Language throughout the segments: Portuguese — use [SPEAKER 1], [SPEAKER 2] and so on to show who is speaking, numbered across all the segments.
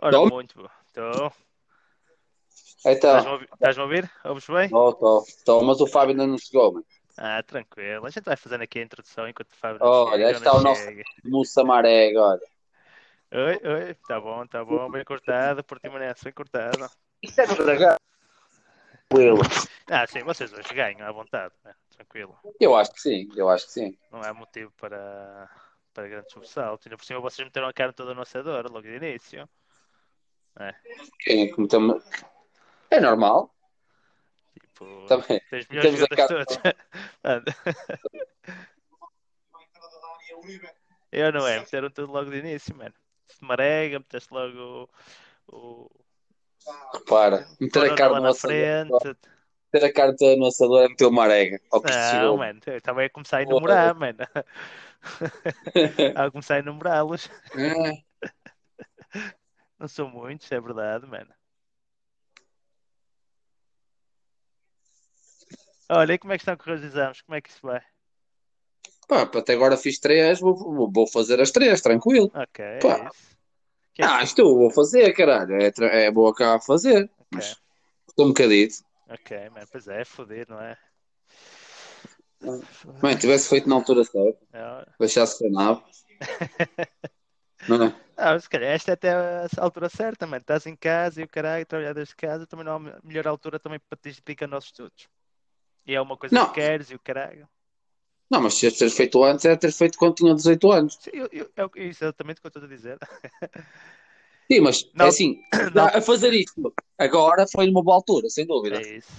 [SPEAKER 1] Ora,
[SPEAKER 2] Dom?
[SPEAKER 1] muito bom. Então, estás-me a
[SPEAKER 2] Então,
[SPEAKER 1] ouvir? Estás-me a ouvir? Ouves bem?
[SPEAKER 2] tô, tô, tô, mas o Fábio ainda não chegou, mano.
[SPEAKER 1] Ah, tranquilo. A gente vai fazendo aqui a introdução enquanto o Fábio.
[SPEAKER 2] Olha, aí está o nosso- Mussa Maré agora.
[SPEAKER 1] Oi, oi. Tá bom, tá bom. Bem cortado. Portimonense, bem cortado.
[SPEAKER 2] Isto é dragão. Tranquilo.
[SPEAKER 1] Ah, sim, vocês hoje ganham à vontade, né? Tranquilo.
[SPEAKER 2] Eu acho que sim, eu acho que sim.
[SPEAKER 1] Não há motivo para, para grande sobressalto. Ainda por cima, vocês meteram a cara toda no assador logo de início.
[SPEAKER 2] Quem é que metemos- É normal,
[SPEAKER 1] Tipo,
[SPEAKER 2] também.
[SPEAKER 1] tens
[SPEAKER 2] Metemos
[SPEAKER 1] melhores
[SPEAKER 2] a
[SPEAKER 1] jogadores todos. Eu não é, meteram tudo logo de início, mano. Se marega, meteste logo o. o
[SPEAKER 2] Repara, meter a
[SPEAKER 1] Corona
[SPEAKER 2] cara
[SPEAKER 1] lá
[SPEAKER 2] no
[SPEAKER 1] na
[SPEAKER 2] assador,
[SPEAKER 1] frente.
[SPEAKER 2] meter a cara toda no assador é meter o Marega. Ao que se
[SPEAKER 1] Não,
[SPEAKER 2] chegou.
[SPEAKER 1] mano, eu também ia começar a
[SPEAKER 2] Boa.
[SPEAKER 1] enumerar, mano. a começar a enumerá-los.
[SPEAKER 2] Ah,
[SPEAKER 1] Não são muitos, é verdade, mano. Olha, e como é que estão a correr os exames? Como é que isso vai?
[SPEAKER 2] Ah, Pá, até agora fiz três, vou, vou- vou fazer as três, tranquilo.
[SPEAKER 1] Ok, é
[SPEAKER 2] Pá.
[SPEAKER 1] isso. Que é
[SPEAKER 2] Ah,
[SPEAKER 1] que-
[SPEAKER 2] isto eu vou fazer, caralho. É, tra- é boa cá a fazer. Mas
[SPEAKER 1] É.
[SPEAKER 2] estou um bocadito.
[SPEAKER 1] Ok, mano, pois é, é fudido, não é?
[SPEAKER 2] Bem, tivesse feito na altura certa,
[SPEAKER 1] Não,
[SPEAKER 2] deixasse para nada. Não é?
[SPEAKER 1] Não, se calhar esta é até a altura certa, mano. Estás em casa e o caralho, trabalhar desde casa, também não há me- melhor altura também para te dedicar aos estudos. E é uma coisa
[SPEAKER 2] Não.
[SPEAKER 1] que queres e o caralho.
[SPEAKER 2] Não, mas se teres feito antes, era ter feito quando tinha 18 anos.
[SPEAKER 1] Sim, eu, eu, é o que- isso é exatamente o que eu estou a dizer.
[SPEAKER 2] Sim, mas
[SPEAKER 1] Não.
[SPEAKER 2] é assim,
[SPEAKER 1] Não.
[SPEAKER 2] a fazer isto agora foi numa boa altura, sem dúvida.
[SPEAKER 1] É isso.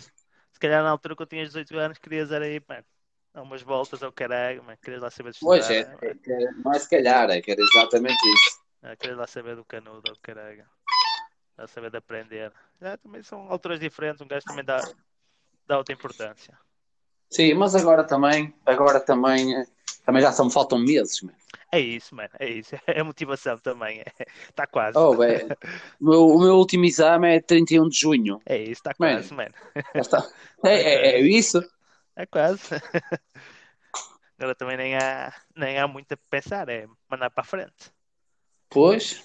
[SPEAKER 1] Se calhar na altura que eu tinha 18 anos, querias era aí, mano. Dar umas voltas ao caralho, mano. Querias lá saber de estudar.
[SPEAKER 2] Hoje é,
[SPEAKER 1] mano.
[SPEAKER 2] é, é, mas se calhar, é que era exatamente isso.
[SPEAKER 1] Ah, querias lá saber do canudo, oh, caralho. Lá saber de aprender. Já também são alturas diferentes, um gajo também dá, dá outra importância.
[SPEAKER 2] Sim, mas agora também, agora também, eh, também já só me faltam meses, mano.
[SPEAKER 1] É isso, mano, é isso. É motivação também. Está quase.
[SPEAKER 2] Oh, bem, o, meu, o meu último exame é 31 de junho.
[SPEAKER 1] É isso, está
[SPEAKER 2] Mano.
[SPEAKER 1] quase, mano.
[SPEAKER 2] Já está. É, é- é isso?
[SPEAKER 1] É quase. Agora também nem há, nem há muito a pensar, é mandar para a frente.
[SPEAKER 2] Pois.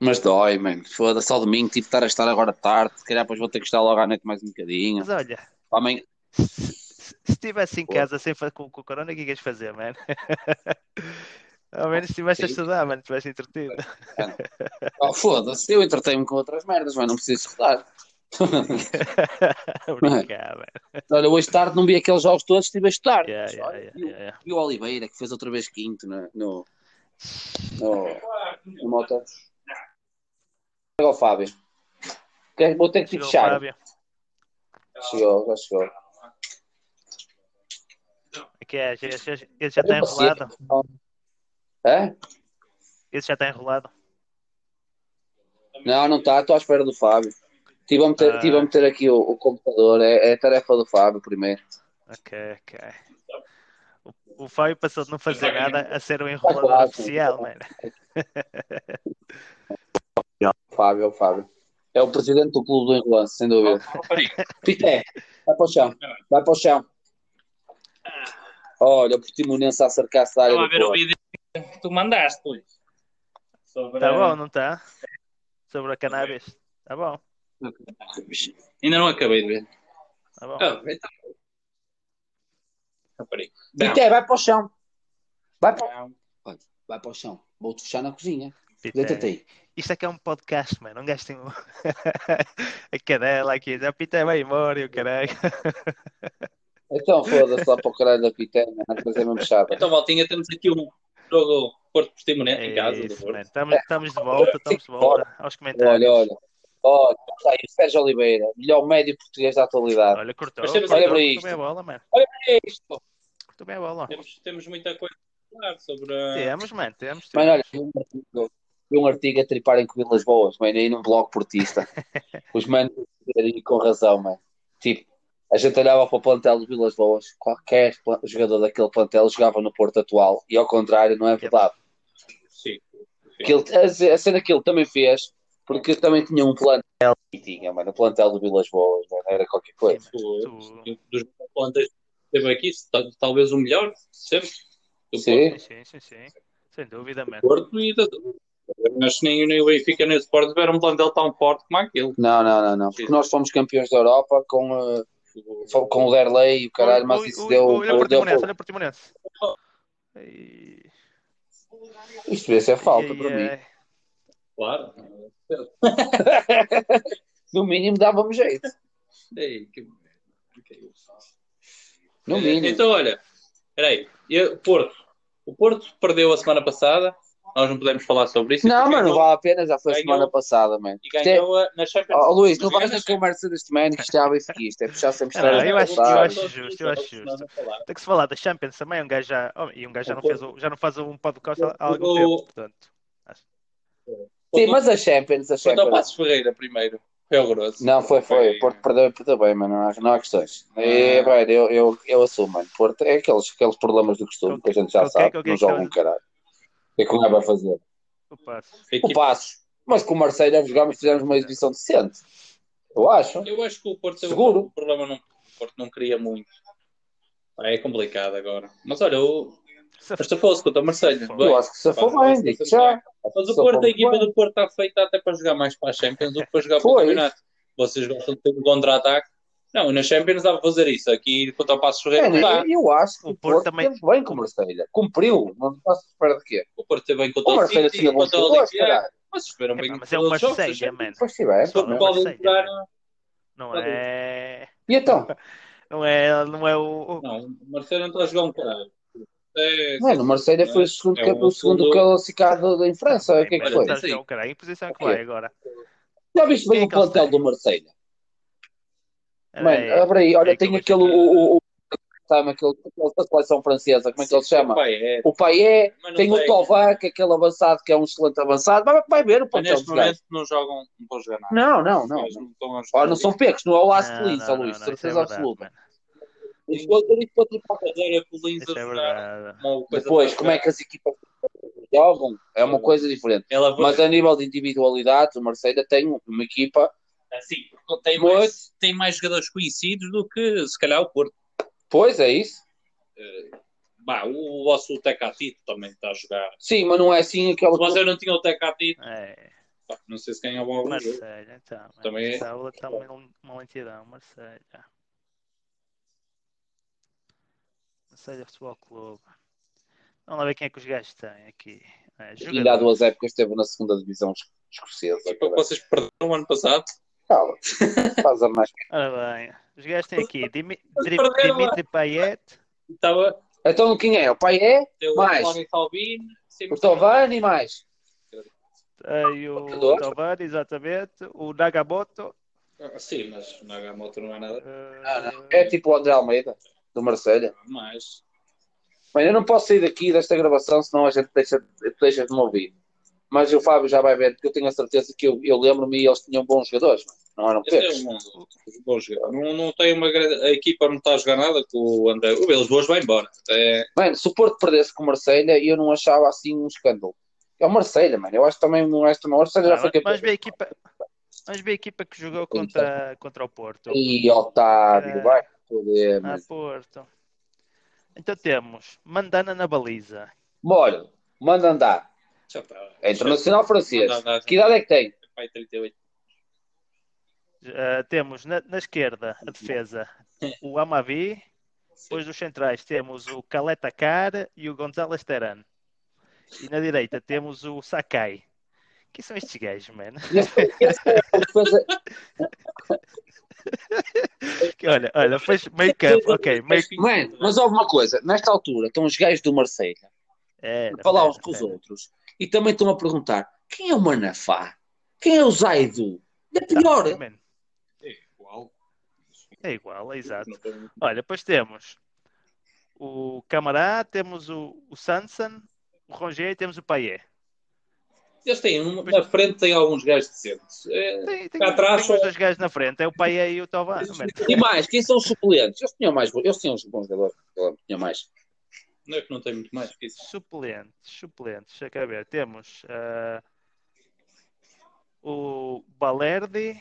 [SPEAKER 2] Mas dói, mano. Foda-se, só domingo, tive de estar a estar agora tarde. Se calhar depois vou ter que estar logo à noite mais um bocadinho.
[SPEAKER 1] Mas olha,
[SPEAKER 2] Amanhã,
[SPEAKER 1] se- se se estivesse em casa sem fa- com, com o corona, o que é que ias fazer, mano? Ao menos estiveste a estudar, mano, estiveste entretido.
[SPEAKER 2] Oh, foda-se, eu entretenho-me com outras merdas, mas não preciso estudar.
[SPEAKER 1] Obrigado, mano.
[SPEAKER 2] Olha, hoje tarde não vi aqueles jogos todos, estive a estudar.
[SPEAKER 3] É,
[SPEAKER 1] Yeah,
[SPEAKER 2] Mas,
[SPEAKER 1] yeah,
[SPEAKER 2] olha,
[SPEAKER 1] yeah,
[SPEAKER 2] vi o-
[SPEAKER 1] yeah, yeah.
[SPEAKER 2] Vi o Oliveira, que fez outra vez quinto no. no, no, no moto. Chega o Fábio. Que- é, Vou ter que te
[SPEAKER 1] Chegou o
[SPEAKER 2] fechar.
[SPEAKER 1] Fábio.
[SPEAKER 2] Chegou, já chegou.
[SPEAKER 1] Aqui é, esse- esse- esse já está enrolado.
[SPEAKER 2] É?
[SPEAKER 1] Esse já está enrolado.
[SPEAKER 2] Não, não está, estou à espera do Fábio. Estive a meter,
[SPEAKER 1] Ah.
[SPEAKER 2] estive a meter aqui o, o computador, é, é a tarefa do Fábio primeiro.
[SPEAKER 1] Ok, ok. O, o Fábio passou de não fazer nada a ser um enrolador
[SPEAKER 2] Tá quase.
[SPEAKER 1] oficial, né? mano.
[SPEAKER 2] Fábio, é o Fábio. É o presidente do clube do Enrolance, sem dúvida. Pité, vai para o chão, vai para o chão. Olha, o Portimonense a acercar-se da área
[SPEAKER 3] Estão a
[SPEAKER 2] do
[SPEAKER 3] ver o
[SPEAKER 2] Porto.
[SPEAKER 3] vídeo que tu mandaste, pois. Sobre-
[SPEAKER 1] Tá bom, não tá? Sobre a cannabis. Tá bom,
[SPEAKER 3] Ainda não acabei de ver.
[SPEAKER 1] tá bom.
[SPEAKER 3] Ah, então. Ah, peraí. Não.
[SPEAKER 2] Pité, vai para o chão. Vai para, vai para o chão. Vou-te fechar na cozinha.
[SPEAKER 1] Pita.
[SPEAKER 2] Deita-te aí.
[SPEAKER 1] Isto é que é um podcast, mano. Um gajo tem um- a cadela aqui. Já Pita vai embora e o caralho.
[SPEAKER 2] Então foda-se lá para o caralho da Pité, mano. A coisa é mesmo chata.
[SPEAKER 3] Então, Voltinha, temos aqui um jogo Porto Portimonense em
[SPEAKER 1] É
[SPEAKER 3] casa. do
[SPEAKER 1] isso,
[SPEAKER 3] Porto.
[SPEAKER 1] mano. Estamos, estamos de volta, estamos de volta. Aos comentários.
[SPEAKER 2] Olha, olha. Olha, está aí, Sérgio Oliveira, melhor médio português da atualidade.
[SPEAKER 1] Olha, cortou.
[SPEAKER 3] Mas temos-
[SPEAKER 1] cortou,
[SPEAKER 2] olha para
[SPEAKER 1] cortou
[SPEAKER 2] isto.
[SPEAKER 1] bem a bola, mano.
[SPEAKER 3] É isto.
[SPEAKER 1] Cortou bem a bola.
[SPEAKER 3] Temos, temos muita coisa a falar sobre a...
[SPEAKER 1] Temos, mano. Temos.
[SPEAKER 2] Mas olha,
[SPEAKER 1] temos.
[SPEAKER 2] vi um artigo, vi um artigo a tripar em Coimbras Boas, mano, aí num blog portista. Os manos e com razão, mano. Tipo, a gente olhava para o plantel de Vilas Boas, qualquer pla- jogador daquele plantel jogava no Porto atual, e ao contrário, não é verdade.
[SPEAKER 1] é.
[SPEAKER 3] Sim.
[SPEAKER 2] Que ele- a ce- a cena que ele também fez, porque eu também tinha um plantel, e tinha, mano, o plantel do Vilas Boas, mano, era qualquer coisa.
[SPEAKER 1] Sim, mano. Tu-
[SPEAKER 3] Dos dos plantas que teve aqui, se tal- talvez o melhor, sempre. Do
[SPEAKER 2] Sim.
[SPEAKER 3] Porto,
[SPEAKER 1] Sim, sim, sim, sim. Sem dúvida, mano.
[SPEAKER 3] do Porto e da Mas nem, nem o Benfica nem o Sport tiveram um plantel tão forte como aquele.
[SPEAKER 2] Não, não, não, não. Porque nós fomos campeões da Europa com, eh, fo- com o Derlei e o caralho, mas
[SPEAKER 1] Ui,
[SPEAKER 2] isso
[SPEAKER 1] ui,
[SPEAKER 2] deu.
[SPEAKER 1] ui, Olha o
[SPEAKER 2] deu
[SPEAKER 1] Portimonense, olha o Portimonense. E-
[SPEAKER 2] Isto devia ser falta
[SPEAKER 1] e,
[SPEAKER 2] para mim.
[SPEAKER 1] eh,
[SPEAKER 3] Claro. é?
[SPEAKER 2] No mínimo dava-me jeito.
[SPEAKER 3] Ei, que... ok.
[SPEAKER 2] No
[SPEAKER 3] Eh,
[SPEAKER 2] mínimo.
[SPEAKER 3] Então, olha, peraí, e o Porto. O Porto perdeu a semana passada, nós não podemos falar sobre isso.
[SPEAKER 2] não,
[SPEAKER 3] Porque
[SPEAKER 2] mas não
[SPEAKER 3] ganhou-
[SPEAKER 2] vale a pena, já foi
[SPEAKER 3] então, ganhou-
[SPEAKER 2] semana passada, mano.
[SPEAKER 3] E
[SPEAKER 2] Isto é-
[SPEAKER 3] ganhou a- na Champions
[SPEAKER 2] Ó, Luís, não vais
[SPEAKER 3] Mas ganhou- Ah,
[SPEAKER 2] a conversa deste man que isto é a benfiquista, é puxar sempre
[SPEAKER 1] Não,
[SPEAKER 2] histórias
[SPEAKER 1] eu
[SPEAKER 2] do
[SPEAKER 1] acho- eu
[SPEAKER 2] passado.
[SPEAKER 1] acho justo, eu acho justo. Tem que se falar da Champions também, um gajo já, oh, e um gajo já não,
[SPEAKER 3] Concordo.
[SPEAKER 1] fez, o- já não faz um podcast há há algum
[SPEAKER 3] O-
[SPEAKER 1] tempo, portanto.
[SPEAKER 2] Sim, mas a Champions, a
[SPEAKER 3] Quanto ao
[SPEAKER 2] Champions.
[SPEAKER 3] Então, Passos Ferreira primeiro, foi horroroso.
[SPEAKER 2] Não, foi, foi. O Porto perdeu, perdeu bem, mano. Não há, não há questões.
[SPEAKER 3] Ah.
[SPEAKER 2] E, velho, eu, eu, eu assumo, mano. Porto é aqueles, aqueles problemas do costume que a gente já
[SPEAKER 1] Ok,
[SPEAKER 2] sabe,
[SPEAKER 1] ok,
[SPEAKER 2] não jogam um
[SPEAKER 1] então.
[SPEAKER 2] caralho. O que é que o gajo vai fazer?
[SPEAKER 1] O passo.
[SPEAKER 3] A equipa-
[SPEAKER 2] O passo. Mas com o Marseille já jogámos, fizemos uma exibição decente. Eu acho.
[SPEAKER 3] Eu acho que o Porto teve
[SPEAKER 2] Seguro.
[SPEAKER 3] um problema, não, o Porto não queria muito. Ah, é complicado agora. Mas olha, o... mas se fosse contra o é? Marseille, bem.
[SPEAKER 2] Eu acho que se for
[SPEAKER 3] Pá,
[SPEAKER 2] bem, digo já.
[SPEAKER 3] Mas o
[SPEAKER 2] Só
[SPEAKER 3] Porto, é
[SPEAKER 2] como
[SPEAKER 3] a equipa
[SPEAKER 2] foi.
[SPEAKER 3] do Porto está feita até para jogar mais para a Champions do que para jogar para o
[SPEAKER 2] Pois.
[SPEAKER 3] campeonato. Vocês gostam de ter um contra-ataque? Não, na Champions dá para fazer isso. Aqui, quanto ao passo Ferreira, não dá.
[SPEAKER 2] Mano, eu, eu acho que
[SPEAKER 1] O
[SPEAKER 2] o
[SPEAKER 1] Porto
[SPEAKER 2] Porto
[SPEAKER 1] também-
[SPEAKER 2] teve bem com o Marseille. Cumpriu. Não posso esperar de quê?
[SPEAKER 3] O Porto teve bem contra
[SPEAKER 2] O
[SPEAKER 3] o
[SPEAKER 2] Marseille
[SPEAKER 3] City,
[SPEAKER 2] tinha bons
[SPEAKER 3] contra o
[SPEAKER 2] jogadores,
[SPEAKER 3] Olympique.
[SPEAKER 2] é caralho. é
[SPEAKER 3] Mas esperam
[SPEAKER 1] Epá,
[SPEAKER 3] bem
[SPEAKER 1] mas é
[SPEAKER 3] todos
[SPEAKER 1] o
[SPEAKER 3] os jogos,
[SPEAKER 1] Marseille,
[SPEAKER 3] acham?
[SPEAKER 1] mano.
[SPEAKER 2] Pois né? estiver,
[SPEAKER 3] Só
[SPEAKER 2] pá,
[SPEAKER 1] Não,
[SPEAKER 3] que
[SPEAKER 2] meu.
[SPEAKER 3] podem
[SPEAKER 1] Marseille,
[SPEAKER 3] jogar.
[SPEAKER 1] Não é.
[SPEAKER 2] E então?
[SPEAKER 1] Não é, não é o. o-
[SPEAKER 3] Não, o Marcelo não está a jogar um caralho. É,
[SPEAKER 2] Mano, o Marseille foi o segundo,
[SPEAKER 3] É o
[SPEAKER 2] o segundo
[SPEAKER 3] segundo-
[SPEAKER 2] classificado em França. O que é que
[SPEAKER 1] mas
[SPEAKER 2] foi?
[SPEAKER 1] tá a
[SPEAKER 3] Sim.
[SPEAKER 1] jogar o caralho. Em que posição é que
[SPEAKER 2] O quê?
[SPEAKER 1] vai agora?
[SPEAKER 2] Já viste
[SPEAKER 1] Quem
[SPEAKER 2] bem
[SPEAKER 1] é
[SPEAKER 2] o
[SPEAKER 1] que eles
[SPEAKER 2] plantel
[SPEAKER 1] têm?
[SPEAKER 2] do Marseille?
[SPEAKER 1] Era-
[SPEAKER 2] Mano, abre aí. Olha,
[SPEAKER 1] é que
[SPEAKER 2] tem
[SPEAKER 1] eu
[SPEAKER 2] aquele.
[SPEAKER 1] vou
[SPEAKER 2] O, o, o, sabe, aquele, aquele da seleção francesa, como é que ele se chama?
[SPEAKER 3] Pai, é.
[SPEAKER 2] O Paié,
[SPEAKER 3] Mas não
[SPEAKER 2] tem o
[SPEAKER 3] sei.
[SPEAKER 2] Tovac, aquele avançado que é um excelente avançado. Vai, vai ver o
[SPEAKER 3] Mas
[SPEAKER 2] plantel
[SPEAKER 3] neste
[SPEAKER 2] dos gajos.
[SPEAKER 3] momento não jogam, não estão a jogar nada.
[SPEAKER 2] Não, não, não.
[SPEAKER 3] Eles não estão a jogar.
[SPEAKER 2] Ó, não são pecos, não é o Last
[SPEAKER 1] Não,
[SPEAKER 2] Lins,
[SPEAKER 1] não,
[SPEAKER 2] ó,
[SPEAKER 1] não,
[SPEAKER 2] Luís,
[SPEAKER 1] não, isso é
[SPEAKER 2] certeza
[SPEAKER 1] verdade,
[SPEAKER 2] absoluta.
[SPEAKER 1] mano.
[SPEAKER 2] Isto é o para ti para
[SPEAKER 3] Era com o Lins a
[SPEAKER 1] Isso é
[SPEAKER 3] jogar
[SPEAKER 1] verdade.
[SPEAKER 3] uma coisa
[SPEAKER 2] Depois,
[SPEAKER 3] para
[SPEAKER 2] como é que as equipas jogam é uma coisa diferente.
[SPEAKER 3] Ela vai
[SPEAKER 2] Mas a nível de individualidade, o Marseille tem uma equipa.
[SPEAKER 3] assim, porque tem
[SPEAKER 2] Muito.
[SPEAKER 3] mais, tem mais jogadores conhecidos do que se calhar o Porto.
[SPEAKER 2] Pois é isso.
[SPEAKER 3] Bah, o vosso Tecatito também está a jogar.
[SPEAKER 2] Sim, mas não é assim aquela
[SPEAKER 3] Se você não tinha o Tecatito,
[SPEAKER 1] É.
[SPEAKER 3] pá, não sei se ganhava algum jogo.
[SPEAKER 1] Marseille, então. mano.
[SPEAKER 3] Também é-
[SPEAKER 1] Essa aula está uma uma lentidão, Marseille. Marseille é Futebol Clube. Vamos lá ver quem é que os gajos têm aqui. É,
[SPEAKER 2] E há
[SPEAKER 1] jogador.
[SPEAKER 2] duas épocas esteve na segunda divisão es- escocesa.
[SPEAKER 3] Tipo,
[SPEAKER 2] cara.
[SPEAKER 3] vocês perderam o ano passado.
[SPEAKER 2] Cala, faz a mais.
[SPEAKER 1] Ora bem, os gajos têm aqui Dimi-
[SPEAKER 3] Mas
[SPEAKER 1] Dri-
[SPEAKER 3] perderam lá.
[SPEAKER 1] Dimitri Payet.
[SPEAKER 3] Estava
[SPEAKER 2] Então quem é? O pai é?
[SPEAKER 3] deu
[SPEAKER 2] Mais.
[SPEAKER 3] o Tony Salvini, sempre-
[SPEAKER 2] O Tovani e mais.
[SPEAKER 1] Tem eh, o
[SPEAKER 2] Jogador.
[SPEAKER 1] Tovani, exatamente. O Nagamoto.
[SPEAKER 3] Ah, Sim, mas na Gamoto não há nada
[SPEAKER 2] Ah,
[SPEAKER 1] eh,
[SPEAKER 2] É tipo o André Almeida, do Marselha.
[SPEAKER 3] mais.
[SPEAKER 2] Bem, eu não posso sair daqui desta gravação, senão a gente deixa, deixa de me ouvir. Mas o Fábio já vai ver, porque eu tenho a certeza que eu, eu lembro-me e eles tinham bons jogadores, mas não eram
[SPEAKER 3] Esse é
[SPEAKER 2] pecos.
[SPEAKER 3] um- os bons jogadores. Não, não tem uma grande. A equipa não está a jogar nada com o André. O Belos Boas vai embora. É,
[SPEAKER 2] Mano, se o Porto perdesse com o Marselha, eu não achava assim um escândalo. É o Marselha, mano. Eu acho também não acho também. O Marselha já
[SPEAKER 1] ah,
[SPEAKER 2] foi campeão.
[SPEAKER 1] Vamos ver a equipa. Vamos ver a equipa que jogou contra, contra o Porto.
[SPEAKER 2] E Otávio,
[SPEAKER 1] É.
[SPEAKER 2] vai poder,
[SPEAKER 1] Ah,
[SPEAKER 2] mano.
[SPEAKER 1] Porto. Então temos Mandana na baliza.
[SPEAKER 2] Bora, manda andar.
[SPEAKER 3] já está.
[SPEAKER 2] É internacional francês.
[SPEAKER 3] Manda andar.
[SPEAKER 2] Que idade é que tem?
[SPEAKER 3] Vai 38.
[SPEAKER 1] Ah, temos na, na esquerda a defesa o Amavi. Depois dos centrais temos o Caleta Car e o Gonzalez Teran. E na direita temos o Sakai. Quem são estes gajos, mano?
[SPEAKER 2] Esse- esse é a defesa-
[SPEAKER 1] Que olha, olha, fez meio campo. Ok, meio
[SPEAKER 2] Mano, mas houve uma coisa. Nesta altura estão os gajos do Marselha
[SPEAKER 1] É,
[SPEAKER 2] a falar uns com os outros e também estão a perguntar quem é o Manafá? Quem é o Zaidu? É pior.
[SPEAKER 1] mano,
[SPEAKER 3] É igual.
[SPEAKER 1] É igual, é exato.
[SPEAKER 3] Não tem-
[SPEAKER 1] Olha, depois temos o Camará, temos o, o Sanson, o Rongé e temos o Paier.
[SPEAKER 3] Eles têm, um- na frente tem alguns gajos decentes. É,
[SPEAKER 1] Tem, tem,
[SPEAKER 3] Cá atrás,
[SPEAKER 1] tem os
[SPEAKER 3] é.
[SPEAKER 1] dois gajos na frente, é o Paier e o Tovan.
[SPEAKER 2] E mais, quem são os suplentes? Eles tinham mais. bo- Eles tinham uns bons jogadores. Eu lembro que tinham mais.
[SPEAKER 3] não é que não tem muito mais que isso.
[SPEAKER 1] Suplentes, suplentes, deixa cá ver. Temos ah, o Balerdi,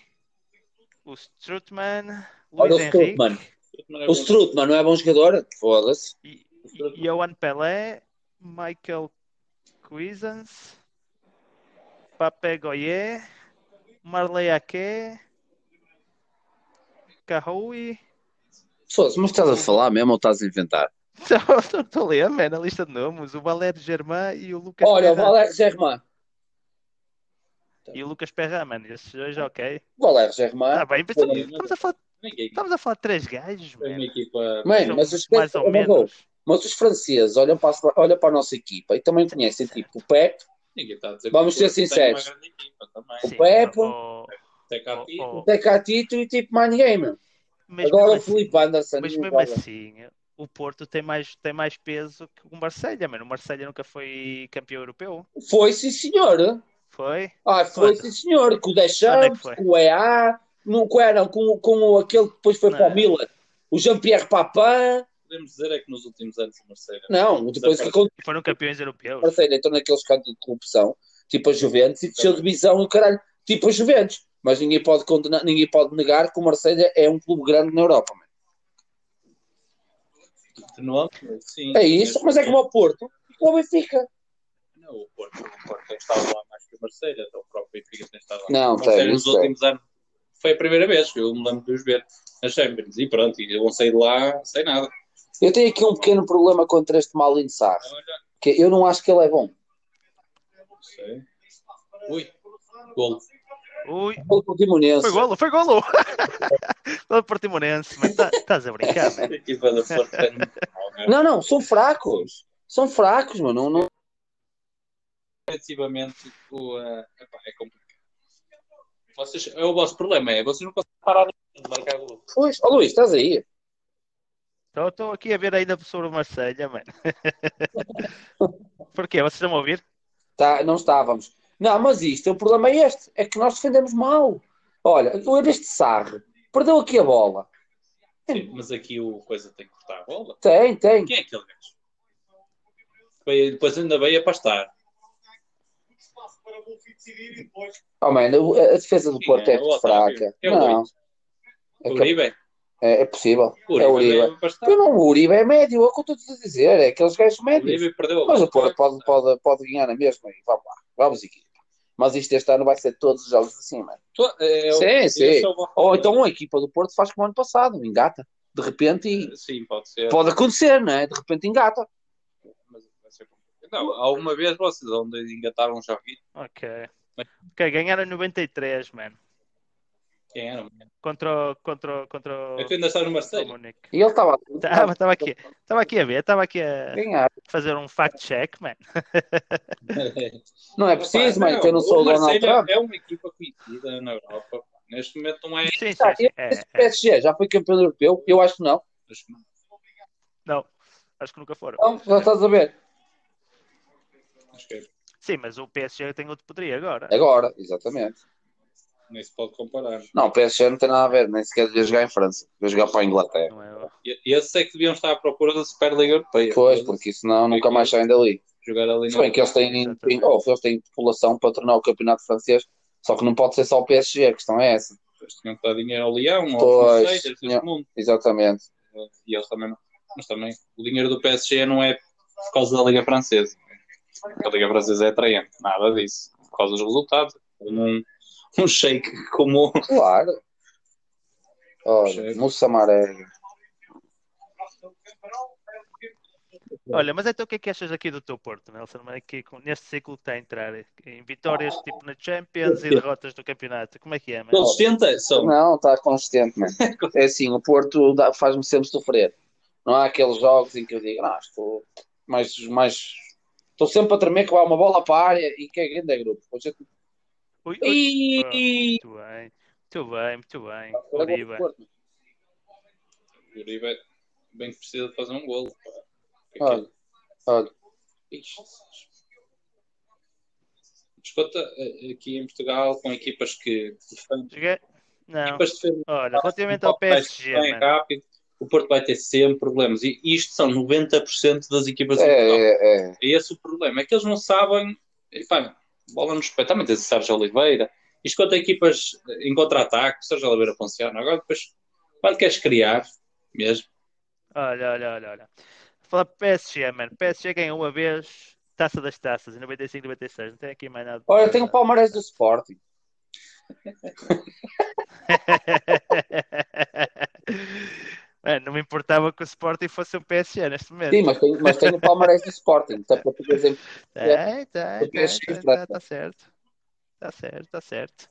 [SPEAKER 1] o Strutman,
[SPEAKER 2] Olha
[SPEAKER 1] Luiz
[SPEAKER 2] o
[SPEAKER 1] Henrique
[SPEAKER 2] Strutman. O Strutman não é bom jogador? Foda-se.
[SPEAKER 1] e, e Johan Pelé, Michael Cuisance, Papé Goyé, Marley Aké, Cahoui.
[SPEAKER 2] Foda-se, Mas estás a falar mesmo ou estás a inventar?
[SPEAKER 1] Estou a ler, man, a lista de nomes. O Valério Germain e o Lucas
[SPEAKER 3] Olha, o
[SPEAKER 1] Perra.
[SPEAKER 3] Valério Germain.
[SPEAKER 1] E o Lucas Perra, mano. Esses dois, ok.
[SPEAKER 3] O Valério Germain.
[SPEAKER 1] Está bem, mas estamos, estamos a falar,
[SPEAKER 3] Ninguém.
[SPEAKER 1] estamos a falar de três gajos,
[SPEAKER 3] Foi
[SPEAKER 1] man.
[SPEAKER 3] uma equipa.
[SPEAKER 2] Mano, mas os,
[SPEAKER 1] mais ou menos.
[SPEAKER 2] mas os franceses olham para, a- olham para a nossa equipa e também conhecem tipo o Pep,
[SPEAKER 3] Ninguém está a dizer
[SPEAKER 2] Vamos
[SPEAKER 3] que o
[SPEAKER 2] ser
[SPEAKER 3] Porto tem uma
[SPEAKER 2] sinceros.
[SPEAKER 3] grande equipa também.
[SPEAKER 2] O Pepe.
[SPEAKER 1] o-
[SPEAKER 3] Até cá
[SPEAKER 1] o-
[SPEAKER 3] fica.
[SPEAKER 1] o-
[SPEAKER 2] o Tecatito e tipo mais ninguém. meu.
[SPEAKER 1] oh, mas mesmo
[SPEAKER 2] Agora o
[SPEAKER 1] assim-
[SPEAKER 2] Felipe Anderson.
[SPEAKER 1] Mas
[SPEAKER 2] não
[SPEAKER 1] mesmo
[SPEAKER 2] joga.
[SPEAKER 1] assim, o Porto tem mais, tem mais peso que o Marselha, mano. O Marselha nunca foi campeão europeu.
[SPEAKER 2] Foi sim senhor.
[SPEAKER 1] Foi?
[SPEAKER 2] Ah, foi
[SPEAKER 1] Quando?
[SPEAKER 2] sim senhor. Com o
[SPEAKER 1] Quando é que
[SPEAKER 2] Deschamps,
[SPEAKER 1] foi?
[SPEAKER 2] com o EA, não, com, o EA, não, com, com aquele que depois foi
[SPEAKER 1] Não. é.
[SPEAKER 2] para o Milan. O Jean-Pierre Papin.
[SPEAKER 3] Podemos dizer é que nos últimos anos o Marseille
[SPEAKER 2] Não, depois que aconteceu,
[SPEAKER 1] E foram campeões europeus.
[SPEAKER 2] parceiro, entrou naquele escândalo de corrupção, tipo a Juventus, e desceu de divisão e o caralho, tipo a Juventus. Mas ninguém pode, condenar- ninguém pode negar que o Marseille é um clube grande na Europa. mano.
[SPEAKER 3] continuamos. Sim,
[SPEAKER 2] É isso, mas é como o Porto. E o Benfica.
[SPEAKER 3] Não, o Porto, o Porto tem estado lá mais que o Marseille, até o próprio Benfica tem estado lá.
[SPEAKER 2] Não,
[SPEAKER 3] O
[SPEAKER 1] é
[SPEAKER 3] Marseille
[SPEAKER 2] tem,
[SPEAKER 3] nos
[SPEAKER 2] isso é-
[SPEAKER 3] últimos anos foi a primeira vez que eu me lembro de os ver nas Champions. E pronto, e eu vão sair de lá sem nada.
[SPEAKER 2] Eu tenho aqui um pequeno problema contra este Malin Sarr,
[SPEAKER 3] Olha,
[SPEAKER 2] que eu não acho que ele é bom.
[SPEAKER 3] não sei. Ui, gol.
[SPEAKER 1] Ui,
[SPEAKER 2] Ele é Portimonense.
[SPEAKER 1] foi golo, foi golo! Todo portimonense, mas tá- estás a brincar, mano.
[SPEAKER 3] A equipa da Porto é muito mal, né?
[SPEAKER 2] Não, não, são fracos. São fracos, mano. Não, não-
[SPEAKER 3] Efetivamente, o, eh, epá, é complicado. Vocês, é o vosso problema, é vocês não conseguem parar de marcar gol.
[SPEAKER 2] Pois, ó Luís, estás aí.
[SPEAKER 1] Estou aqui a ver ainda sobre o Marselha, mano. Porquê? Vocês estão a ouvir?
[SPEAKER 2] Tá, não estávamos. Não, mas isto, o problema é este, é que nós defendemos mal. Olha, olha este Sarre, perdeu aqui a bola.
[SPEAKER 3] Sim, mas aqui o coisa tem que cortar a bola.
[SPEAKER 2] Tem, tem.
[SPEAKER 3] Quem é aquele gajo? Veio- Depois ainda veio a pastar.
[SPEAKER 2] Oh, mano, a, a defesa do
[SPEAKER 3] Quem
[SPEAKER 2] Porto é
[SPEAKER 3] O
[SPEAKER 2] muito
[SPEAKER 3] Otávio?
[SPEAKER 2] fraca.
[SPEAKER 3] É o
[SPEAKER 2] Não,
[SPEAKER 3] Uribe.
[SPEAKER 2] é, que-
[SPEAKER 3] Uribe.
[SPEAKER 2] é- é possível.
[SPEAKER 3] Uribe
[SPEAKER 2] é o
[SPEAKER 3] veio
[SPEAKER 2] Uribe.
[SPEAKER 3] a pastar.
[SPEAKER 2] Eu não, o Uribe é médio, é o que eu estou a dizer, é aqueles gajos
[SPEAKER 3] O
[SPEAKER 2] médios.
[SPEAKER 3] Uribe perdeu a
[SPEAKER 2] Mas
[SPEAKER 3] bola.
[SPEAKER 2] o Porto pode, pode, pode ganhar na mesma e vamos lá, vamos equipa. Mas isto este ano vai ser todos os jogos assim, mano.
[SPEAKER 3] Tu- é, eu-
[SPEAKER 2] Sim,
[SPEAKER 3] eu
[SPEAKER 2] sim.
[SPEAKER 3] só vou-
[SPEAKER 2] Ou então a equipa do Porto faz como ano passado, engata. De repente e
[SPEAKER 3] Sim, pode ser.
[SPEAKER 2] um pode acontecer, não é? De repente engata.
[SPEAKER 3] Mas vai ser complicado. Não, há uma vez vocês onde engataram um joguinho.
[SPEAKER 1] Ok. Ok, ganharam 93, mano.
[SPEAKER 3] Quem era?
[SPEAKER 1] Contra, o- contra, o- contra, o-
[SPEAKER 3] É que ainda está no
[SPEAKER 1] contra o
[SPEAKER 3] Marseille.
[SPEAKER 1] Munique.
[SPEAKER 2] E ele estava
[SPEAKER 1] Estava estava Tá, aqui, estava aqui a ver, estava aqui a
[SPEAKER 2] ganhar.
[SPEAKER 1] fazer um fact-check, man.
[SPEAKER 2] Não é preciso,
[SPEAKER 3] Pá,
[SPEAKER 2] mano, que eu não sou o Donald
[SPEAKER 3] Marseille
[SPEAKER 2] Trump.
[SPEAKER 3] É uma equipa conhecida na Europa. pá. Neste momento não é.
[SPEAKER 1] Sim, sim,
[SPEAKER 2] Ah,
[SPEAKER 1] sim. É,
[SPEAKER 2] Esse
[SPEAKER 1] é.
[SPEAKER 2] PSG já foi campeão europeu? Eu acho que não.
[SPEAKER 3] Acho que não.
[SPEAKER 1] Não, acho que nunca foram.
[SPEAKER 2] Então, já estás a ver.
[SPEAKER 3] Acho que é-
[SPEAKER 1] Sim, mas o PSG tem outro poderio agora.
[SPEAKER 2] Agora, exatamente.
[SPEAKER 3] nem se pode comparar.
[SPEAKER 2] Não, o PSG não tem nada a ver, nem sequer devia jogar em França. Devia jogar para a Inglaterra.
[SPEAKER 1] Não é?
[SPEAKER 3] E e esses é que deviam estar à procura da Superliga Europeia.
[SPEAKER 2] Pois, porque senão nunca mais saem dali.
[SPEAKER 3] Jogar ali
[SPEAKER 2] Se
[SPEAKER 3] na
[SPEAKER 2] bem que eles têm,
[SPEAKER 1] Exatamente.
[SPEAKER 2] têm, oh, eles têm população para tornar o campeonato francês, só que não pode ser só o PSG, a questão é essa.
[SPEAKER 3] Eles tinham que dar dinheiro ao Leão, ao
[SPEAKER 2] Pois,
[SPEAKER 3] Cruzeiro,
[SPEAKER 2] tinha-
[SPEAKER 3] todo mundo.
[SPEAKER 2] Exatamente.
[SPEAKER 3] E eles também não. Mas também, o dinheiro do PSG não é por causa da Liga Francesa. Porque A Liga Francesa é atraente, nada disso. Por causa dos resultados. Um, um shake como.
[SPEAKER 2] Claro. Olha,
[SPEAKER 3] Chega.
[SPEAKER 2] Moussa Maré.
[SPEAKER 1] Olha, mas então o que é que achas aqui do teu Porto, Nelson? Mas Aqui, com- neste ciclo que está a entrar em vitórias tipo na Champions e derrotas do campeonato. Como é que é, mano?
[SPEAKER 3] Eles tentam, são.
[SPEAKER 2] Não, está consistente, mano. É assim, o Porto dá- faz-me sempre sofrer. Não há aqueles jogos em que eu digo, não, estou mais. mais... Estou sempre a tremer que vai uma bola para a área e que é grande grupo. Hoje eu-
[SPEAKER 1] Ui, ui,
[SPEAKER 2] Ih!
[SPEAKER 1] Muito bem, muito bem, muito bem.
[SPEAKER 2] Agora vou
[SPEAKER 1] Uribe.
[SPEAKER 2] para o Porto.
[SPEAKER 3] O Uribe é bem que precisa de fazer um golo. pá.
[SPEAKER 2] Olha, olha.
[SPEAKER 3] Ixi. Escuta, eh, aqui em Portugal, com equipas que defendem,
[SPEAKER 1] Joguei? Não.
[SPEAKER 3] equipas defendem
[SPEAKER 1] Olha, relativamente ao PSG,
[SPEAKER 3] bem
[SPEAKER 1] mano.
[SPEAKER 3] rápido, o Porto vai ter sempre problemas. E isto são 90% das equipas em Portugal.
[SPEAKER 2] É, é, é.
[SPEAKER 3] É esse o problema. É que eles não sabem. E, pá, bola nos pés. Também tens o Sérgio Oliveira. Isto quanto a equipas em contra-ataque, o Sérgio Oliveira funciona. Agora depois, quando queres criar, mesmo.
[SPEAKER 1] Olha, olha, olha, olha. Falar PSG, mano. PSG ganhou uma vez Taça das Taças, em 95 96. Não tem aqui mais nada.
[SPEAKER 2] Olha, um tem o Palmeiras do Sporting.
[SPEAKER 1] Mano, não me importava que o Sporting fosse um PSG neste momento.
[SPEAKER 2] Sim, mas tem, mas tem o Palmeiras do Sporting. Até para tu exemplo.
[SPEAKER 1] Tem, tem,
[SPEAKER 2] é O PSG
[SPEAKER 1] tem,
[SPEAKER 2] trata.
[SPEAKER 1] tá, tá certo. Tá certo, tá certo.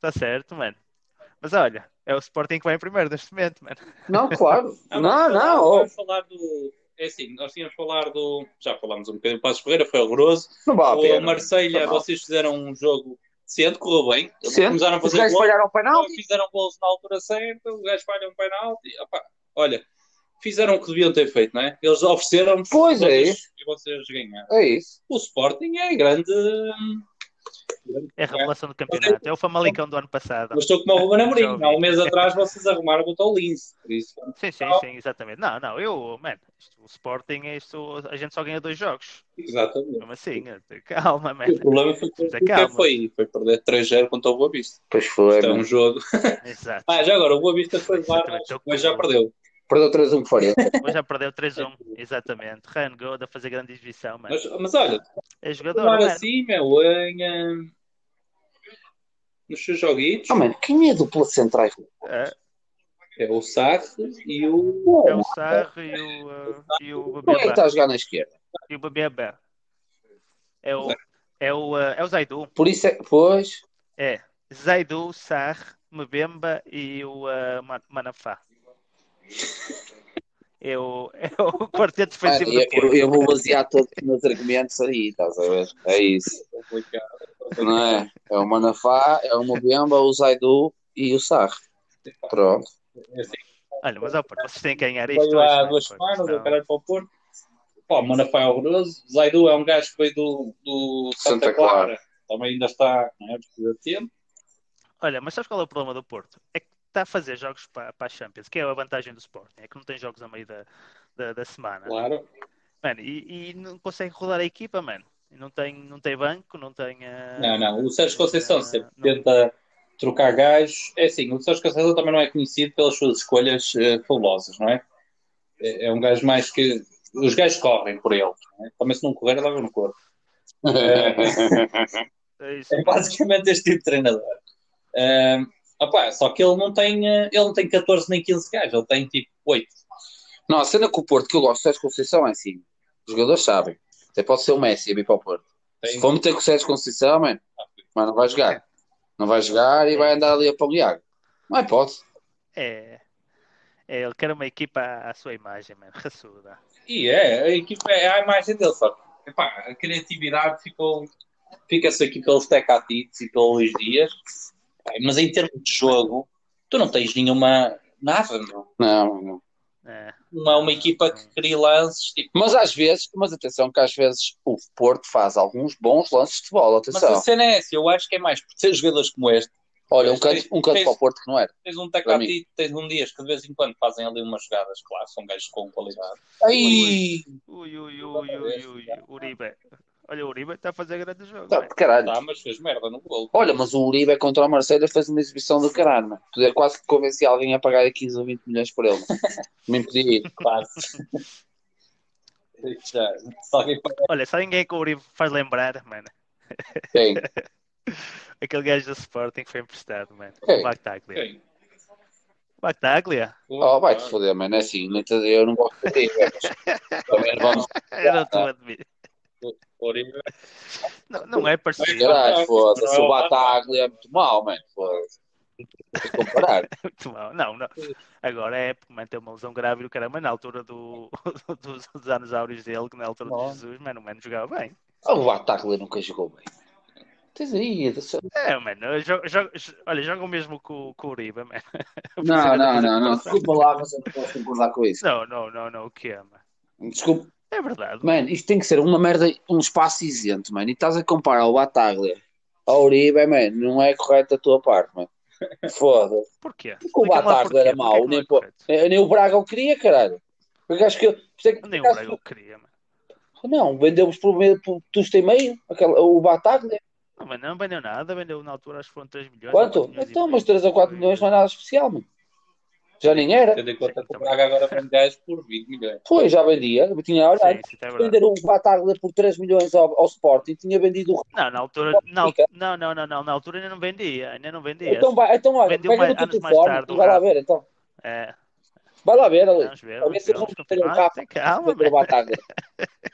[SPEAKER 1] Tá certo, mano. Mas olha, é o Sporting que vai em primeiro neste momento, mano.
[SPEAKER 2] Não, claro.
[SPEAKER 3] Ah,
[SPEAKER 2] Não,
[SPEAKER 3] vamos falar-
[SPEAKER 2] não. oh,
[SPEAKER 3] Vamos falar do. É assim, nós tínhamos de falar do. Já falámos um bocadinho. O Passos Ferreira foi horroroso.
[SPEAKER 2] Não vale a
[SPEAKER 3] o
[SPEAKER 2] Ah, pena.
[SPEAKER 3] Marselha
[SPEAKER 2] Tá mal.
[SPEAKER 3] vocês fizeram um jogo decente, correu bem. Eles
[SPEAKER 2] Decente.
[SPEAKER 3] Começaram a
[SPEAKER 2] Os
[SPEAKER 3] fazer
[SPEAKER 2] gajos
[SPEAKER 3] gol,
[SPEAKER 2] falharam o penalti.
[SPEAKER 3] fizeram gols na altura certa, os gajos falham um penalti. Opá, olha, fizeram o que deviam ter feito, não é? Eles ofereceram
[SPEAKER 2] Pois é
[SPEAKER 3] vocês-
[SPEAKER 2] isso.
[SPEAKER 3] e vocês ganharam.
[SPEAKER 2] É isso.
[SPEAKER 3] O Sporting é grande.
[SPEAKER 1] É a revelação do campeonato. É o Famalicão do ano passado.
[SPEAKER 3] Mas estou como o Ruben
[SPEAKER 1] Tá. Já
[SPEAKER 3] Amorim.
[SPEAKER 1] ouvi.
[SPEAKER 3] Há um mês atrás vocês arrumaram o Tolins. Por isso,
[SPEAKER 1] Sim, sim, sim, exatamente. Não, não, eu, mano, isto, o Sporting, é isto, a gente só ganha dois jogos.
[SPEAKER 3] exatamente.
[SPEAKER 1] Como assim? Calma, mano.
[SPEAKER 3] O problema foi, que
[SPEAKER 1] Mas é acalma.
[SPEAKER 3] foi, foi perder 3-0 contra o Boa Vista.
[SPEAKER 2] Pois foi.
[SPEAKER 3] Isto é um
[SPEAKER 2] mano.
[SPEAKER 3] jogo.
[SPEAKER 1] Exato.
[SPEAKER 3] Ah, já agora, o Boa Vista foi lá,
[SPEAKER 1] Exatamente,
[SPEAKER 3] mas
[SPEAKER 1] eu-
[SPEAKER 3] mas já perdeu.
[SPEAKER 2] Perdeu 3-1 que faria.
[SPEAKER 1] Hoje já perdeu 3-1, exatamente. Ryan Gold a fazer grande exibição, mano.
[SPEAKER 3] Mas, mas olha,
[SPEAKER 1] É jogador,
[SPEAKER 3] falar
[SPEAKER 1] mano.
[SPEAKER 3] assim, meu, em, eh, nos seus joguitos,
[SPEAKER 2] Ah, mano, quem é dupla de centrais?
[SPEAKER 1] É,
[SPEAKER 3] é o Sarre e o.
[SPEAKER 1] é o Sarro e o, uh, e o
[SPEAKER 2] Quem é que está
[SPEAKER 1] Babiabá.
[SPEAKER 2] a jogar na esquerda?
[SPEAKER 1] E o Babiabá. É o, é o, uh, é o Zaidu.
[SPEAKER 2] Por isso é. Pois.
[SPEAKER 1] É. Zaidu, Sar, Mbemba e o uh, Ma- Manafá. É o, é o quarteto
[SPEAKER 2] Ah,
[SPEAKER 1] defensivo do
[SPEAKER 2] eu, eu-
[SPEAKER 1] Porto.
[SPEAKER 2] eu vou basear todos os meus argumentos aí, estás a ver? É isso. Não é? É o Manafá, é o Mubemba, o Zaidu e o Sar. Pronto.
[SPEAKER 1] Olha, mas ó, Porto, vocês têm que ganhar isto.
[SPEAKER 3] Foi lá há
[SPEAKER 1] hoje,
[SPEAKER 3] duas
[SPEAKER 1] né,
[SPEAKER 3] semanas,
[SPEAKER 1] Porto?
[SPEAKER 3] o caralho para o Porto. Pá, o Manafá é horroroso. Zaidu é um gajo que veio do, do Santa,
[SPEAKER 2] Santa
[SPEAKER 3] Clara.
[SPEAKER 2] Clara.
[SPEAKER 3] Também ainda está, não é? Precisa de tempo.
[SPEAKER 1] Olha, mas sabes qual é o problema do Porto? É que está a fazer jogos para, para a Champions, que é a vantagem do Sporting, é que não tem jogos a meio da, da, da semana.
[SPEAKER 3] Claro.
[SPEAKER 1] Mano, e, e não consegue rodar a equipa, mano. E Não tem, não tem banco, não tem. eh,
[SPEAKER 3] Não, não. O Sérgio Conceição é sempre
[SPEAKER 1] não.
[SPEAKER 3] tenta trocar gajos. É assim, o Sérgio Conceição também não é conhecido pelas suas escolhas eh, fabulosas, não é? é? é um gajo mais que. Os gajos correm por ele. não é? Também se não correr, leva no corpo.
[SPEAKER 1] É isso,
[SPEAKER 3] É
[SPEAKER 1] mano.
[SPEAKER 3] basicamente este tipo de treinador. Ah, opá, só que ele não tem ah, ele não tem 14 nem 15 gajos, ele tem tipo 8.
[SPEAKER 2] Não, a cena com o Porto que eu gosto do Sérgio Conceição é assim. Os jogadores sabem. Até pode ser o Messi a vir para o Porto.
[SPEAKER 3] Tem,
[SPEAKER 2] Se for meter com o Sérgio Conceição, mano, mas não vai jogar. Não vai jogar e vai andar ali a pagar. Não é pode.
[SPEAKER 1] É. É, ele quer uma equipa à, à sua imagem, mano. Raçuda.
[SPEAKER 3] E é, a equipa é a imagem dele, só que, epá, a criatividade ficou fica-se aqui pelos Tecatites e pelo Luís Dias, Ai, mas em termos de jogo, tu não tens nenhuma nada, não.
[SPEAKER 2] Não, não.
[SPEAKER 1] É.
[SPEAKER 3] Não é uma equipa que cria lances, tipo,
[SPEAKER 2] Mas às vezes, mas atenção que às vezes o Porto faz alguns bons lances de bola,
[SPEAKER 3] mas
[SPEAKER 2] atenção.
[SPEAKER 3] a cena é essa, eu acho que é mais por ter jogadores como este.
[SPEAKER 2] Olha, um canto, um canto
[SPEAKER 3] Fez-
[SPEAKER 2] para o Porto que não era.
[SPEAKER 3] Tens um Tecatito, tens um Dias que de vez em quando fazem ali umas jogadas, claro, são gajos com qualidade.
[SPEAKER 2] Ai!
[SPEAKER 1] Ui, ui, ui, ui, ui. Uribe. Olha, o Uribe está a fazer grande jogo.
[SPEAKER 2] Tá,
[SPEAKER 1] mano.
[SPEAKER 2] de caralho.
[SPEAKER 3] Tá, mas fez merda no gol.
[SPEAKER 2] Olha, mas o Uribe contra o Marseille fez uma exibição do caralho, mano. Podia quase que convencer alguém a pagar 15 ou 20 milhões por ele. mano. Nem podia ir.
[SPEAKER 3] Quase. Já, se alguém pagar
[SPEAKER 1] Olha, sabe ninguém que o Uribe faz lembrar, mano?
[SPEAKER 2] Bem,
[SPEAKER 1] Aquele gajo do Sporting que foi emprestado, mano.
[SPEAKER 2] Quem?
[SPEAKER 1] O Bactaglia.
[SPEAKER 3] quem?
[SPEAKER 1] Bactaglia?
[SPEAKER 2] oh, vai-te foder, mano. É assim, nem te- eu não gosto de ti, velho. Mas Também não vamos.
[SPEAKER 1] Eu não
[SPEAKER 2] Ah.
[SPEAKER 1] estou a admitir.
[SPEAKER 3] Oribe.
[SPEAKER 1] Não, não é parecido.
[SPEAKER 2] Caralho, foda-se. O Bataglia é muito mal, mano. Foda-se. Tem que comparar.
[SPEAKER 1] Muito mal. Não, não. Agora é porque mano, tem uma lesão grave do caramba na altura do, dos, dos anos áureos dele, que na altura
[SPEAKER 3] Bom.
[SPEAKER 1] de Jesus, mano, o mano jogava bem.
[SPEAKER 2] O Bataglia nunca jogou bem. Tens aí, atenção.
[SPEAKER 1] É, mano, joga, olha, joga o mesmo com, com o Uribe, mano.
[SPEAKER 2] Não, não, não, não. Desculpa lá, mas eu não posso concordar com isso.
[SPEAKER 1] Não, não, não, não, o que é, mano?
[SPEAKER 2] Desculpa.
[SPEAKER 1] É verdade.
[SPEAKER 2] Mano, isto tem que ser uma merda, um espaço isento, mano. E estás a comparar o Bataglia ao Uribe, mano, não é correto a tua parte, mano. Foda-se.
[SPEAKER 1] Porquê?
[SPEAKER 2] Porque o
[SPEAKER 1] Explica-me lá
[SPEAKER 2] Bataglia
[SPEAKER 1] porquê.
[SPEAKER 2] era mau,
[SPEAKER 1] Porquê que não é
[SPEAKER 2] nem, pô-
[SPEAKER 1] correto?
[SPEAKER 2] eh, nem o Braga o queria, caralho. Porque acho que. isto é que-
[SPEAKER 1] Nem o Braga o queria, mano.
[SPEAKER 2] Não, vendemos por, meio- por custo e meio aquela- o Bataglia.
[SPEAKER 1] Não, mano, não vendeu nada, vendeu na altura acho que foram 3 milhões. ou
[SPEAKER 2] Quanto?
[SPEAKER 1] quatro milhões e
[SPEAKER 2] Então,
[SPEAKER 1] meio.
[SPEAKER 2] mas 3 ou 4 milhões não é nada especial, mano. Já nem era.
[SPEAKER 3] Tendo em conta que o Braga agora vende gajos por 20 milhões.
[SPEAKER 2] Pois, já vendia. Eu tinha
[SPEAKER 1] Sim,
[SPEAKER 2] olhado.
[SPEAKER 1] isso é verdade.
[SPEAKER 2] Vender o Bataglia por 3 milhões ao, ao Sporting, tinha vendido o.
[SPEAKER 1] Não, na altura, na, al- não, não, não, não, na altura ainda não vendia, ainda não vendia.
[SPEAKER 2] Então, vai, então olha,
[SPEAKER 1] Vendeu
[SPEAKER 2] pega
[SPEAKER 1] mais-
[SPEAKER 2] no teu
[SPEAKER 1] anos mais
[SPEAKER 2] telefone
[SPEAKER 1] tarde,
[SPEAKER 2] e vai lá
[SPEAKER 1] o
[SPEAKER 2] ver, então.
[SPEAKER 1] É,
[SPEAKER 2] Vai lá ver, ali.
[SPEAKER 1] vamos ver,
[SPEAKER 2] Talvez
[SPEAKER 1] vamos ver,
[SPEAKER 2] seja
[SPEAKER 1] vamos
[SPEAKER 2] um ter um
[SPEAKER 1] continuar.
[SPEAKER 2] capa
[SPEAKER 1] Tem calma,
[SPEAKER 2] vender o
[SPEAKER 1] man.
[SPEAKER 2] Bataglia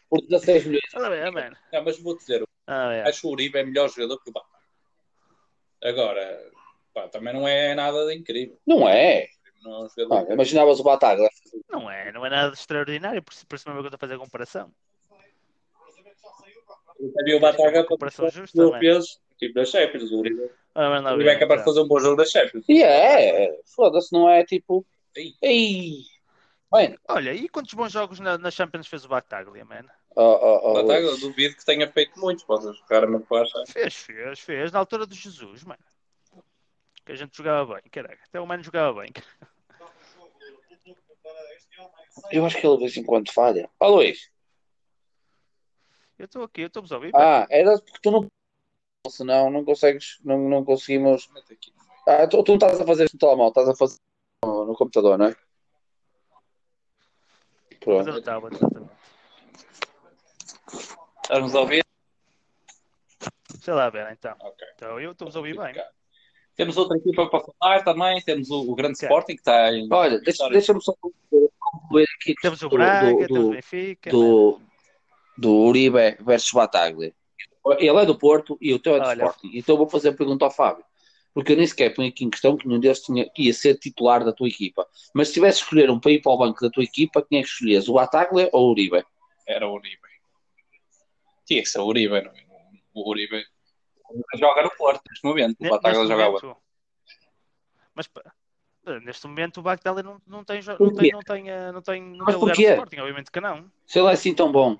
[SPEAKER 2] por 16 milhões.
[SPEAKER 1] Olha bem, man.
[SPEAKER 3] Não, mas vou dizer,
[SPEAKER 1] Ah, bem.
[SPEAKER 3] acho que o Uribe é melhor jogador que o Batman. Agora, pá, também não é nada de incrível.
[SPEAKER 2] Não é.
[SPEAKER 3] Não é um jogador.
[SPEAKER 2] Olha, imaginavas o Bataglia.
[SPEAKER 1] Não é, não é nada de extraordinário, por, isso- por isso mesmo que eu estou a fazer a comparação.
[SPEAKER 3] Eu sabia o Bataga para
[SPEAKER 1] Comparação justa,
[SPEAKER 3] os
[SPEAKER 1] man.
[SPEAKER 3] europeus, tipo da Champions. O Uribe,
[SPEAKER 1] Ora, vamos
[SPEAKER 3] o
[SPEAKER 1] lá
[SPEAKER 3] Uribe é
[SPEAKER 1] ver,
[SPEAKER 3] capaz de
[SPEAKER 1] então.
[SPEAKER 3] fazer um bom jogo da Champions.
[SPEAKER 2] E é. Foda-se, não é tipo.
[SPEAKER 3] Ei.
[SPEAKER 2] Ei. Bem,
[SPEAKER 1] Olha, e quantos bons jogos na, na Champions fez o Bataglia, man?
[SPEAKER 2] ó, ó,
[SPEAKER 3] O
[SPEAKER 2] ó,
[SPEAKER 3] Bataga, eu duvido que tenha feito muitos, vocês raramente vão achar.
[SPEAKER 1] Fez, fez, fez, na altura do Jesus, mano. Que a gente jogava bem, caraca. Até o Mano jogava bem.
[SPEAKER 2] eu acho que ele de vez em quando falha. Ó, Luís.
[SPEAKER 1] Eu estou aqui, eu estou-vos a ouvir, mano.
[SPEAKER 2] Ah, era porque tu não. Senão não consegues. Não, não conseguimos.
[SPEAKER 3] Mete aqui.
[SPEAKER 2] Ah, tu, tu não estás a fazer isto no telemóvel, estás a fazer no, no computador, não é?
[SPEAKER 1] Mas eu
[SPEAKER 2] Pronto.
[SPEAKER 1] não estava, exatamente.
[SPEAKER 3] Estás-nos a ouvir?
[SPEAKER 1] Sei lá, ver, então.
[SPEAKER 3] Ok.
[SPEAKER 1] Então, eu estou-vos a ouvir bem.
[SPEAKER 3] Temos outra equipa para falar também. Temos o, o grande
[SPEAKER 1] Ok.
[SPEAKER 3] Sporting que está em.
[SPEAKER 2] Olha, deixa- deixa-me só concluir aqui.
[SPEAKER 1] ah, Temos o
[SPEAKER 2] do- do-
[SPEAKER 1] Braga, temos o
[SPEAKER 2] do-
[SPEAKER 1] Benfica. mano.
[SPEAKER 2] do, do Uribe versus Bataglia. Ele é do Porto e o teu é do
[SPEAKER 1] Olha.
[SPEAKER 2] Sporting. Então eu vou fazer a pergunta ao Fábio. Porque eu nem sequer ponho aqui em questão que nenhum deles tinha, ia ser titular da tua equipa. Mas se tivesse que escolher um para ir para o banco da tua equipa, quem é que escolhias? O Bataglia ou o Uribe?
[SPEAKER 3] Era o Uribe. Tinha que ser o Uribe, não é? O Uribe joga no Porto neste momento. O
[SPEAKER 1] Ne-
[SPEAKER 3] Bataga
[SPEAKER 1] neste
[SPEAKER 3] joga onde?
[SPEAKER 1] momento- Mas pa- neste momento o Bagdali não, não tem jo- não
[SPEAKER 2] Porquê?
[SPEAKER 1] tem não tem eh, não tem, não
[SPEAKER 2] Mas
[SPEAKER 1] tem lugar no
[SPEAKER 2] porquê?
[SPEAKER 1] Sporting, obviamente que não.
[SPEAKER 2] Se ele é assim tão bom.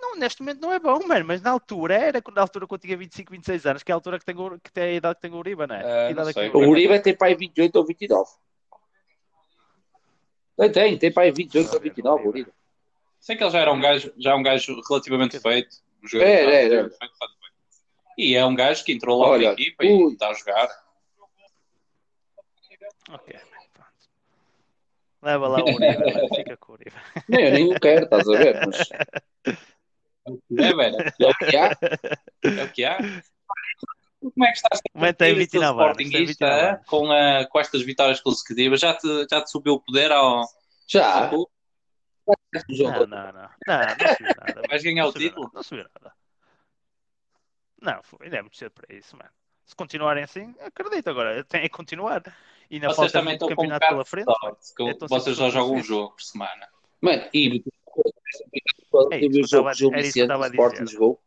[SPEAKER 1] Não, neste momento não é bom, mano, mas na altura era quando- na altura que eu tinha 25, 26 anos, que é a altura que tem o- que tem a idade que tem o Uribe, não é?
[SPEAKER 3] Ah,
[SPEAKER 1] Que idade
[SPEAKER 3] não
[SPEAKER 1] é que tem
[SPEAKER 3] sei.
[SPEAKER 2] O
[SPEAKER 1] o Uribe?
[SPEAKER 2] Uribe tem pai 28 ou 29. Tem, tem, tem pai 28 ou 29, o Uribe.
[SPEAKER 3] Sei que ele já era um gajo, já é um gajo relativamente feito. Um jogador
[SPEAKER 2] É,
[SPEAKER 3] já
[SPEAKER 2] é,
[SPEAKER 3] relativamente feito, faz bem. E é um gajo que entrou logo
[SPEAKER 2] Olha,
[SPEAKER 3] na equipa
[SPEAKER 2] ui.
[SPEAKER 3] e está a jogar.
[SPEAKER 1] Ok, mano, pronto. Leva lá o Uribe, mano, fica com o Uribe.
[SPEAKER 2] Nem, eu nem o quero, tá estás a ver? Mas
[SPEAKER 3] É, velho.
[SPEAKER 2] é o que há.
[SPEAKER 3] É o que há. Como é que estás
[SPEAKER 1] O momento tem
[SPEAKER 3] Tens
[SPEAKER 1] 29
[SPEAKER 3] o
[SPEAKER 1] anos, tem
[SPEAKER 3] Sportingista,
[SPEAKER 1] 29 anos.
[SPEAKER 3] com, a- com estas vitórias consecutivas, já te, já te subiu o poder ao.
[SPEAKER 2] Já.
[SPEAKER 1] Não, não, não. Não, não subiu nada.
[SPEAKER 3] Vais ganhar
[SPEAKER 2] É
[SPEAKER 1] Não
[SPEAKER 3] o
[SPEAKER 1] subiu
[SPEAKER 3] título?
[SPEAKER 1] nada, Não subiu nada. Não, foi- ainda é muito cedo para isso, mano. Se continuarem assim, acredito agora, tem é continuar. E ainda
[SPEAKER 3] Vocês
[SPEAKER 1] falta
[SPEAKER 3] também
[SPEAKER 1] muito
[SPEAKER 3] estão com um
[SPEAKER 1] campeonato
[SPEAKER 3] bocado
[SPEAKER 1] pela
[SPEAKER 3] de
[SPEAKER 1] frente, mano.
[SPEAKER 3] sorte, que
[SPEAKER 1] É tão simples
[SPEAKER 3] vocês já
[SPEAKER 1] quanto
[SPEAKER 3] jogam um
[SPEAKER 1] isso.
[SPEAKER 3] jogo por semana.
[SPEAKER 2] Mano, e
[SPEAKER 1] É
[SPEAKER 2] eu
[SPEAKER 1] isso
[SPEAKER 2] vi
[SPEAKER 1] que eu
[SPEAKER 2] o jogo
[SPEAKER 1] estava-
[SPEAKER 2] que Gil
[SPEAKER 1] era isso que
[SPEAKER 2] Vicente
[SPEAKER 1] eu estava
[SPEAKER 2] do
[SPEAKER 1] a
[SPEAKER 2] Sporting
[SPEAKER 1] dizer.
[SPEAKER 2] jogou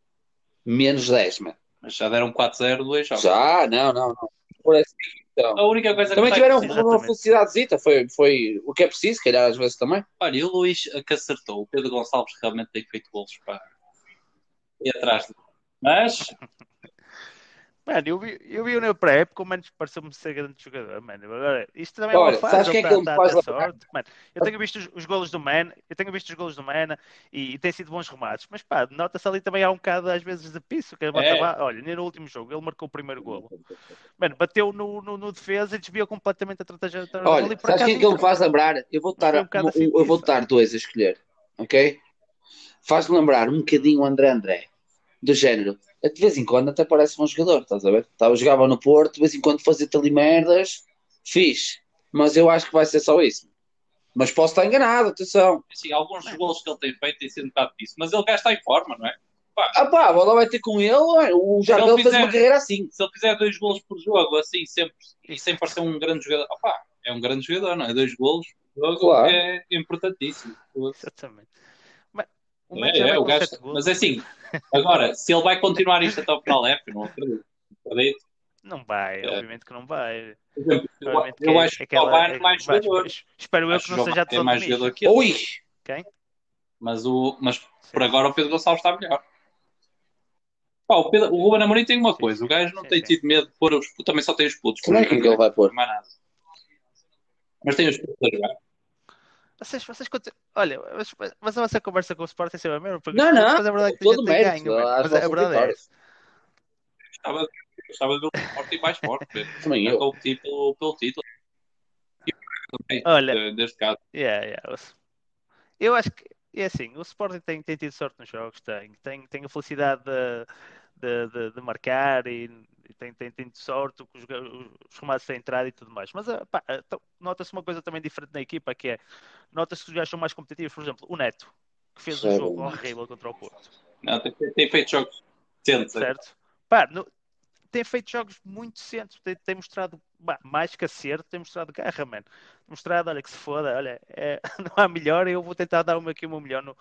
[SPEAKER 2] menos 10, mano.
[SPEAKER 3] Mas já deram 4-0 dois
[SPEAKER 1] Tá
[SPEAKER 3] jogos.
[SPEAKER 2] Já, não, não, não. Por essa questão.
[SPEAKER 3] A única coisa
[SPEAKER 2] Também
[SPEAKER 3] que
[SPEAKER 2] tiveram um
[SPEAKER 1] Sim,
[SPEAKER 2] uma
[SPEAKER 1] exatamente.
[SPEAKER 2] felicidadezita, foi, foi o que é preciso, se calhar às vezes também.
[SPEAKER 3] Olha, e o Luís que acertou. O Pedro Gonçalves realmente tem feito golos para ir atrás dele. Mas,
[SPEAKER 1] Mano, eu vi, eu vi o meu pré-época, o Manos pareceu-me ser grande jogador, mano. Agora, isto também é
[SPEAKER 2] Olha,
[SPEAKER 1] uma fase,
[SPEAKER 2] sabes quem é que
[SPEAKER 1] tá-
[SPEAKER 2] ele
[SPEAKER 1] tá-
[SPEAKER 2] faz
[SPEAKER 1] tá
[SPEAKER 2] lá-
[SPEAKER 1] sorte. Mano, eu tenho visto os, os golos do Man, eu tenho visto os golos do Man e, e tem sido bons remates. Mas pá, nota-se ali também há um bocado às vezes de piso, que a bola
[SPEAKER 3] É.
[SPEAKER 1] tava- olha, nem no último jogo, ele marcou o primeiro golo. Mano, bateu no, no, no defesa e desviou completamente a estratégia da bola
[SPEAKER 2] Olha,
[SPEAKER 1] e por
[SPEAKER 2] sabes
[SPEAKER 1] acaso
[SPEAKER 2] quem é que ele me
[SPEAKER 1] entrou.
[SPEAKER 2] faz lembrar? Eu vou estar,
[SPEAKER 1] Foi um bocado assim,
[SPEAKER 2] eu vou
[SPEAKER 1] isso.
[SPEAKER 2] estar dois a escolher, ok? Faz-me lembrar um bocadinho o André André, do género. De vez em quando até parece um jogador, estás a ver? Tava, jogava no Porto, de vez em quando fazia-te ali merdas, fiz. Mas eu acho que vai ser só isso. Mas posso estar enganado, atenção.
[SPEAKER 3] assim, alguns dos golos que ele tem feito têm sido um bocado disso. Mas ele já está em forma, não é?
[SPEAKER 2] Ah pá, a bola vai ter com ele, olha, o Jardel fez
[SPEAKER 3] fizer-
[SPEAKER 2] uma carreira assim.
[SPEAKER 3] Se ele fizer dois golos por jogo, assim, sempre, e
[SPEAKER 1] é
[SPEAKER 3] sem parecer um grande jogador, opá, é um grande jogador, não é? Dois golos por jogo
[SPEAKER 2] Claro.
[SPEAKER 3] é importantíssimo.
[SPEAKER 1] Exatamente. Mas, o Man
[SPEAKER 3] É,
[SPEAKER 1] já
[SPEAKER 3] é,
[SPEAKER 1] vai
[SPEAKER 3] o
[SPEAKER 1] com
[SPEAKER 3] gajo-
[SPEAKER 1] sete golos.
[SPEAKER 3] Mas é assim, agora, se ele vai continuar isto até o final, é, não acredito. Não acredito.
[SPEAKER 1] Não vai,
[SPEAKER 3] É.
[SPEAKER 1] obviamente que não vai.
[SPEAKER 3] Por exemplo, eu-
[SPEAKER 1] Obviamente que
[SPEAKER 3] eu
[SPEAKER 1] é-
[SPEAKER 3] acho que o
[SPEAKER 1] aquela-
[SPEAKER 3] Albano
[SPEAKER 1] é-
[SPEAKER 3] é mais
[SPEAKER 1] vai,
[SPEAKER 3] jogador.
[SPEAKER 1] espero- Espero eu que
[SPEAKER 3] Acho que
[SPEAKER 1] não
[SPEAKER 3] o Giovanni
[SPEAKER 1] seja a
[SPEAKER 3] é
[SPEAKER 1] tesão
[SPEAKER 3] mais
[SPEAKER 1] de
[SPEAKER 3] jogador
[SPEAKER 1] Micha.
[SPEAKER 3] que ele.
[SPEAKER 2] Ui,
[SPEAKER 3] Mas, o, mas
[SPEAKER 1] Sim.
[SPEAKER 3] por agora o Pedro Gonçalves está melhor. Pá, o, Pedro, o Ruben Amorim tem uma
[SPEAKER 1] Sim,
[SPEAKER 3] coisa, o gajo não
[SPEAKER 1] sim,
[SPEAKER 3] tem
[SPEAKER 1] sim.
[SPEAKER 3] tido medo de pôr os putos, também só tem os putos.
[SPEAKER 2] como é que ele vai pôr?
[SPEAKER 3] Não há nada. Mas tem os putos a jogar.
[SPEAKER 1] Vocês, vocês conti- Olha, mas, mas a vossa conversa com o Sporting é sempre a mesma. Porque
[SPEAKER 2] Não, não,
[SPEAKER 1] Mas a verdade é que a
[SPEAKER 2] Todo
[SPEAKER 1] gente tem
[SPEAKER 2] mérito.
[SPEAKER 1] ganho.
[SPEAKER 2] às
[SPEAKER 1] mano. Mas a
[SPEAKER 2] vossas
[SPEAKER 1] verdade é
[SPEAKER 2] vitórias.
[SPEAKER 1] essa.
[SPEAKER 3] Gostava de, gostava de ver o Sporting mais forte, Pedro.
[SPEAKER 2] Também eu.
[SPEAKER 3] Não competir pelo, pelo título. também,
[SPEAKER 1] Olha.
[SPEAKER 3] de- deste caso.
[SPEAKER 1] Yeah, yeah. O S- Eu acho que é assim, o Sporting tem, tem tido sorte nos jogos, tem, tem, tem a felicidade de, de, de- de marcar e, e tem, tem, tem sorte com os, ga- os remates têm entrada e tudo mais. Mas ah, pá, ah, to- nota-se uma coisa também diferente na equipa que é nota-se que os gajos são mais competitivos, por exemplo, o Neto, que fez um
[SPEAKER 2] Sério,
[SPEAKER 1] jogo
[SPEAKER 2] Neto.
[SPEAKER 1] horrível contra o Porto,
[SPEAKER 3] Não, tem, tem feito jogos decentes.
[SPEAKER 1] certo? Pá, no- tem feito jogos muito decentes, tem, tem mostrado bah, mais que acerto, tem mostrado garra, mano. Tem mostrado, olha que se foda, olha, é, não há melhor, eu vou tentar dar o meu aqui o meu melhor no-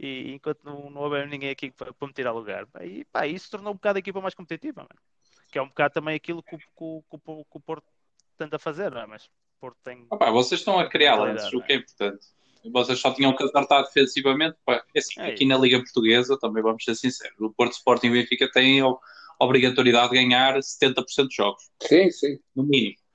[SPEAKER 1] e, enquanto não, não houver ninguém aqui para, para me tirar lugar. E pá, isso tornou um bocado a equipa mais competitiva, mano. Que é um bocado também aquilo que, o- que o- que o- que o Porto tenta fazer, não é? Mas o Porto tem.
[SPEAKER 3] Opá, vocês estão a criar
[SPEAKER 1] Realidade,
[SPEAKER 3] lances, o que é importante. Vocês só tinham que acertar defensivamente. Pá, é assim,
[SPEAKER 1] É
[SPEAKER 3] aqui na Liga Portuguesa, também vamos ser sinceros, o Porto Sporting e o Benfica têm a obrigatoriedade de ganhar 70% de jogos,
[SPEAKER 2] Sim, sim.
[SPEAKER 3] no mínimo. Ou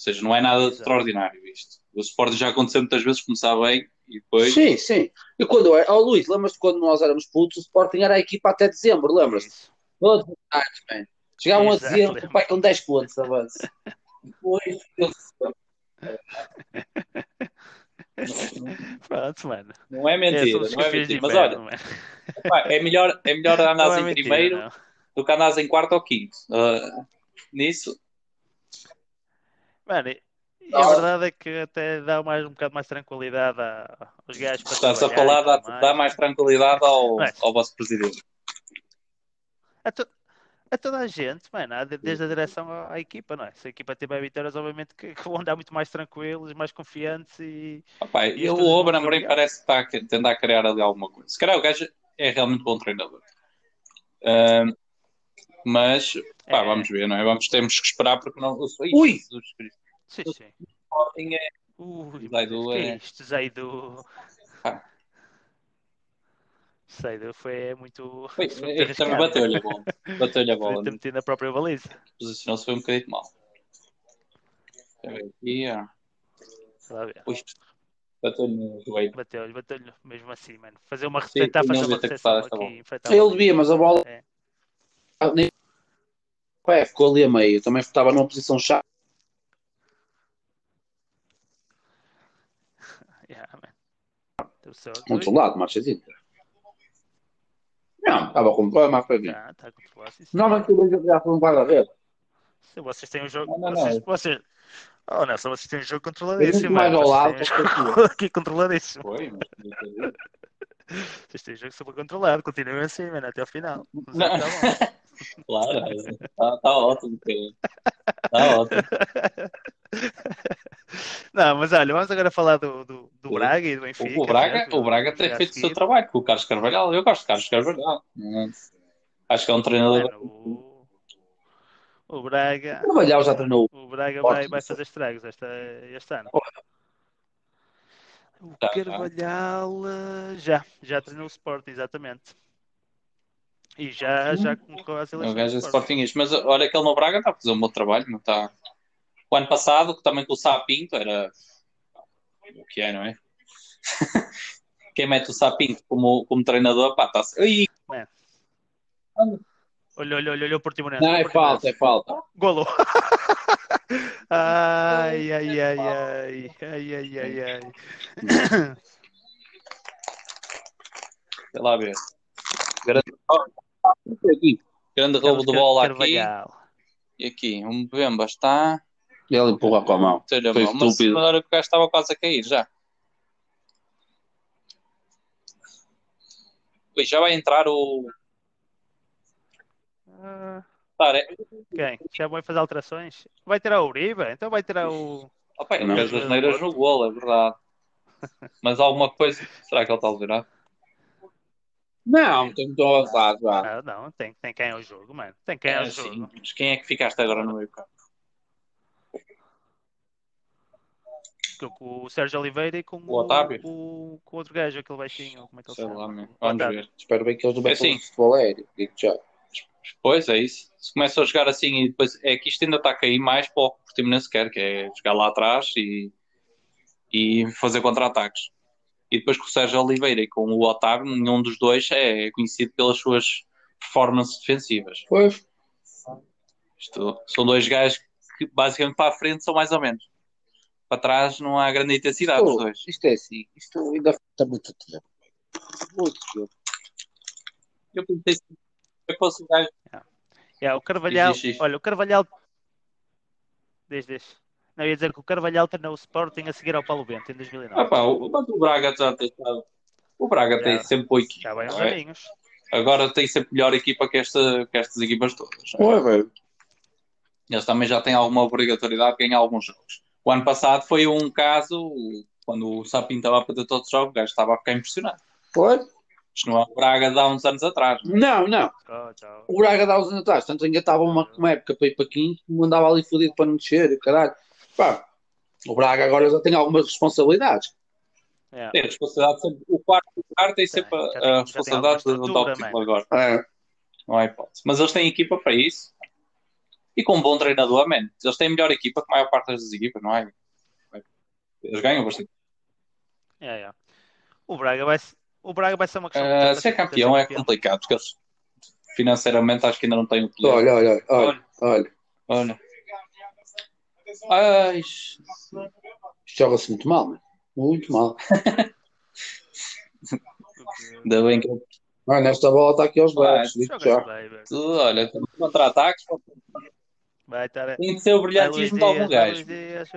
[SPEAKER 3] seja, não é nada de
[SPEAKER 1] Exato.
[SPEAKER 3] extraordinário isto. O Sporting já aconteceu muitas vezes começar bem e depois...
[SPEAKER 2] Sim, sim. E quando é. Ó Luís, lembras-te quando nós éramos putos, o Sporting era a equipa até dezembro,
[SPEAKER 3] Ah,
[SPEAKER 2] lembras-te?
[SPEAKER 1] Isso.
[SPEAKER 2] Todos os anos, man. Chegavam a
[SPEAKER 1] Exato,
[SPEAKER 2] dezembro,
[SPEAKER 1] lembro.
[SPEAKER 2] pai, com 10 pontos de avanço. Depois,
[SPEAKER 1] Pronto, mano.
[SPEAKER 3] Não é
[SPEAKER 1] É,
[SPEAKER 3] mentira,
[SPEAKER 1] são os
[SPEAKER 3] não é
[SPEAKER 1] campeões de
[SPEAKER 3] mentira. Mas
[SPEAKER 1] inverno,
[SPEAKER 3] olha,
[SPEAKER 1] mano.
[SPEAKER 3] pá, é melhor, é melhor
[SPEAKER 1] Não
[SPEAKER 3] andares
[SPEAKER 1] é
[SPEAKER 3] em
[SPEAKER 1] mentira,
[SPEAKER 3] primeiro
[SPEAKER 1] não.
[SPEAKER 3] do que andares em quarto ou quinto. Ah, nisso,
[SPEAKER 1] Mano, e e
[SPEAKER 2] Não.
[SPEAKER 1] a verdade é que até dá mais, um bocado mais tranquilidade a- aos gajos para
[SPEAKER 3] estás a
[SPEAKER 1] trabalhar
[SPEAKER 3] falar,
[SPEAKER 1] e
[SPEAKER 3] dá,
[SPEAKER 1] tudo
[SPEAKER 3] dá mais tranquilidade ao,
[SPEAKER 1] é Mas-
[SPEAKER 3] ao vosso presidente.
[SPEAKER 1] A, to- a toda a gente, mano, há de- desde a direção à, à equipa, não é? Se a equipa tiver vitórias, obviamente que, que vão andar muito mais tranquilos, mais confiantes e.
[SPEAKER 3] Opa,
[SPEAKER 1] E as
[SPEAKER 3] eu,
[SPEAKER 1] coisas
[SPEAKER 3] o
[SPEAKER 1] vão
[SPEAKER 3] Obra
[SPEAKER 1] correr
[SPEAKER 3] Amorim
[SPEAKER 1] melhor.
[SPEAKER 3] parece que está a que- tentar criar ali alguma coisa. Se calhar o gajo é realmente bom treinador. Ahm, mas, pá,
[SPEAKER 1] É.
[SPEAKER 3] vamos ver, não é? Vamos, temos que esperar porque não. o- Ih,
[SPEAKER 2] Ui!
[SPEAKER 3] Jesus Cristo.
[SPEAKER 1] Sim, sim.
[SPEAKER 3] Sporting é-
[SPEAKER 1] Ui,
[SPEAKER 3] Zaidu
[SPEAKER 1] mano, que é
[SPEAKER 3] é-
[SPEAKER 1] isto? Zaidu.
[SPEAKER 3] Ah.
[SPEAKER 1] Zaidu foi é muito.
[SPEAKER 3] Ui,
[SPEAKER 1] foi muito
[SPEAKER 3] é que também
[SPEAKER 1] arriscado.
[SPEAKER 3] bateu-lhe a bola. Bateu-lhe a bola. né?
[SPEAKER 1] Podia ter metido na própria baliza.
[SPEAKER 3] Posicionou-se foi um bocadinho mal. Espera aí, Aqui, ó.
[SPEAKER 1] Está a ver.
[SPEAKER 3] Ui, bateu-lhe no joelho.
[SPEAKER 1] Bateu-lhe, bateu-lhe mesmo assim, mano. Fazer uma,
[SPEAKER 3] Sim,
[SPEAKER 1] tentar
[SPEAKER 3] eu não
[SPEAKER 1] fazer uma
[SPEAKER 3] devia ter
[SPEAKER 1] recepção
[SPEAKER 3] cortado esta
[SPEAKER 1] aqui, enfeitar
[SPEAKER 2] ele
[SPEAKER 1] uma-
[SPEAKER 2] devia, mas a bola.
[SPEAKER 1] Tá
[SPEAKER 2] Ah,
[SPEAKER 1] É.
[SPEAKER 2] nem- Pá, ficou ali a meio. Também estava numa posição chata.
[SPEAKER 1] Yeah, man. Então, Teve sorte.
[SPEAKER 2] Muito lado, Marchezinho. Não, estava com problema, foi bem.
[SPEAKER 1] Tá, tá controlado, sim,
[SPEAKER 2] Não, mas
[SPEAKER 1] senhor.
[SPEAKER 2] que o Benfica já foi um guarda-redes.
[SPEAKER 1] Se vocês têm um jogo.
[SPEAKER 3] Não, não, não.
[SPEAKER 2] é-
[SPEAKER 1] vocês, vocês... Oh, Nelson, vocês têm um jogo
[SPEAKER 2] Tem
[SPEAKER 1] controladíssimo.
[SPEAKER 2] muito mais
[SPEAKER 1] mano.
[SPEAKER 2] ao lado.
[SPEAKER 1] Vocês
[SPEAKER 2] do que
[SPEAKER 1] têm um
[SPEAKER 2] aquilo.
[SPEAKER 1] jogo aqui controladíssimo.
[SPEAKER 3] Foi, mas.
[SPEAKER 1] Vocês têm um jogo super controlado. Continuem assim, mano, até ao final. Mas
[SPEAKER 3] Não.
[SPEAKER 1] tá bom.
[SPEAKER 3] Claro, está tá ótimo. Está ótimo.
[SPEAKER 1] Não, mas olha, vamos agora falar do, do, do
[SPEAKER 3] Sim.
[SPEAKER 1] Braga e do Benfica.
[SPEAKER 3] O, o Braga,
[SPEAKER 1] certo?
[SPEAKER 3] o Braga tem
[SPEAKER 1] Já
[SPEAKER 3] feito o seu
[SPEAKER 1] seguir.
[SPEAKER 3] trabalho com o Carlos Carvalhal. Eu gosto de Carlos Carvalhal. Hum. Acho que é um treinador.
[SPEAKER 1] Mano, o... o Braga.
[SPEAKER 2] O Valhau já treinou.
[SPEAKER 1] O Braga
[SPEAKER 2] Ótimo,
[SPEAKER 1] vai, vai
[SPEAKER 2] sim.
[SPEAKER 1] fazer estragos esta, este ano. O
[SPEAKER 3] Tá, tá.
[SPEAKER 1] Carvalhal eh, já, já treinou o Sport, exatamente. E já, já concorreu às
[SPEAKER 3] O
[SPEAKER 1] eleições.
[SPEAKER 3] gajo
[SPEAKER 1] do
[SPEAKER 3] é
[SPEAKER 1] Sport.
[SPEAKER 3] Sportingista. Mas olha que ele no Braga está a fazer um bom trabalho. Não está... O ano passado, que também com o Sapinto, era. O que é, não é? Quem mete o Sapinto como, como treinador, pá, está. Ih,
[SPEAKER 1] Olha, olha, olha, olha o Portimonense.
[SPEAKER 2] Não, é
[SPEAKER 1] Portimonense.
[SPEAKER 2] falta, é falta.
[SPEAKER 1] Golo. ai, ai, ai, ai, ai, ai, ai, ai.
[SPEAKER 3] sei lá ver. Grande, grande roubo de bola aqui.
[SPEAKER 1] Carvalhal.
[SPEAKER 3] E aqui, um Bemba está.
[SPEAKER 2] Ele empurra com a mão.
[SPEAKER 3] Telha
[SPEAKER 2] Foi
[SPEAKER 3] mal, mas
[SPEAKER 2] estúpido.
[SPEAKER 3] na hora que o gajo estava quase a cair já. Ui, já vai entrar o
[SPEAKER 1] Ah,
[SPEAKER 3] Tare.
[SPEAKER 1] quem? Já vai fazer alterações? Vai tirar o Uribe? Então vai tirar o.
[SPEAKER 3] Opa, ele
[SPEAKER 2] Não.
[SPEAKER 3] fez as neiras no gol, é verdade. Mas alguma coisa. Será que ele está a Ah, virar?
[SPEAKER 2] Não, tem muito avançado, vá.
[SPEAKER 1] Ah, não, tem, tem quem é o jogo, mano. Tem quem é o jogo.
[SPEAKER 3] Mas quem é que ficaste agora no meio campo?
[SPEAKER 1] Com- com o Sérgio Oliveira e com
[SPEAKER 3] O Otávio?
[SPEAKER 1] o- com o outro gajo, aquele baixinho, como é que ele
[SPEAKER 3] Sei
[SPEAKER 1] se
[SPEAKER 3] lá,
[SPEAKER 1] chama?
[SPEAKER 3] meu. Vamos
[SPEAKER 1] Otávio.
[SPEAKER 3] ver.
[SPEAKER 2] Espero bem que eles não
[SPEAKER 3] É
[SPEAKER 2] batam
[SPEAKER 3] sim.
[SPEAKER 2] no futebol aéreo. Digo já.
[SPEAKER 3] Pois é isso. Se começa a jogar assim e depois é que isto ainda está a cair mais para o que o Portimonense quer, que é jogar lá atrás e, e fazer contra-ataques. E depois com o Sérgio Oliveira e com o Otávio, nenhum dos dois é conhecido pelas suas performances defensivas.
[SPEAKER 2] Pois,
[SPEAKER 3] Isto, são dois gajos que basicamente para a frente são mais ou menos. para trás não há grande intensidade dos dois.
[SPEAKER 2] Isto é assim, isto ainda falta muito tempo. Muito tempo.
[SPEAKER 3] Eu pensei assim, eu posso dar
[SPEAKER 1] É, o Carvalhal,
[SPEAKER 3] Diz, diz, diz.
[SPEAKER 1] olha, o Carvalhal. Diz, diz. Não, eu ia dizer que o Carvalhal treinou o Sporting a seguir ao Paulo Bento em 2009.
[SPEAKER 3] Ah, pá, o, mas o Braga já tem estado. O Braga tem
[SPEAKER 1] Já.
[SPEAKER 3] sempre boa equipa.
[SPEAKER 1] Já vai uns
[SPEAKER 3] não é?
[SPEAKER 1] aninhos.
[SPEAKER 3] Agora tem sempre melhor equipa que, esta, que estas equipas todas. não é?
[SPEAKER 2] Ué, velho.
[SPEAKER 3] Eles também já têm alguma obrigatoriedade de ganhar alguns jogos. O ano passado foi um caso, quando o Sapinho estava a perder todos os jogos, o gajo estava a ficar impressionado.
[SPEAKER 2] Ué?
[SPEAKER 3] Isto não é o Braga de há uns anos atrás. não é?
[SPEAKER 2] Não, não.
[SPEAKER 1] Tchau, tchau.
[SPEAKER 2] O Braga dá os anos atrás. Tanto ainda estava uma, uma época para ir para quinto, me mandava ali fodido para não descer e o caralho. Pá, o Braga agora já tem algumas responsabilidades.
[SPEAKER 1] É.
[SPEAKER 3] Tem a responsabilidade sempre. O quarto lugar tem sempre
[SPEAKER 1] Tem, já
[SPEAKER 3] a-
[SPEAKER 1] tem- já
[SPEAKER 3] a
[SPEAKER 1] tem
[SPEAKER 3] responsabilidade de
[SPEAKER 1] alguma
[SPEAKER 3] levantar o
[SPEAKER 1] estrutura,
[SPEAKER 3] título agora.
[SPEAKER 2] É.
[SPEAKER 3] Não há hipótese. Mas eles têm equipa para isso. E com um bom treinador, man. Eles têm melhor equipa que a maior parte das equipas, não é? Eles ganham bastante.
[SPEAKER 1] É, é. O Braga vai ser, o Braga vai ser uma questão.
[SPEAKER 3] Ah,
[SPEAKER 1] de-
[SPEAKER 3] ser campeão é complicado, porque eles financeiramente acho que ainda não têm o poder.
[SPEAKER 2] Olha, olha, olha, olha.
[SPEAKER 3] Olha. Ai,
[SPEAKER 2] Isto joga-se muito mal, mano. Muito mal.
[SPEAKER 1] Porque-
[SPEAKER 3] ainda bem que
[SPEAKER 2] Ah, nesta bola está aqui aos
[SPEAKER 3] Ah,
[SPEAKER 2] berros. digo
[SPEAKER 1] Joga-se
[SPEAKER 2] já.
[SPEAKER 1] bem, velho.
[SPEAKER 3] olha, contra-ataques,
[SPEAKER 1] Vai estar.
[SPEAKER 3] tem de ser
[SPEAKER 1] Vai, Luís
[SPEAKER 3] o brilhantismo de algum
[SPEAKER 1] Dias, vai, Luís
[SPEAKER 3] gajo.
[SPEAKER 1] Dias,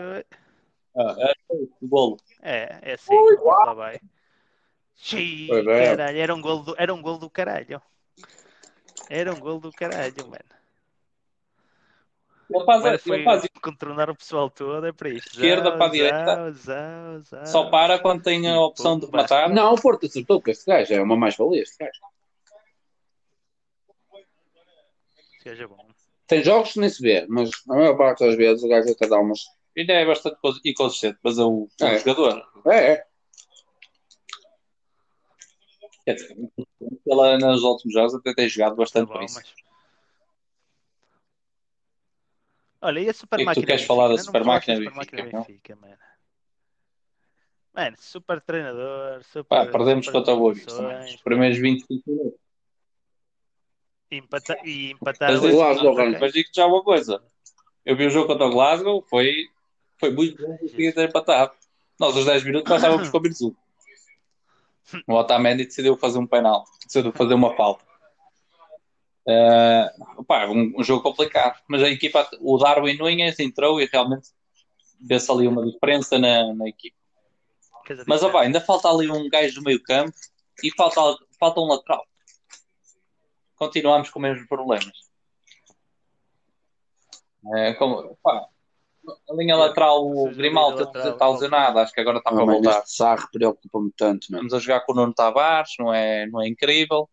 [SPEAKER 3] Ah, é, o golo.
[SPEAKER 1] É, é assim. Lá vai. Xiii,
[SPEAKER 2] Pois é.
[SPEAKER 1] caralho, era um gol do, era um gol do caralho. Era um gol do caralho, mano.
[SPEAKER 3] Ele faz,
[SPEAKER 1] Agora
[SPEAKER 3] ele
[SPEAKER 1] foi
[SPEAKER 3] faz isso,
[SPEAKER 1] contornar o pessoal todo, é para isto.
[SPEAKER 3] Esquerda
[SPEAKER 1] Zau,
[SPEAKER 3] para a direita.
[SPEAKER 1] zau, zau, zau.
[SPEAKER 3] só para quando tem a opção de matar.
[SPEAKER 2] Não, o Porto acertou porque este gajo é uma mais-valia. Este gajo.
[SPEAKER 1] Seja é bom.
[SPEAKER 2] Tem jogos que nem se vê, mas a maior parte das vezes o gajo até dá umas.
[SPEAKER 3] Ele é bastante co- inconsistente, mas é um um
[SPEAKER 2] É.
[SPEAKER 3] jogador.
[SPEAKER 2] É, é.
[SPEAKER 3] Quer dizer, ele é, nos últimos jogos até tem jogado
[SPEAKER 1] Tá
[SPEAKER 3] bastante
[SPEAKER 1] bom,
[SPEAKER 3] por isso.
[SPEAKER 1] mas- Olha, e a Super
[SPEAKER 3] O que é que tu
[SPEAKER 1] Máquina
[SPEAKER 3] queres
[SPEAKER 1] Benfica?
[SPEAKER 3] falar da
[SPEAKER 1] Ainda não
[SPEAKER 3] Super
[SPEAKER 1] me falaste
[SPEAKER 3] Máquina
[SPEAKER 1] Super
[SPEAKER 3] Benfica,
[SPEAKER 1] Máquina Benfica, mano. Mano, super treinador,
[SPEAKER 3] Pá,
[SPEAKER 1] super.
[SPEAKER 3] perdemos
[SPEAKER 1] super
[SPEAKER 3] contra o Boa Vista.
[SPEAKER 1] soluções.
[SPEAKER 3] mas Os primeiros 25 minutos.
[SPEAKER 1] Empata- E
[SPEAKER 3] Mas,
[SPEAKER 1] empataram.
[SPEAKER 2] Mas o Glasgow
[SPEAKER 1] Ok.
[SPEAKER 2] ganhou.
[SPEAKER 3] mas digo já uma coisa. Eu vi o jogo contra o Glasgow, foi, foi muito bom que tinha ter empatado. Nós, aos 10 minutos, nós estávamos com o menos um. O Otamendi decidiu fazer um penal, decidiu fazer uma falta. Eh, pá, um, um jogo complicado. Mas a equipa, o Darwin Nunes entrou e realmente vê-se ali uma diferença na, na equipa.
[SPEAKER 1] Quer dizer,
[SPEAKER 3] Mas opá, ainda falta ali um gajo do meio campo e falta, falta um lateral. Continuamos com os mesmos problemas. É, como, opá, a linha lateral,
[SPEAKER 1] Ou
[SPEAKER 3] o
[SPEAKER 1] É, seja, a
[SPEAKER 3] Grimaldo
[SPEAKER 1] linha lateral,
[SPEAKER 3] está lesionado, acho que agora está para
[SPEAKER 2] Ah, mas
[SPEAKER 3] voltar.
[SPEAKER 2] este sarro preocupa-me tanto, mano.
[SPEAKER 3] Estamos a jogar com o Nuno Tavares, não é, não é incrível.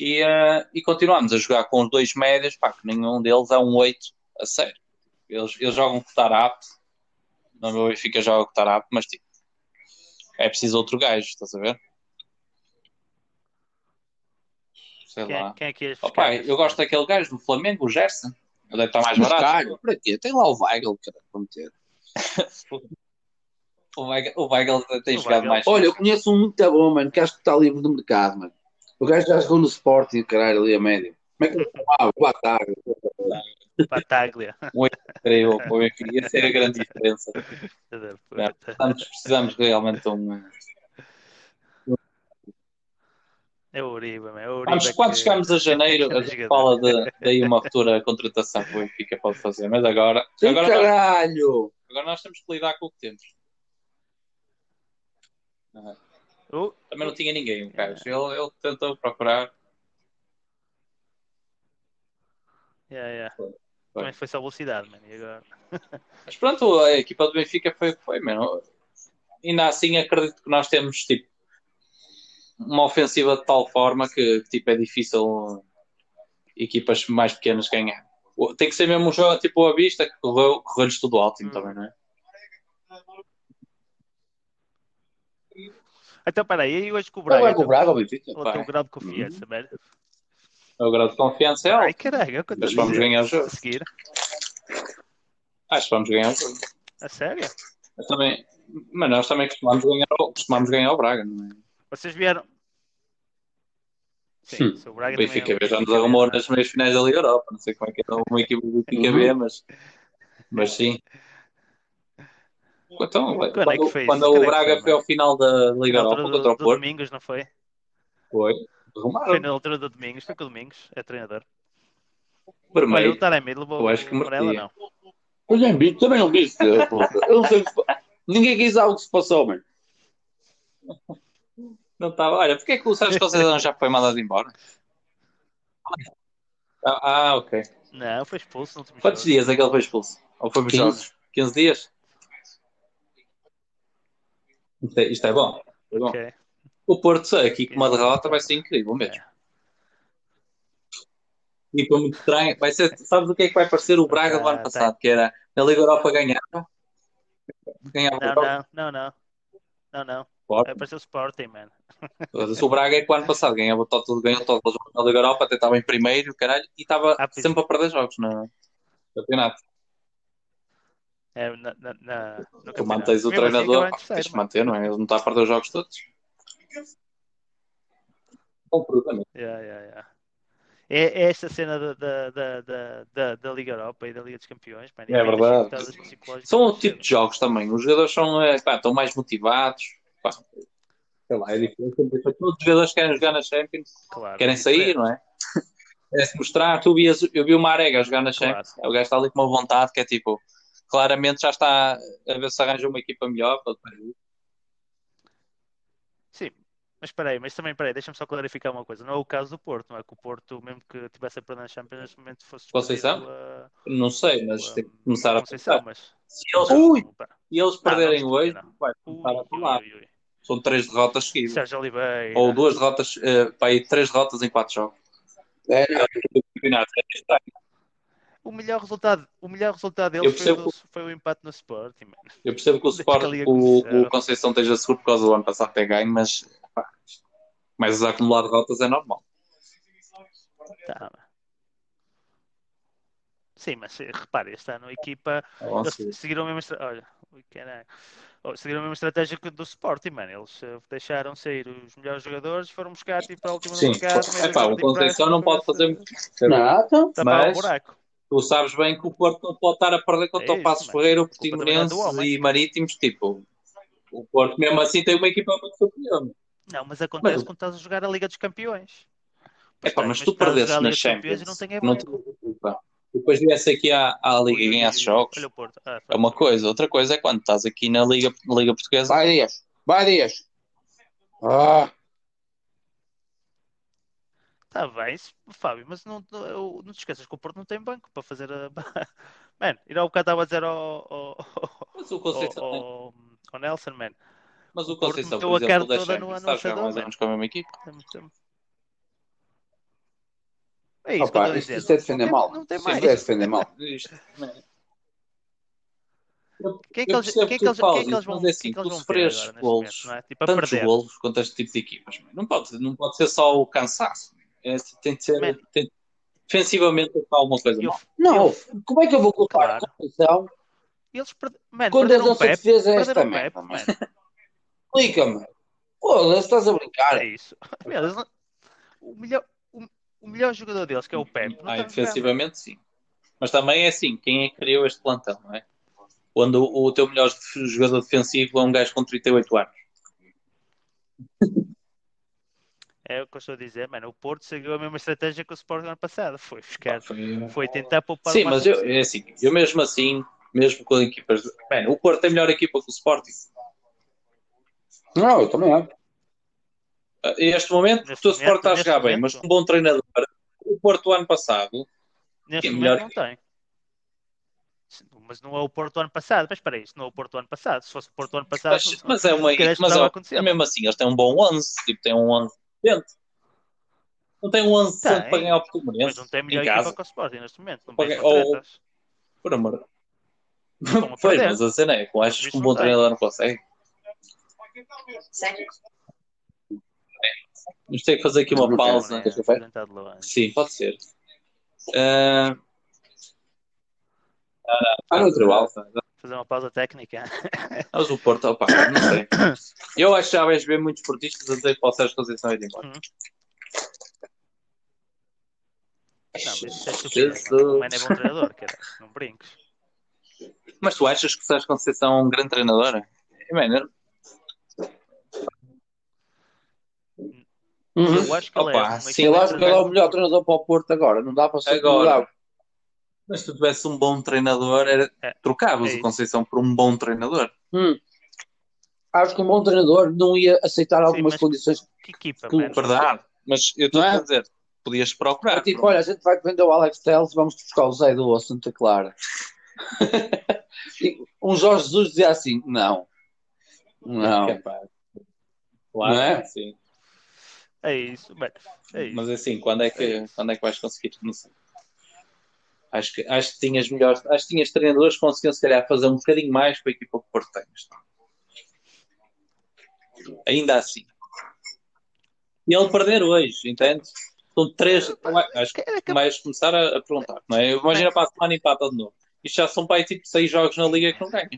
[SPEAKER 3] E, eh, e continuamos a jogar com os dois médios, pá, que nenhum deles é um 8 a sério. Eles, eles jogam com o Tarap, no meu Benfica joga com o Tarap, mas tipo, é preciso outro gajo, estás a ver? Sei
[SPEAKER 1] quem,
[SPEAKER 3] lá.
[SPEAKER 1] quem é que ias
[SPEAKER 3] Ó,
[SPEAKER 1] buscar?
[SPEAKER 3] pá, eu gosto daquele gajo do Flamengo, o Gerson. Ele deve estar É mais
[SPEAKER 2] Mas
[SPEAKER 3] barato.
[SPEAKER 2] caralho, para quê? Tem lá o Weigl, cara, para meter.
[SPEAKER 3] O Weigl- O Weigl tem
[SPEAKER 1] O
[SPEAKER 3] jogado
[SPEAKER 1] Weigl.
[SPEAKER 3] mais.
[SPEAKER 2] Olha, eu conheço um muito bom, mano, que acho que está livre do mercado, mano. O gajo já jogou no Sporting, caralho, ali a média. Como é que ele chamava? Boa tarde.
[SPEAKER 1] Bataglia.
[SPEAKER 3] Creio, o Benfica. Ia ser a grande diferença.
[SPEAKER 1] Filha da puta.
[SPEAKER 3] Precisamos, precisamos realmente de um.
[SPEAKER 1] É o Uribe, meu. É o Uribe
[SPEAKER 3] Vamos, quando
[SPEAKER 1] que-
[SPEAKER 3] chegarmos a janeiro, a gente
[SPEAKER 1] Jogador.
[SPEAKER 3] fala de- daí uma futura contratação que o Benfica pode fazer. Mas agora,
[SPEAKER 2] Sim,
[SPEAKER 3] agora, nós,
[SPEAKER 2] caralho!
[SPEAKER 3] agora nós temos que lidar com o que temos.
[SPEAKER 1] Uh,
[SPEAKER 3] Também não tinha ninguém, o gajo. Ele, ele tentou procurar.
[SPEAKER 1] yeah, yeah. Também foi só velocidade, mano. E agora?
[SPEAKER 3] Mas pronto, a equipa do Benfica foi o que foi, mano. Ainda assim, acredito que nós temos, tipo, uma ofensiva de tal forma que, que, tipo, é difícil equipas mais pequenas ganhar. O- Tem que ser mesmo um jogo, tipo, à vista, que correu- correu-lhes tudo ótimo
[SPEAKER 1] Hum.
[SPEAKER 3] também, não é?
[SPEAKER 1] Então, peraí, e hoje com o
[SPEAKER 2] Não
[SPEAKER 1] Braga?
[SPEAKER 2] vai cobrar o Benfica?
[SPEAKER 1] Qual é o teu
[SPEAKER 3] Vai. Uhum.
[SPEAKER 1] grau de confiança, velho?
[SPEAKER 3] O grau de confiança é alto.
[SPEAKER 1] Ai, caralho, é o que eu tô
[SPEAKER 3] Mas
[SPEAKER 1] a
[SPEAKER 3] vamos
[SPEAKER 1] dizer.
[SPEAKER 3] ganhar o jogo.
[SPEAKER 1] A seguir?
[SPEAKER 3] Acho que vamos ganhar o jogo.
[SPEAKER 1] A sério?
[SPEAKER 3] Eu também, mas nós também costumamos ganhar, o- costumamos ganhar o Braga, não é?
[SPEAKER 1] Vocês vieram. Sim, se o Braga
[SPEAKER 3] O
[SPEAKER 1] também
[SPEAKER 3] Hum. Benfica
[SPEAKER 1] é um-
[SPEAKER 3] B já nos arrumou nas meias finais da Liga Europa. Não
[SPEAKER 1] Uhum.
[SPEAKER 3] sei como é que é uma equipe do Benfica B, mas, mas sim. Então,
[SPEAKER 1] Quando é que
[SPEAKER 3] quando,
[SPEAKER 1] foi isso?
[SPEAKER 3] quando
[SPEAKER 1] Quando é
[SPEAKER 3] o
[SPEAKER 1] que
[SPEAKER 3] Braga
[SPEAKER 1] foi,
[SPEAKER 3] foi ao final da Liga
[SPEAKER 1] Na
[SPEAKER 3] Europa
[SPEAKER 1] altura do,
[SPEAKER 3] contra o
[SPEAKER 1] do
[SPEAKER 3] Porto,
[SPEAKER 1] Domingos, não foi?
[SPEAKER 3] foi.
[SPEAKER 1] Foi
[SPEAKER 3] Arrumaram
[SPEAKER 1] na altura do Domingos, foi com o Domingos, é treinador. Olha, o
[SPEAKER 3] vermelho.
[SPEAKER 1] Taremi levou
[SPEAKER 3] Eu acho que
[SPEAKER 1] o amarelo ou
[SPEAKER 3] merecia.
[SPEAKER 1] não?
[SPEAKER 2] Pois é, bicho, também não quis. Eu não sei o que se pa- Ninguém quis algo que se passou, mano.
[SPEAKER 3] Não estava. Olha, porque é que o Sérgio Conceição já foi mandado embora? Ah, ah, ok.
[SPEAKER 1] Não, foi expulso no último
[SPEAKER 3] Quantos
[SPEAKER 1] jogo.
[SPEAKER 3] dias é que ele foi expulso? Ou foi
[SPEAKER 2] 15.
[SPEAKER 3] puxado? 15 dias? Isto é, isto é bom. É bom.
[SPEAKER 1] Ok.
[SPEAKER 3] O Porto aqui com uma derrota vai ser incrível mesmo. É. E foi muito estranho. Vai ser, sabes o que é que vai parecer o Braga do ano
[SPEAKER 1] Ah,
[SPEAKER 3] passado? Que era na Liga Europa ganhava. Ganhava
[SPEAKER 1] Não, não, não, não. Não, não.
[SPEAKER 3] o Porto.
[SPEAKER 1] Apareceu o Sporting, mano.
[SPEAKER 3] Mas O Braga é que o ano passado ganhava todo, ganhou todos os jogos na Liga Europa, até estava em primeiro, caralho, e estava
[SPEAKER 1] Ah, pois.
[SPEAKER 3] sempre a perder jogos é? no campeonato.
[SPEAKER 1] É, na, na, na, no
[SPEAKER 3] Tu
[SPEAKER 1] campeonato.
[SPEAKER 3] mantens
[SPEAKER 1] Mesmo
[SPEAKER 3] o
[SPEAKER 1] assim,
[SPEAKER 3] treinador,
[SPEAKER 1] acabaram em
[SPEAKER 3] tens
[SPEAKER 1] terceiro,
[SPEAKER 3] de
[SPEAKER 1] mano.
[SPEAKER 3] manter, não é? Ele não está a perder os jogos todos. Completamente.
[SPEAKER 1] Yeah, yeah, yeah. É, é esta cena da, da, da, da, da, da Liga Europa e da Liga dos Campeões, mano. E
[SPEAKER 3] É
[SPEAKER 1] vai nas
[SPEAKER 3] verdade.
[SPEAKER 1] dificuldades psicológicas
[SPEAKER 3] São o
[SPEAKER 1] do
[SPEAKER 3] tipo de jogos também. Os jogadores são, eh, pá, estão mais motivados. Pá, sei lá, é diferente. Todos os jogadores querem jogar na Champions,
[SPEAKER 1] cedo, claro.
[SPEAKER 3] querem sair, não é? É se mostrar. Tu vias, eu vi o Marega a jogar na
[SPEAKER 1] Claro.
[SPEAKER 3] Champions. O gajo está ali com uma vontade que é tipo, claramente já está a ver se arranja uma equipa melhor. para depois ir.
[SPEAKER 1] Sim, mas espera aí, mas também espera aí, deixa-me só clarificar uma coisa. Não é o caso do Porto, não é que o Porto, mesmo que tivesse a perder na Champions, neste momento fosse
[SPEAKER 3] Conceição?
[SPEAKER 1] despedido, ah,
[SPEAKER 3] Não sei, mas
[SPEAKER 1] ah,
[SPEAKER 3] tem que começar a
[SPEAKER 1] Conceição,
[SPEAKER 3] pensar.
[SPEAKER 1] mas...
[SPEAKER 3] Se eles,
[SPEAKER 1] um Ui! Ah,
[SPEAKER 3] e eles perderem
[SPEAKER 1] não,
[SPEAKER 3] hoje,
[SPEAKER 1] não.
[SPEAKER 3] vai
[SPEAKER 1] Ui,
[SPEAKER 3] começar a falar.
[SPEAKER 1] ui, ui.
[SPEAKER 3] São três derrotas seguidas.
[SPEAKER 1] Sérgio Oliveira.
[SPEAKER 3] Ou duas derrotas, eh, pá, aí três derrotas em quatro jogos.
[SPEAKER 2] É, não.
[SPEAKER 3] Do campeonato.
[SPEAKER 1] O melhor resultado, o melhor resultado
[SPEAKER 3] Eu
[SPEAKER 1] deles foi,
[SPEAKER 3] percebo
[SPEAKER 1] o do- foi o empate no Sporting, mano.
[SPEAKER 3] Eu percebo que o
[SPEAKER 1] Desde
[SPEAKER 3] Sport,
[SPEAKER 1] que a Liga
[SPEAKER 3] o,
[SPEAKER 1] começou.
[SPEAKER 3] o Conceição esteja seguro por causa do ano passado ter ganho, mas pá, mas a acumular derrotas é normal.
[SPEAKER 1] Tá. Sim, mas eh, repare, este ano a equipa.
[SPEAKER 3] É
[SPEAKER 1] Eles seguiram a mesma estra- Olha, ui, caralho. Oh, seguiram a mesma estratégia que do Sporting, mano. Eles eh, deixaram sair os melhores jogadores, foram buscar tipo a última do
[SPEAKER 3] Sim,
[SPEAKER 1] mercado. meio
[SPEAKER 3] Epá,
[SPEAKER 1] jogador
[SPEAKER 3] o
[SPEAKER 1] de
[SPEAKER 3] Conceição não pode
[SPEAKER 1] empréstimo,
[SPEAKER 3] fazer
[SPEAKER 1] eh,
[SPEAKER 3] muito.
[SPEAKER 2] Não, então.
[SPEAKER 1] tapar o
[SPEAKER 3] mas-
[SPEAKER 1] buraco.
[SPEAKER 3] Tu sabes bem que o Porto não pode estar a perder
[SPEAKER 1] É
[SPEAKER 3] contra
[SPEAKER 1] isso,
[SPEAKER 3] o Passos
[SPEAKER 1] mano.
[SPEAKER 3] Ferreira, o
[SPEAKER 1] culpa também não é do
[SPEAKER 3] Portimonense
[SPEAKER 1] homem.
[SPEAKER 3] e Marítimos. Tipo, o Porto mesmo assim tem uma equipa muito superior. é? meu.
[SPEAKER 1] Não, mas acontece
[SPEAKER 3] Mas-
[SPEAKER 1] quando estás a jogar a Liga dos Campeões. Pois
[SPEAKER 3] Epá,
[SPEAKER 1] bem,
[SPEAKER 3] mas tu
[SPEAKER 1] estás a jogar
[SPEAKER 3] perdeste
[SPEAKER 1] a Liga
[SPEAKER 3] na
[SPEAKER 1] dos Campeões
[SPEAKER 3] Champions.
[SPEAKER 1] e não tem é
[SPEAKER 3] não
[SPEAKER 1] bom.
[SPEAKER 3] te preocupa. Depois viesse aqui à, à Liga e ganhasse jogos.
[SPEAKER 1] Olha o Porto. Ah,
[SPEAKER 3] É uma coisa. Outra coisa é quando estás aqui na Liga, na Liga Portuguesa.
[SPEAKER 2] Vai, Dias. Vai, Dias. Ah,
[SPEAKER 1] Tá bem, isso- Fábio, mas não, não, eu- não te esqueças que o Porto não tem banco para fazer a. Mano, ir ao bocado estava a dizer ao, ao, ao,
[SPEAKER 3] Mas o Conceição tem.
[SPEAKER 1] ao- ao Nelson, man.
[SPEAKER 3] Mas o
[SPEAKER 1] Oh, Porto
[SPEAKER 3] Conceição,
[SPEAKER 1] meteu
[SPEAKER 3] por
[SPEAKER 1] a
[SPEAKER 3] exemplo,
[SPEAKER 1] cara
[SPEAKER 3] da
[SPEAKER 1] toda no
[SPEAKER 3] Champions, está a jogar
[SPEAKER 1] anunciador,
[SPEAKER 3] mais
[SPEAKER 1] mano.
[SPEAKER 3] anos com a mesma equipa.
[SPEAKER 1] Tamo- tamo- É isso que eu
[SPEAKER 2] opa,
[SPEAKER 1] estou a
[SPEAKER 2] isto,
[SPEAKER 1] dizer.
[SPEAKER 2] isto é
[SPEAKER 1] não
[SPEAKER 2] defender
[SPEAKER 1] tem,
[SPEAKER 2] mal.
[SPEAKER 1] não tem
[SPEAKER 2] Isto
[SPEAKER 1] mais.
[SPEAKER 2] é defender mal.
[SPEAKER 3] Isto,
[SPEAKER 1] Quem é que
[SPEAKER 3] eu
[SPEAKER 1] eles, quem é que
[SPEAKER 3] percebo que
[SPEAKER 1] eles,
[SPEAKER 3] tu
[SPEAKER 1] quem é
[SPEAKER 3] falas,
[SPEAKER 1] que eles vão,
[SPEAKER 3] mas é
[SPEAKER 1] quem é
[SPEAKER 3] assim,
[SPEAKER 1] que eles
[SPEAKER 3] tu
[SPEAKER 1] vão ter
[SPEAKER 3] sofres
[SPEAKER 1] agora neste momento,
[SPEAKER 3] golos,
[SPEAKER 1] não é? Tipo, a
[SPEAKER 3] tantos
[SPEAKER 1] perder.
[SPEAKER 3] golos contra este tipo de equipas. meu. Não pode, não pode ser só o cansaço. É, tem de ser.
[SPEAKER 1] Man.
[SPEAKER 3] Tem, defensivamente, está alguma coisa
[SPEAKER 1] Eu-
[SPEAKER 3] mal.
[SPEAKER 2] Não,
[SPEAKER 1] eu-
[SPEAKER 2] como é que eu vou culpar
[SPEAKER 1] Claro.
[SPEAKER 2] a Conceição
[SPEAKER 1] eles perderam. Mano,
[SPEAKER 2] quando a
[SPEAKER 1] perderam o
[SPEAKER 2] nossa
[SPEAKER 1] Pepe.
[SPEAKER 2] defesa é esta
[SPEAKER 1] Perderam um o Pepe,
[SPEAKER 2] merda, mano?
[SPEAKER 1] mano.
[SPEAKER 2] Explica-me. Pô, estás a brincar.
[SPEAKER 1] É isso. Meu, eles não- o, melhor, o, o melhor jogador deles, que é o Pepe, não
[SPEAKER 3] Ah,
[SPEAKER 1] está a jogar, mano.
[SPEAKER 3] defensivamente, sim. Mas também é assim, quem é que criou este plantel, não é? Quando o, o teu melhor jogador defensivo é um gajo com 38 anos.
[SPEAKER 1] É o que eu estou a dizer, mano. O Porto seguiu a mesma estratégia que o Sporting ano passado. Foi buscar,
[SPEAKER 3] Foi-
[SPEAKER 1] foi tentar poupar
[SPEAKER 3] Sim,
[SPEAKER 1] o
[SPEAKER 3] mas
[SPEAKER 1] máximo
[SPEAKER 3] eu, é assim, eu mesmo assim, mesmo com equipas. Mano, o Porto é melhor equipa que o Sporting.
[SPEAKER 2] Não, eu também acho.
[SPEAKER 3] Ah, Este momento,
[SPEAKER 1] Neste
[SPEAKER 3] o Sporting está a
[SPEAKER 1] momento,
[SPEAKER 3] jogar bem,
[SPEAKER 1] neste
[SPEAKER 3] mas um bom treinador. O Porto, ano passado,
[SPEAKER 1] Neste
[SPEAKER 3] Sim,
[SPEAKER 1] momento
[SPEAKER 3] melhor
[SPEAKER 1] não tem. Se- Mas não é o Porto do ano passado. Mas espera aí, se não é o Porto do ano passado. Se fosse o Porto do ano passado,
[SPEAKER 3] mas, mas é uma.
[SPEAKER 1] se calhar isto
[SPEAKER 3] Mas
[SPEAKER 1] estava a
[SPEAKER 3] é,
[SPEAKER 1] acontecer.
[SPEAKER 3] é mesmo assim, eles têm um bom 11, tipo, têm um 11 decente. Não tem um 11 decente
[SPEAKER 1] Tem,
[SPEAKER 3] para ganhar o
[SPEAKER 1] mas
[SPEAKER 3] Portimonense
[SPEAKER 1] não tem melhor
[SPEAKER 3] em
[SPEAKER 1] equipa
[SPEAKER 3] casa,
[SPEAKER 1] que o Sporting neste momento. Não
[SPEAKER 3] Porque-
[SPEAKER 1] tem
[SPEAKER 3] ou-
[SPEAKER 1] tretas.
[SPEAKER 3] por amor.
[SPEAKER 1] Estão a
[SPEAKER 3] Pois,
[SPEAKER 1] perder.
[SPEAKER 3] mas a cena é que eu acho que um
[SPEAKER 1] Isso
[SPEAKER 3] bom
[SPEAKER 1] não tem.
[SPEAKER 3] treinador não consegue. Vamos ter que fazer aqui uma
[SPEAKER 2] Não tem,
[SPEAKER 1] né?
[SPEAKER 3] pausa.
[SPEAKER 2] é. Café?
[SPEAKER 1] Tentado longe.
[SPEAKER 3] Sim, pode ser. Ah,
[SPEAKER 2] Ah, não, tribal.
[SPEAKER 1] Fazer uma pausa técnica.
[SPEAKER 3] Mas o Porto, opa, não sei. Eu acho que já vais ver muitos portistas a dizer que o Sérgio Conceição ir embora.
[SPEAKER 1] Não, mas isso é estupidez. mano. O Mano é bom treinador, cara. Não brinques.
[SPEAKER 3] Mas tu achas que Sérgio Conceição é um grande treinador? Mano,
[SPEAKER 2] Uhum.
[SPEAKER 1] Eu acho que ele é.
[SPEAKER 3] Opa,
[SPEAKER 1] um
[SPEAKER 3] sim,
[SPEAKER 2] Eu acho que ele é
[SPEAKER 1] excelente
[SPEAKER 2] o melhor treinador para o Porto agora. Não dá para ser
[SPEAKER 3] Agora.
[SPEAKER 2] agora.
[SPEAKER 3] mas se tu tivesse um bom treinador, era...
[SPEAKER 1] É,
[SPEAKER 3] trocavas
[SPEAKER 1] é
[SPEAKER 3] o
[SPEAKER 1] isso.
[SPEAKER 3] Conceição por um bom treinador.
[SPEAKER 2] Acho que um bom treinador não ia aceitar algumas
[SPEAKER 1] mas-
[SPEAKER 2] condições.
[SPEAKER 1] Que equipa,
[SPEAKER 2] Que o
[SPEAKER 1] mano.
[SPEAKER 3] É Verdade. Mas eu estou
[SPEAKER 2] Não é?
[SPEAKER 3] a dizer, podias
[SPEAKER 2] É
[SPEAKER 3] procurar.
[SPEAKER 2] tipo, olha, a gente vai vender o Alex Telles, vamos buscar o Zé do Santa Clara. E um Jorge Jesus dizia assim: não, não.
[SPEAKER 3] Capaz. um Claro,
[SPEAKER 2] é Não é?
[SPEAKER 3] sim.
[SPEAKER 1] É isso, mano. É isso.
[SPEAKER 3] Mas assim, quando é que, quando é que vais conseguir? Não sei. Acho que, acho que tinhas melhores, acho que tinhas treinadores que conseguiam se calhar fazer um bocadinho mais com a equipa que o Porto tem. neste momento. Ainda assim. E ele perder hoje, entende? São três. Acho É,
[SPEAKER 1] é
[SPEAKER 3] que vais começar a, a perguntar. Não é? Imagina para a semana empata de novo. Isto já são para aí tipo seis jogos na liga que não ganha.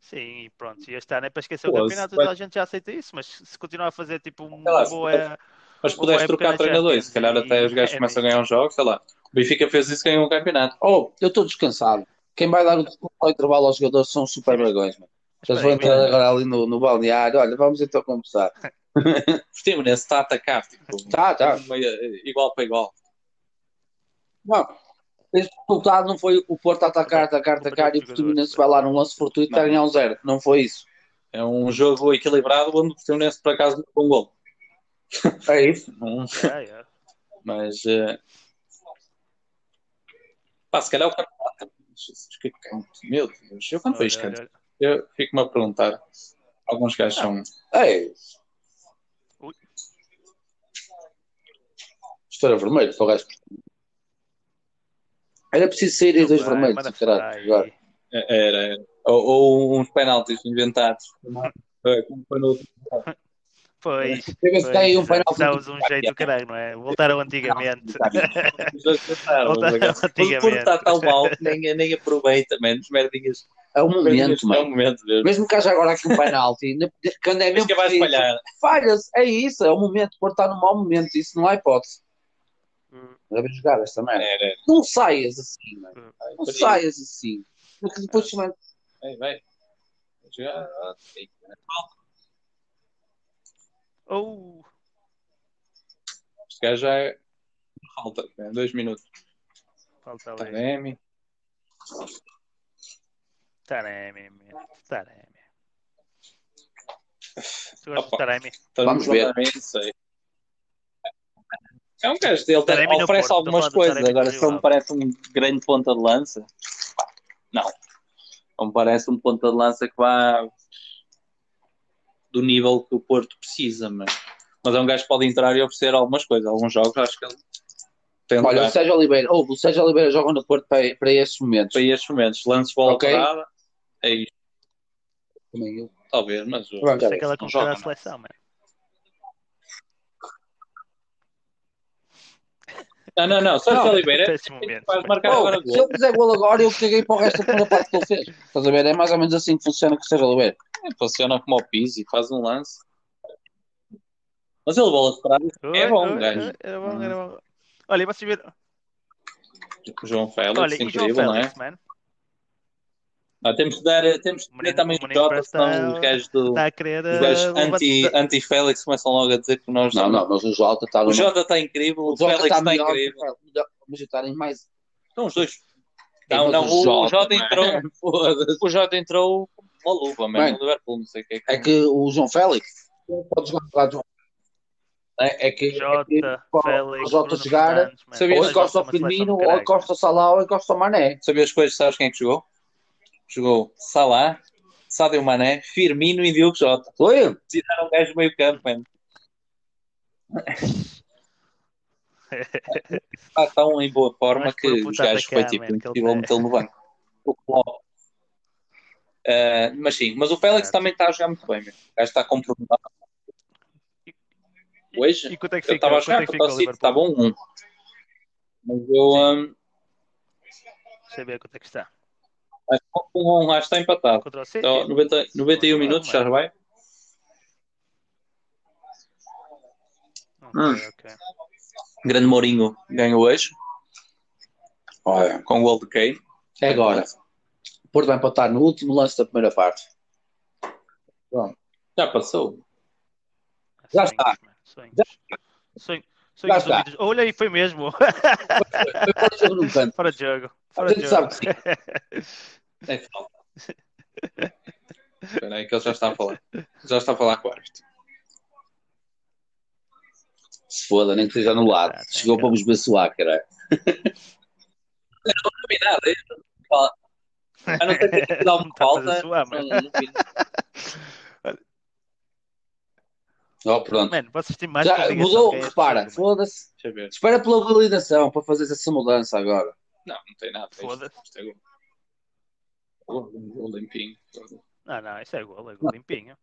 [SPEAKER 1] Sim, e pronto. E este ano é para esquecer
[SPEAKER 3] Pô,
[SPEAKER 1] o campeonato,
[SPEAKER 3] se-
[SPEAKER 1] toda a gente já aceita isso, mas se continuar a fazer tipo uma
[SPEAKER 3] Sei lá, se-
[SPEAKER 1] boa.
[SPEAKER 3] Mas se puderes
[SPEAKER 1] Uma época
[SPEAKER 3] trocar
[SPEAKER 1] na
[SPEAKER 3] treinadores,
[SPEAKER 1] Champions
[SPEAKER 3] se calhar até
[SPEAKER 1] e-
[SPEAKER 3] os gajos
[SPEAKER 1] é
[SPEAKER 3] começam a
[SPEAKER 1] isso.
[SPEAKER 3] ganhar um jogo, sei lá. O Benfica fez isso e ganhou um campeonato.
[SPEAKER 2] Oh, eu estou descansado. Quem vai dar o desconto ao intervalo aos jogadores são os super vergões. mano. Eles vão
[SPEAKER 1] Espera aí,
[SPEAKER 2] entrar agora ali no, no balneário. Olha, vamos então começar.
[SPEAKER 3] O Fluminense está a atacar, tipo,
[SPEAKER 2] Tá, tá.
[SPEAKER 3] meio- eh, igual para igual.
[SPEAKER 2] Não, esse resultado não foi o Porto a atacar, atacar, atacar e o Portimonense vai lá num lance fortuito e está a ganhar um zero. Não foi isso.
[SPEAKER 3] É um jogo equilibrado onde o Fluminense por acaso não um gol.
[SPEAKER 2] É isso.
[SPEAKER 3] Não-
[SPEAKER 1] É, é.
[SPEAKER 3] Mas eh, pá, se calhar o campeonato. Jesus, que canto. Meu Deus, eu quando vejo
[SPEAKER 1] Olha,
[SPEAKER 3] canto,
[SPEAKER 1] olha, olha.
[SPEAKER 3] eu fico-me a perguntar. Alguns gajos são.
[SPEAKER 2] É isso.
[SPEAKER 1] Ui.
[SPEAKER 2] Isto era vermelho, para o gajo. Era preciso sair em dois
[SPEAKER 1] Vai,
[SPEAKER 2] vermelhos,
[SPEAKER 1] manda
[SPEAKER 2] caralho.
[SPEAKER 1] falar aí.
[SPEAKER 2] Agora.
[SPEAKER 3] é, Era, era. Ou, ou uns penaltis inventados. Eh, Como foi no outro.
[SPEAKER 1] Pois.
[SPEAKER 2] Chega-se cá aí um
[SPEAKER 1] pois,
[SPEAKER 2] penalti.
[SPEAKER 1] Dá-vos um jeito do caralho, não é? Voltaram antigamente.
[SPEAKER 3] Os dois inventaram,
[SPEAKER 1] Voltaram
[SPEAKER 3] por acaso. O Porto
[SPEAKER 1] antigamente.
[SPEAKER 3] está tão mal que nem, nem aproveita, man. Os merdinhas.
[SPEAKER 2] É um momento,
[SPEAKER 3] É um
[SPEAKER 2] mano.
[SPEAKER 3] momento mesmo.
[SPEAKER 2] Mesmo que haja agora aqui um penalti, ainda- quando é
[SPEAKER 3] Mas
[SPEAKER 2] mesmo
[SPEAKER 3] que vai
[SPEAKER 2] preciso,
[SPEAKER 3] espalhar.
[SPEAKER 2] falha-se. É isso, é o momento. O Porto está num mau momento, isso não há hipótese.
[SPEAKER 1] Hum.
[SPEAKER 2] Deve jogar esta merda.
[SPEAKER 3] Era, era.
[SPEAKER 2] Não saias assim, mano.
[SPEAKER 3] Ai,
[SPEAKER 2] Não
[SPEAKER 3] peraí.
[SPEAKER 2] saias assim. Porque depois também
[SPEAKER 3] Vai, vai. Vai jogar. Ah, sim.
[SPEAKER 1] Ou.
[SPEAKER 3] Este gajo já é. Falta, né? dois minutos.
[SPEAKER 1] Falta
[SPEAKER 3] Tá
[SPEAKER 1] ali.
[SPEAKER 3] bem,
[SPEAKER 1] Taremi, meu. Taremi. Tu gostas de
[SPEAKER 3] Opa.
[SPEAKER 1] Taremi?
[SPEAKER 2] Vamos
[SPEAKER 3] Vamos
[SPEAKER 2] ver.
[SPEAKER 3] ver. Não sei. É um gajo dele,
[SPEAKER 1] Taremi no
[SPEAKER 3] oferece
[SPEAKER 1] Porto,
[SPEAKER 3] algumas
[SPEAKER 1] estou falando do
[SPEAKER 3] coisas.
[SPEAKER 1] Taremi
[SPEAKER 3] Agora,
[SPEAKER 1] no
[SPEAKER 3] se ele
[SPEAKER 1] Rio
[SPEAKER 3] me parece um grande ponta de lança, não. Não me parece um ponta de lança que vá do nível que o Porto precisa, mas, mas é um gajo que pode entrar e oferecer algumas coisas. Alguns jogos, acho que ele tem
[SPEAKER 2] Olha,
[SPEAKER 3] lugar
[SPEAKER 2] o Sérgio Oliveira, ouve, o Sérgio Oliveira joga no Porto para, para estes momentos.
[SPEAKER 3] para estes momentos. Lance bola
[SPEAKER 2] Ok.
[SPEAKER 3] parada, é isto,
[SPEAKER 2] Também eu.
[SPEAKER 3] talvez, mas o-
[SPEAKER 2] Vamos já
[SPEAKER 1] Sei
[SPEAKER 2] ver.
[SPEAKER 1] que ela
[SPEAKER 3] não
[SPEAKER 1] conquistou a
[SPEAKER 3] joga, não.
[SPEAKER 1] seleção, é mano.
[SPEAKER 3] Não, não, não. Sérgio
[SPEAKER 2] Não,
[SPEAKER 3] Oliveira
[SPEAKER 1] Para estes momentos.
[SPEAKER 3] vai marcar agora
[SPEAKER 2] Oh, se
[SPEAKER 3] gol.
[SPEAKER 2] ele fizer gol agora, eu caguei para o resto da primeira parte que ele fez. Estás a ver? É mais ou menos assim que funciona com o Sérgio Oliveira.
[SPEAKER 3] Funciona como o Pizzi, faz um lance. Mas ele bola de parada.
[SPEAKER 1] Oi,
[SPEAKER 3] É bom,
[SPEAKER 1] oi,
[SPEAKER 3] gajo.
[SPEAKER 1] oi, Era bom, era bom. Olha, e vocês viram.
[SPEAKER 3] O tipo, João Félix,
[SPEAKER 1] Olha, e João
[SPEAKER 3] incrível, não é?
[SPEAKER 1] Félix, mano.
[SPEAKER 3] Ah, temos que dar, temos que
[SPEAKER 1] Menino-
[SPEAKER 3] dar também o
[SPEAKER 1] menino
[SPEAKER 3] Jota,
[SPEAKER 1] parece
[SPEAKER 3] senão
[SPEAKER 1] estar-
[SPEAKER 3] os gajos do.
[SPEAKER 1] Está a querer.
[SPEAKER 3] Os
[SPEAKER 1] eh,
[SPEAKER 3] gajos anti-
[SPEAKER 1] levantar-
[SPEAKER 3] anti-Félix começam logo a dizer que nós.
[SPEAKER 2] Não, não, mas o Jota está
[SPEAKER 3] O
[SPEAKER 2] no. tá
[SPEAKER 3] Jota tá está incrível, o, Félix está, incrível.
[SPEAKER 2] Mas eu estarem mais.
[SPEAKER 3] Estão os dois.
[SPEAKER 2] Sim,
[SPEAKER 3] Não,
[SPEAKER 2] mas
[SPEAKER 3] não,
[SPEAKER 2] o
[SPEAKER 3] o, o Jota
[SPEAKER 2] Jota,
[SPEAKER 3] entrou. O Jota entrou com uma luva, mano.
[SPEAKER 2] Bem,
[SPEAKER 3] no Liverpool, não sei o que é que.
[SPEAKER 2] É que o João Félix ele pode jogar lá de João. É, é que. é que
[SPEAKER 1] Jota, Félix,
[SPEAKER 2] o Jota
[SPEAKER 1] Bruno
[SPEAKER 2] jogar,
[SPEAKER 1] Fernandes, mano.
[SPEAKER 3] sabias
[SPEAKER 2] Ou
[SPEAKER 1] Olha,
[SPEAKER 2] encosta o
[SPEAKER 1] uma seleção
[SPEAKER 2] Firmino,
[SPEAKER 1] do
[SPEAKER 2] ou
[SPEAKER 1] caralho.
[SPEAKER 2] encosta o Salah, ou encosta o Mané.
[SPEAKER 3] Sabias coisas, sabes quem é que jogou? Jogou Salah, Sadio Mané, Firmino e Diogo Jota.
[SPEAKER 2] Oi?
[SPEAKER 3] Tiraram um gajo do meio campo, mano. Está tão em boa forma
[SPEAKER 1] Mas
[SPEAKER 3] que
[SPEAKER 1] por
[SPEAKER 3] os
[SPEAKER 1] puta
[SPEAKER 3] gajos foi
[SPEAKER 1] atacar,
[SPEAKER 3] tipo
[SPEAKER 1] man, que ele
[SPEAKER 3] impossível
[SPEAKER 1] tem.
[SPEAKER 3] metê-lo no banco. O Klopp. Ah, mas sim, mas o
[SPEAKER 1] É,
[SPEAKER 3] Félix também está a jogar muito bem, meu. o gajo está comprometido. Hoje,
[SPEAKER 1] E quanto é que ficou?
[SPEAKER 3] eu estava a
[SPEAKER 1] Quanto
[SPEAKER 3] jogar
[SPEAKER 1] é que ficou
[SPEAKER 3] contra o
[SPEAKER 1] o
[SPEAKER 3] City,
[SPEAKER 2] tá
[SPEAKER 1] Liverpool?
[SPEAKER 3] estava um 1. Mas eu um,
[SPEAKER 1] Deixa eu ver quanto é que está.
[SPEAKER 3] acho que um 1 acho que está empatado.
[SPEAKER 1] Contra o City?
[SPEAKER 3] Então, 90, 91 minutos, já vai.
[SPEAKER 1] Ok, ok.
[SPEAKER 2] Hum.
[SPEAKER 3] Grande Mourinho ganhou hoje.
[SPEAKER 2] Olha,
[SPEAKER 3] com o gol de Kane.
[SPEAKER 2] É agora. O Porto vai empatar no último lance da primeira parte.
[SPEAKER 3] Já passou.
[SPEAKER 2] Já está.
[SPEAKER 1] mano, Sonhos. Sonho- sonhos
[SPEAKER 2] está.
[SPEAKER 1] ouvidos. Olha aí, foi mesmo.
[SPEAKER 2] Agora jogo num canto.
[SPEAKER 1] Fora de jogo.
[SPEAKER 2] A
[SPEAKER 1] Fora de
[SPEAKER 2] gente sabe
[SPEAKER 1] jogo.
[SPEAKER 2] que sim.
[SPEAKER 3] É falta. Espera aí que ele já está a falar. Já está a falar com o árbitro.
[SPEAKER 2] Se foda, nem que seja anulado.
[SPEAKER 1] Ah, tem
[SPEAKER 2] Chegou
[SPEAKER 1] que-
[SPEAKER 2] para nos abençoar, caralho.
[SPEAKER 3] Não vi nada. Eu não falo. A não é ser que tenha sido
[SPEAKER 1] Não
[SPEAKER 3] alguma
[SPEAKER 1] tá a fazer
[SPEAKER 3] falta.
[SPEAKER 1] zoar,
[SPEAKER 3] não-
[SPEAKER 1] mano.
[SPEAKER 3] não vi.
[SPEAKER 2] Oh, pronto.
[SPEAKER 1] Mano, vocês têm mais
[SPEAKER 2] Já
[SPEAKER 1] obrigação
[SPEAKER 2] mudou,
[SPEAKER 1] que é este
[SPEAKER 2] repara.
[SPEAKER 1] jogo,
[SPEAKER 2] Foda-se.
[SPEAKER 3] Deixa eu ver.
[SPEAKER 2] Espera pela validação para fazer essa mudança agora.
[SPEAKER 3] Não, não tem nada.
[SPEAKER 1] Foda-se.
[SPEAKER 3] Isto é gol. Gol, gol limpinho.
[SPEAKER 1] mano. Não, não, isso é gol, é gol limpinho.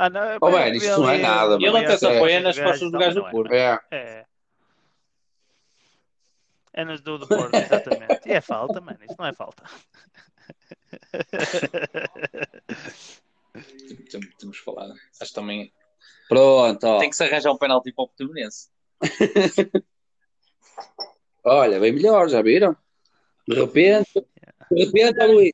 [SPEAKER 1] Ah, não,
[SPEAKER 2] Oh,
[SPEAKER 1] pá,
[SPEAKER 2] velho,
[SPEAKER 1] eu vi
[SPEAKER 2] isso não é
[SPEAKER 1] ali-
[SPEAKER 2] nada,
[SPEAKER 1] eu vi
[SPEAKER 3] E ele
[SPEAKER 2] mano.
[SPEAKER 1] ali
[SPEAKER 3] até
[SPEAKER 1] as
[SPEAKER 3] se
[SPEAKER 2] É.
[SPEAKER 3] apoia nas
[SPEAKER 1] costas
[SPEAKER 3] costas do
[SPEAKER 1] do
[SPEAKER 3] gajo
[SPEAKER 1] não
[SPEAKER 3] do
[SPEAKER 1] é?
[SPEAKER 3] Porto.
[SPEAKER 2] É.
[SPEAKER 1] É. É nas do, do Porto, exatamente. E é falta, mano. Isso não é falta.
[SPEAKER 3] Tem- Temos falado. Acho que também.
[SPEAKER 2] Pronto, ó.
[SPEAKER 3] Tem que se arranjar um penalti para o Portimonense.
[SPEAKER 2] Olha, bem melhor, já viram? De repente, de repente, ó, Luís,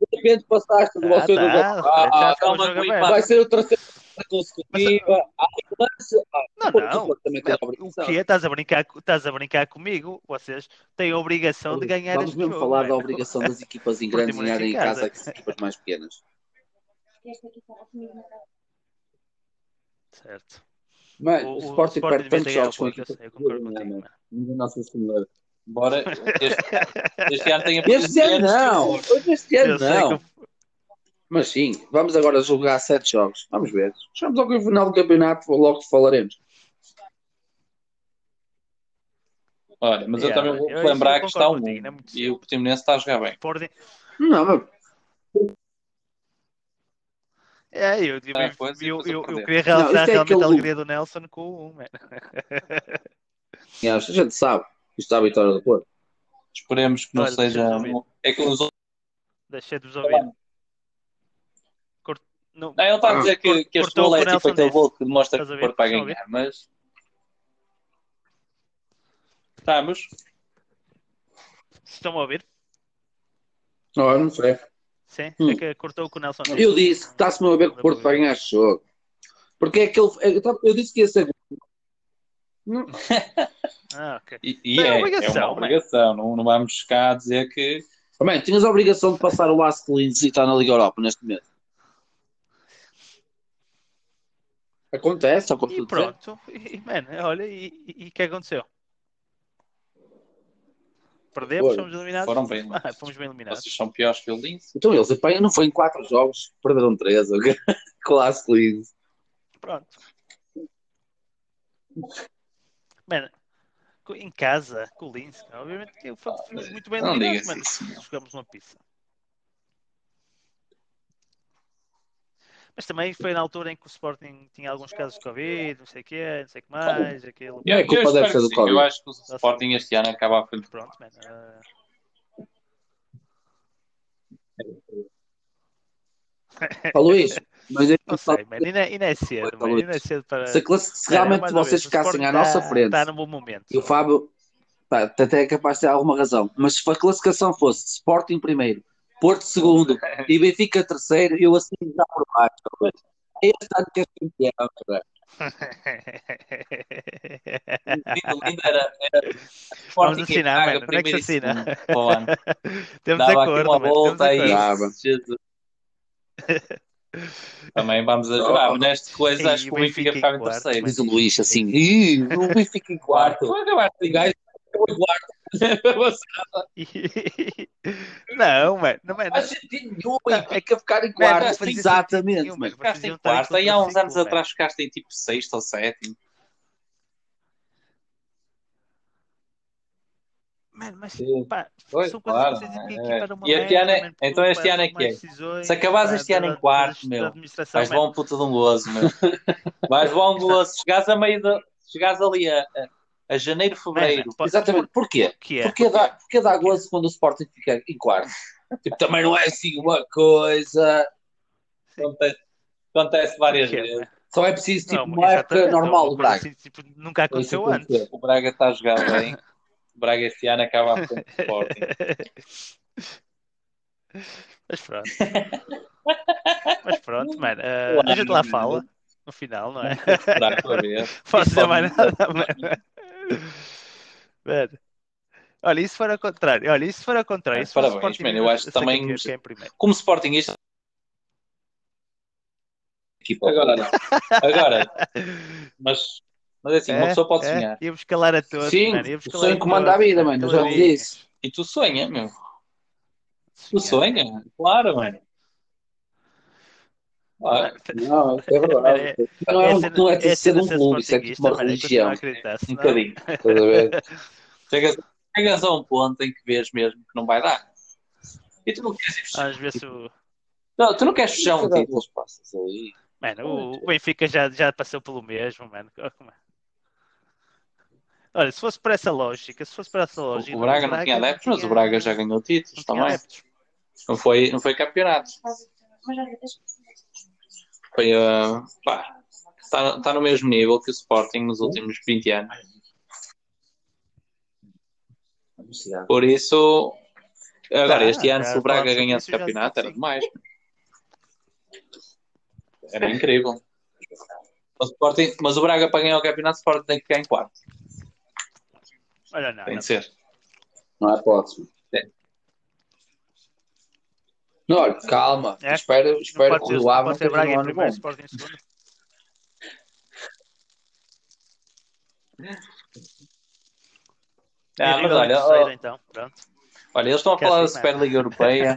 [SPEAKER 2] de repente passaste de
[SPEAKER 1] É. Ah,
[SPEAKER 2] você no
[SPEAKER 1] tá.
[SPEAKER 2] gol.
[SPEAKER 1] Já
[SPEAKER 2] Ah,
[SPEAKER 1] está o jogo
[SPEAKER 3] calma com o
[SPEAKER 1] aberto.
[SPEAKER 3] empate.
[SPEAKER 2] vai ser o terceiro consecutiva. Ah, lance. Ah,
[SPEAKER 1] Não,
[SPEAKER 2] Porto
[SPEAKER 1] não. É,
[SPEAKER 2] também tem
[SPEAKER 1] O
[SPEAKER 2] obrigação.
[SPEAKER 1] que Estás a brincar, co- estás a brincar comigo? Vocês têm a obrigação Então de ganhar
[SPEAKER 2] Vamos
[SPEAKER 1] este
[SPEAKER 2] mesmo
[SPEAKER 1] jogo.
[SPEAKER 2] falar
[SPEAKER 1] velho.
[SPEAKER 2] da obrigação das equipas em grandes
[SPEAKER 1] Portimonense
[SPEAKER 2] ganharem em
[SPEAKER 1] em
[SPEAKER 2] casa é
[SPEAKER 1] casa. é.
[SPEAKER 2] que as equipas mais pequenas.
[SPEAKER 1] Certo.
[SPEAKER 2] Mas
[SPEAKER 1] O,
[SPEAKER 2] É, o
[SPEAKER 1] o
[SPEAKER 2] Sporting
[SPEAKER 1] Sporting
[SPEAKER 2] perde
[SPEAKER 1] devia ter
[SPEAKER 2] tantos
[SPEAKER 1] ganhado o
[SPEAKER 2] jogos com
[SPEAKER 1] Porto, eu
[SPEAKER 2] equipas
[SPEAKER 1] sei, eu concordo
[SPEAKER 2] pequenas,
[SPEAKER 1] contigo,
[SPEAKER 2] né, mano.
[SPEAKER 1] mano.
[SPEAKER 2] Minha Nossa Senhora.
[SPEAKER 3] Embora este, este ano tenha
[SPEAKER 2] Este ano não! Este ano
[SPEAKER 1] Eu sei
[SPEAKER 2] não!
[SPEAKER 1] que o-
[SPEAKER 2] Mas sim, vamos agora julgar sete jogos. Vamos ver. Chegamos ao final do campeonato, logo falaremos.
[SPEAKER 3] Olha, mas eu
[SPEAKER 1] Yeah,
[SPEAKER 3] também vou
[SPEAKER 1] eu- isso
[SPEAKER 3] lembrar
[SPEAKER 1] eu
[SPEAKER 3] que está um
[SPEAKER 1] concordo contigo, não é muito
[SPEAKER 3] e o Portimonense está a jogar bem.
[SPEAKER 1] Sporting-
[SPEAKER 2] Não, mas
[SPEAKER 1] É, eu, eu,
[SPEAKER 3] Ah,
[SPEAKER 2] assim
[SPEAKER 3] pois, e
[SPEAKER 1] eu,
[SPEAKER 3] depois
[SPEAKER 1] eu-
[SPEAKER 3] eu
[SPEAKER 1] eu
[SPEAKER 3] perder.
[SPEAKER 1] queria
[SPEAKER 2] Não,
[SPEAKER 1] realçar
[SPEAKER 2] isso é
[SPEAKER 1] realmente
[SPEAKER 2] aquele-
[SPEAKER 1] a alegria do Nelson com o 1, mano.
[SPEAKER 2] é, a gente sabe que isto é a vitória do Porto.
[SPEAKER 3] Esperemos que não
[SPEAKER 1] Olha,
[SPEAKER 3] seja.
[SPEAKER 1] deixa-me ouvir.
[SPEAKER 3] um- É que os outros.
[SPEAKER 1] Deixei-te-vos ouvir. Cort- Não,
[SPEAKER 3] Não, Ah, ele está
[SPEAKER 2] Ah,
[SPEAKER 3] a dizer que, que este
[SPEAKER 1] Cortou
[SPEAKER 3] gol
[SPEAKER 1] o
[SPEAKER 3] é
[SPEAKER 1] Nelson
[SPEAKER 3] tipo aquele
[SPEAKER 1] desse.
[SPEAKER 3] gol que demonstra
[SPEAKER 1] Estás
[SPEAKER 3] que
[SPEAKER 1] a
[SPEAKER 3] o
[SPEAKER 1] ver?
[SPEAKER 3] Porto vai
[SPEAKER 1] Estás a
[SPEAKER 3] ganhar, mas. Estamos.
[SPEAKER 1] Estão a ouvir?
[SPEAKER 2] Não, eu não sei.
[SPEAKER 1] Sim,
[SPEAKER 2] Hum.
[SPEAKER 1] é que cortou com o Nelson.
[SPEAKER 2] Eu disse tá que está-se-me a ver que o Porto vai ganhar este jogo. Porque é aquele. é- Eu tava- eu disse que ia ser. Não,
[SPEAKER 1] Ah, ok.
[SPEAKER 3] E, e
[SPEAKER 1] Não, é
[SPEAKER 3] é, é
[SPEAKER 1] obrigação,
[SPEAKER 3] uma
[SPEAKER 1] mano.
[SPEAKER 3] obrigação. Não, não vamos cá dizer que.
[SPEAKER 2] Também, tinhas a obrigação de passar o Lask Linz e está na Liga Europa neste momento. Acontece, acontece.
[SPEAKER 1] E pronto. E, mano, olha, e e- e o que aconteceu? Perdemos,
[SPEAKER 2] Foram.
[SPEAKER 1] fomos eliminados.
[SPEAKER 3] Foram bem, mano.
[SPEAKER 1] Ah, fomos bem eliminados.
[SPEAKER 3] Vocês são piores que o Linz.
[SPEAKER 2] Então eles apanham, não foi em 4 jogos, perderam 3. Com o Lask Linz.
[SPEAKER 1] Pronto. Mano, co- em casa, com o Linz, obviamente que foi- fomos muito bem
[SPEAKER 3] Ah, não
[SPEAKER 1] eliminados,
[SPEAKER 3] digas
[SPEAKER 1] mano.
[SPEAKER 3] isso, meu.
[SPEAKER 1] Jogamos uma pizza. Mas também foi na altura em que o Sporting tinha alguns casos de Covid, não sei o quê, não sei o que mais, aquilo.
[SPEAKER 2] Yeah, a é culpa
[SPEAKER 3] Eu espero
[SPEAKER 2] deve ser
[SPEAKER 3] que
[SPEAKER 2] do
[SPEAKER 3] sim.
[SPEAKER 2] Covid.
[SPEAKER 3] Eu acho que o Sporting este ano acaba a frente.
[SPEAKER 1] Pronto, mano. ah.
[SPEAKER 2] Ó Luís, mas é
[SPEAKER 1] Não sei, mano. Ainda, ainda é cedo, mano. Ainda é cedo para.
[SPEAKER 2] se, a classe- se realmente
[SPEAKER 1] Mano, mais uma
[SPEAKER 2] vocês
[SPEAKER 1] vez, o
[SPEAKER 2] ficassem
[SPEAKER 1] Sporting
[SPEAKER 2] à nossa
[SPEAKER 1] tá-
[SPEAKER 2] frente.
[SPEAKER 1] Está num bom momento.
[SPEAKER 2] E o Fábio, pá, até é capaz de ter alguma razão, mas se a classificação fosse Sporting primeiro, Porto segundo e Benfica terceiro, eu assim já por baixo. É Este ano que és campeão, cara.
[SPEAKER 3] O Linz era. era
[SPEAKER 1] Vamos
[SPEAKER 3] Sporting e
[SPEAKER 1] assinar,
[SPEAKER 3] Braga,
[SPEAKER 1] mano. Onde é que se assina?
[SPEAKER 3] primeiro e segundo para o ano.
[SPEAKER 1] Temos
[SPEAKER 3] Dava aqui
[SPEAKER 1] acordo,
[SPEAKER 3] uma
[SPEAKER 1] mano. Temos
[SPEAKER 3] volta aí.
[SPEAKER 1] acordo.
[SPEAKER 2] Dava.
[SPEAKER 3] Jesus. Também vamos ajudar. mas neste coisa,
[SPEAKER 1] Ei,
[SPEAKER 3] acho que o
[SPEAKER 1] o Benfica
[SPEAKER 3] Benfica ficava
[SPEAKER 1] em
[SPEAKER 3] em
[SPEAKER 1] quarto,
[SPEAKER 3] terceiro.
[SPEAKER 2] Diz o Luís assim, "Ih, o Benfica em quarto.
[SPEAKER 3] Mas eu acho que
[SPEAKER 2] Tem gajo que acabou em quarto.
[SPEAKER 1] Não, mano.
[SPEAKER 2] Não
[SPEAKER 1] Não,
[SPEAKER 2] faz
[SPEAKER 1] mano.
[SPEAKER 2] sentido nenhum, o Benfica ficar em
[SPEAKER 1] é Não, não
[SPEAKER 2] quarto.
[SPEAKER 1] faz sentido
[SPEAKER 2] Exatamente.
[SPEAKER 1] nenhum, mano.
[SPEAKER 3] Ficaste em quarto. Aí há uns anos atrás ficaste em tipo sexto ou sétimo.
[SPEAKER 1] Então, Mano, mas
[SPEAKER 3] Sim.
[SPEAKER 1] pá,
[SPEAKER 3] Pois,
[SPEAKER 1] são
[SPEAKER 3] claro,
[SPEAKER 1] coisas que vocês aqui
[SPEAKER 3] é.
[SPEAKER 1] equiparam uma
[SPEAKER 3] E este
[SPEAKER 1] merda,
[SPEAKER 3] ano é-
[SPEAKER 1] mano,
[SPEAKER 3] então
[SPEAKER 1] porque, pá,
[SPEAKER 3] este ano é
[SPEAKER 1] são
[SPEAKER 3] que é?
[SPEAKER 1] mais decisões,
[SPEAKER 3] Se acabares
[SPEAKER 1] pá,
[SPEAKER 3] este ano em
[SPEAKER 1] da- da-
[SPEAKER 3] quarto,
[SPEAKER 1] da
[SPEAKER 3] meu,
[SPEAKER 1] administração,
[SPEAKER 3] Vais
[SPEAKER 1] mano.
[SPEAKER 3] bom puto de um gozo, meu. Vais bom gozo. Chegares a meio de. Chegares ali a, a, a janeiro, fevereiro.
[SPEAKER 1] Mano, pá,
[SPEAKER 2] Exatamente. Porquê?
[SPEAKER 1] o que é?
[SPEAKER 2] Porque dá, porque dá gozo quando o Sporting fica em quarto. Tipo, também não é assim uma coisa.
[SPEAKER 3] Acontece, acontece várias
[SPEAKER 1] Que é,
[SPEAKER 3] vezes.
[SPEAKER 2] Só é preciso, tipo,
[SPEAKER 1] Não,
[SPEAKER 2] uma época
[SPEAKER 1] exatamente, é
[SPEAKER 2] normal
[SPEAKER 1] uma
[SPEAKER 2] do
[SPEAKER 1] coisa
[SPEAKER 2] Braga.
[SPEAKER 1] assim, tipo, nunca
[SPEAKER 2] Foi isso que
[SPEAKER 1] aconteceu antes.
[SPEAKER 2] aconteceu.
[SPEAKER 3] O Braga está a jogar bem. Braga este ano acaba a frente do Sporting.
[SPEAKER 1] Mas pronto. Mas pronto, mano. eh, a gente lá fala no final, não é?
[SPEAKER 3] Será que vai ver?
[SPEAKER 1] Posso dizer
[SPEAKER 3] Pode
[SPEAKER 1] mais
[SPEAKER 3] dizer.
[SPEAKER 1] nada, mano. Mano. Olha, isso for ao contrário. Olha, isso for ao contrário.
[SPEAKER 3] Ah,
[SPEAKER 1] isso for o
[SPEAKER 3] parabéns,
[SPEAKER 1] Sporting,
[SPEAKER 3] mano, eu acho que
[SPEAKER 1] sei
[SPEAKER 3] também-
[SPEAKER 1] quem é que é em primeiro.
[SPEAKER 3] Como Sportingista. Agora não. Agora. Mas, mas é assim, uma
[SPEAKER 1] É,
[SPEAKER 3] pessoa pode
[SPEAKER 1] é,
[SPEAKER 3] sonhar.
[SPEAKER 1] Íamos calar a todos,
[SPEAKER 2] Sim,
[SPEAKER 1] mano. Íamos
[SPEAKER 2] o
[SPEAKER 1] calar
[SPEAKER 2] sonho
[SPEAKER 1] a
[SPEAKER 2] que manda a
[SPEAKER 1] todos,
[SPEAKER 2] vida,
[SPEAKER 1] mano,
[SPEAKER 2] mano.
[SPEAKER 1] calar
[SPEAKER 2] Já
[SPEAKER 1] a
[SPEAKER 2] te
[SPEAKER 1] vida.
[SPEAKER 2] disse.
[SPEAKER 3] E tu sonha, meu. Tu
[SPEAKER 1] Sonhar.
[SPEAKER 3] sonha, claro, mano. Claro.
[SPEAKER 1] Mano,
[SPEAKER 2] Não, é verdade.
[SPEAKER 1] Mano,
[SPEAKER 2] Não é, um-
[SPEAKER 1] cena-
[SPEAKER 2] não é de ser
[SPEAKER 1] a cena
[SPEAKER 2] um clube, isso é tipo
[SPEAKER 1] sportinguista,
[SPEAKER 2] uma
[SPEAKER 1] mano, eu continuo
[SPEAKER 2] religião.
[SPEAKER 1] a
[SPEAKER 2] tá É
[SPEAKER 1] acreditar,
[SPEAKER 3] Um
[SPEAKER 1] senão-
[SPEAKER 3] bocadinho.
[SPEAKER 2] Estás a ver?
[SPEAKER 3] Chegas, chegas a um ponto em que vês mesmo que não vai dar. E tu não queres ir fechar.
[SPEAKER 1] Às vezes o.
[SPEAKER 3] Não, tu não queres fechar um título.
[SPEAKER 2] títulos passas ali.
[SPEAKER 1] Mano, o- o Benfica já, já passou pelo mesmo, mano. é. Olha, se fosse por essa lógica, se fosse por essa lógica.
[SPEAKER 3] O Braga não tinha adeptos, mas o Braga já ganhou títulos
[SPEAKER 1] não tinha
[SPEAKER 3] também.
[SPEAKER 1] adeptos.
[SPEAKER 3] Não foi, não foi campeonato. Foi, ah, pá, está, está no mesmo nível que o Sporting nos últimos 20 anos. Por isso, agora,
[SPEAKER 1] Ah,
[SPEAKER 3] este ano,
[SPEAKER 1] já
[SPEAKER 3] se o Braga
[SPEAKER 1] falámos sobre
[SPEAKER 3] ganhasse
[SPEAKER 1] isso, já
[SPEAKER 3] campeonato, era
[SPEAKER 1] sim.
[SPEAKER 3] demais. Era incrível. Mas o, Sporting, mas o Braga, para ganhar o campeonato, o Sporting tem que ganhar em quarto.
[SPEAKER 1] Olha, não.
[SPEAKER 3] Tem
[SPEAKER 1] não.
[SPEAKER 3] de ser.
[SPEAKER 2] Não é próximo.
[SPEAKER 3] É.
[SPEAKER 2] Não, olha, calma.
[SPEAKER 1] É.
[SPEAKER 2] Espero,
[SPEAKER 1] Não
[SPEAKER 2] espero
[SPEAKER 1] pode
[SPEAKER 2] que
[SPEAKER 1] ser,
[SPEAKER 2] o
[SPEAKER 1] não
[SPEAKER 2] Lama
[SPEAKER 1] pode ser
[SPEAKER 2] esteja
[SPEAKER 1] Braga
[SPEAKER 2] no
[SPEAKER 1] em
[SPEAKER 2] ano
[SPEAKER 1] primeiro,
[SPEAKER 2] bom.
[SPEAKER 1] Sporting em segundo.
[SPEAKER 3] Ah, mas
[SPEAKER 1] Vila em
[SPEAKER 3] olha,
[SPEAKER 1] terceiro, então. Pronto.
[SPEAKER 3] olha, eles estão a
[SPEAKER 1] Quer
[SPEAKER 3] falar da
[SPEAKER 1] dizer, mano.
[SPEAKER 3] Superliga Europeia.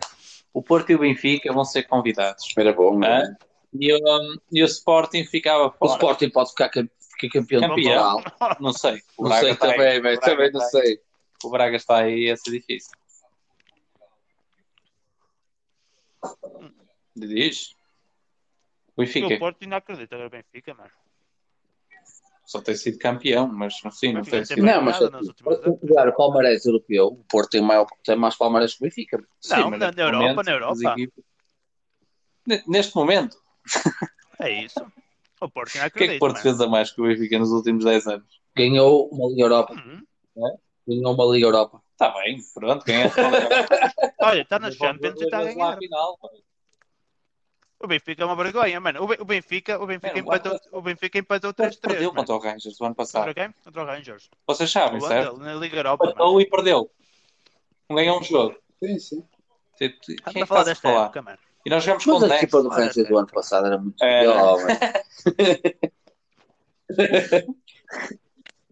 [SPEAKER 3] O Porto e o Benfica vão ser convidados.
[SPEAKER 2] Era bom, não é?
[SPEAKER 3] Ah, E, o- e o Sporting ficava
[SPEAKER 2] O
[SPEAKER 3] fora.
[SPEAKER 2] Sporting pode ficar cam- ficar campeão do
[SPEAKER 3] Campeão.
[SPEAKER 2] Mundial.
[SPEAKER 3] Não sei. O
[SPEAKER 2] Não sei
[SPEAKER 3] Braga tá aí.
[SPEAKER 2] também, velho.
[SPEAKER 3] O Braga
[SPEAKER 2] Também não
[SPEAKER 3] tá aí.
[SPEAKER 2] sei.
[SPEAKER 3] O Braga está aí, ia ser difícil. Diz?
[SPEAKER 1] E
[SPEAKER 3] O
[SPEAKER 1] O
[SPEAKER 3] Benfica
[SPEAKER 1] Porto ainda acredita, agora o Benfica, mano.
[SPEAKER 3] só tem sido campeão, mas sim, não
[SPEAKER 1] Mas não
[SPEAKER 3] tem
[SPEAKER 1] tem
[SPEAKER 3] sido.
[SPEAKER 1] mais-
[SPEAKER 2] Não, mas
[SPEAKER 1] nada nas últimas
[SPEAKER 2] se jogar o Palmeiras europeu, o Porto tem, maior, tem mais Palmeiras que o Benfica.
[SPEAKER 3] Sim,
[SPEAKER 1] Não,
[SPEAKER 3] mas
[SPEAKER 1] na-
[SPEAKER 3] neste
[SPEAKER 1] na Europa,
[SPEAKER 3] momento,
[SPEAKER 1] na Europa.
[SPEAKER 3] as equipas- Ne- Neste momento,
[SPEAKER 1] É isso. O Porto ainda
[SPEAKER 3] o que é que
[SPEAKER 1] acredita.
[SPEAKER 3] o Porto
[SPEAKER 1] mano.
[SPEAKER 3] fez a mais que o Benfica nos últimos 10 anos?
[SPEAKER 2] Ganhou uma Liga Europa.
[SPEAKER 1] Hum.
[SPEAKER 2] Ganhou uma Liga Europa.
[SPEAKER 3] Está Tá bem, pronto, é ganha.
[SPEAKER 1] Olha, está nas Champions e está a ganhar.
[SPEAKER 3] Final, mano.
[SPEAKER 1] O Benfica é uma vergonha, mano. O Ben- o Benfica, o Benfica
[SPEAKER 3] Mano, o
[SPEAKER 1] empatou, o Benfica empatou
[SPEAKER 3] O Porto
[SPEAKER 1] 3-3.
[SPEAKER 3] perdeu
[SPEAKER 1] mano.
[SPEAKER 3] contra o Rangers do
[SPEAKER 1] Contra
[SPEAKER 3] ano passado.
[SPEAKER 1] quem? é? Contra o Rangers.
[SPEAKER 3] Vocês
[SPEAKER 1] O é?
[SPEAKER 3] sabem, certo?
[SPEAKER 1] Wandel, na Liga Europa. Mano.
[SPEAKER 3] Empatou e perdeu. Não ganhou um jogo.
[SPEAKER 2] Sim, sim.
[SPEAKER 3] Tipo, Quem é que
[SPEAKER 1] Estamos a falar
[SPEAKER 3] está a
[SPEAKER 1] desta
[SPEAKER 3] falar?
[SPEAKER 1] época, mano.
[SPEAKER 3] E nós jogamos com eh, né?
[SPEAKER 2] Mas a
[SPEAKER 3] 10.
[SPEAKER 2] equipa do Rangers do ano passado era muito
[SPEAKER 3] É.
[SPEAKER 2] melhor, velho.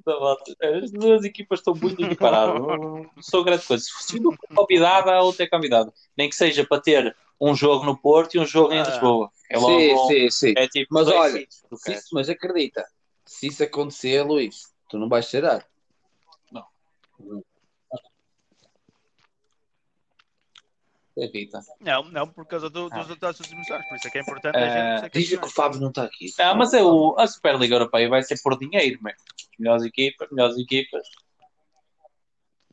[SPEAKER 3] Tá As duas equipas estão muito equiparadas. Não sou grande coisa. Se uma é convidada, a outra é convidada. Nem que seja para ter um jogo no Porto e um jogo em
[SPEAKER 1] Ah.
[SPEAKER 3] Lisboa. É logo.
[SPEAKER 2] Sim, sim, sim.
[SPEAKER 3] É tipo.
[SPEAKER 2] Mas
[SPEAKER 3] dois
[SPEAKER 2] olha,
[SPEAKER 3] sítios do
[SPEAKER 2] Se
[SPEAKER 3] caralho.
[SPEAKER 2] isso- mas acredita, se isso acontecer, Luís, tu não vais cheirar.
[SPEAKER 3] Não.
[SPEAKER 2] Não.
[SPEAKER 3] Acredita.
[SPEAKER 1] Não, não, por causa do, dos resultados dos últimos anos. Por isso é que é importante a
[SPEAKER 3] Ah,
[SPEAKER 1] gente ser
[SPEAKER 2] Diz-lhe que o
[SPEAKER 1] campeão.
[SPEAKER 2] Fábio não está aqui.
[SPEAKER 3] Ah, mas é o, a Superliga Europeia vai ser por dinheiro, mesmo. As melhores equipas, melhores equipas.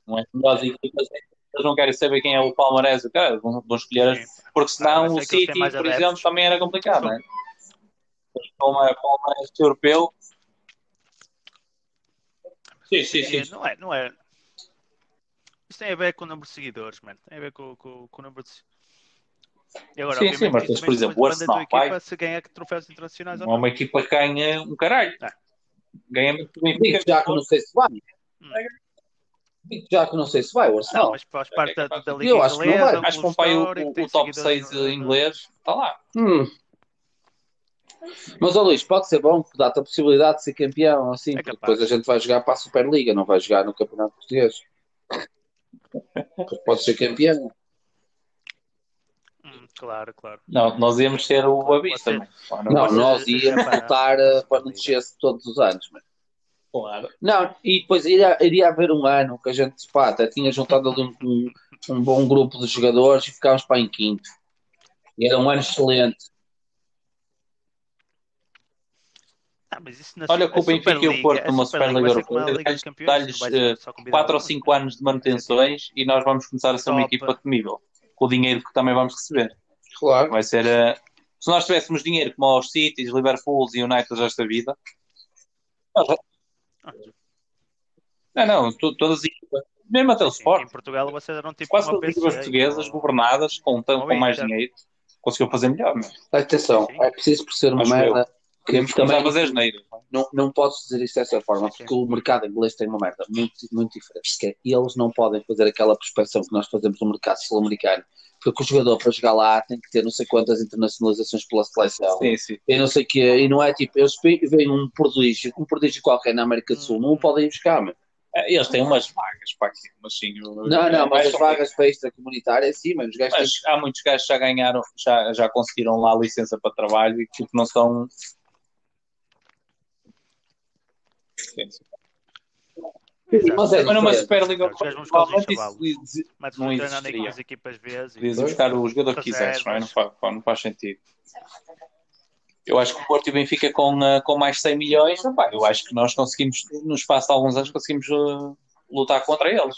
[SPEAKER 3] Não é? As melhores equipas. Eles não querem saber quem é o Palmeiras, o cara. Vão, vão escolher as
[SPEAKER 1] Sim.
[SPEAKER 3] Porque
[SPEAKER 1] Ah,
[SPEAKER 3] senão
[SPEAKER 1] mas é
[SPEAKER 3] o
[SPEAKER 1] que eles
[SPEAKER 3] City,
[SPEAKER 1] têm
[SPEAKER 3] por
[SPEAKER 1] mais adeptos.
[SPEAKER 3] exemplo, também era complicado, né? Como é como é este europeu. Sim, sim,
[SPEAKER 1] É, não é, não é. Isso tem a ver com o número de seguidores, mano. Tem a ver com, com- com o número de. E agora,
[SPEAKER 3] Sim, sim,
[SPEAKER 1] obviamente,
[SPEAKER 3] mas
[SPEAKER 1] isso
[SPEAKER 3] tens,
[SPEAKER 1] também
[SPEAKER 3] por
[SPEAKER 1] depende
[SPEAKER 3] exemplo, o
[SPEAKER 1] da tua
[SPEAKER 3] Arsenal,
[SPEAKER 1] equipa se ganha troféus internacionais ou
[SPEAKER 3] Não é
[SPEAKER 1] não.
[SPEAKER 3] uma equipa que ganha um caralho.
[SPEAKER 1] Ah.
[SPEAKER 3] Ganha muito
[SPEAKER 2] Digo
[SPEAKER 3] bem.
[SPEAKER 2] já que não sei se vai.
[SPEAKER 1] Hum.
[SPEAKER 2] Digo já que não sei se vai, o
[SPEAKER 1] Não,
[SPEAKER 2] Arsenal.
[SPEAKER 1] mas
[SPEAKER 3] É
[SPEAKER 1] faz parte da, da
[SPEAKER 3] Eu
[SPEAKER 1] Liga
[SPEAKER 2] acho que não
[SPEAKER 1] Inglesa.
[SPEAKER 2] vai.
[SPEAKER 1] um
[SPEAKER 3] Acho que
[SPEAKER 1] clube
[SPEAKER 3] o pai, o,
[SPEAKER 1] histórico,
[SPEAKER 3] o-
[SPEAKER 1] tem
[SPEAKER 3] o top
[SPEAKER 1] seguidores
[SPEAKER 3] 6
[SPEAKER 1] no- no-
[SPEAKER 3] inglês está lá.
[SPEAKER 2] Hum. Mas, ó Luís, pode ser bom, dá-te a possibilidade de ser campeão, assim,
[SPEAKER 1] É
[SPEAKER 2] porque
[SPEAKER 1] capaz.
[SPEAKER 2] depois a gente vai jogar para a Superliga, não vai jogar no Campeonato Português. Porque pode ser campeão.
[SPEAKER 1] Hum, claro, claro.
[SPEAKER 3] Não, nós íamos ser o Avista,
[SPEAKER 1] Você-
[SPEAKER 3] mano. Ah,
[SPEAKER 2] Não,
[SPEAKER 1] você-
[SPEAKER 2] nós
[SPEAKER 1] você
[SPEAKER 2] íamos
[SPEAKER 1] já para-
[SPEAKER 2] lutar eh, para não descer todos os anos, mas.
[SPEAKER 3] Claro.
[SPEAKER 2] Não, e depois iria, iria haver um ano que a gente, pá, até tinha juntado ali um, um- um bom grupo de jogadores e ficámos para em quinto. E era um ano excelente.
[SPEAKER 1] Ah, mas isso na
[SPEAKER 3] Olha
[SPEAKER 1] Su-
[SPEAKER 3] que o
[SPEAKER 1] a
[SPEAKER 3] Benfica e o
[SPEAKER 1] Superliga- é
[SPEAKER 3] Porto
[SPEAKER 1] a
[SPEAKER 3] numa Superliga
[SPEAKER 1] vai ser como a
[SPEAKER 3] Europeia,
[SPEAKER 1] Liga dos Campeões,
[SPEAKER 3] dá-lhes,
[SPEAKER 1] vai ser
[SPEAKER 3] eh,
[SPEAKER 1] só convidar
[SPEAKER 3] 4 ou
[SPEAKER 1] alguns.
[SPEAKER 3] 5 anos de manutenções e nós vamos começar a ser uma
[SPEAKER 1] Top.
[SPEAKER 3] equipa temível. Com o dinheiro que também vamos receber.
[SPEAKER 2] Claro.
[SPEAKER 3] Vai ser. eh, se nós tivéssemos dinheiro como aos Cities,
[SPEAKER 1] Ah.
[SPEAKER 3] Liverpools e United desta vida, nós, Não, não, to- todas as equipas, mesmo até é o
[SPEAKER 1] Sim,
[SPEAKER 3] Sport,
[SPEAKER 1] Em Portugal vocês eram tipo
[SPEAKER 3] quase
[SPEAKER 1] uma
[SPEAKER 3] todas as equipas
[SPEAKER 1] PSA,
[SPEAKER 3] portuguesas,
[SPEAKER 1] ou-
[SPEAKER 3] é, governadas, com, tan-
[SPEAKER 1] Ou
[SPEAKER 3] com mais
[SPEAKER 1] Inter.
[SPEAKER 3] dinheiro, conseguiu fazer melhor. Mas
[SPEAKER 2] Atenção,
[SPEAKER 1] Sim.
[SPEAKER 2] é preciso por ser uma
[SPEAKER 3] Acho
[SPEAKER 2] merda. Que
[SPEAKER 3] podemos começar
[SPEAKER 2] também
[SPEAKER 3] a fazer asneira.
[SPEAKER 2] não, não podes dizer isto dessa forma,
[SPEAKER 1] Sim, sim.
[SPEAKER 2] porque o mercado inglês tem uma merda muito, muito diferente. Que é, eles não podem fazer aquela prospecção que nós fazemos no mercado sul-americano, porque o jogador para jogar lá tem que ter não sei quantas internacionalizações pela seleção.
[SPEAKER 3] Sim, sim.
[SPEAKER 2] E não sei o quê, e não é tipo, eles ve- veem um prodígio, um prodígio qualquer na América do Sul, não o podem ir buscar, meu.
[SPEAKER 3] É, Eles têm umas vagas para aqui, mas sim. eu-
[SPEAKER 2] Não, não, mas
[SPEAKER 3] é,
[SPEAKER 2] as vagas para extra comunitária, sim, mas os gajos têm
[SPEAKER 3] Mas há muitos gajos que já ganharam, já, já conseguiram lá a licença para trabalho e que tipo, não são. Sim, sim.
[SPEAKER 1] Exato.
[SPEAKER 2] Mas é-
[SPEAKER 3] Mas numa Superliga,
[SPEAKER 1] Os gajos vão buscar os
[SPEAKER 3] provavelmente isso
[SPEAKER 1] chavalos. Mas
[SPEAKER 3] não
[SPEAKER 1] não treinando
[SPEAKER 3] existiria.
[SPEAKER 1] com as equipas Bs.
[SPEAKER 3] podias
[SPEAKER 1] E...
[SPEAKER 3] ir buscar o jogador que
[SPEAKER 1] Reservas.
[SPEAKER 3] quiseres, não é? Não faz, não faz sentido. Eu acho que o Porto e o Benfica com, ah, com mais 100 milhões, não vai. eu acho que nós conseguimos, no espaço de alguns anos, conseguimos ah, lutar contra eles.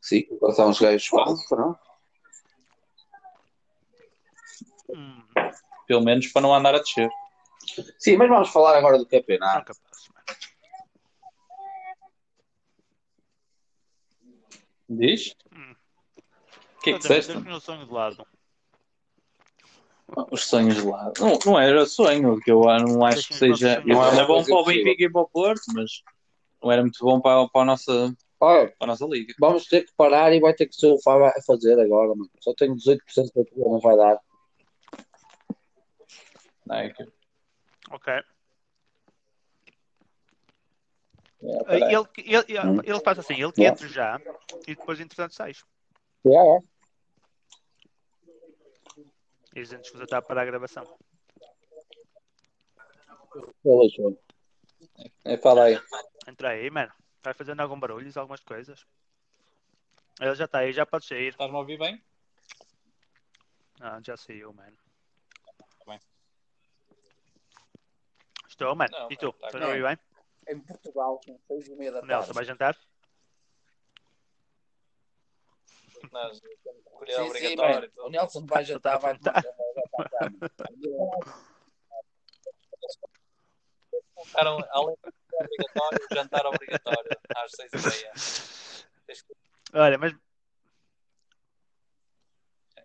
[SPEAKER 2] Sim, agora são uns gajos bons, não?
[SPEAKER 1] Hum,
[SPEAKER 3] Pelo menos para não andar a descer.
[SPEAKER 2] Sim, mas vamos falar agora do
[SPEAKER 1] não
[SPEAKER 3] Ah,
[SPEAKER 2] campeonato.
[SPEAKER 1] capaz,
[SPEAKER 3] é
[SPEAKER 1] mano.
[SPEAKER 3] Diz?
[SPEAKER 1] Hum.
[SPEAKER 3] O que é que
[SPEAKER 1] Outra vez,
[SPEAKER 3] disseste? Ah,
[SPEAKER 1] deixa-me o sonho de lado.
[SPEAKER 3] Os sonhos lá. Não, não era sonho, que eu não acho que seja.
[SPEAKER 1] Não
[SPEAKER 3] Não
[SPEAKER 1] é uma
[SPEAKER 3] era bom
[SPEAKER 2] coisa
[SPEAKER 3] para o
[SPEAKER 2] possível.
[SPEAKER 3] Benfica e para o Porto, mas não era muito bom para, para, a, nossa,
[SPEAKER 2] Olha,
[SPEAKER 3] para a nossa liga.
[SPEAKER 2] vamos ter que parar e vai ter que ser o Fábio a fazer agora, mano. Só tenho 18% da tua, não vai dar.
[SPEAKER 3] Não é que-
[SPEAKER 1] Ok.
[SPEAKER 3] é, peraí.
[SPEAKER 1] Ele, ele, ele, ele faz assim, ele que
[SPEAKER 2] Não.
[SPEAKER 1] entra já e depois, entretanto, sai.
[SPEAKER 2] É, é.
[SPEAKER 1] E a gente escuta está para a gravação.
[SPEAKER 2] Ele achou.
[SPEAKER 3] É, fala aí.
[SPEAKER 1] Entra aí, mano. Vai fazendo algum barulho, diz algumas coisas. Ele já está aí, já pode sair.
[SPEAKER 3] Estás-me a ouvir bem?
[SPEAKER 1] Ah, já saiu, mano.
[SPEAKER 3] Tá bem.
[SPEAKER 1] Estou, mano.
[SPEAKER 3] Não,
[SPEAKER 1] e tu?
[SPEAKER 3] tá
[SPEAKER 1] Estás
[SPEAKER 3] bem. tá.
[SPEAKER 1] a ouvir bem?
[SPEAKER 4] em Portugal, são seis e meia da
[SPEAKER 1] Nelson,
[SPEAKER 4] tarde.
[SPEAKER 1] vai jantar?
[SPEAKER 3] Não, é? colher
[SPEAKER 4] Sim, sim, mano. O Nelson vai jantar, vai tomar café, vai jantar.
[SPEAKER 3] Ficaram, além do jantar obrigatório, jantar obrigatório às seis e meia.
[SPEAKER 1] Olha, mas,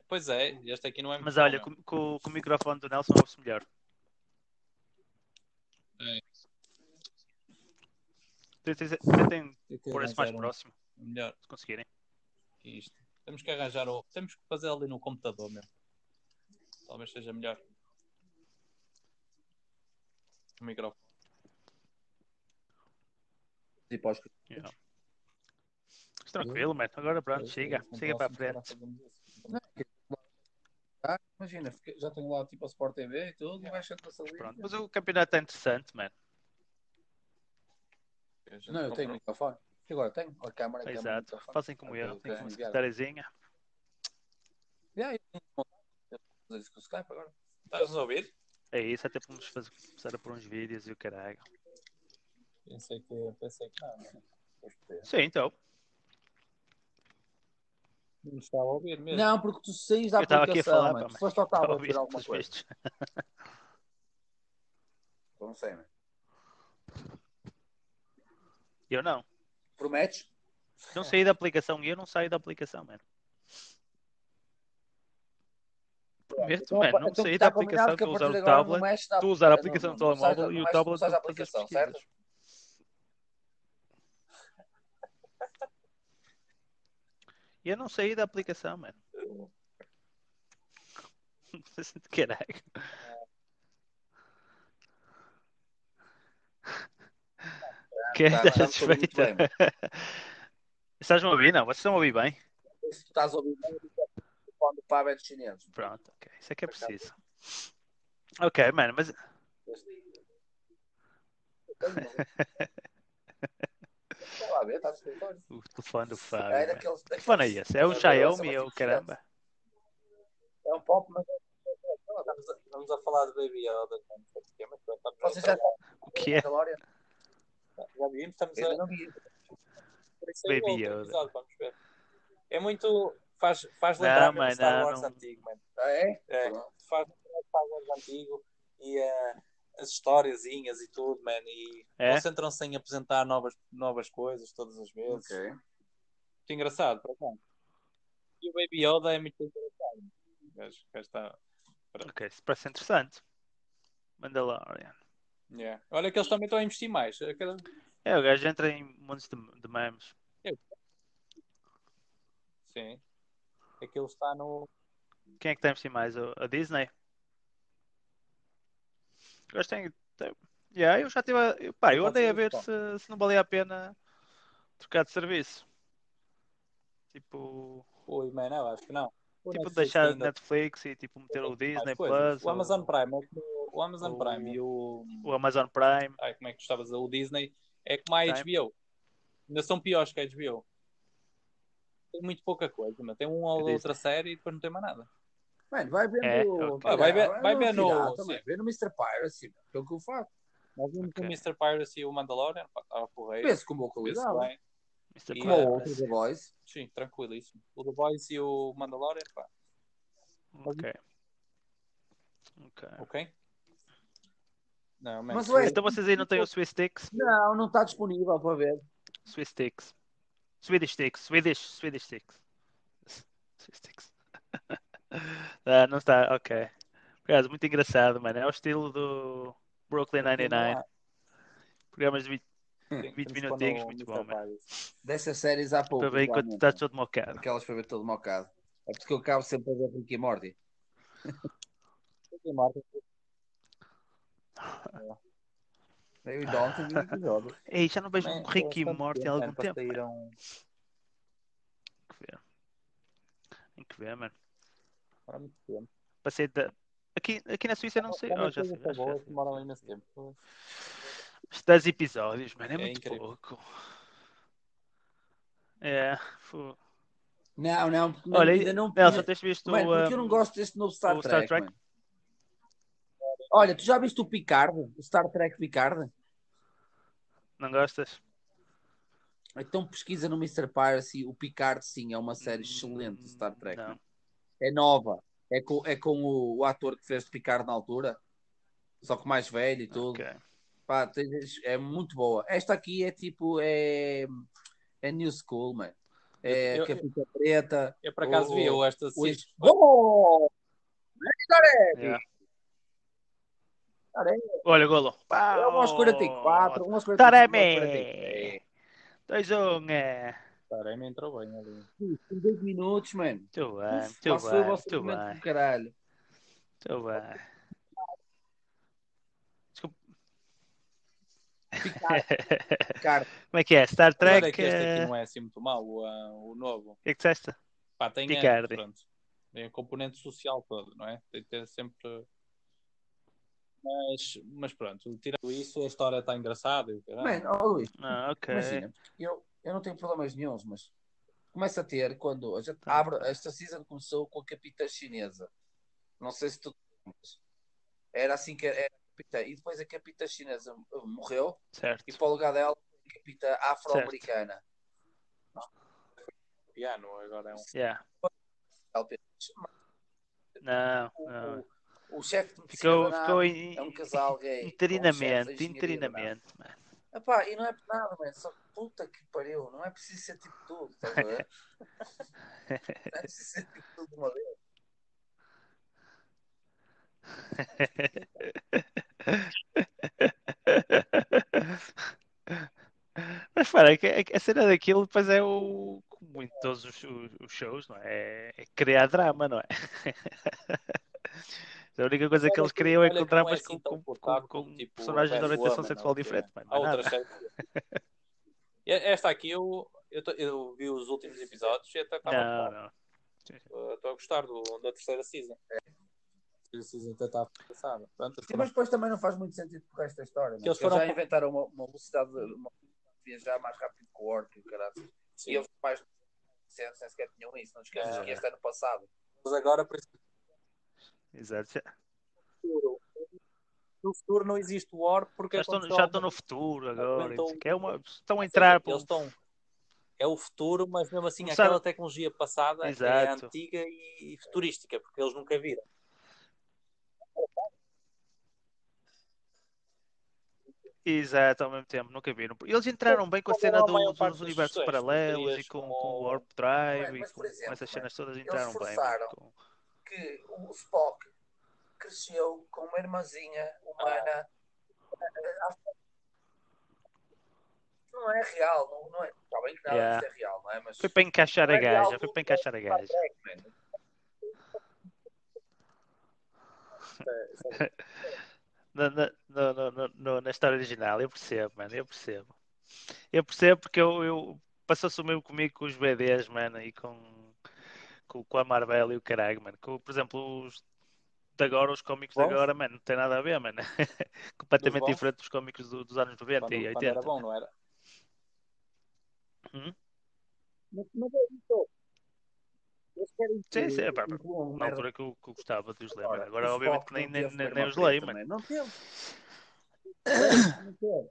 [SPEAKER 3] Pois é, este aqui não é muito
[SPEAKER 1] mas olha,
[SPEAKER 3] bom,
[SPEAKER 1] com, com- com o microfone do Nelson ouve-se melhor.
[SPEAKER 3] É.
[SPEAKER 1] Tentem- Tentem
[SPEAKER 3] meu.
[SPEAKER 1] pôr-se mais
[SPEAKER 4] um.
[SPEAKER 1] próximo,
[SPEAKER 3] um Melhor
[SPEAKER 1] se conseguirem.
[SPEAKER 3] que isto. Temos que arranjar o. Temos que fazer ali no computador mesmo. Talvez seja melhor. O microfone.
[SPEAKER 4] E para os um tipo, que-
[SPEAKER 1] Tranquilo, mano. Agora pronto, chega.
[SPEAKER 4] um
[SPEAKER 1] Chega para a frente.
[SPEAKER 4] Ah, Imagina, fica- já tenho lá tipo a Sport TV e tudo, um vai ser essa liga.
[SPEAKER 1] Pronto. Mas o campeonato é interessante, mano.
[SPEAKER 4] Não, eu tenho o microfone. E agora tenho a câmara, a câmara,
[SPEAKER 1] Exato.
[SPEAKER 4] o microfone.
[SPEAKER 1] Façem como eu.
[SPEAKER 4] é Ok,
[SPEAKER 1] Tem
[SPEAKER 4] ok.
[SPEAKER 1] uma secretariazinha.
[SPEAKER 4] E aí, eu vou fazer isso com o Skype agora.
[SPEAKER 3] Estás a ouvir?
[SPEAKER 1] É isso, até podemos fazer, começar a pôr uns vídeos e o caralho.
[SPEAKER 3] Pensei que, pensei que não. né? Não
[SPEAKER 4] É.
[SPEAKER 1] Sim, então.
[SPEAKER 3] me estava a ouvir mesmo.
[SPEAKER 4] Não, porque tu saís da
[SPEAKER 1] Eu tava aqui a
[SPEAKER 4] aplicação,
[SPEAKER 1] falar,
[SPEAKER 4] mano.
[SPEAKER 1] pá,
[SPEAKER 4] Tu foste ao tábua
[SPEAKER 1] Ouvi
[SPEAKER 4] tirar alguma
[SPEAKER 1] os
[SPEAKER 4] coisa.
[SPEAKER 1] vistos.
[SPEAKER 4] Não sei, mano.
[SPEAKER 1] Eu não.
[SPEAKER 4] Prometes?
[SPEAKER 1] Não saí da aplicação e eu não saio da aplicação, mano. Prometo,
[SPEAKER 4] Então,
[SPEAKER 1] mano. Não
[SPEAKER 4] então
[SPEAKER 1] saí da
[SPEAKER 4] tá combinado
[SPEAKER 1] aplicação.
[SPEAKER 4] que a
[SPEAKER 1] Estou a usar
[SPEAKER 4] partir de agora
[SPEAKER 1] o
[SPEAKER 4] não
[SPEAKER 1] tablet.
[SPEAKER 4] mexes na
[SPEAKER 1] Estou a usar a
[SPEAKER 4] não-
[SPEAKER 1] aplicação do
[SPEAKER 4] não- não
[SPEAKER 1] telemóvel
[SPEAKER 4] sais-
[SPEAKER 1] e
[SPEAKER 4] não
[SPEAKER 1] o
[SPEAKER 4] mais-
[SPEAKER 1] tablet
[SPEAKER 4] não sais
[SPEAKER 1] para
[SPEAKER 4] da
[SPEAKER 1] fazer as
[SPEAKER 4] aplicação,
[SPEAKER 1] pesquisas. E eu não saí da aplicação, mano. Caralho.
[SPEAKER 4] É.
[SPEAKER 1] Quem
[SPEAKER 4] tá,
[SPEAKER 1] está
[SPEAKER 4] tá, tudo muito
[SPEAKER 1] satisfeito? Estás-me a ouvir? Não, vocês estão a ouvir bem?
[SPEAKER 4] Se tu estás a ouvir, quando o pavo é dos chineses.
[SPEAKER 1] Pronto, ok. Isso é que é preciso. Ok, mano, mas
[SPEAKER 4] Vai lá ver, está
[SPEAKER 2] tá
[SPEAKER 4] no escritório.
[SPEAKER 1] o telefone do Fábio.
[SPEAKER 4] É
[SPEAKER 1] mano.
[SPEAKER 4] daqueles.
[SPEAKER 1] Que telefone é esse? É um Xiaomi, eu, caramba.
[SPEAKER 4] É um pop, mas
[SPEAKER 3] Estamos, a, estamos a falar de Baby Yoda. não sei o quê, mas pronto, estamos a-
[SPEAKER 4] vocês já
[SPEAKER 1] O que é?
[SPEAKER 4] Mandalorian?
[SPEAKER 3] Já vimos, estamos a.
[SPEAKER 4] Eu não vi.
[SPEAKER 3] Baby
[SPEAKER 1] Baby Yoda.
[SPEAKER 3] é Episódio, vamos ver. É muito. Faz, faz
[SPEAKER 1] Não,
[SPEAKER 3] lembrar mesmo
[SPEAKER 1] mano,
[SPEAKER 3] Star
[SPEAKER 1] não,
[SPEAKER 3] Wars
[SPEAKER 1] não.
[SPEAKER 3] antigo, mano.
[SPEAKER 4] Ah, é?
[SPEAKER 3] um É, faz lembrar Star Wars antigo e eh, as historiazinhas e tudo, man. E
[SPEAKER 1] É?
[SPEAKER 3] concentram-se em apresentar novas, novas coisas todas as vezes.
[SPEAKER 5] Ok.
[SPEAKER 3] Muito engraçado, para cá. E o Baby Yoda é muito engraçado. O gajo- o gajo tá, está.
[SPEAKER 1] Ok, isso parece interessante. Mandalorian.
[SPEAKER 3] Yeah. Olha que eles também estão a investir mais. Aquela-
[SPEAKER 1] É, o gajo entra em montes de, de memes.
[SPEAKER 3] Sim. Aquilo está no.
[SPEAKER 1] Quem é que tem a investir mais? O- A Disney? O gajo tem. tem... Yeah, eu já tive. A... eu- Pá, eu andei a ver se, se não valia a pena trocar de serviço. Tipo.
[SPEAKER 3] Ui, man, não, acho é que não. O
[SPEAKER 1] Tipo,
[SPEAKER 3] Netflix
[SPEAKER 1] deixar
[SPEAKER 3] ainda
[SPEAKER 1] Netflix e tipo meter o
[SPEAKER 3] tem mais
[SPEAKER 1] Disney
[SPEAKER 3] coisas.
[SPEAKER 1] Plus.
[SPEAKER 3] O Amazon
[SPEAKER 1] ou-
[SPEAKER 3] Prime. é que- O Amazon
[SPEAKER 1] o-
[SPEAKER 3] Prime e o.
[SPEAKER 1] o Amazon Prime.
[SPEAKER 3] Ai, como é que gostavas? O Disney é como a
[SPEAKER 1] Tem.
[SPEAKER 3] HBO. Ainda são piores que a HBO. Tem muito pouca coisa, mas tem uma
[SPEAKER 1] É
[SPEAKER 3] ou
[SPEAKER 1] Disney.
[SPEAKER 3] outra série e depois não tem mais nada.
[SPEAKER 2] Mano, vai ver
[SPEAKER 1] É,
[SPEAKER 2] no.
[SPEAKER 1] ok.
[SPEAKER 2] Cara,
[SPEAKER 3] Vai ver- vai ver no-
[SPEAKER 2] pirata,
[SPEAKER 3] sim.
[SPEAKER 2] mano. Vê no Mr. Piracy, mano, que é o que eu faço.
[SPEAKER 3] Nós vimos
[SPEAKER 1] Ok.
[SPEAKER 3] o Mr. Piracy e o Mandalorian. Pá, estava porreiro.
[SPEAKER 2] Penso com boa
[SPEAKER 3] Vê-se
[SPEAKER 2] qualidade.
[SPEAKER 3] bem.
[SPEAKER 1] Mr.
[SPEAKER 3] E-
[SPEAKER 2] Como
[SPEAKER 1] Prime,
[SPEAKER 2] o outro,
[SPEAKER 1] parece.
[SPEAKER 2] The Voice.
[SPEAKER 3] Sim, tranquilíssimo. O The Voice e o Mandalorian, pá,
[SPEAKER 1] Ok. Ok.
[SPEAKER 3] ok? Não, man,
[SPEAKER 2] Mas,
[SPEAKER 3] foi-
[SPEAKER 2] ué,
[SPEAKER 1] Então vocês aí não têm o Swiss Sticks?
[SPEAKER 2] Não, não está disponível para ver.
[SPEAKER 1] Swiss Sticks. Swedish Sticks. Swedish, Swedish Sticks. Swiss Sticks. ah, não está, ok. Por acaso, muito engraçado, mano. É o estilo do Brooklyn 99. Programas de 20, 20
[SPEAKER 3] Sim, assim, temos que pôr
[SPEAKER 1] minutinhos,
[SPEAKER 3] no
[SPEAKER 1] muito
[SPEAKER 3] Mr.
[SPEAKER 1] bom, man.
[SPEAKER 3] Piracy.
[SPEAKER 2] Dessas séries há pouco.
[SPEAKER 1] para ver enquanto
[SPEAKER 2] realmente.
[SPEAKER 1] estás todo mocado.
[SPEAKER 2] Aquelas para ver todo mocado. É porque eu acabo sempre a ver Rick e Morty.
[SPEAKER 3] Rick and Morty,
[SPEAKER 2] Eu e Dalton vi um episódio.
[SPEAKER 1] Ei, já não vejo
[SPEAKER 3] man,
[SPEAKER 1] um Rick e
[SPEAKER 3] é bastante
[SPEAKER 1] Morty há algum
[SPEAKER 3] man, para
[SPEAKER 1] tempo.
[SPEAKER 3] sair
[SPEAKER 1] mano.
[SPEAKER 3] um-
[SPEAKER 1] Tem que ver. Tem que ver, mano.
[SPEAKER 3] há muito tempo.
[SPEAKER 1] Passei da. Aqui, aqui na Suíça eu não sei.
[SPEAKER 3] Há
[SPEAKER 1] Oh,
[SPEAKER 3] muita
[SPEAKER 1] já sei.
[SPEAKER 3] coisa
[SPEAKER 1] acho que
[SPEAKER 3] boa
[SPEAKER 1] já
[SPEAKER 3] que
[SPEAKER 1] sei.
[SPEAKER 3] demora imenso tempo.
[SPEAKER 1] Os 10 episódios, mano, é,
[SPEAKER 3] É
[SPEAKER 1] muito
[SPEAKER 3] incrível.
[SPEAKER 1] pouco. É, fu-
[SPEAKER 2] Não, não. porque
[SPEAKER 1] Olha,
[SPEAKER 2] ainda não.
[SPEAKER 1] Nelson, tens visto
[SPEAKER 2] Mano, porque eu
[SPEAKER 1] um,
[SPEAKER 2] não gosto deste novo Star
[SPEAKER 1] o
[SPEAKER 2] Trek.
[SPEAKER 1] Star Trek?
[SPEAKER 2] mano. Olha, tu já viste o Picard? O Star Trek Picard?
[SPEAKER 1] não gostas?
[SPEAKER 2] Então pesquisa no Mr. Piracy. O Picard, sim, é uma série excelente de Star Trek.
[SPEAKER 1] Hum, Não.
[SPEAKER 2] mano. É nova. É com, é com o, o ator que fez de Picard na altura. Só que mais velho e tudo.
[SPEAKER 1] Ok.
[SPEAKER 2] Pá, tens- é muito boa. Esta aqui é tipo. É, é New School, mano. É
[SPEAKER 3] Eu- eu-
[SPEAKER 2] Capita Preta.
[SPEAKER 3] Eu por acaso
[SPEAKER 2] O-
[SPEAKER 3] vi eu esta se-
[SPEAKER 2] Hoje... Oh!
[SPEAKER 1] Yeah.
[SPEAKER 2] Taremi.
[SPEAKER 1] Olha, golo. Ah,
[SPEAKER 2] É umas 44, umas 45.
[SPEAKER 1] Taremi! 2 1 é.
[SPEAKER 3] Taremi entrou bem ali.
[SPEAKER 2] Em 2 minutos, mano.
[SPEAKER 1] Muito bem,
[SPEAKER 2] Uf,
[SPEAKER 1] Ah, muito
[SPEAKER 2] passou o
[SPEAKER 1] bem,
[SPEAKER 2] vosso
[SPEAKER 1] muito
[SPEAKER 2] momento
[SPEAKER 1] bem,
[SPEAKER 2] do caralho.
[SPEAKER 1] muito bem. Desculpa.
[SPEAKER 2] Cara,
[SPEAKER 1] Como é que é? Star Trek.
[SPEAKER 3] Olha que este
[SPEAKER 1] eh,
[SPEAKER 3] aqui não é assim muito mau, o, ah, o novo.
[SPEAKER 1] O que é que disseste?
[SPEAKER 3] Pá, tem
[SPEAKER 1] Picardi.
[SPEAKER 3] anos, pronto. Tem a componente social toda, não é? Tem que ter sempre. Mas, mas pronto, tirando isso, a história está engraçada. e o caralho.
[SPEAKER 2] mano, ó Luís,
[SPEAKER 1] Ah, ok.
[SPEAKER 2] imagina. Eu, eu não tenho problemas nenhums, mas começa a ter quando a gente
[SPEAKER 1] Ah.
[SPEAKER 2] abre. Esta season começou com a capitã chinesa. Não sei se tu. Era assim que era a capitã. E depois a capitã chinesa uh, morreu. E
[SPEAKER 1] Certo.
[SPEAKER 2] para o lugar dela, a capitã afro-americana.
[SPEAKER 3] Piano, agora é um.
[SPEAKER 1] Yeah.
[SPEAKER 2] Talvez.
[SPEAKER 1] Não,
[SPEAKER 2] O,
[SPEAKER 1] não.
[SPEAKER 2] o, o chefe de medicina
[SPEAKER 1] Ah. Ficou,
[SPEAKER 2] da
[SPEAKER 1] ficou
[SPEAKER 2] nave
[SPEAKER 1] em,
[SPEAKER 2] É um casal gay. com um chefe de
[SPEAKER 1] interinamente,
[SPEAKER 2] engenharia da nave.
[SPEAKER 1] interinamente. mano.
[SPEAKER 2] Epá, e não é por nada, mano. Só que puta que pariu. Não é preciso ser tipo tudo, estás a ver? não é preciso ser tipo tudo de uma vez.
[SPEAKER 1] Mas para, é que- é que a cena daquilo depois é o. Como em todos os, os- os shows, não é? É criar drama, não é? A única coisa que
[SPEAKER 3] Olha
[SPEAKER 1] eles
[SPEAKER 3] que-
[SPEAKER 1] criam é
[SPEAKER 3] olha que
[SPEAKER 1] com
[SPEAKER 3] não é
[SPEAKER 1] dramas
[SPEAKER 3] assim
[SPEAKER 1] com,
[SPEAKER 3] tão
[SPEAKER 1] com-
[SPEAKER 3] portável
[SPEAKER 1] com-
[SPEAKER 3] como,
[SPEAKER 1] com
[SPEAKER 3] tipo,
[SPEAKER 1] personagens de
[SPEAKER 3] Batwoman,
[SPEAKER 1] orientação
[SPEAKER 3] não,
[SPEAKER 1] sexual
[SPEAKER 3] que é.
[SPEAKER 1] diferente. Mano,
[SPEAKER 3] Há
[SPEAKER 1] não é
[SPEAKER 3] outras
[SPEAKER 1] nada.
[SPEAKER 3] séries. E é, Esta aqui eu, eu, tô- eu vi os últimos episódios e até
[SPEAKER 1] Não,
[SPEAKER 3] estava.
[SPEAKER 1] não.
[SPEAKER 3] Estou a gostar do, da terceira season. A terceira season até tá estava passada. Pronto,
[SPEAKER 2] É. Sim, mas depois também não faz muito sentido por esta história. Não?
[SPEAKER 3] Que eles
[SPEAKER 2] Porque
[SPEAKER 3] foram-
[SPEAKER 2] já inventaram uma, uma velocidade de uma- de viajar mais rápido que o Orc e o caralho. E eles mais sem sem sequer tinham isso. Não te esqueças
[SPEAKER 3] É.
[SPEAKER 2] que este ano passado.
[SPEAKER 3] mas agora, por exemplo,
[SPEAKER 1] Exato.
[SPEAKER 3] é
[SPEAKER 1] Já,
[SPEAKER 3] no futuro, no futuro não existe War porque
[SPEAKER 1] já estão,
[SPEAKER 3] aconteceu Ah,
[SPEAKER 1] já
[SPEAKER 3] alguma
[SPEAKER 1] estão no futuro agora. e não sei o quê. É uma- estão a
[SPEAKER 3] Ou seja,
[SPEAKER 1] entrar para
[SPEAKER 3] um
[SPEAKER 1] um
[SPEAKER 3] eles estão. É o futuro, mas mesmo assim
[SPEAKER 1] Começaram-
[SPEAKER 3] aquela tecnologia passada é
[SPEAKER 1] Exato.
[SPEAKER 3] antiga e e futurística, porque eles nunca viram.
[SPEAKER 1] Exato, ao mesmo tempo, nunca viram. Eles entraram bem com a cena
[SPEAKER 3] Como a maior
[SPEAKER 1] do-
[SPEAKER 3] parte
[SPEAKER 1] dos
[SPEAKER 3] das
[SPEAKER 1] universos
[SPEAKER 3] sugestões que
[SPEAKER 1] paralelos
[SPEAKER 3] terias
[SPEAKER 1] e com,
[SPEAKER 3] como-
[SPEAKER 1] com o Warp Drive
[SPEAKER 2] Ué,
[SPEAKER 1] e
[SPEAKER 2] mas,
[SPEAKER 1] com
[SPEAKER 2] por exemplo,
[SPEAKER 1] essas cenas todas
[SPEAKER 2] eles
[SPEAKER 1] entraram bem.
[SPEAKER 2] forçaram.
[SPEAKER 1] com-
[SPEAKER 2] que o Spock cresceu com uma irmãzinha humana.
[SPEAKER 1] Ah.
[SPEAKER 2] Não é real, não, não é. Está bem que nada
[SPEAKER 1] Yeah.
[SPEAKER 2] disso é real, não é? Mas
[SPEAKER 1] Foi para encaixar a
[SPEAKER 2] Mas é
[SPEAKER 1] gaja,
[SPEAKER 2] algo
[SPEAKER 1] foi para encaixar a gaja. Na, na, na- na- na- na- na história original, eu percebo, mano, eu percebo. Eu percebo porque eu, eu- passou-se o mesmo comigo com os BDs, mano, e com, com, com a Marvel e o caralho, mano. Com, por exemplo, os de agora, os cómicos de
[SPEAKER 3] Bons?
[SPEAKER 1] agora, mano, não tem nada a ver, mano. Completamente
[SPEAKER 3] bons?
[SPEAKER 1] diferente dos cómicos do- dos anos 90 e né?
[SPEAKER 3] Quando,
[SPEAKER 1] 80.
[SPEAKER 3] quando era bom, não era?
[SPEAKER 2] é
[SPEAKER 1] Sim, sim, pá, pá,
[SPEAKER 2] Uma
[SPEAKER 1] na
[SPEAKER 2] merda
[SPEAKER 1] altura que eu, que eu gostava de os ler,
[SPEAKER 2] agora.
[SPEAKER 1] mano. Agora,
[SPEAKER 2] O
[SPEAKER 1] obviamente,
[SPEAKER 2] Spock
[SPEAKER 1] que nem,
[SPEAKER 2] não
[SPEAKER 1] nem,
[SPEAKER 2] teve uma
[SPEAKER 1] nem,
[SPEAKER 2] né?
[SPEAKER 1] nem
[SPEAKER 2] irmã
[SPEAKER 1] os
[SPEAKER 2] preta
[SPEAKER 1] leio, mano.
[SPEAKER 2] também. Não teve. Não teve.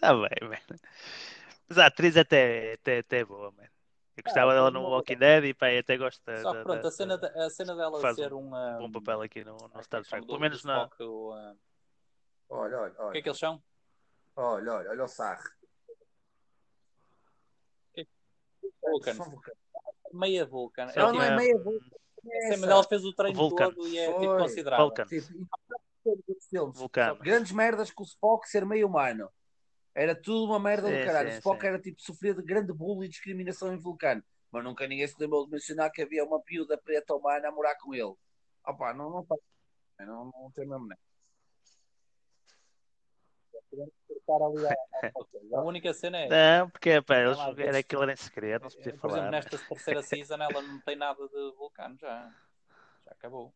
[SPEAKER 1] Tá bem, mano. Mas a atriz até, até, até é boa, mano.
[SPEAKER 2] Ah,
[SPEAKER 1] Eu gostava dela no Walking Dead e pá, eu até gosto da,
[SPEAKER 3] Só
[SPEAKER 1] da-
[SPEAKER 3] que pronto,
[SPEAKER 1] da-
[SPEAKER 3] a cena,
[SPEAKER 1] da-
[SPEAKER 3] de- a cena dela
[SPEAKER 1] é, faz
[SPEAKER 3] ser um. ah,
[SPEAKER 1] bom papel aqui no, no
[SPEAKER 3] a
[SPEAKER 1] Star
[SPEAKER 3] questão
[SPEAKER 1] Trek.
[SPEAKER 3] do-
[SPEAKER 1] Pelo
[SPEAKER 3] do
[SPEAKER 1] menos na.
[SPEAKER 3] Spock, o, ah,
[SPEAKER 2] Olha, olha,
[SPEAKER 3] O que é
[SPEAKER 2] olha.
[SPEAKER 3] que eles são?
[SPEAKER 2] Olha, olha, olha o sarro.
[SPEAKER 3] Vulcan.
[SPEAKER 2] São vulcanos.
[SPEAKER 3] Meia Vulcan.
[SPEAKER 1] Só
[SPEAKER 3] Ela não é
[SPEAKER 1] na-
[SPEAKER 3] meia Vulcan,
[SPEAKER 2] É
[SPEAKER 3] sim,
[SPEAKER 2] essa.
[SPEAKER 3] mas ela fez o treino
[SPEAKER 1] Vulcan.
[SPEAKER 3] todo e é tipo
[SPEAKER 2] Foi.
[SPEAKER 3] considerável.
[SPEAKER 1] Vulcan.
[SPEAKER 2] Tipo, e todos os filmes.
[SPEAKER 1] Vulcano.
[SPEAKER 2] Grandes merdas com o Spock ser meio humano. Era tudo uma merda
[SPEAKER 1] Sim,
[SPEAKER 2] do caralho.
[SPEAKER 1] sim,
[SPEAKER 2] o Spock
[SPEAKER 1] sim.
[SPEAKER 2] era tipo sofrer de grande bullying e discriminação em Vulcano. Mas nunca ninguém se lembrou de mencionar que havia uma viúva preta humana a morar com ele. Opa, não, não faz. Não, não tem mesmo né? nada.
[SPEAKER 3] A única cena é.
[SPEAKER 1] Não, porque pá, eles, é
[SPEAKER 3] lá, às
[SPEAKER 1] era
[SPEAKER 3] vezes-
[SPEAKER 1] aquilo era em segredo, não se podia
[SPEAKER 3] É, Por exemplo,
[SPEAKER 1] falar. né?
[SPEAKER 3] nesta terceira season ela não tem nada de vulcano já. Já acabou.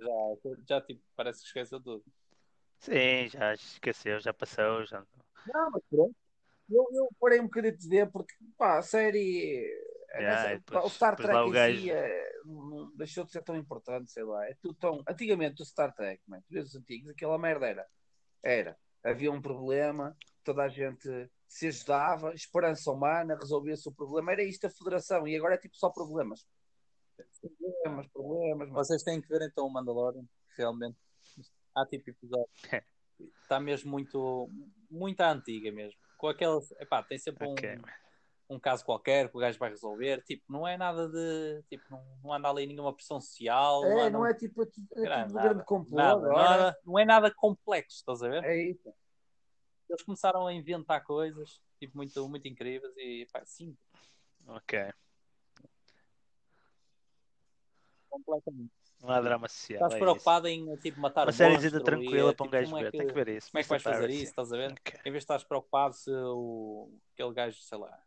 [SPEAKER 3] Já, já tipo, parece que esqueceu tudo.
[SPEAKER 1] Sim, já esqueceu, já passou. Já...
[SPEAKER 2] Não, mas pronto. Eu, eu parei um bocadinho de ver porque, pá, a série. é
[SPEAKER 1] Yeah,
[SPEAKER 2] nessa-
[SPEAKER 1] e depois-
[SPEAKER 2] o Star
[SPEAKER 1] depois
[SPEAKER 2] Trek
[SPEAKER 1] lá o
[SPEAKER 2] em si
[SPEAKER 1] gajo-
[SPEAKER 2] é, não- não deixou de ser tão importante, sei lá. É tudo tão. Antigamente, o Star Trek, man, tu vês os antigos, aquela merda era. Era. Havia um problema, toda a gente se ajudava, esperança humana, resolvia-se o problema. Era isto a federação e agora é tipo só problemas. Problemas, problemas. Mas...
[SPEAKER 3] Vocês têm que ver então o Mandalorian, realmente. Há tipo episódio.
[SPEAKER 1] É.
[SPEAKER 3] Está mesmo muito. Muito à antiga mesmo. Com aquela. Epá, tem sempre um.
[SPEAKER 1] Ok.
[SPEAKER 3] um caso qualquer que o gajo vai resolver. Tipo, não é nada de. Tipo, não, não anda ali nenhuma pressão social.
[SPEAKER 2] É,
[SPEAKER 3] há
[SPEAKER 2] não é tipo. É tudo é
[SPEAKER 3] Grande,
[SPEAKER 2] tudo grande
[SPEAKER 3] nada,
[SPEAKER 2] complô
[SPEAKER 3] nada,
[SPEAKER 2] agora.
[SPEAKER 3] nada- não é nada complexo, estás a ver?
[SPEAKER 2] É isso.
[SPEAKER 3] Eles começaram a inventar coisas tipo, muito, muito incríveis e pá, sim,
[SPEAKER 1] Ok.
[SPEAKER 3] completamente.
[SPEAKER 1] Não há drama social.
[SPEAKER 3] Estás
[SPEAKER 1] é
[SPEAKER 3] preocupado em tipo, matar
[SPEAKER 1] Uma
[SPEAKER 3] o monstro
[SPEAKER 1] sériezinha
[SPEAKER 3] e,
[SPEAKER 1] tranquila
[SPEAKER 3] é,
[SPEAKER 1] para um
[SPEAKER 3] tipo,
[SPEAKER 1] gajo
[SPEAKER 3] como é
[SPEAKER 1] ver.
[SPEAKER 3] que-
[SPEAKER 1] Tem que ver isso.
[SPEAKER 3] Como é que vais
[SPEAKER 1] Mr.
[SPEAKER 3] fazer
[SPEAKER 1] Piracy.
[SPEAKER 3] isso? Estás a ver?
[SPEAKER 1] Ok.
[SPEAKER 3] Em vez de estás preocupado se o, aquele gajo, sei lá,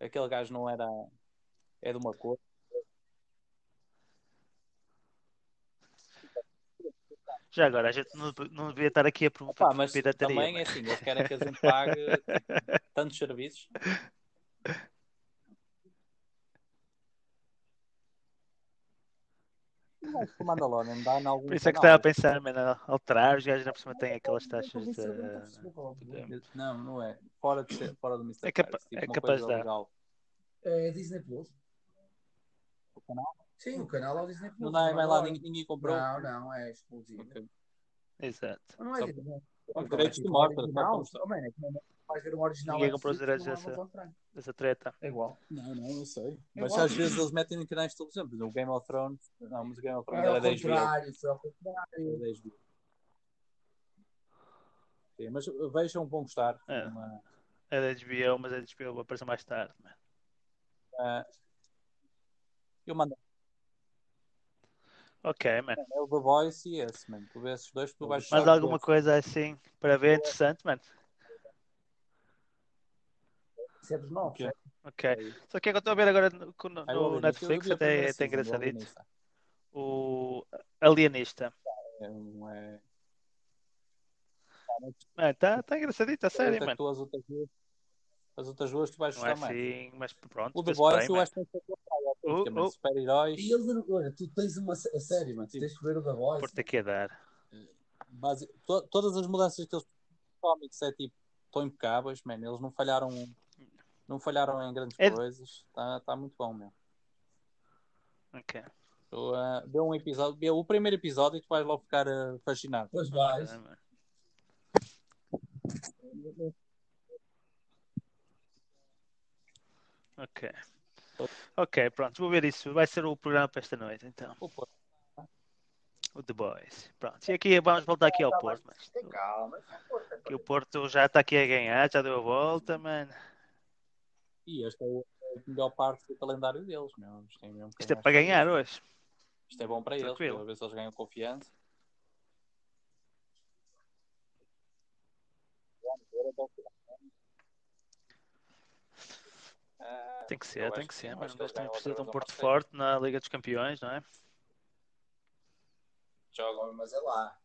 [SPEAKER 3] aquele gajo não era. É de uma cor.
[SPEAKER 1] Já agora, a gente não, não devia estar aqui a promover
[SPEAKER 3] Pá, mas
[SPEAKER 1] pirataria.
[SPEAKER 3] também é
[SPEAKER 1] mano.
[SPEAKER 3] assim, eles querem que a gente pague tipo, tantos serviços. O Mandalorian dá em algum
[SPEAKER 1] Por isso é que
[SPEAKER 3] um canal. né?
[SPEAKER 1] estava a pensar, mano, a alterar. Os gajos na próxima têm aquelas taxas de.
[SPEAKER 3] é
[SPEAKER 1] eh,
[SPEAKER 3] Não, não é. Fora, de ser- fora do Mr.
[SPEAKER 1] É capa-
[SPEAKER 3] Pirates, tipo,
[SPEAKER 1] é
[SPEAKER 3] uma
[SPEAKER 1] capaz
[SPEAKER 3] coisa
[SPEAKER 1] de dar.
[SPEAKER 3] legal.
[SPEAKER 2] É Disney Plus.
[SPEAKER 3] O canal?
[SPEAKER 2] Sim, o canal é o Disney Plus.
[SPEAKER 3] Não dá em mais lado,
[SPEAKER 2] Mandalorian.
[SPEAKER 3] ninguém, ninguém comprou.
[SPEAKER 2] Não, não, é exclusivo.
[SPEAKER 3] Ok.
[SPEAKER 1] Exato.
[SPEAKER 2] Não é
[SPEAKER 3] Só-
[SPEAKER 2] Disney.
[SPEAKER 3] Os direitos de morte, tá só para mostrar.
[SPEAKER 2] Oh, man, é que não vais ver um original.
[SPEAKER 1] Ninguém comprou os
[SPEAKER 2] Netflix,
[SPEAKER 1] direitos
[SPEAKER 2] não é
[SPEAKER 1] dessa-
[SPEAKER 2] Amazon Prime.
[SPEAKER 1] Essa treta.
[SPEAKER 2] É igual.
[SPEAKER 3] Não, não, eu sei.
[SPEAKER 2] É
[SPEAKER 3] Mas
[SPEAKER 2] igual.
[SPEAKER 3] às vezes eles metem em canais de televisão. Por exemplo, o Game of Thrones. Não, mas o Game of Thrones
[SPEAKER 2] É
[SPEAKER 3] era
[SPEAKER 2] ao
[SPEAKER 3] 10 mil.
[SPEAKER 2] contrário, foi ao
[SPEAKER 3] é
[SPEAKER 2] contrário.
[SPEAKER 3] Sim, mas vejam, vão gostar.
[SPEAKER 1] É.
[SPEAKER 3] Uma-
[SPEAKER 1] É da HBO, mas a HBO aparece mais tarde, mano.
[SPEAKER 3] ah, eu mando
[SPEAKER 1] Ok, mano.
[SPEAKER 3] é o The Voice e esse, mano. Tu vês esses dois, tu vais
[SPEAKER 1] Mais
[SPEAKER 3] gostar
[SPEAKER 1] alguma
[SPEAKER 3] do
[SPEAKER 1] coisa assim para ver interessante, mano?
[SPEAKER 2] Isso é dos novos.
[SPEAKER 3] Ok.
[SPEAKER 1] Ok.
[SPEAKER 3] Voice.
[SPEAKER 1] Só que é que eu estou a ver agora no, com- no-
[SPEAKER 3] Ah, eu
[SPEAKER 1] no
[SPEAKER 3] vou ver isso. Eu
[SPEAKER 1] Netflix,
[SPEAKER 3] vi a
[SPEAKER 1] até,
[SPEAKER 3] primeira
[SPEAKER 1] até
[SPEAKER 3] season do
[SPEAKER 1] engraçadito.
[SPEAKER 3] Alienista.
[SPEAKER 1] O Alienista.
[SPEAKER 3] É um, é,
[SPEAKER 1] Está tá engraçadito, a série,
[SPEAKER 3] Outra que
[SPEAKER 1] mano.
[SPEAKER 3] tu, as outras duas, as outras duas tu vais
[SPEAKER 1] Não é
[SPEAKER 3] gostar mais.
[SPEAKER 1] assim, mas pronto.
[SPEAKER 3] O The
[SPEAKER 1] vê-se
[SPEAKER 3] Voice
[SPEAKER 1] bem,
[SPEAKER 3] eu
[SPEAKER 1] mano.
[SPEAKER 3] acho que tem que ser colocado, praticamente.
[SPEAKER 1] Oh, oh.
[SPEAKER 3] é Super-heróis,
[SPEAKER 2] E eles, olha, tu tens uma sé- a série, mano, tu tens que ver o da voz.
[SPEAKER 1] Por ter que dar.
[SPEAKER 3] base- to- todas as mudanças que eles cómics é tipo, estão impecáveis, man. Eles não falharam, não falharam em grandes tá
[SPEAKER 1] É-
[SPEAKER 3] coisas. Está tá muito bom, meu.
[SPEAKER 1] Ok.
[SPEAKER 3] Tu, ah, vê um episódio, vê o primeiro episódio e tu vais logo ficar ah, fascinado.
[SPEAKER 2] Pois vais.
[SPEAKER 1] Né, é. Ok. Ok, pronto, vou ver isso. Vai ser o programa para esta noite, então.
[SPEAKER 3] Opa,
[SPEAKER 1] O The Boys. Pronto, e aqui vamos voltar aqui ao Porto. Mas,
[SPEAKER 2] Tem calma.
[SPEAKER 1] que o Porto já está aqui a ganhar, já deu a volta, mano.
[SPEAKER 3] E esta é a melhor parte do calendário deles, meu. Isto é, mesmo que
[SPEAKER 1] Isto é para ganhar hoje.
[SPEAKER 3] Isto é bom para eles,
[SPEAKER 1] Tranquilo.
[SPEAKER 3] para ver se eles ganham confiança. Ah,
[SPEAKER 1] Tem que
[SPEAKER 3] Eu
[SPEAKER 1] ser,
[SPEAKER 3] acho
[SPEAKER 1] tem que
[SPEAKER 3] que-
[SPEAKER 1] ser,
[SPEAKER 3] eu acho
[SPEAKER 1] mano.
[SPEAKER 3] que
[SPEAKER 1] Nós
[SPEAKER 3] eles
[SPEAKER 1] também
[SPEAKER 3] ganham
[SPEAKER 1] precisa de
[SPEAKER 3] outra
[SPEAKER 1] um
[SPEAKER 3] vez ao
[SPEAKER 1] Porto
[SPEAKER 3] Marseille.
[SPEAKER 1] forte na Liga dos Campeões, não é?
[SPEAKER 6] Jogam.
[SPEAKER 2] Mas é lá.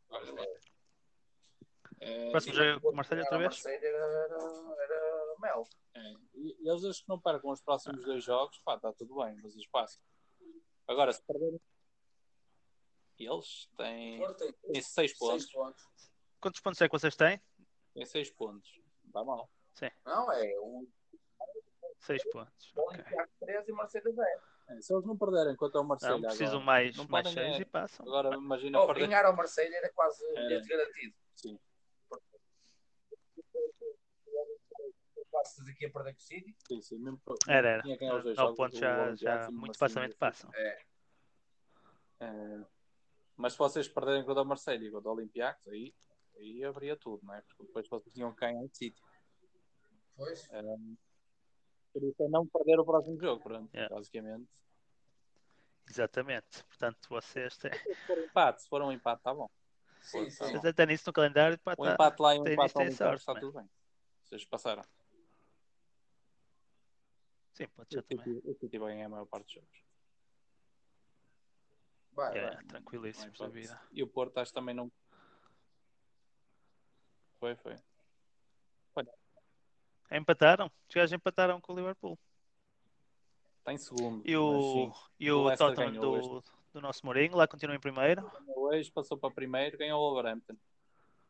[SPEAKER 6] É,
[SPEAKER 1] Próximo jogo com o Marseille outra
[SPEAKER 2] Era
[SPEAKER 1] vez?
[SPEAKER 2] Marseille, Era, era Mel.
[SPEAKER 3] É, e- e eles desde que não percam os próximos dois jogos, pá, está tudo bem, mas eles passam. Agora, se perderem, eles têm,
[SPEAKER 2] Porto tem
[SPEAKER 3] têm seis pontos.
[SPEAKER 2] seis pontos.
[SPEAKER 1] Quantos pontos é que vocês têm?
[SPEAKER 3] Têm seis pontos. Está mal.
[SPEAKER 2] Não, é. O
[SPEAKER 1] Seis pontos.
[SPEAKER 2] Bom
[SPEAKER 1] ok.
[SPEAKER 2] enfiar 13 e Marseille 10.
[SPEAKER 3] É, se eles não perderem contra o
[SPEAKER 1] Não,
[SPEAKER 3] Marcelo
[SPEAKER 1] precisam
[SPEAKER 3] agora,
[SPEAKER 1] mais,
[SPEAKER 3] Não
[SPEAKER 1] mais
[SPEAKER 3] podem
[SPEAKER 1] seis
[SPEAKER 3] ganhar.
[SPEAKER 1] e passam.
[SPEAKER 3] agora imagina
[SPEAKER 2] Oh,
[SPEAKER 3] perder.
[SPEAKER 2] ganhar ao Marseille era quase
[SPEAKER 3] Era.
[SPEAKER 2] bilhete garantido.
[SPEAKER 3] Sim.
[SPEAKER 2] Passas aqui a perder com o City.
[SPEAKER 3] Sim, sim, mesmo para-
[SPEAKER 1] Era, era.
[SPEAKER 3] Tinha que ganhar os dois
[SPEAKER 1] Nove
[SPEAKER 3] jogos,
[SPEAKER 1] pontos
[SPEAKER 3] o
[SPEAKER 1] já,
[SPEAKER 3] Olympiacos assim, e
[SPEAKER 1] já
[SPEAKER 3] o
[SPEAKER 1] muito
[SPEAKER 3] Marseille.
[SPEAKER 1] facilmente passam.
[SPEAKER 3] É, mas se vocês perderem contra o Marseille e contra o Olympiacos, aí, aí abria tudo, não é? Porque depois vocês tinham que ganhar de sítio.
[SPEAKER 2] Pois.
[SPEAKER 3] Por isso é não perder o próximo jogo, pronto,
[SPEAKER 1] Yeah.
[SPEAKER 3] basicamente.
[SPEAKER 1] Exatamente. Portanto, vocês têm.
[SPEAKER 3] Se for um empate, se for um empate, está bom.
[SPEAKER 2] Sim,
[SPEAKER 3] tá
[SPEAKER 2] sim.
[SPEAKER 1] Vocês até nisso no calendário, pá,
[SPEAKER 3] Um
[SPEAKER 1] tá.
[SPEAKER 3] empate lá e um
[SPEAKER 1] tem-
[SPEAKER 3] empate
[SPEAKER 1] tem
[SPEAKER 3] ao Olympiacos, está
[SPEAKER 1] sorte,
[SPEAKER 3] tudo bem. Vocês passaram.
[SPEAKER 1] Sim, pode
[SPEAKER 3] O
[SPEAKER 1] já tá também.
[SPEAKER 3] City- o City vai ganhar a maior parte dos jogos.
[SPEAKER 2] Vai,
[SPEAKER 1] É,
[SPEAKER 2] vai.
[SPEAKER 1] tranquilíssimos da
[SPEAKER 3] Não é hipótese.
[SPEAKER 1] vida.
[SPEAKER 3] E o Porto acho que também não. Foi, foi.
[SPEAKER 1] Empataram? Os gajos empataram com o Liverpool.
[SPEAKER 3] Está Tá em segundo.
[SPEAKER 1] E o,
[SPEAKER 3] mas sim.
[SPEAKER 1] e
[SPEAKER 3] O
[SPEAKER 1] o
[SPEAKER 3] Leicester
[SPEAKER 1] Tottenham
[SPEAKER 3] é ganhou
[SPEAKER 1] do, do nosso Mourinho lá continua em primeiro.
[SPEAKER 3] Ganhou hoje, passou para primeiro, ganhou o Wolverhampton.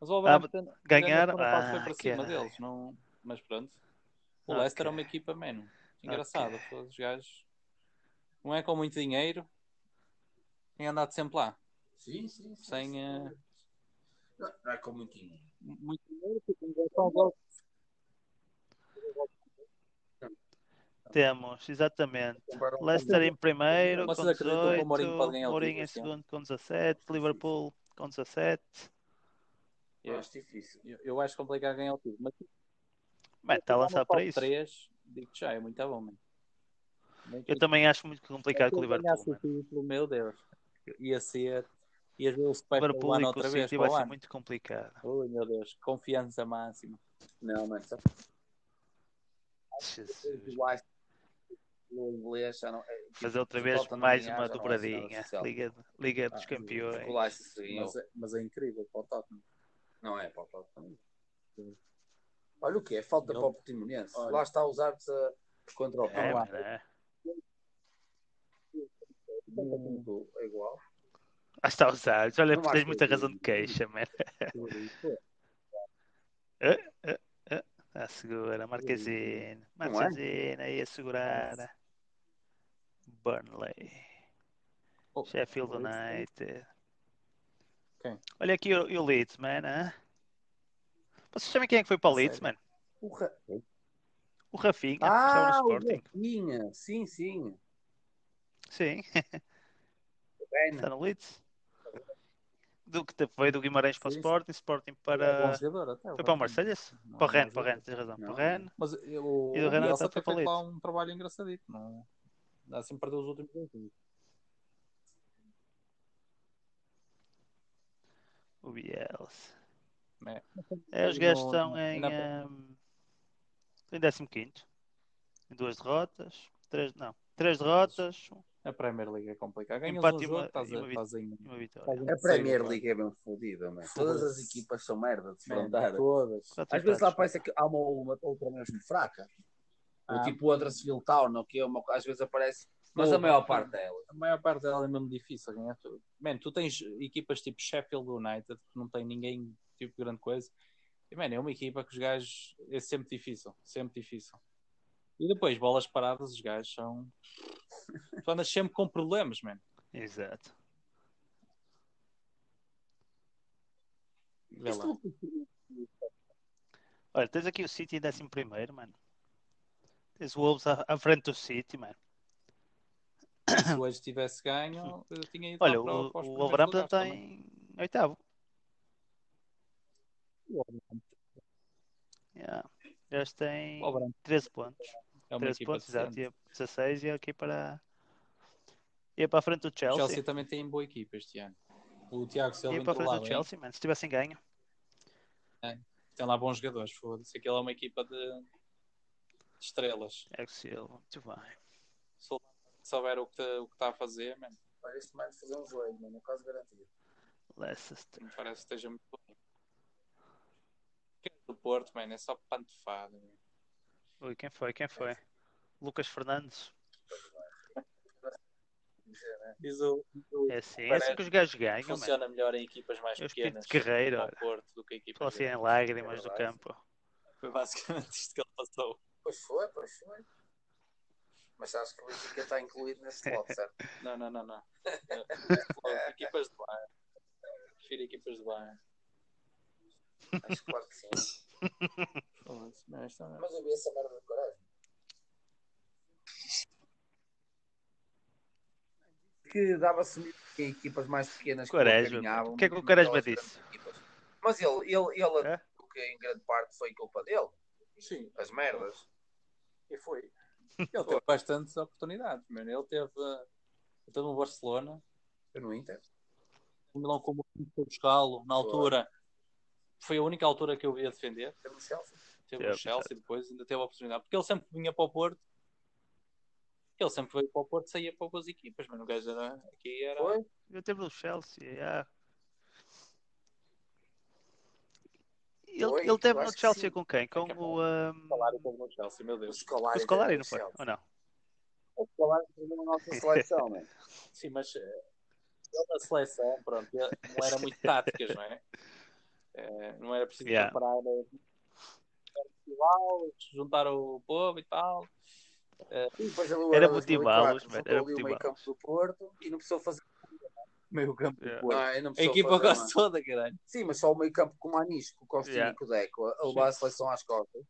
[SPEAKER 3] Mas o
[SPEAKER 1] Ah, mas
[SPEAKER 3] Wolverhampton
[SPEAKER 1] ganharam?
[SPEAKER 3] Ganhou,
[SPEAKER 1] Ah,
[SPEAKER 3] foi para cima
[SPEAKER 1] caralho.
[SPEAKER 3] deles, não... mas pronto. O
[SPEAKER 1] Ok.
[SPEAKER 3] Leicester é uma equipa menos. Engraçado,
[SPEAKER 1] Ok.
[SPEAKER 3] todos os gajos. Não é com muito dinheiro. Tem andado sempre lá.
[SPEAKER 2] Sim, sim. sim,
[SPEAKER 3] Sem,
[SPEAKER 2] sim.
[SPEAKER 3] eh,
[SPEAKER 2] Não, não é com muito dinheiro.
[SPEAKER 3] Muito dinheiro, tipo, injeção de gol.
[SPEAKER 1] Temos, exatamente.
[SPEAKER 2] Compraram um
[SPEAKER 1] Leicester em primeiro
[SPEAKER 3] Então, Vocês
[SPEAKER 1] com
[SPEAKER 3] acreditam que o
[SPEAKER 1] 18,
[SPEAKER 3] Mourinho pode ganhar assim? o
[SPEAKER 1] Mourinho em
[SPEAKER 3] título este ano?
[SPEAKER 1] segundo com 17, Liverpool com 17.
[SPEAKER 2] Eu acho difícil.
[SPEAKER 3] Eu, eu acho complicado ganhar o título. Mas
[SPEAKER 1] Bem,
[SPEAKER 3] Então
[SPEAKER 1] está a
[SPEAKER 3] é
[SPEAKER 1] lançar tá para isso.
[SPEAKER 3] 3, digo já, é muito bom, mano. Muito
[SPEAKER 1] Eu também acho muito complicado
[SPEAKER 3] Se
[SPEAKER 1] com o
[SPEAKER 3] eu ganhasse
[SPEAKER 1] Liverpool.
[SPEAKER 3] o
[SPEAKER 1] mano.
[SPEAKER 3] título, meu Deus. Ia ser. Ia ver o
[SPEAKER 1] O
[SPEAKER 3] Spectre
[SPEAKER 1] Liverpool e
[SPEAKER 3] Liverpool
[SPEAKER 1] com
[SPEAKER 3] outra
[SPEAKER 1] o
[SPEAKER 3] vez.
[SPEAKER 1] City
[SPEAKER 3] para
[SPEAKER 1] vai
[SPEAKER 3] o
[SPEAKER 1] ser
[SPEAKER 3] ano.
[SPEAKER 1] muito complicado.
[SPEAKER 3] Ui, meu Deus. Confiança máxima.
[SPEAKER 2] Não, mas só
[SPEAKER 1] Jesus.
[SPEAKER 2] o Leicester no inglês já não. é,
[SPEAKER 1] Fazer outra
[SPEAKER 2] se
[SPEAKER 1] vez
[SPEAKER 2] falta não
[SPEAKER 1] mais
[SPEAKER 2] ganhar,
[SPEAKER 1] uma
[SPEAKER 2] já não vai ser nada
[SPEAKER 1] dobradinha.
[SPEAKER 2] especial.
[SPEAKER 1] Liga, Liga dos
[SPEAKER 3] Ah,
[SPEAKER 1] Campeões.
[SPEAKER 2] O Leicester seria.
[SPEAKER 3] Mas, é- mas é incrível para o Tottenham.
[SPEAKER 2] Não é, para o Tottenham. Olha o que é, falta
[SPEAKER 3] Não.
[SPEAKER 2] para o Portimonense.
[SPEAKER 3] Olha.
[SPEAKER 2] Lá está a usar-te contra o
[SPEAKER 1] É,
[SPEAKER 2] Paulo.
[SPEAKER 1] mano, é.
[SPEAKER 2] É igual.
[SPEAKER 1] Ah, está a usar. Olha,
[SPEAKER 2] Não
[SPEAKER 1] tens
[SPEAKER 2] acho
[SPEAKER 1] muita
[SPEAKER 2] que-
[SPEAKER 1] razão de queixa, man. Ah, segura, Marquezine.
[SPEAKER 2] é?
[SPEAKER 1] Marquezine aí a segurar. Burnley.
[SPEAKER 3] Oh,
[SPEAKER 1] Sheffield
[SPEAKER 3] Leeds,
[SPEAKER 1] United.
[SPEAKER 3] Quem?
[SPEAKER 1] Olha aqui o, e o Leeds, man. hã? Vocês sabem quem é que foi para o
[SPEAKER 3] A
[SPEAKER 1] Leeds,
[SPEAKER 3] sério?
[SPEAKER 1] man?
[SPEAKER 2] O Ra-
[SPEAKER 1] O Rafinha, que estava no
[SPEAKER 2] Ah, o
[SPEAKER 1] Sporting.
[SPEAKER 2] Rafinha. Sim, sim.
[SPEAKER 1] Sim,
[SPEAKER 2] Bem,
[SPEAKER 3] né?
[SPEAKER 1] está no Leeds. Do que veio do Guimarães para o
[SPEAKER 3] Sim, sim.
[SPEAKER 1] Sporting, Sporting
[SPEAKER 3] É bom
[SPEAKER 1] para.
[SPEAKER 3] jogador, até.
[SPEAKER 1] Foi para o Marseille? esse? Para
[SPEAKER 3] Não,
[SPEAKER 1] o
[SPEAKER 3] não
[SPEAKER 1] Rennes,
[SPEAKER 3] é
[SPEAKER 1] para o
[SPEAKER 3] jogador.
[SPEAKER 1] Rennes, tens razão. Para
[SPEAKER 2] Não.
[SPEAKER 1] o Rennes.
[SPEAKER 3] Mas eu, o
[SPEAKER 1] E o Renato é
[SPEAKER 3] Bielsa
[SPEAKER 1] foi
[SPEAKER 3] tem
[SPEAKER 1] para
[SPEAKER 3] feito lá
[SPEAKER 1] Leeds.
[SPEAKER 3] um trabalho engraçadito. Não... Dá sempre para os últimos dois jogos.
[SPEAKER 1] O Bielsa.
[SPEAKER 3] É.
[SPEAKER 1] É, os
[SPEAKER 3] E
[SPEAKER 1] gajos
[SPEAKER 3] no-
[SPEAKER 1] estão
[SPEAKER 3] e
[SPEAKER 1] em.
[SPEAKER 3] na-
[SPEAKER 1] ehm, Em 15. Em duas derrotas. Três, não. Três derrotas um,
[SPEAKER 3] A Premier League é complicada. Ganhas
[SPEAKER 1] Empate
[SPEAKER 3] um
[SPEAKER 1] e
[SPEAKER 3] jogo,
[SPEAKER 1] uma-
[SPEAKER 3] estás
[SPEAKER 1] e uma
[SPEAKER 3] a-
[SPEAKER 1] vit-
[SPEAKER 3] estás em.
[SPEAKER 1] e uma vitória.
[SPEAKER 3] estás em
[SPEAKER 2] a
[SPEAKER 3] terceiro,
[SPEAKER 2] Premier
[SPEAKER 3] pá.
[SPEAKER 2] League é bem fodida, mano. Todas as equipas são merda de se
[SPEAKER 3] Man,
[SPEAKER 2] enfrentar.
[SPEAKER 3] Todas.
[SPEAKER 1] Quatro
[SPEAKER 2] Às vezes lá
[SPEAKER 1] empates.
[SPEAKER 2] parece que há uma, uma outra mesmo fraca.
[SPEAKER 3] Ah.
[SPEAKER 2] Ou tipo o Huddersfield Town, ou que é uma, às vezes aparece. Mas a maior parte delas.
[SPEAKER 3] A maior parte dela é mesmo difícil ganhar tudo. Man, tu tens equipas tipo Sheffield United, que não tem ninguém tipo grande coisa. E, man, é uma equipa que os gajos é sempre difícil, sempre difícil. E depois, bolas paradas, os gajos são. tu andas sempre com problemas, man.
[SPEAKER 1] Exato.
[SPEAKER 3] Vê lá.
[SPEAKER 1] Olha, tens aqui o City em décimo primeiro, mano. Tens o Wolves à, à frente do City, mano.
[SPEAKER 3] Se o Edge tivesse ganho, eu tinha ido lá
[SPEAKER 1] Olha,
[SPEAKER 3] para,
[SPEAKER 1] o,
[SPEAKER 3] para os
[SPEAKER 1] o
[SPEAKER 3] primeiros
[SPEAKER 1] Wolverhampton
[SPEAKER 3] lugares
[SPEAKER 1] está
[SPEAKER 3] também.
[SPEAKER 1] em oitavo. Yeah. Eles têm
[SPEAKER 3] O Wolverhampton
[SPEAKER 1] 13 pontos.
[SPEAKER 3] é uma
[SPEAKER 1] 13
[SPEAKER 3] equipa
[SPEAKER 1] pontos, exato.
[SPEAKER 3] decente.
[SPEAKER 1] Ia 16 e ia aqui para. Ia para a frente do
[SPEAKER 3] O
[SPEAKER 1] Chelsea.
[SPEAKER 3] Chelsea também tem boa equipa este ano. O Tiago Silva
[SPEAKER 1] ia para a frente
[SPEAKER 3] entrou lá
[SPEAKER 1] do
[SPEAKER 3] bem.
[SPEAKER 1] Chelsea, mano. Se tivessem ganho.
[SPEAKER 3] Tem lá bons jogadores, foda-se. Aquilo é uma equipa de de estrelas.
[SPEAKER 1] É o Silva, muito bem.
[SPEAKER 3] Se ele souber o que está a fazer, mano,
[SPEAKER 2] Olha, este mano fazer um joelho, mano, é quase garantido.
[SPEAKER 1] Leicester.
[SPEAKER 3] me parece que esteja muito bem. Quem é do Porto, mano, é só pantofado. mano.
[SPEAKER 1] Ui, quem foi? Quem foi? Lucas Fernandes.
[SPEAKER 3] Diz o,
[SPEAKER 1] É assim, é
[SPEAKER 3] Parece
[SPEAKER 1] assim que os gajos ganham, mano.
[SPEAKER 3] funciona melhor em equipas mais
[SPEAKER 1] É o espírito
[SPEAKER 3] pequenas
[SPEAKER 1] de guerreiro,
[SPEAKER 3] ao
[SPEAKER 1] olha.
[SPEAKER 3] Porto do que
[SPEAKER 1] Estou
[SPEAKER 3] equipas
[SPEAKER 1] assim em
[SPEAKER 3] grandes.
[SPEAKER 1] lágrimas do
[SPEAKER 2] É verdade.
[SPEAKER 1] campo.
[SPEAKER 3] Foi basicamente isto que ele passou.
[SPEAKER 2] Pois foi, pois foi. Mas acho que o Benfica está incluído nesse lote, certo?
[SPEAKER 3] Não, não, não, não. Logo, equipas de bar. Prefiro equipas de bar.
[SPEAKER 2] Acho que claro que sim.
[SPEAKER 3] Foda-se, não, isto não é-
[SPEAKER 2] Mas eu vi essa merda do Coragem. Que dava-se muito que em equipas mais pequenas que
[SPEAKER 1] Quaresma,
[SPEAKER 2] não caminhavam,
[SPEAKER 1] o que é que o
[SPEAKER 2] muito
[SPEAKER 1] Quaresma
[SPEAKER 2] melhor as
[SPEAKER 1] disse?
[SPEAKER 2] grandes equipas. Mas ele, ele, ele
[SPEAKER 1] É?
[SPEAKER 2] admitiu que em grande parte foi culpa dele,
[SPEAKER 3] Sim,
[SPEAKER 2] as merdas.
[SPEAKER 3] e foi. Ele teve bastantes oportunidades, mano. Ele teve, eh, ele teve no Barcelona,
[SPEAKER 2] Eu no Inter.
[SPEAKER 3] o Milão como foi buscá-lo na altura. Foi a única altura que eu ia defender.
[SPEAKER 2] Teve no Chelsea.
[SPEAKER 3] Teve
[SPEAKER 1] Certo,
[SPEAKER 3] o Chelsea depois, ainda teve a oportunidade. Porque ele sempre vinha para o Porto. Ele sempre veio para o Porto, saía para boas equipas, mas o gajo era, aqui era
[SPEAKER 2] Foi?
[SPEAKER 1] Eu teve no Chelsea, yeah. Ele,
[SPEAKER 2] Foi,
[SPEAKER 1] ele teve
[SPEAKER 2] eu
[SPEAKER 1] no
[SPEAKER 2] acho que
[SPEAKER 1] Chelsea
[SPEAKER 2] sim.
[SPEAKER 1] com quem? Com
[SPEAKER 3] É capaz.
[SPEAKER 1] o, um,
[SPEAKER 3] salário como o Chelsea, meu
[SPEAKER 2] O
[SPEAKER 3] Deus.
[SPEAKER 2] Scolari.
[SPEAKER 1] o Scolari, não foi? Ou não? É
[SPEAKER 7] O Scolari fez a nossa seleção, mano.
[SPEAKER 3] Sim, mas eh, ele na seleção, pronto, ele não era muito táticas, não é? Eh, não era preciso
[SPEAKER 1] Yeah.
[SPEAKER 3] comparar eh, festivais, juntar o povo e tal.
[SPEAKER 2] E depois ele
[SPEAKER 1] Era
[SPEAKER 2] dois mil e
[SPEAKER 1] motivá-los,
[SPEAKER 2] quatro,
[SPEAKER 1] mano,
[SPEAKER 2] juntou ali
[SPEAKER 1] era
[SPEAKER 2] o meio
[SPEAKER 1] motivá-los.
[SPEAKER 2] campo do Porto e não precisou fazer.
[SPEAKER 3] Meio campo
[SPEAKER 1] Yeah.
[SPEAKER 2] Não, eu não
[SPEAKER 3] A
[SPEAKER 2] precisou
[SPEAKER 3] equipa
[SPEAKER 2] fazer
[SPEAKER 3] gosta
[SPEAKER 2] nada.
[SPEAKER 3] toda, caralho.
[SPEAKER 2] Sim, mas só o meio campo com o Manis, com o Costinha
[SPEAKER 1] Yeah.
[SPEAKER 2] e com o Deco, a levar a seleção às costas.
[SPEAKER 3] Sim,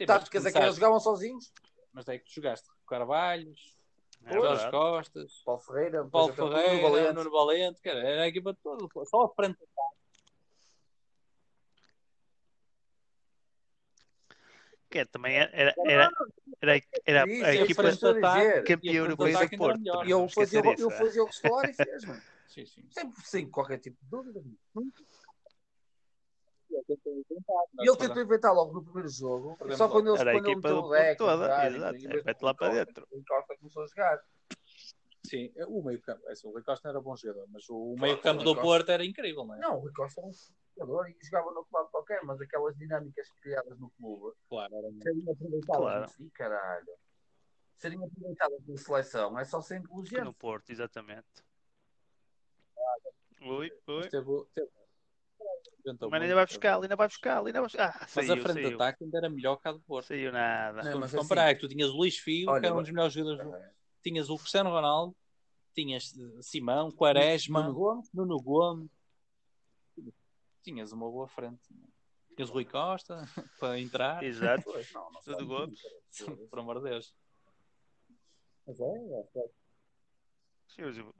[SPEAKER 3] mas
[SPEAKER 2] Táticas é que eles
[SPEAKER 3] começaste-
[SPEAKER 2] jogavam sozinhos.
[SPEAKER 3] Mas é que tu jogaste Carvalhos,
[SPEAKER 1] É
[SPEAKER 3] Jorge
[SPEAKER 1] verdade.
[SPEAKER 3] Costas,
[SPEAKER 2] é, Paulo Ferreira, depois aquele-
[SPEAKER 3] Paulo Ferreira,
[SPEAKER 2] Nuno Valente.
[SPEAKER 3] Nuno Valente, cara, era a equipa toda, pô, só a frente.
[SPEAKER 1] Que também era, era, era, era, era
[SPEAKER 2] Isso,
[SPEAKER 1] a
[SPEAKER 2] é
[SPEAKER 1] equipa
[SPEAKER 2] isso que eu estou a dizer.
[SPEAKER 1] campeã
[SPEAKER 3] E a
[SPEAKER 1] europeia
[SPEAKER 3] frente
[SPEAKER 1] do
[SPEAKER 3] de
[SPEAKER 1] Porto.
[SPEAKER 3] ataque
[SPEAKER 1] também,
[SPEAKER 3] ainda era melhor.
[SPEAKER 2] E ele
[SPEAKER 1] não
[SPEAKER 2] fazia,
[SPEAKER 1] esquecer
[SPEAKER 2] ele
[SPEAKER 1] disso, é.
[SPEAKER 2] fazia o que o Scolari fez, mano.
[SPEAKER 3] Sim, sim.
[SPEAKER 2] Sempre sem qualquer tipo de dúvida. mano.
[SPEAKER 3] Eu tentei inventar,
[SPEAKER 2] E ele
[SPEAKER 3] mas
[SPEAKER 2] tentou inventar logo no primeiro jogo,
[SPEAKER 3] Perdemos
[SPEAKER 2] só quando eles
[SPEAKER 1] Era a
[SPEAKER 2] quando ele
[SPEAKER 1] equipa
[SPEAKER 2] meteu
[SPEAKER 1] do
[SPEAKER 2] o
[SPEAKER 1] Porto
[SPEAKER 2] Deco.
[SPEAKER 1] toda,
[SPEAKER 2] já, e
[SPEAKER 1] exato.
[SPEAKER 2] depois
[SPEAKER 1] É
[SPEAKER 2] meteu
[SPEAKER 1] mete
[SPEAKER 2] o
[SPEAKER 1] lá para
[SPEAKER 2] Costa,
[SPEAKER 1] dentro.
[SPEAKER 2] O Costa começou a jogar.
[SPEAKER 3] Sim, o meio campo. É assim, o Rui Costa era bom jogador, mas o meio
[SPEAKER 2] o
[SPEAKER 3] campo
[SPEAKER 2] Rui
[SPEAKER 3] do
[SPEAKER 2] Costa-
[SPEAKER 3] Porto era incrível, não é?
[SPEAKER 2] Não, o Rui Costa era um jogador e jogava no clube qualquer, mas aquelas dinâmicas criadas no clube
[SPEAKER 3] Claro, era
[SPEAKER 2] serem aproveitadas.
[SPEAKER 1] Claro.
[SPEAKER 2] Ih, caralho. Serem aproveitadas na seleção, é só ser
[SPEAKER 1] Que no
[SPEAKER 2] inteligente.
[SPEAKER 1] Porto, exatamente. Ui, ui.
[SPEAKER 3] Mas teve, teve... inventou
[SPEAKER 1] O Mano ainda
[SPEAKER 3] muito,
[SPEAKER 1] vai
[SPEAKER 3] teve.
[SPEAKER 1] buscar, ainda vai buscar, ainda vai buscar. Ah,
[SPEAKER 3] Mas né?
[SPEAKER 1] saiu,
[SPEAKER 3] a frente de
[SPEAKER 1] saiu.
[SPEAKER 3] ataque ainda era melhor que a do Porto.
[SPEAKER 1] Saiu nada.
[SPEAKER 2] Não,
[SPEAKER 3] Vamos
[SPEAKER 2] mas
[SPEAKER 3] comparar,
[SPEAKER 2] assim-
[SPEAKER 3] que tu tinhas o Luís Figo,
[SPEAKER 2] Olha,
[SPEAKER 3] que era um
[SPEAKER 2] mas-
[SPEAKER 3] dos melhores jogadores. do- Tinhas o Cristiano Ronaldo, tinhas eh, Simão, Quaresma,
[SPEAKER 2] Nuno
[SPEAKER 3] Nuno,
[SPEAKER 2] Gomes,
[SPEAKER 3] Gomes. Tinhas uma boa frente. Tinhas o Rui Costa para entrar.
[SPEAKER 1] Exato.
[SPEAKER 2] pois, não, não
[SPEAKER 1] Tudo
[SPEAKER 2] sei.
[SPEAKER 1] Gomes.
[SPEAKER 3] Por amor de Deus.
[SPEAKER 2] Mas é, é.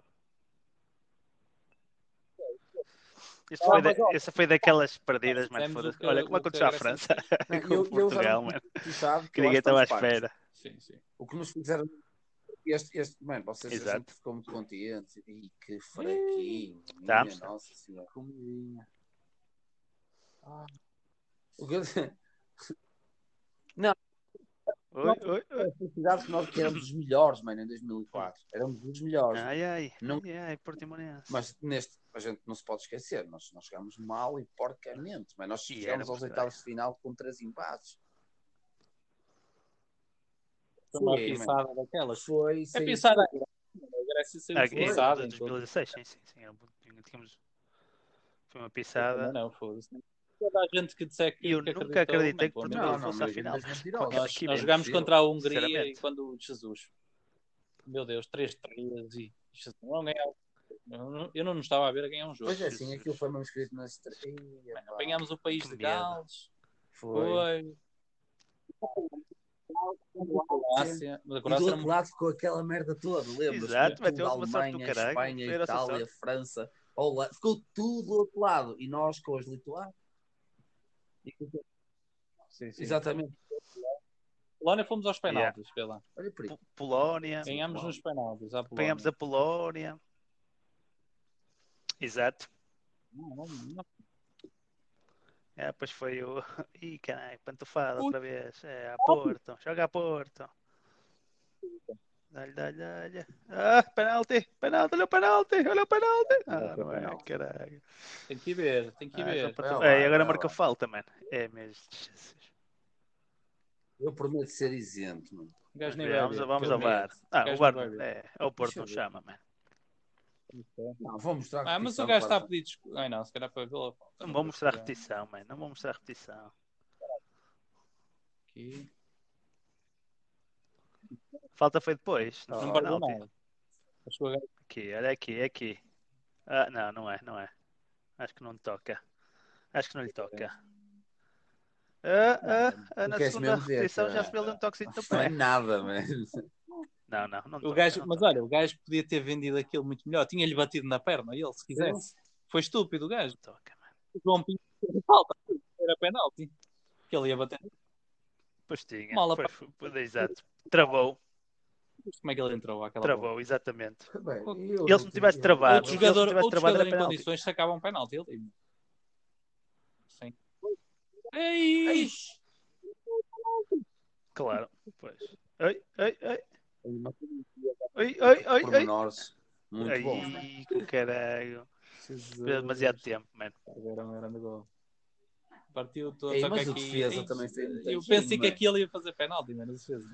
[SPEAKER 1] Este
[SPEAKER 2] Ah,
[SPEAKER 1] foi
[SPEAKER 2] mas,
[SPEAKER 1] da-
[SPEAKER 2] ó,
[SPEAKER 1] essa foi daquelas perdidas, mano.
[SPEAKER 3] fizemos
[SPEAKER 1] foda-se.
[SPEAKER 3] o que-
[SPEAKER 1] Olha como é
[SPEAKER 3] o que
[SPEAKER 1] aconteceu à
[SPEAKER 3] agradecemos.
[SPEAKER 1] França
[SPEAKER 2] Não,
[SPEAKER 1] com
[SPEAKER 2] eu- eu já
[SPEAKER 1] Portugal,
[SPEAKER 2] não-
[SPEAKER 1] mano.
[SPEAKER 2] Tu sabes
[SPEAKER 1] Que
[SPEAKER 2] eu acho
[SPEAKER 1] ninguém
[SPEAKER 2] que
[SPEAKER 1] estava à
[SPEAKER 2] estamos fartos.
[SPEAKER 1] espera.
[SPEAKER 3] Sim, sim.
[SPEAKER 2] O que nos fizeram. Este, este, mano, vocês a
[SPEAKER 1] Exato.
[SPEAKER 2] gente ficou muito contente. E que fraquinho.
[SPEAKER 1] Tá.
[SPEAKER 2] Minha nossa senhora. Ah.
[SPEAKER 3] Comidinha.
[SPEAKER 2] O que eu-
[SPEAKER 1] Oi, oi, oi.
[SPEAKER 2] a felicidade que nós que éramos os melhores, mano, em 2004. Éramos os melhores.
[SPEAKER 1] Ai, ai.
[SPEAKER 2] Não-
[SPEAKER 1] Ai, ai, Portimonense.
[SPEAKER 2] Mas neste, a gente não se pode esquecer, nós, nós jogámos mal e porcamente. Mas nós
[SPEAKER 1] E
[SPEAKER 2] chegamos
[SPEAKER 1] éramos,
[SPEAKER 2] aos
[SPEAKER 1] caralho.
[SPEAKER 2] oitavos de final com três embates.
[SPEAKER 3] Foi uma
[SPEAKER 2] Sim,
[SPEAKER 3] pisada daquelas.
[SPEAKER 2] Foi
[SPEAKER 3] É
[SPEAKER 2] sem-
[SPEAKER 3] pensar a Grécia saiu
[SPEAKER 1] Ah,
[SPEAKER 3] um de pisada.
[SPEAKER 1] é, de
[SPEAKER 3] em todo-
[SPEAKER 1] 2016, sim, sim, sim. era um pouquinho- Tínhamos... Foi uma
[SPEAKER 3] Não,
[SPEAKER 1] pisada.
[SPEAKER 3] não, foda-se. Toda a gente que disser que
[SPEAKER 1] E eu
[SPEAKER 3] que
[SPEAKER 1] nunca acreditei que
[SPEAKER 3] pelo
[SPEAKER 1] Portugal
[SPEAKER 3] menos.
[SPEAKER 2] Não, não,
[SPEAKER 1] fosse
[SPEAKER 2] mas
[SPEAKER 1] à final.
[SPEAKER 2] eles mentirosos.
[SPEAKER 1] Com aquela
[SPEAKER 3] Nós,
[SPEAKER 1] equipa
[SPEAKER 3] nós
[SPEAKER 2] é
[SPEAKER 3] jogámos
[SPEAKER 2] impossível,
[SPEAKER 3] contra a Hungria e
[SPEAKER 1] sinceramente.
[SPEAKER 3] quando Jesus, meu Deus, 3-3 e Não ganhava. Eu não- eu não estava a ver a ganhar um jogo.
[SPEAKER 2] Pois é, sim,
[SPEAKER 1] Jesus.
[SPEAKER 2] aquilo foi mesmo escrito na estreia. pá.
[SPEAKER 3] Apanhámos o país
[SPEAKER 1] Que
[SPEAKER 3] de
[SPEAKER 1] medo.
[SPEAKER 3] Gales,
[SPEAKER 2] Foi.
[SPEAKER 3] foi. Croácia, mas a
[SPEAKER 2] E do
[SPEAKER 3] Croácia era
[SPEAKER 2] outro
[SPEAKER 3] muito
[SPEAKER 2] lado ficou aquela merda toda, lembras?
[SPEAKER 1] Exato,
[SPEAKER 2] Ficou tudo
[SPEAKER 1] meteu uma sorte do
[SPEAKER 2] Alemanha,
[SPEAKER 1] caralho,
[SPEAKER 2] Espanha,
[SPEAKER 1] era só
[SPEAKER 2] Itália, França, Holanda. Ficou tudo do outro lado. E nós com as lituanas. E com- Exatamente.
[SPEAKER 3] Polónia fomos aos penaltis, vê lá.
[SPEAKER 2] Olha por aí.
[SPEAKER 1] P- Polónia.
[SPEAKER 3] Ganhámos nos penaltis à Polónia.
[SPEAKER 1] Apanhámos a Polónia. Exato.
[SPEAKER 3] Não, não, não.
[SPEAKER 1] É, pois foi o. Ih, caralho, pantufada
[SPEAKER 3] Ui.
[SPEAKER 1] outra vez. É, a Porto. Joga a Porto. Dá-lhe, dá-lhe, dá-lhe. Ah, penalti, penalti, olha o penalti, olha o penalti. Ah, não é, caralho.
[SPEAKER 3] Tem que ir ver, tem que ir
[SPEAKER 1] Ah, João
[SPEAKER 3] ver.
[SPEAKER 1] Pantu-
[SPEAKER 2] Vai lá,
[SPEAKER 1] É, e agora
[SPEAKER 2] vai
[SPEAKER 1] marcou
[SPEAKER 2] lá.
[SPEAKER 1] falta, mano. É mesmo. Jesus.
[SPEAKER 2] Eu prometo ser isento, mano.
[SPEAKER 3] O gajo nem vai
[SPEAKER 1] Vamos,
[SPEAKER 3] ver,
[SPEAKER 1] vamos
[SPEAKER 3] que
[SPEAKER 1] ao
[SPEAKER 3] eu
[SPEAKER 1] bar.
[SPEAKER 3] meto.
[SPEAKER 1] Ah,
[SPEAKER 3] O gajo
[SPEAKER 1] o
[SPEAKER 3] não
[SPEAKER 1] bar
[SPEAKER 3] vai ver.
[SPEAKER 1] é, é o Porto
[SPEAKER 2] Deixa eu
[SPEAKER 1] não
[SPEAKER 2] ver.
[SPEAKER 1] chama, mano. é.
[SPEAKER 2] Não, vou mostrar.
[SPEAKER 3] Ah, mas
[SPEAKER 2] repetição,
[SPEAKER 3] o gajo está a
[SPEAKER 2] claro.
[SPEAKER 3] pedir desculpa. Ai não, se calhar para vê-la.
[SPEAKER 1] um Não vou mostrar repetição, mano. Não vou mostrar repetição.
[SPEAKER 3] Aqui.
[SPEAKER 1] Falta foi depois, não
[SPEAKER 3] Não
[SPEAKER 1] foi
[SPEAKER 3] guardou
[SPEAKER 1] penalti.
[SPEAKER 3] nada. Acho que o gajo
[SPEAKER 1] Aqui, olha aqui, é aqui. Ah, não, não é, não é. Acho que não lhe toca. Acho que não lhe toca. Ah, ah, ah,
[SPEAKER 2] Tu
[SPEAKER 1] na
[SPEAKER 2] queres
[SPEAKER 1] segunda
[SPEAKER 2] mesmo ver, tá?
[SPEAKER 1] repetição já
[SPEAKER 2] cara.
[SPEAKER 1] se vê ali um toquezinho no
[SPEAKER 2] Não é
[SPEAKER 1] pé.
[SPEAKER 2] nada, mano.
[SPEAKER 1] Não, não, não
[SPEAKER 3] O
[SPEAKER 1] toca,
[SPEAKER 3] gajo,
[SPEAKER 1] não
[SPEAKER 3] mas
[SPEAKER 1] toca.
[SPEAKER 3] olha, o gajo podia ter vendido aquilo muito melhor. Tinha-lhe batido na perna, ele, se quisesse. Foi estúpido o gajo.
[SPEAKER 1] Não toca, mano.
[SPEAKER 3] O João Pinto fez falta. Era penalti. Que ele ia bater.
[SPEAKER 1] Pois tinha.
[SPEAKER 3] Mala
[SPEAKER 1] Pois, foi- exato. Travou,
[SPEAKER 3] Como é que ele entrou àquela bola?
[SPEAKER 1] travou, exatamente.
[SPEAKER 2] Bem, eu
[SPEAKER 1] Ele se não
[SPEAKER 2] não
[SPEAKER 1] tivesse
[SPEAKER 2] tenho-
[SPEAKER 1] travado,
[SPEAKER 3] Outro
[SPEAKER 1] se ele
[SPEAKER 3] jogador,
[SPEAKER 1] não tivesse
[SPEAKER 3] outro
[SPEAKER 1] travado
[SPEAKER 3] jogador
[SPEAKER 1] era
[SPEAKER 3] em
[SPEAKER 1] penalti.
[SPEAKER 3] condições sacava um penalti. Ele... Sim. Ei!
[SPEAKER 1] Claro, pois. Ai, ai, ai. Ai, ai, ai, ai.
[SPEAKER 2] Pormenores. Muito
[SPEAKER 1] Ai,
[SPEAKER 2] bom.
[SPEAKER 1] que caralho. Perdeu demasiado tempo, mano.
[SPEAKER 3] Era um grande gol. Partiu todo.
[SPEAKER 2] Ei,
[SPEAKER 3] só que
[SPEAKER 2] mas o
[SPEAKER 3] aqui-
[SPEAKER 2] defesa
[SPEAKER 3] Ei,
[SPEAKER 2] também fez muito
[SPEAKER 3] Eu
[SPEAKER 2] aquilo,
[SPEAKER 3] pensei que
[SPEAKER 2] mano.
[SPEAKER 3] aquilo ia fazer penalti, mano. o defesa.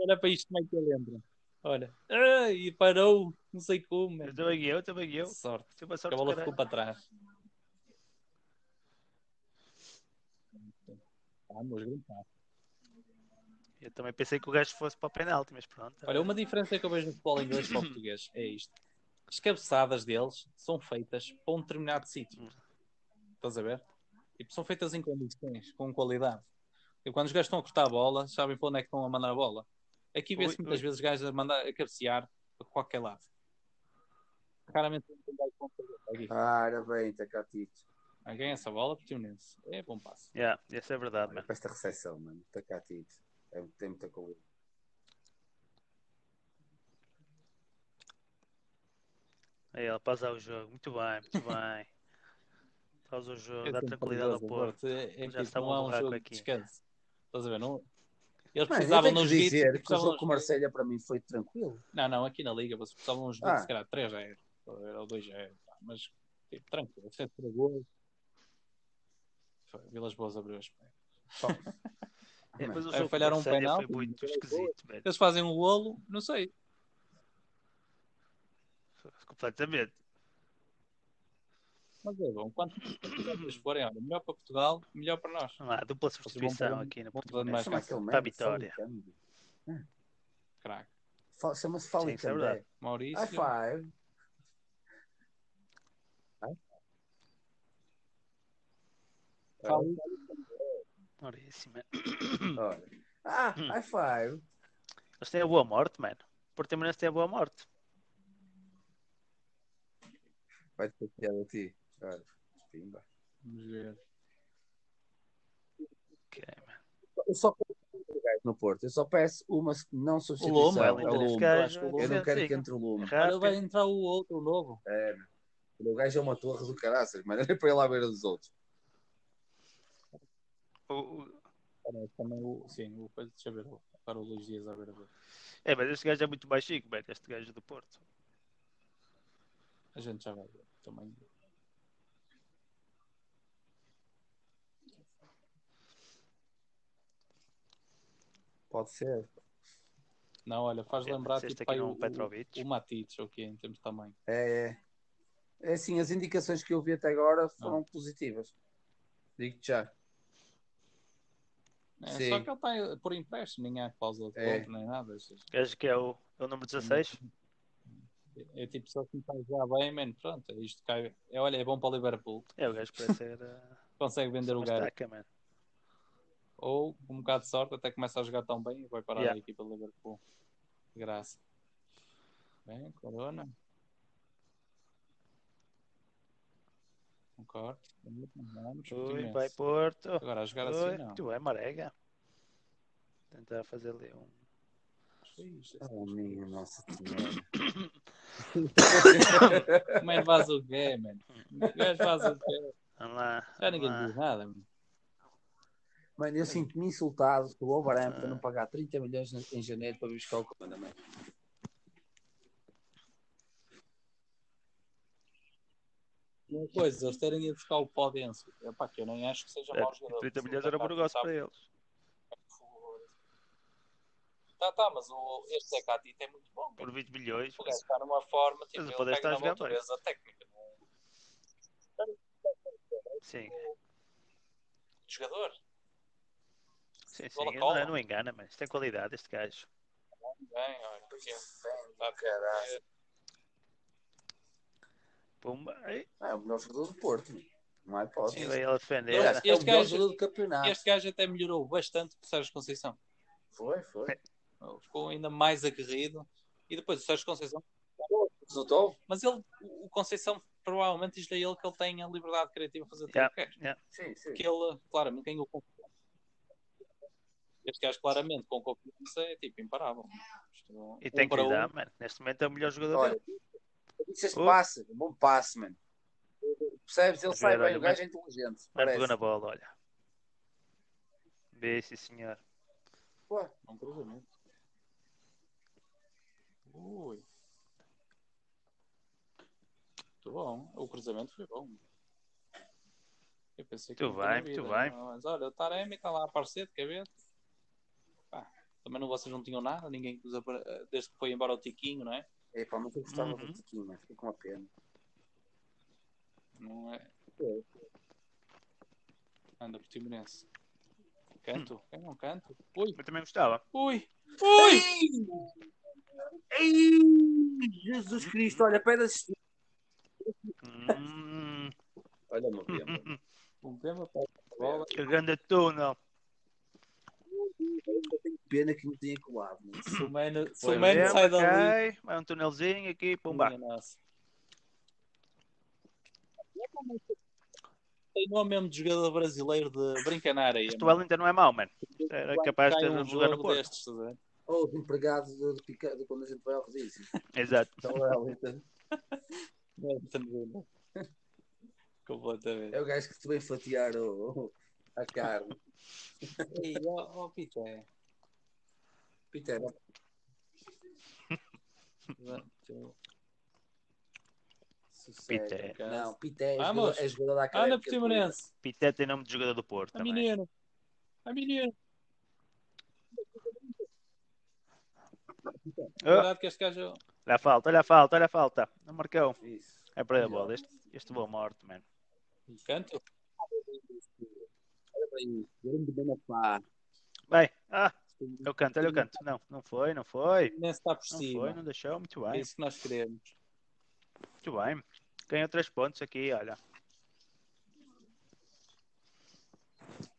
[SPEAKER 3] Olha para isto como é que ele entra. Olha. Ah, e parou. Não sei como,
[SPEAKER 1] Eu
[SPEAKER 3] mano.
[SPEAKER 1] também eu, também eu.
[SPEAKER 3] Sorte.
[SPEAKER 1] Tive a
[SPEAKER 3] Que
[SPEAKER 1] sorte
[SPEAKER 3] a
[SPEAKER 1] do
[SPEAKER 3] bola
[SPEAKER 1] caralho.
[SPEAKER 3] ficou para trás. Ah, meus grandes passos.
[SPEAKER 1] Eu também pensei que o gajo fosse para o penalti, mas pronto.
[SPEAKER 3] Olha, uma diferença que eu vejo no futebol inglês para o português é isto. As cabeçadas deles são feitas para um determinado sítio. Estás a ver? Tipo, são feitas em condições, com qualidade. E quando os gajos estão a cortar a bola, sabem para onde é que estão a mandar a bola. Aqui vê-se
[SPEAKER 1] Ui,
[SPEAKER 3] muitas
[SPEAKER 1] ui.
[SPEAKER 3] vezes gajos a mandar a cabecear para qualquer lado. Raramente não tem gajo com aqui.
[SPEAKER 2] Ora bem, Tacatito.
[SPEAKER 3] Ah, Ganha essa bola, Portimonense. É bom passo.
[SPEAKER 1] Yeah, isso é verdade,
[SPEAKER 2] Olha
[SPEAKER 1] mano.
[SPEAKER 2] para esta recepção, mano. Tacatito. É, tem muita coisa.
[SPEAKER 1] Aí ela pausar É o jogo. Muito bem, muito bem. Pausa o jogo,
[SPEAKER 3] É
[SPEAKER 1] dá
[SPEAKER 3] sempre
[SPEAKER 1] tranquilidade ao
[SPEAKER 3] perigoso,
[SPEAKER 1] Porto.
[SPEAKER 3] Porto. É, é
[SPEAKER 1] Já
[SPEAKER 3] tipo,
[SPEAKER 1] está um
[SPEAKER 3] não é um
[SPEAKER 1] buraco
[SPEAKER 3] jogo
[SPEAKER 1] aqui.
[SPEAKER 3] de descanso. Estás a ver? Não... Eles
[SPEAKER 2] Mano, eu
[SPEAKER 3] precisavam de
[SPEAKER 2] tenho
[SPEAKER 3] um
[SPEAKER 2] que dizer
[SPEAKER 3] joguito.
[SPEAKER 2] que o jogo com o
[SPEAKER 3] precisavam de um
[SPEAKER 2] Marselha para mim foi tranquilo.
[SPEAKER 3] Não, não, aqui na Liga vocês precisavam uns ah.
[SPEAKER 2] Ah.
[SPEAKER 3] se calhar 3 0 ou 2 0 mas tipo, tranquilo, 7 para gols. Foi, Vilas Boas abriu as pernas.
[SPEAKER 1] É, mas o
[SPEAKER 3] Aí
[SPEAKER 1] jogo
[SPEAKER 3] falharam
[SPEAKER 1] com o
[SPEAKER 3] um
[SPEAKER 1] Marselha
[SPEAKER 3] penalti.
[SPEAKER 1] foi muito esquisito, velho.
[SPEAKER 3] Eles fazem um golo, não sei.
[SPEAKER 1] Completamente.
[SPEAKER 3] Mas é bom, quanto vocês forem, olha, melhor para Portugal, melhor para nós.
[SPEAKER 1] Vamos lá, dupla substituição
[SPEAKER 3] pagando-
[SPEAKER 1] aqui no
[SPEAKER 3] vão
[SPEAKER 1] Portugal.
[SPEAKER 3] pagando mais
[SPEAKER 2] Chama
[SPEAKER 3] caro.
[SPEAKER 2] aquele
[SPEAKER 1] Para a
[SPEAKER 2] merda,
[SPEAKER 1] vitória.
[SPEAKER 2] Falicambé.
[SPEAKER 3] Crack.
[SPEAKER 2] Fa- Chama-se
[SPEAKER 1] Sim, isso é
[SPEAKER 2] Falicambé.
[SPEAKER 1] verdade.
[SPEAKER 3] Maurício,
[SPEAKER 2] High five.
[SPEAKER 3] Fali-
[SPEAKER 1] Maurício, mano.
[SPEAKER 2] Olha. Ah,
[SPEAKER 1] Hum.
[SPEAKER 2] high five.
[SPEAKER 1] Eles têm a boa morte, mano. O Portimonense tem a boa morte.
[SPEAKER 2] Vai-te chatear a ti. Olha. Pimba.
[SPEAKER 3] vamos ver.
[SPEAKER 1] Ok, mano.
[SPEAKER 2] Eu só peço um no Porto. Eu só peço uma não substituição.
[SPEAKER 3] Lume,
[SPEAKER 2] é
[SPEAKER 3] o
[SPEAKER 2] o
[SPEAKER 3] Lume.
[SPEAKER 2] Lume.
[SPEAKER 1] Esse gajo
[SPEAKER 3] acho que o
[SPEAKER 1] é
[SPEAKER 3] Lume.
[SPEAKER 2] Eu não quero que
[SPEAKER 1] deficiente.
[SPEAKER 2] entre o Lume.
[SPEAKER 3] Olha,
[SPEAKER 1] Rápido.
[SPEAKER 3] vai entrar o outro, o novo.
[SPEAKER 2] É. O gajo é uma torre do caraças, mano. Olha para ele à beira dos outros.
[SPEAKER 1] O- o-
[SPEAKER 3] Olha, Também o, sim, o, deixa eu ver. Para o Luís Dias à beira dele.
[SPEAKER 1] É, mas este gajo é muito mais chique, velho. Este gajo do Porto.
[SPEAKER 3] A gente já vai ver também.
[SPEAKER 2] Pode ser.
[SPEAKER 3] Não, olha, faz
[SPEAKER 1] É,
[SPEAKER 3] lembrar
[SPEAKER 1] este
[SPEAKER 3] tipo,
[SPEAKER 1] aqui
[SPEAKER 3] aí
[SPEAKER 1] não é
[SPEAKER 3] o,
[SPEAKER 1] um Petrovic.
[SPEAKER 3] o, o Matites, ok, em termos de tamanho.
[SPEAKER 2] É, é. É assim, as indicações que eu vi até agora foram positivas. Digo-te já.
[SPEAKER 3] É,
[SPEAKER 2] Sim.
[SPEAKER 3] Só que ele está por empréstimo, nem há cláusula é de
[SPEAKER 2] É.
[SPEAKER 3] compra, nem nada. ou seja,
[SPEAKER 1] Gajo que é o, é o número 16.
[SPEAKER 3] É tipo, se ele começar a jogar bem, mano, pronto, isto cai. É, olha, é bom para o Liverpool.
[SPEAKER 1] É, o gajo parece ser. eh,
[SPEAKER 3] Consegue vender o
[SPEAKER 2] tá
[SPEAKER 3] gajo.
[SPEAKER 1] estaca, mano.
[SPEAKER 3] Ou, com um bocado de sorte, até começa a jogar tão bem e vai parar
[SPEAKER 1] Yeah.
[SPEAKER 3] a equipa do Liverpool. De Graça. Bem, Corona. Um corte. Vamos,
[SPEAKER 1] Ui,
[SPEAKER 3] imenso.
[SPEAKER 1] vai Porto.
[SPEAKER 3] Agora, a jogar
[SPEAKER 1] Ui,
[SPEAKER 3] assim, não.
[SPEAKER 1] tu é marega. Tentar fazer ali um.
[SPEAKER 8] Oh, minha nossa senhora.
[SPEAKER 3] Mano, vaza é o quê, mano? O gajo vaza o quê?
[SPEAKER 1] Vamos lá.
[SPEAKER 3] Já
[SPEAKER 1] vamos lá.
[SPEAKER 3] ninguém diz nada, mano.
[SPEAKER 2] Mano, eu sinto-me insultado com o Wolverhampton não pagar 30 milhões em janeiro para vir buscar o comando, mano.
[SPEAKER 3] Uma coisa, eles terem ido buscar o Podense. Epá, que eu nem acho que seja mau
[SPEAKER 1] É,
[SPEAKER 3] jogador. assim,
[SPEAKER 1] 30 milhões era bom negócio para eles.
[SPEAKER 3] Tá, tá, mas o, este Zé Catita é muito bom.
[SPEAKER 1] Por 20 milhões.
[SPEAKER 3] O gajo está numa forma, tipo,
[SPEAKER 1] Mas o
[SPEAKER 3] ele
[SPEAKER 1] Podence está
[SPEAKER 3] pega
[SPEAKER 1] a
[SPEAKER 3] na
[SPEAKER 1] jogar bem.
[SPEAKER 3] natureza técnica. assim,
[SPEAKER 1] Sim,
[SPEAKER 3] de Jogador.
[SPEAKER 1] sim, sim.
[SPEAKER 3] é Bola
[SPEAKER 1] ele
[SPEAKER 3] cola.
[SPEAKER 1] Não, é não engana, mas tem qualidade este gajo.
[SPEAKER 3] Bem, olha. aqui, tá,
[SPEAKER 1] Pumba. Ei,
[SPEAKER 2] É o melhor jogador do Porto, mano. não é
[SPEAKER 1] sim,
[SPEAKER 2] hipótese.
[SPEAKER 1] vai ele defender.
[SPEAKER 3] Não,
[SPEAKER 2] Aliás, é o
[SPEAKER 3] Este
[SPEAKER 2] melhor
[SPEAKER 3] gajo-
[SPEAKER 2] jogador do campeonato.
[SPEAKER 3] Este gajo até melhorou bastante com o Sérgio Conceição.
[SPEAKER 2] Foi, foi.
[SPEAKER 3] Ficou ainda mais aguerrido. E depois o Sérgio Conceição.
[SPEAKER 2] Resultou?
[SPEAKER 3] Mas ele, o Conceição, provavelmente diz a ele que ele tem a liberdade criativa para fazer tudo o
[SPEAKER 1] Yeah.
[SPEAKER 3] que quer.
[SPEAKER 2] Sim, sim.
[SPEAKER 3] que ele claramente ganhou confiança. Este gajo claramente com confiança é tipo imparável. Isto,
[SPEAKER 1] E tem
[SPEAKER 3] um
[SPEAKER 1] que
[SPEAKER 3] para
[SPEAKER 1] lhe dar,
[SPEAKER 3] um,
[SPEAKER 1] mano. Neste momento é o melhor jogador
[SPEAKER 2] Olha,
[SPEAKER 1] dele.
[SPEAKER 2] disseste
[SPEAKER 1] Oh.
[SPEAKER 2] passe, um bom passe, mano. Percebes? Ele
[SPEAKER 1] Mas
[SPEAKER 2] sai
[SPEAKER 1] olha,
[SPEAKER 2] bem,
[SPEAKER 1] olha,
[SPEAKER 2] o gajo é inteligente.
[SPEAKER 1] Mas pegou
[SPEAKER 2] Parece.
[SPEAKER 1] na bola, olha. Vê sim, senhor.
[SPEAKER 2] Pô,
[SPEAKER 3] um cruzamento. Ui. Muito bom. O cruzamento foi bom. Eu pensei que
[SPEAKER 1] Muito
[SPEAKER 3] não tinha
[SPEAKER 1] bem, muito
[SPEAKER 3] vida,
[SPEAKER 1] bem.
[SPEAKER 3] Mas olha, o Taremi está lá a aparecer de cabeça. Pá, também não, vocês não tinham nada, ninguém que os apare- desde que foi embora o Tiquinho, não é?
[SPEAKER 2] é pá, mas eu gostava
[SPEAKER 1] Uhum.
[SPEAKER 2] do Tiquinho, mano. fiquei com uma pena.
[SPEAKER 3] Não é. Anda por Timorense. Canto? Eu não canto. Ui,
[SPEAKER 1] Eu também gostava.
[SPEAKER 3] ui, ui!
[SPEAKER 2] Jesus Cristo, olha, pera
[SPEAKER 1] Hum,
[SPEAKER 8] Olha, meu Deus.
[SPEAKER 3] Um tema para a bola.
[SPEAKER 1] que grande túnel.
[SPEAKER 2] pena que não tinha colado. mano.
[SPEAKER 3] Se o Mano, se
[SPEAKER 1] Foi
[SPEAKER 3] o mano
[SPEAKER 1] mesmo,
[SPEAKER 3] sai dali.
[SPEAKER 1] cai, Vai um túnelzinho aqui, pumba.
[SPEAKER 3] Minha nossa. Tem nome mesmo de jogador brasileiro de brincanar aí.
[SPEAKER 1] Este Wellington não é mau, mano. Isto Era capaz de
[SPEAKER 3] Cai um
[SPEAKER 1] jogar no
[SPEAKER 3] jogo
[SPEAKER 1] Porto.
[SPEAKER 3] destes, estás a ver?
[SPEAKER 2] Ou Oh, os empregados do, do Picado quando a gente vai ao rodízio.
[SPEAKER 1] Exato.
[SPEAKER 2] Então, é, então,
[SPEAKER 3] Não é? Completamente.
[SPEAKER 2] é o gajo que te vem fatiar o, o- a carne.
[SPEAKER 3] Ei, ó, ó, Pité.
[SPEAKER 2] Peter,
[SPEAKER 3] Sossego,
[SPEAKER 1] Pité.
[SPEAKER 3] cara.
[SPEAKER 2] não, Peter é,
[SPEAKER 3] Vamos.
[SPEAKER 2] jogador-
[SPEAKER 3] Ah,
[SPEAKER 2] é jogador da carne.
[SPEAKER 3] Anda por Timorense.
[SPEAKER 1] Pité tem nome de jogador do Porto
[SPEAKER 3] A
[SPEAKER 1] também.
[SPEAKER 3] menina. A menina. É
[SPEAKER 1] Oh,
[SPEAKER 3] verdade que este gajo.
[SPEAKER 1] olha a falta, olha a falta, olha a falta. Não marcou.
[SPEAKER 2] Isso.
[SPEAKER 1] É para a bola. Este, este bom morte, mano.
[SPEAKER 3] um Canto?
[SPEAKER 2] Grande Benafá.
[SPEAKER 1] Vai. Ah, eu canto, olha o canto. Não, não foi, não foi.
[SPEAKER 3] Nem está por
[SPEAKER 1] Não foi,
[SPEAKER 3] cima.
[SPEAKER 1] não deixou. Muito
[SPEAKER 3] É
[SPEAKER 1] bem,
[SPEAKER 3] isso que nós queremos.
[SPEAKER 1] muito bem. Ganhou três pontos aqui, olha.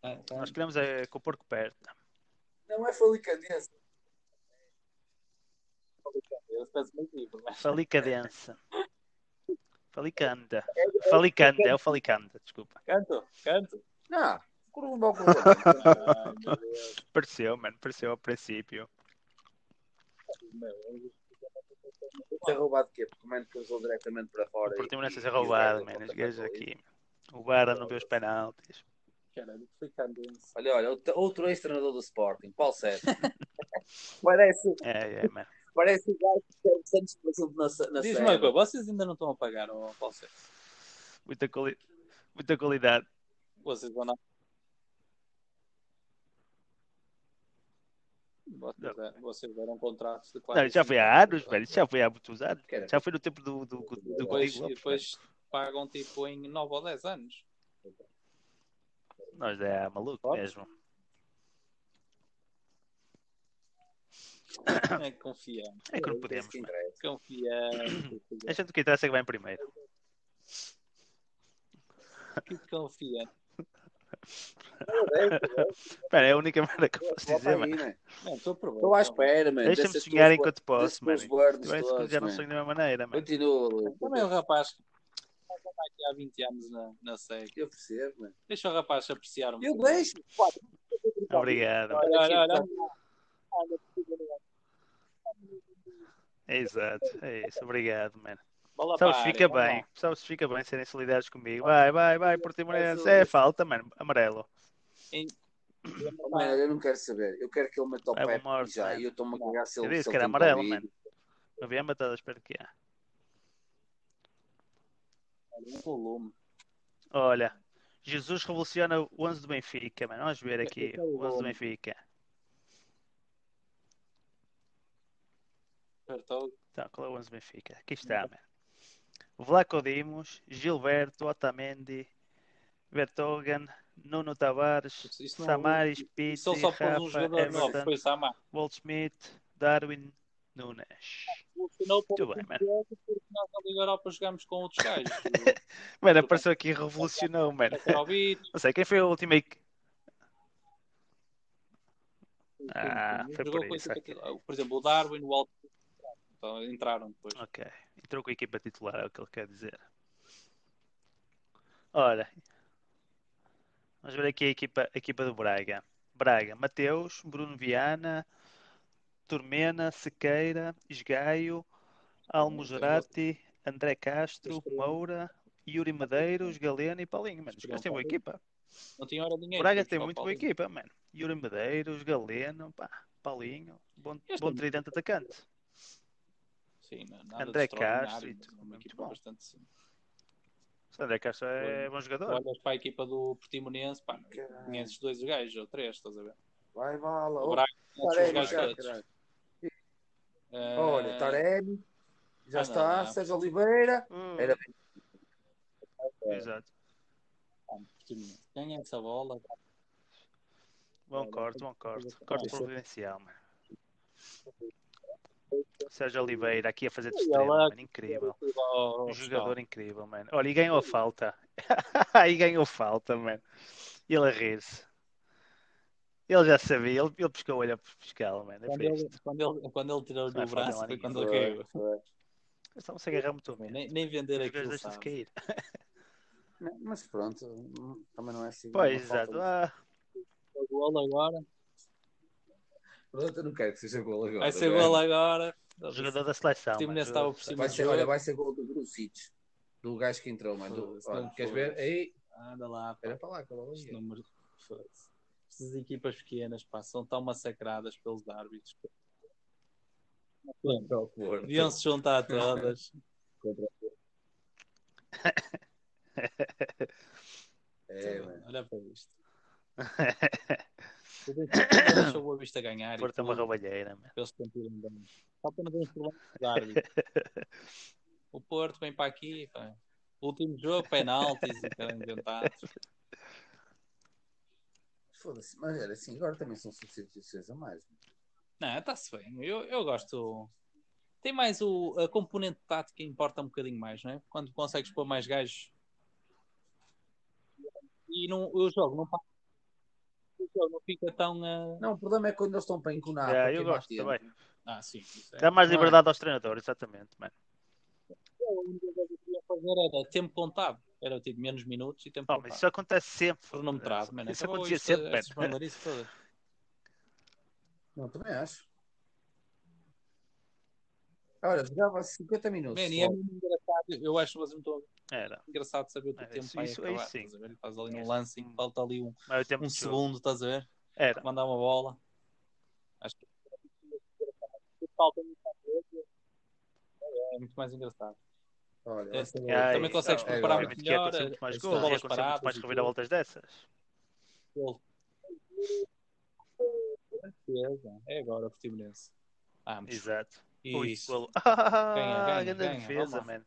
[SPEAKER 3] Ah, tá.
[SPEAKER 1] Nós queremos é com o porco perto.
[SPEAKER 2] Não é falicanense.
[SPEAKER 1] tá.
[SPEAKER 3] Eu peço meio livre, mas
[SPEAKER 1] Falicadense. Falicanda. Falicanda, é o Falicanda, desculpa.
[SPEAKER 3] Canto? Canto?
[SPEAKER 2] Não, um curva ao curva.
[SPEAKER 3] Ai, meu Deus.
[SPEAKER 1] Pareceu, mano, pareceu ao princípio.
[SPEAKER 2] Ter É roubado o quê? Porque o Mano cruzou diretamente para
[SPEAKER 1] O
[SPEAKER 2] fora. e-
[SPEAKER 1] Portimonense é
[SPEAKER 2] e o
[SPEAKER 1] roubado,
[SPEAKER 2] guarda
[SPEAKER 1] mano. Os
[SPEAKER 2] contra-
[SPEAKER 1] gajos aqui. O Barra não vê os penaltis.
[SPEAKER 3] Caralho, foi candense.
[SPEAKER 2] Olha, olha, outro- outro ex-treinador do Sporting, Paulo Sérgio. parece,
[SPEAKER 1] É, é, mano.
[SPEAKER 2] parece o gajo que é Santos, por exemplo, na, se- na
[SPEAKER 3] Diz-me
[SPEAKER 2] série.
[SPEAKER 3] uma coisa, vocês ainda não estão a pagar o Palsei?
[SPEAKER 1] Muita, quali... Muita qualidade.
[SPEAKER 3] Vocês vão na. Vocês, é, vocês deram contratos de
[SPEAKER 1] Não,
[SPEAKER 3] 45
[SPEAKER 1] isso já foi há anos, velho. Isso é já foi há muitos anos.
[SPEAKER 2] Quero-
[SPEAKER 1] Já foi no tempo do, do, do,
[SPEAKER 3] E depois,
[SPEAKER 1] Rodrigo
[SPEAKER 3] e
[SPEAKER 1] Lopes,
[SPEAKER 3] depois pagam tipo em 9 ou 10 anos.
[SPEAKER 1] velho. Nós é maluco
[SPEAKER 3] Lopes?
[SPEAKER 1] mesmo.
[SPEAKER 3] É, confiamos.
[SPEAKER 1] É que
[SPEAKER 2] É
[SPEAKER 1] não
[SPEAKER 2] isso
[SPEAKER 1] podemos.
[SPEAKER 2] que
[SPEAKER 1] mano.
[SPEAKER 2] interessa.
[SPEAKER 3] Confiamos.
[SPEAKER 1] A gente o que interessa é que vai em primeiro.
[SPEAKER 3] Que confiamos.
[SPEAKER 1] Espera, é a única merda que eu posso
[SPEAKER 2] Volta
[SPEAKER 1] dizer,
[SPEAKER 2] aí,
[SPEAKER 1] mano.
[SPEAKER 2] né?
[SPEAKER 3] Não, estou
[SPEAKER 2] Estou à
[SPEAKER 3] provando.
[SPEAKER 2] espera, mano.
[SPEAKER 1] Deixa-me
[SPEAKER 2] dessas
[SPEAKER 1] sonhar
[SPEAKER 2] tuas-
[SPEAKER 1] enquanto
[SPEAKER 2] desses
[SPEAKER 1] posso, mano.
[SPEAKER 2] teus words
[SPEAKER 1] Tu és que
[SPEAKER 2] todos,
[SPEAKER 1] já não
[SPEAKER 2] mano.
[SPEAKER 1] sonho da mesma maneira, mano.
[SPEAKER 2] Continua, Luís.
[SPEAKER 3] Também o rapaz que está aqui há 20 anos na, na SEC.
[SPEAKER 2] Eu percebo, mano.
[SPEAKER 3] Deixa o rapaz apreciar um
[SPEAKER 2] Eu
[SPEAKER 3] bocadinho.
[SPEAKER 2] deixo.
[SPEAKER 1] Obrigado.
[SPEAKER 3] Olha, olha, olha.
[SPEAKER 1] Exato. É isso. Obrigado, mano.
[SPEAKER 3] Bola
[SPEAKER 1] Sabes,
[SPEAKER 3] para a
[SPEAKER 1] fica
[SPEAKER 3] área, vamos
[SPEAKER 1] bem.
[SPEAKER 3] lá.
[SPEAKER 1] Sabes, fica bem serem solidários comigo. Vai, vai, vai, Portimonense. É falta, mano. Amarelo.
[SPEAKER 2] Oh, mano, eu não quero saber. Eu quero que ele meta o
[SPEAKER 1] É uma
[SPEAKER 2] pé
[SPEAKER 1] morte,
[SPEAKER 2] já.
[SPEAKER 1] mano.
[SPEAKER 2] E eu estou-me a cagar se ele
[SPEAKER 1] Eu disse
[SPEAKER 2] se
[SPEAKER 1] que
[SPEAKER 2] ele
[SPEAKER 1] era
[SPEAKER 2] tem
[SPEAKER 1] amarelo,
[SPEAKER 2] Covid.
[SPEAKER 1] mano. Não havia matado, espero que há.
[SPEAKER 3] Um volume.
[SPEAKER 1] Olha, Jesus revoluciona o 11 do Benfica, mano. Vamos ver aqui.
[SPEAKER 3] Esse é o
[SPEAKER 1] O 11 do
[SPEAKER 3] homem.
[SPEAKER 1] Benfica.
[SPEAKER 3] Apertou.
[SPEAKER 1] Então, qual é o 11 do Benfica? Aqui está, mano. Vlaco Dimos, Gilberto, Otamendi, Vertogen, Nuno Tavares,
[SPEAKER 3] Isso- isso não- é
[SPEAKER 1] Samaris, Pitti,
[SPEAKER 3] Isso ele só pôs um
[SPEAKER 1] Rafa,
[SPEAKER 3] jogador novo.
[SPEAKER 1] Everton,
[SPEAKER 3] Foi o Samar.
[SPEAKER 1] Goldschmidt, Darwin, Nunes.
[SPEAKER 3] Funcionou para
[SPEAKER 1] Muito bem, mano.
[SPEAKER 3] Santiago porque nós na Liga Europa jogámos com outros gajos.
[SPEAKER 1] Mano, apareceu aqui e revolucionou, mano.
[SPEAKER 3] Petrovic,
[SPEAKER 1] Não sei, quem foi o último aí que...
[SPEAKER 3] Sim,
[SPEAKER 1] Ah,
[SPEAKER 3] sim.
[SPEAKER 1] foi
[SPEAKER 3] Jogou
[SPEAKER 1] por
[SPEAKER 3] com
[SPEAKER 1] isso,
[SPEAKER 3] a equipa titular. Por exemplo, o Darwin, o Alto. Então, entraram depois.
[SPEAKER 1] Ok, entrou com a equipa titular, é o que ele quer dizer. Ora, vamos ver aqui a equipa, a equipa do Braga. Braga, Mateus, Bruno Viana, Turmena, Sequeira, Esgaio, Almozerati, André Castro, Moura, Yuri Madeiros, Galeno e Paulinho. Mano, os caras têm boa equipa.
[SPEAKER 3] Não tinha hora
[SPEAKER 1] O
[SPEAKER 3] ninguém.
[SPEAKER 1] Braga tem
[SPEAKER 3] Tinha
[SPEAKER 1] muito
[SPEAKER 3] só o
[SPEAKER 1] boa
[SPEAKER 3] Paulinho.
[SPEAKER 1] equipa, mano. Yuri Medeiros, Galeno, pá, Paulinho, bom,
[SPEAKER 3] Este
[SPEAKER 1] bom
[SPEAKER 3] é-
[SPEAKER 1] tridente atacante.
[SPEAKER 3] Sim, não- nada de
[SPEAKER 1] André
[SPEAKER 3] extraordinário,
[SPEAKER 1] Castro e
[SPEAKER 3] mas
[SPEAKER 1] tudo,
[SPEAKER 3] uma
[SPEAKER 1] muito
[SPEAKER 3] equipa
[SPEAKER 1] bom.
[SPEAKER 3] bastante simples.
[SPEAKER 1] O André Castro é bom jogador.
[SPEAKER 3] Olhas para a equipa do Portimonense, pá,
[SPEAKER 2] Caralho.
[SPEAKER 3] tinha esses dois gajos, ou três, estás a ver?
[SPEAKER 2] Vai, bala.
[SPEAKER 3] O
[SPEAKER 2] Oh,
[SPEAKER 3] Braga tinha esses
[SPEAKER 2] Taremi,
[SPEAKER 3] gajos
[SPEAKER 2] já,
[SPEAKER 3] todos.
[SPEAKER 2] caralho.
[SPEAKER 3] Eh,
[SPEAKER 2] Olha, Taremi. Já
[SPEAKER 3] Ah,
[SPEAKER 2] está.
[SPEAKER 3] não, não.
[SPEAKER 2] Sérgio Oliveira.
[SPEAKER 1] Hum,
[SPEAKER 2] Era-
[SPEAKER 1] Exato.
[SPEAKER 3] pá, Portimonense. Ganha essa bola,
[SPEAKER 1] Bom
[SPEAKER 3] Olha,
[SPEAKER 1] corte, bom corte.
[SPEAKER 3] fazer-
[SPEAKER 1] Corte
[SPEAKER 3] Isso.
[SPEAKER 1] providencial, mano. Sérgio Oliveira aqui a fazer de
[SPEAKER 3] Olha
[SPEAKER 1] extremo,
[SPEAKER 3] lá,
[SPEAKER 1] mano. É Incrível.
[SPEAKER 3] Um
[SPEAKER 1] Um jogador incrível, mano. Olha, e ganhou a falta. e ganhou falta, mano. E ele a rir-se. Ele já sabia, ele, ele pescou o olho para fiscal, mano. É
[SPEAKER 3] Quando
[SPEAKER 1] para isto.
[SPEAKER 3] ele, quando ele, quando ele tirou
[SPEAKER 1] Não é
[SPEAKER 3] do
[SPEAKER 1] falta lá
[SPEAKER 3] braço foi
[SPEAKER 1] ninguém.
[SPEAKER 3] quando ele caiu.
[SPEAKER 1] Estavam se agarrar muito bem.
[SPEAKER 3] Nem, nem vender
[SPEAKER 1] Os gajos
[SPEAKER 3] aquilo,
[SPEAKER 1] deixam-se
[SPEAKER 3] sabe?
[SPEAKER 1] cair.
[SPEAKER 2] Não, mas pronto, hum, também não é assim.
[SPEAKER 1] Pois,
[SPEAKER 2] uma falta
[SPEAKER 1] exato.
[SPEAKER 2] de-
[SPEAKER 1] Ah,
[SPEAKER 3] O golo agora.
[SPEAKER 2] Pronto, eu não quero que seja gol agora.
[SPEAKER 3] Vai ser
[SPEAKER 2] não é?
[SPEAKER 3] golo agora.
[SPEAKER 1] jogador da seleção.
[SPEAKER 3] O time
[SPEAKER 1] mano,
[SPEAKER 3] nem estava
[SPEAKER 1] jogador
[SPEAKER 3] por
[SPEAKER 1] da
[SPEAKER 3] cima.
[SPEAKER 2] Vai ser,
[SPEAKER 3] Não,
[SPEAKER 2] olha,
[SPEAKER 3] eu-
[SPEAKER 2] vai ser gol do Brucic. Do gajo que entrou, mano. Do,
[SPEAKER 3] Foda-se,
[SPEAKER 2] olha,
[SPEAKER 3] não
[SPEAKER 2] queres
[SPEAKER 3] foda-se.
[SPEAKER 2] ver? Aí,
[SPEAKER 3] Anda lá, pá.
[SPEAKER 2] era para lá, calma
[SPEAKER 3] Este
[SPEAKER 2] aí.
[SPEAKER 3] número. foda-se. Estas equipas pequenas, pá, são tão massacradas pelos árbitros.
[SPEAKER 2] Para o Porto.
[SPEAKER 3] Deviam se juntar todas.
[SPEAKER 2] É, mano.
[SPEAKER 3] Olha para isto.
[SPEAKER 1] seleção.
[SPEAKER 3] Eu deixo- eu Deixo o Boa Vista ganhar. e
[SPEAKER 1] Porto é uma
[SPEAKER 3] tudo.
[SPEAKER 1] roubalheira, mano.
[SPEAKER 3] para eles se sentirem bem. Só para não termos problemas de árbitro. O Porto vem para aqui. Pá. Último jogo, penaltis e caralho inventado.
[SPEAKER 2] Foda-se, mas era assim, agora também são substituições a mais.
[SPEAKER 3] Não, está-se bem. Eu, eu gosto. Tem mais o, a componente tática importa um bocadinho mais, não é? Quando consegues pôr mais gajos. E não, o jogo não passa. O jogo não fica tão. ah,
[SPEAKER 2] Não, o problema é quando eles estão para enconar.
[SPEAKER 1] É,
[SPEAKER 2] para
[SPEAKER 1] eu
[SPEAKER 2] queimar
[SPEAKER 1] gosto
[SPEAKER 2] tempo.
[SPEAKER 1] também.
[SPEAKER 3] Ah, sim. Isso é.
[SPEAKER 1] Dá mais
[SPEAKER 2] Não é?
[SPEAKER 1] liberdade aos treinadores, exatamente, mano.
[SPEAKER 3] A única coisa que eu queria fazer era tempo contado. Era tipo menos minutos e tempo
[SPEAKER 1] Oh, mas
[SPEAKER 3] contado.
[SPEAKER 1] isso acontece sempre.
[SPEAKER 3] cronometrado, mano.
[SPEAKER 1] Isso
[SPEAKER 3] Acabou
[SPEAKER 1] acontecia
[SPEAKER 3] isto,
[SPEAKER 1] sempre, né?
[SPEAKER 3] estas
[SPEAKER 1] mano.
[SPEAKER 3] eh, bandeiras todas.
[SPEAKER 2] Não, também acho. Olha, jogava 50 minutos.
[SPEAKER 3] Man, e
[SPEAKER 2] só.
[SPEAKER 3] é mesmo engraçado. Eu acho mas muito
[SPEAKER 1] Era.
[SPEAKER 3] engraçado saber o que o
[SPEAKER 1] É,
[SPEAKER 3] tempo
[SPEAKER 1] isso-
[SPEAKER 3] vai
[SPEAKER 1] isso aí
[SPEAKER 3] acabar.
[SPEAKER 1] sim. É
[SPEAKER 3] Estás a ver? Faz ali um
[SPEAKER 1] Isso.
[SPEAKER 3] lance e falta ali um,
[SPEAKER 1] Mas o tempo
[SPEAKER 3] um
[SPEAKER 1] de jogo.
[SPEAKER 3] segundo, estás a ver?
[SPEAKER 1] Era.
[SPEAKER 3] Mandar uma bola. Acho que falta muito mais vezes. É muito mais engraçado.
[SPEAKER 2] Olha,
[SPEAKER 3] É,
[SPEAKER 2] esta-
[SPEAKER 1] Ai,
[SPEAKER 3] também consegues
[SPEAKER 2] é,
[SPEAKER 3] preparar
[SPEAKER 2] agora.
[SPEAKER 1] Obviamente que ia
[SPEAKER 3] melhor. é,
[SPEAKER 1] acontecer muito mais
[SPEAKER 3] as
[SPEAKER 1] gols, ia
[SPEAKER 3] bolas
[SPEAKER 1] acontecer muito
[SPEAKER 3] paradas
[SPEAKER 1] mais
[SPEAKER 3] e
[SPEAKER 1] reviravoltas dessas.
[SPEAKER 3] tudo. Certeza. É agora o Portimonense. Vamos.
[SPEAKER 1] Exato. Ui,
[SPEAKER 3] Isso.
[SPEAKER 1] golo. Ah,
[SPEAKER 3] Ganha, ganha,
[SPEAKER 1] grande
[SPEAKER 3] ganha,
[SPEAKER 1] defesa,
[SPEAKER 3] vamos.
[SPEAKER 1] mano.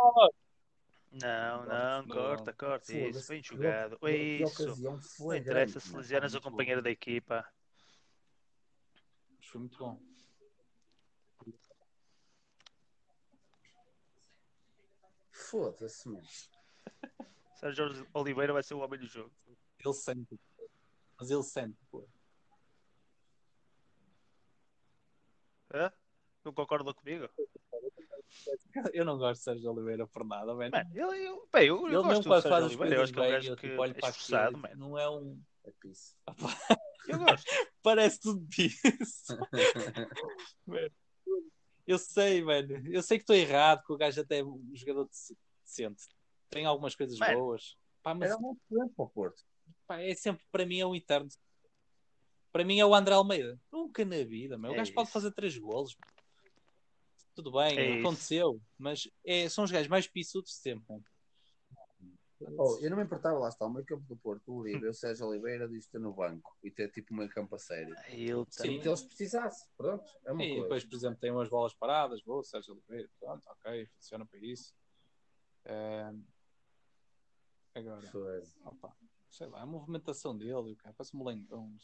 [SPEAKER 3] Não, não.
[SPEAKER 1] Não, não, corta, corta. Isso, bem jogado. É isso.
[SPEAKER 2] é
[SPEAKER 1] Não interessa se lesionas o companheiro da equipa.
[SPEAKER 3] Mas foi muito bom.
[SPEAKER 2] Foda-se, mano.
[SPEAKER 1] Sérgio Oliveira vai ser o homem do jogo.
[SPEAKER 3] Ele sente. Mas ele sente, pô.
[SPEAKER 1] Hã? Não concordam comigo?
[SPEAKER 3] Eu não gosto de Sérgio Oliveira por nada, velho.
[SPEAKER 1] Mano, eu, eu, bem, eu, eu
[SPEAKER 3] ele
[SPEAKER 1] gosto
[SPEAKER 3] mesmo
[SPEAKER 1] do
[SPEAKER 3] quando faz
[SPEAKER 1] Sérgio
[SPEAKER 3] as
[SPEAKER 1] Oliveira. Eu
[SPEAKER 3] coisas
[SPEAKER 1] acho que é um
[SPEAKER 3] bem,
[SPEAKER 1] gajo
[SPEAKER 3] eu
[SPEAKER 1] que
[SPEAKER 3] tipo, olho
[SPEAKER 1] é
[SPEAKER 3] para
[SPEAKER 1] esforçado,
[SPEAKER 3] aquilo e
[SPEAKER 1] mano.
[SPEAKER 3] não é um...
[SPEAKER 2] É piso.
[SPEAKER 1] Eu gosto.
[SPEAKER 3] Parece tudo disso. Eu sei, velho. Eu sei que estou errado, que o gajo até é um jogador dec- decente. Tem algumas coisas
[SPEAKER 1] Mano.
[SPEAKER 3] boas. Pá, mas
[SPEAKER 2] Era um bom tempo para o Porto.
[SPEAKER 3] pá, é sempre, para mim, é um eterno. Para mim é o André Almeida. Nunca na vida, meu. O
[SPEAKER 1] É
[SPEAKER 3] gajo pode
[SPEAKER 1] isso.
[SPEAKER 3] fazer três golos. Tudo bem,
[SPEAKER 1] É isso.
[SPEAKER 3] aconteceu. Mas é- são os gajos mais pissudos de sempre. né? mano.
[SPEAKER 2] Oh, eu não me importava lá estar o meio campo do Porto, o Uribe, o Sérgio Oliveira, de estar no banco e ter tipo meio campo a sério.
[SPEAKER 1] Ele
[SPEAKER 3] Sim.
[SPEAKER 1] tem.
[SPEAKER 2] Se eles precisassem, pronto, é uma
[SPEAKER 3] E
[SPEAKER 2] coisa.
[SPEAKER 3] depois, por exemplo, tem umas bolas paradas, boa, Sérgio Oliveira, pronto, ok, funciona para isso. Ehm, Agora,
[SPEAKER 2] Foda-se.
[SPEAKER 3] opa, sei lá, a movimentação dele, o cara parece um lengão,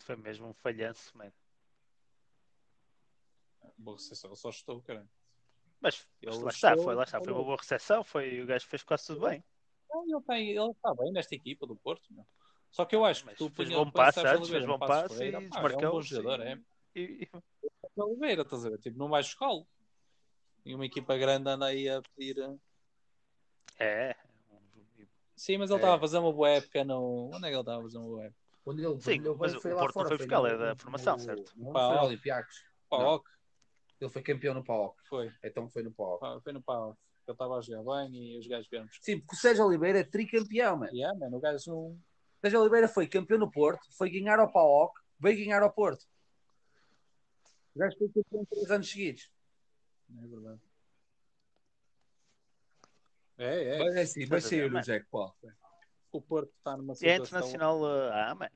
[SPEAKER 1] Foi mesmo um falhanço, mano.
[SPEAKER 3] boa recepção, só estou, cara.
[SPEAKER 1] Mas
[SPEAKER 3] Ele
[SPEAKER 1] lá está,
[SPEAKER 3] achou-
[SPEAKER 1] foi, lá está. Foi uma boa recepção. Foi, o gajo fez quase tudo bem.
[SPEAKER 3] Não, ele, tem, ele está bem nesta equipa do Porto, meu. Só que eu acho que
[SPEAKER 1] Mas
[SPEAKER 3] tu
[SPEAKER 1] fez
[SPEAKER 3] punha-
[SPEAKER 1] bom
[SPEAKER 3] põe o
[SPEAKER 1] passe
[SPEAKER 3] Sérgio
[SPEAKER 1] antes, fez
[SPEAKER 3] Oliveira,
[SPEAKER 1] bom
[SPEAKER 3] Passos
[SPEAKER 1] passe e
[SPEAKER 3] Ferreira, pá, É um
[SPEAKER 1] desmarcou,
[SPEAKER 3] bom jogador,
[SPEAKER 1] sim.
[SPEAKER 3] é.
[SPEAKER 1] E- e-
[SPEAKER 3] Sérgio Oliveira, estás a ver? Tipo, não vai escolo. E uma equipa grande anda aí a pedir. eh,
[SPEAKER 1] É.
[SPEAKER 3] Sim, mas ele
[SPEAKER 2] É.
[SPEAKER 3] estava a fazer uma boa época no. Onde é que ele estava a fazer uma boa época?
[SPEAKER 2] Quando ele
[SPEAKER 1] Sim,
[SPEAKER 2] brilhou
[SPEAKER 1] mas
[SPEAKER 2] bem,
[SPEAKER 1] o
[SPEAKER 2] foi lá
[SPEAKER 1] Porto não
[SPEAKER 2] fora,
[SPEAKER 1] foi
[SPEAKER 2] foi
[SPEAKER 1] buscar,
[SPEAKER 2] no-
[SPEAKER 1] é da formação,
[SPEAKER 2] no-
[SPEAKER 1] certo?
[SPEAKER 2] Não
[SPEAKER 3] Pá,
[SPEAKER 2] foi
[SPEAKER 3] ó.
[SPEAKER 2] ao Olympiacos. Não.
[SPEAKER 3] Paok,
[SPEAKER 2] Ele foi campeão no PAOC.
[SPEAKER 3] foi.
[SPEAKER 2] Então foi no PAOC.
[SPEAKER 3] Pá, Foi no pau. Eu estava a jogar bem e os gajos vieram buscar.
[SPEAKER 2] Sim, porque o Sérgio Oliveira é tricampeão, mano.
[SPEAKER 3] Yeah, mano, o gajo não.
[SPEAKER 2] O Sérgio Oliveira foi campeão no Porto, foi ganhar ao PAOC, veio ganhar ao Porto. O gajo foi campeão três anos seguidos.
[SPEAKER 3] Não é verdade. É, é.
[SPEAKER 2] Mas é assim, vai sair o jackpot.
[SPEAKER 3] O Porto está
[SPEAKER 1] E
[SPEAKER 3] numa
[SPEAKER 1] é
[SPEAKER 3] situação.
[SPEAKER 1] internacional. uh, Ah, mano.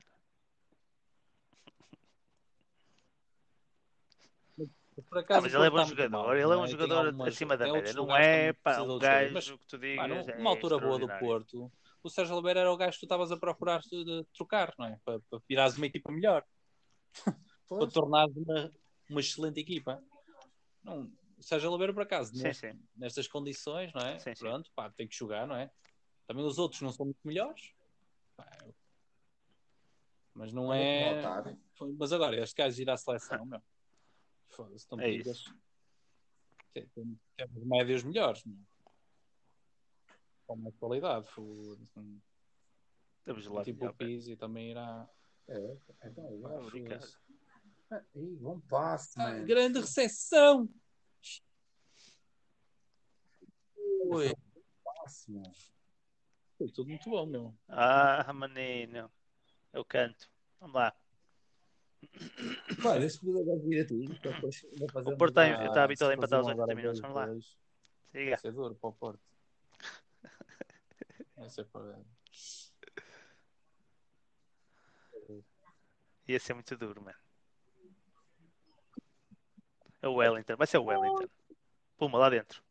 [SPEAKER 3] Por acaso,
[SPEAKER 1] Ah, mas
[SPEAKER 3] o
[SPEAKER 1] ele é
[SPEAKER 3] Porto
[SPEAKER 1] bom
[SPEAKER 3] está muito
[SPEAKER 1] jogador,
[SPEAKER 3] mal,
[SPEAKER 1] ele é
[SPEAKER 3] não
[SPEAKER 1] um
[SPEAKER 3] Tem
[SPEAKER 1] jogador
[SPEAKER 3] algumas-
[SPEAKER 1] acima da
[SPEAKER 3] tem
[SPEAKER 1] média.
[SPEAKER 3] outros
[SPEAKER 1] Não
[SPEAKER 3] lugares que
[SPEAKER 1] é pá,
[SPEAKER 3] precisam
[SPEAKER 1] um
[SPEAKER 3] de ser,
[SPEAKER 1] gajo
[SPEAKER 3] mas,
[SPEAKER 1] que tu
[SPEAKER 3] pá,
[SPEAKER 1] digas.
[SPEAKER 3] num-
[SPEAKER 1] é
[SPEAKER 3] numa altura boa do
[SPEAKER 1] extraordinário.
[SPEAKER 3] Porto, o Sérgio Oliveira era o gajo que tu estavas a procurar de- de trocar, não é? Para, para virares uma equipa melhor, para tornares uma, uma excelente equipa. Não, o Sérgio Oliveira, por acaso,
[SPEAKER 1] Sim,
[SPEAKER 3] neste-
[SPEAKER 1] sim.
[SPEAKER 3] nestas condições, não é?
[SPEAKER 1] Sim, sim.
[SPEAKER 3] Pronto, pá, tem que jogar, não é? Também os outros não são muito melhores. Pá, eu- Mas não é. Mas agora, este gajo ir à seleção, meu. Foda-se, estão
[SPEAKER 1] É
[SPEAKER 3] pedidas. Tem- tem- Temos médios melhores, meu. Com mais qualidade. foda-se.
[SPEAKER 1] Temos lá
[SPEAKER 3] tipo
[SPEAKER 1] melhor,
[SPEAKER 3] o Pizzi também irá.
[SPEAKER 2] É, então, eu
[SPEAKER 1] mano.
[SPEAKER 2] acho
[SPEAKER 1] Obrigado.
[SPEAKER 2] isso. Ah, Ih, bom passe,
[SPEAKER 3] Ah,
[SPEAKER 2] mano.
[SPEAKER 3] grande recepção!
[SPEAKER 2] Ui, passe, mano.
[SPEAKER 3] Foi tudo muito bom, meu.
[SPEAKER 1] Ah, menino. Eu canto. Vamos lá.
[SPEAKER 2] Olha, esse poder vai vir a ti. então depois vai fazer
[SPEAKER 1] O Porto tá em-
[SPEAKER 2] um-
[SPEAKER 1] eu estava habituado a
[SPEAKER 3] se
[SPEAKER 1] empatar aos
[SPEAKER 3] Ah, faziam
[SPEAKER 1] 80
[SPEAKER 3] agora
[SPEAKER 1] minutos,
[SPEAKER 3] dois,
[SPEAKER 1] vamos lá.
[SPEAKER 3] dois, Vai
[SPEAKER 1] Siga.
[SPEAKER 3] ser duro para o Porto. Vai ser para...
[SPEAKER 1] Ia ser muito duro, mano. É o Wellington. Vai ser o Wellington. Puma, lá dentro.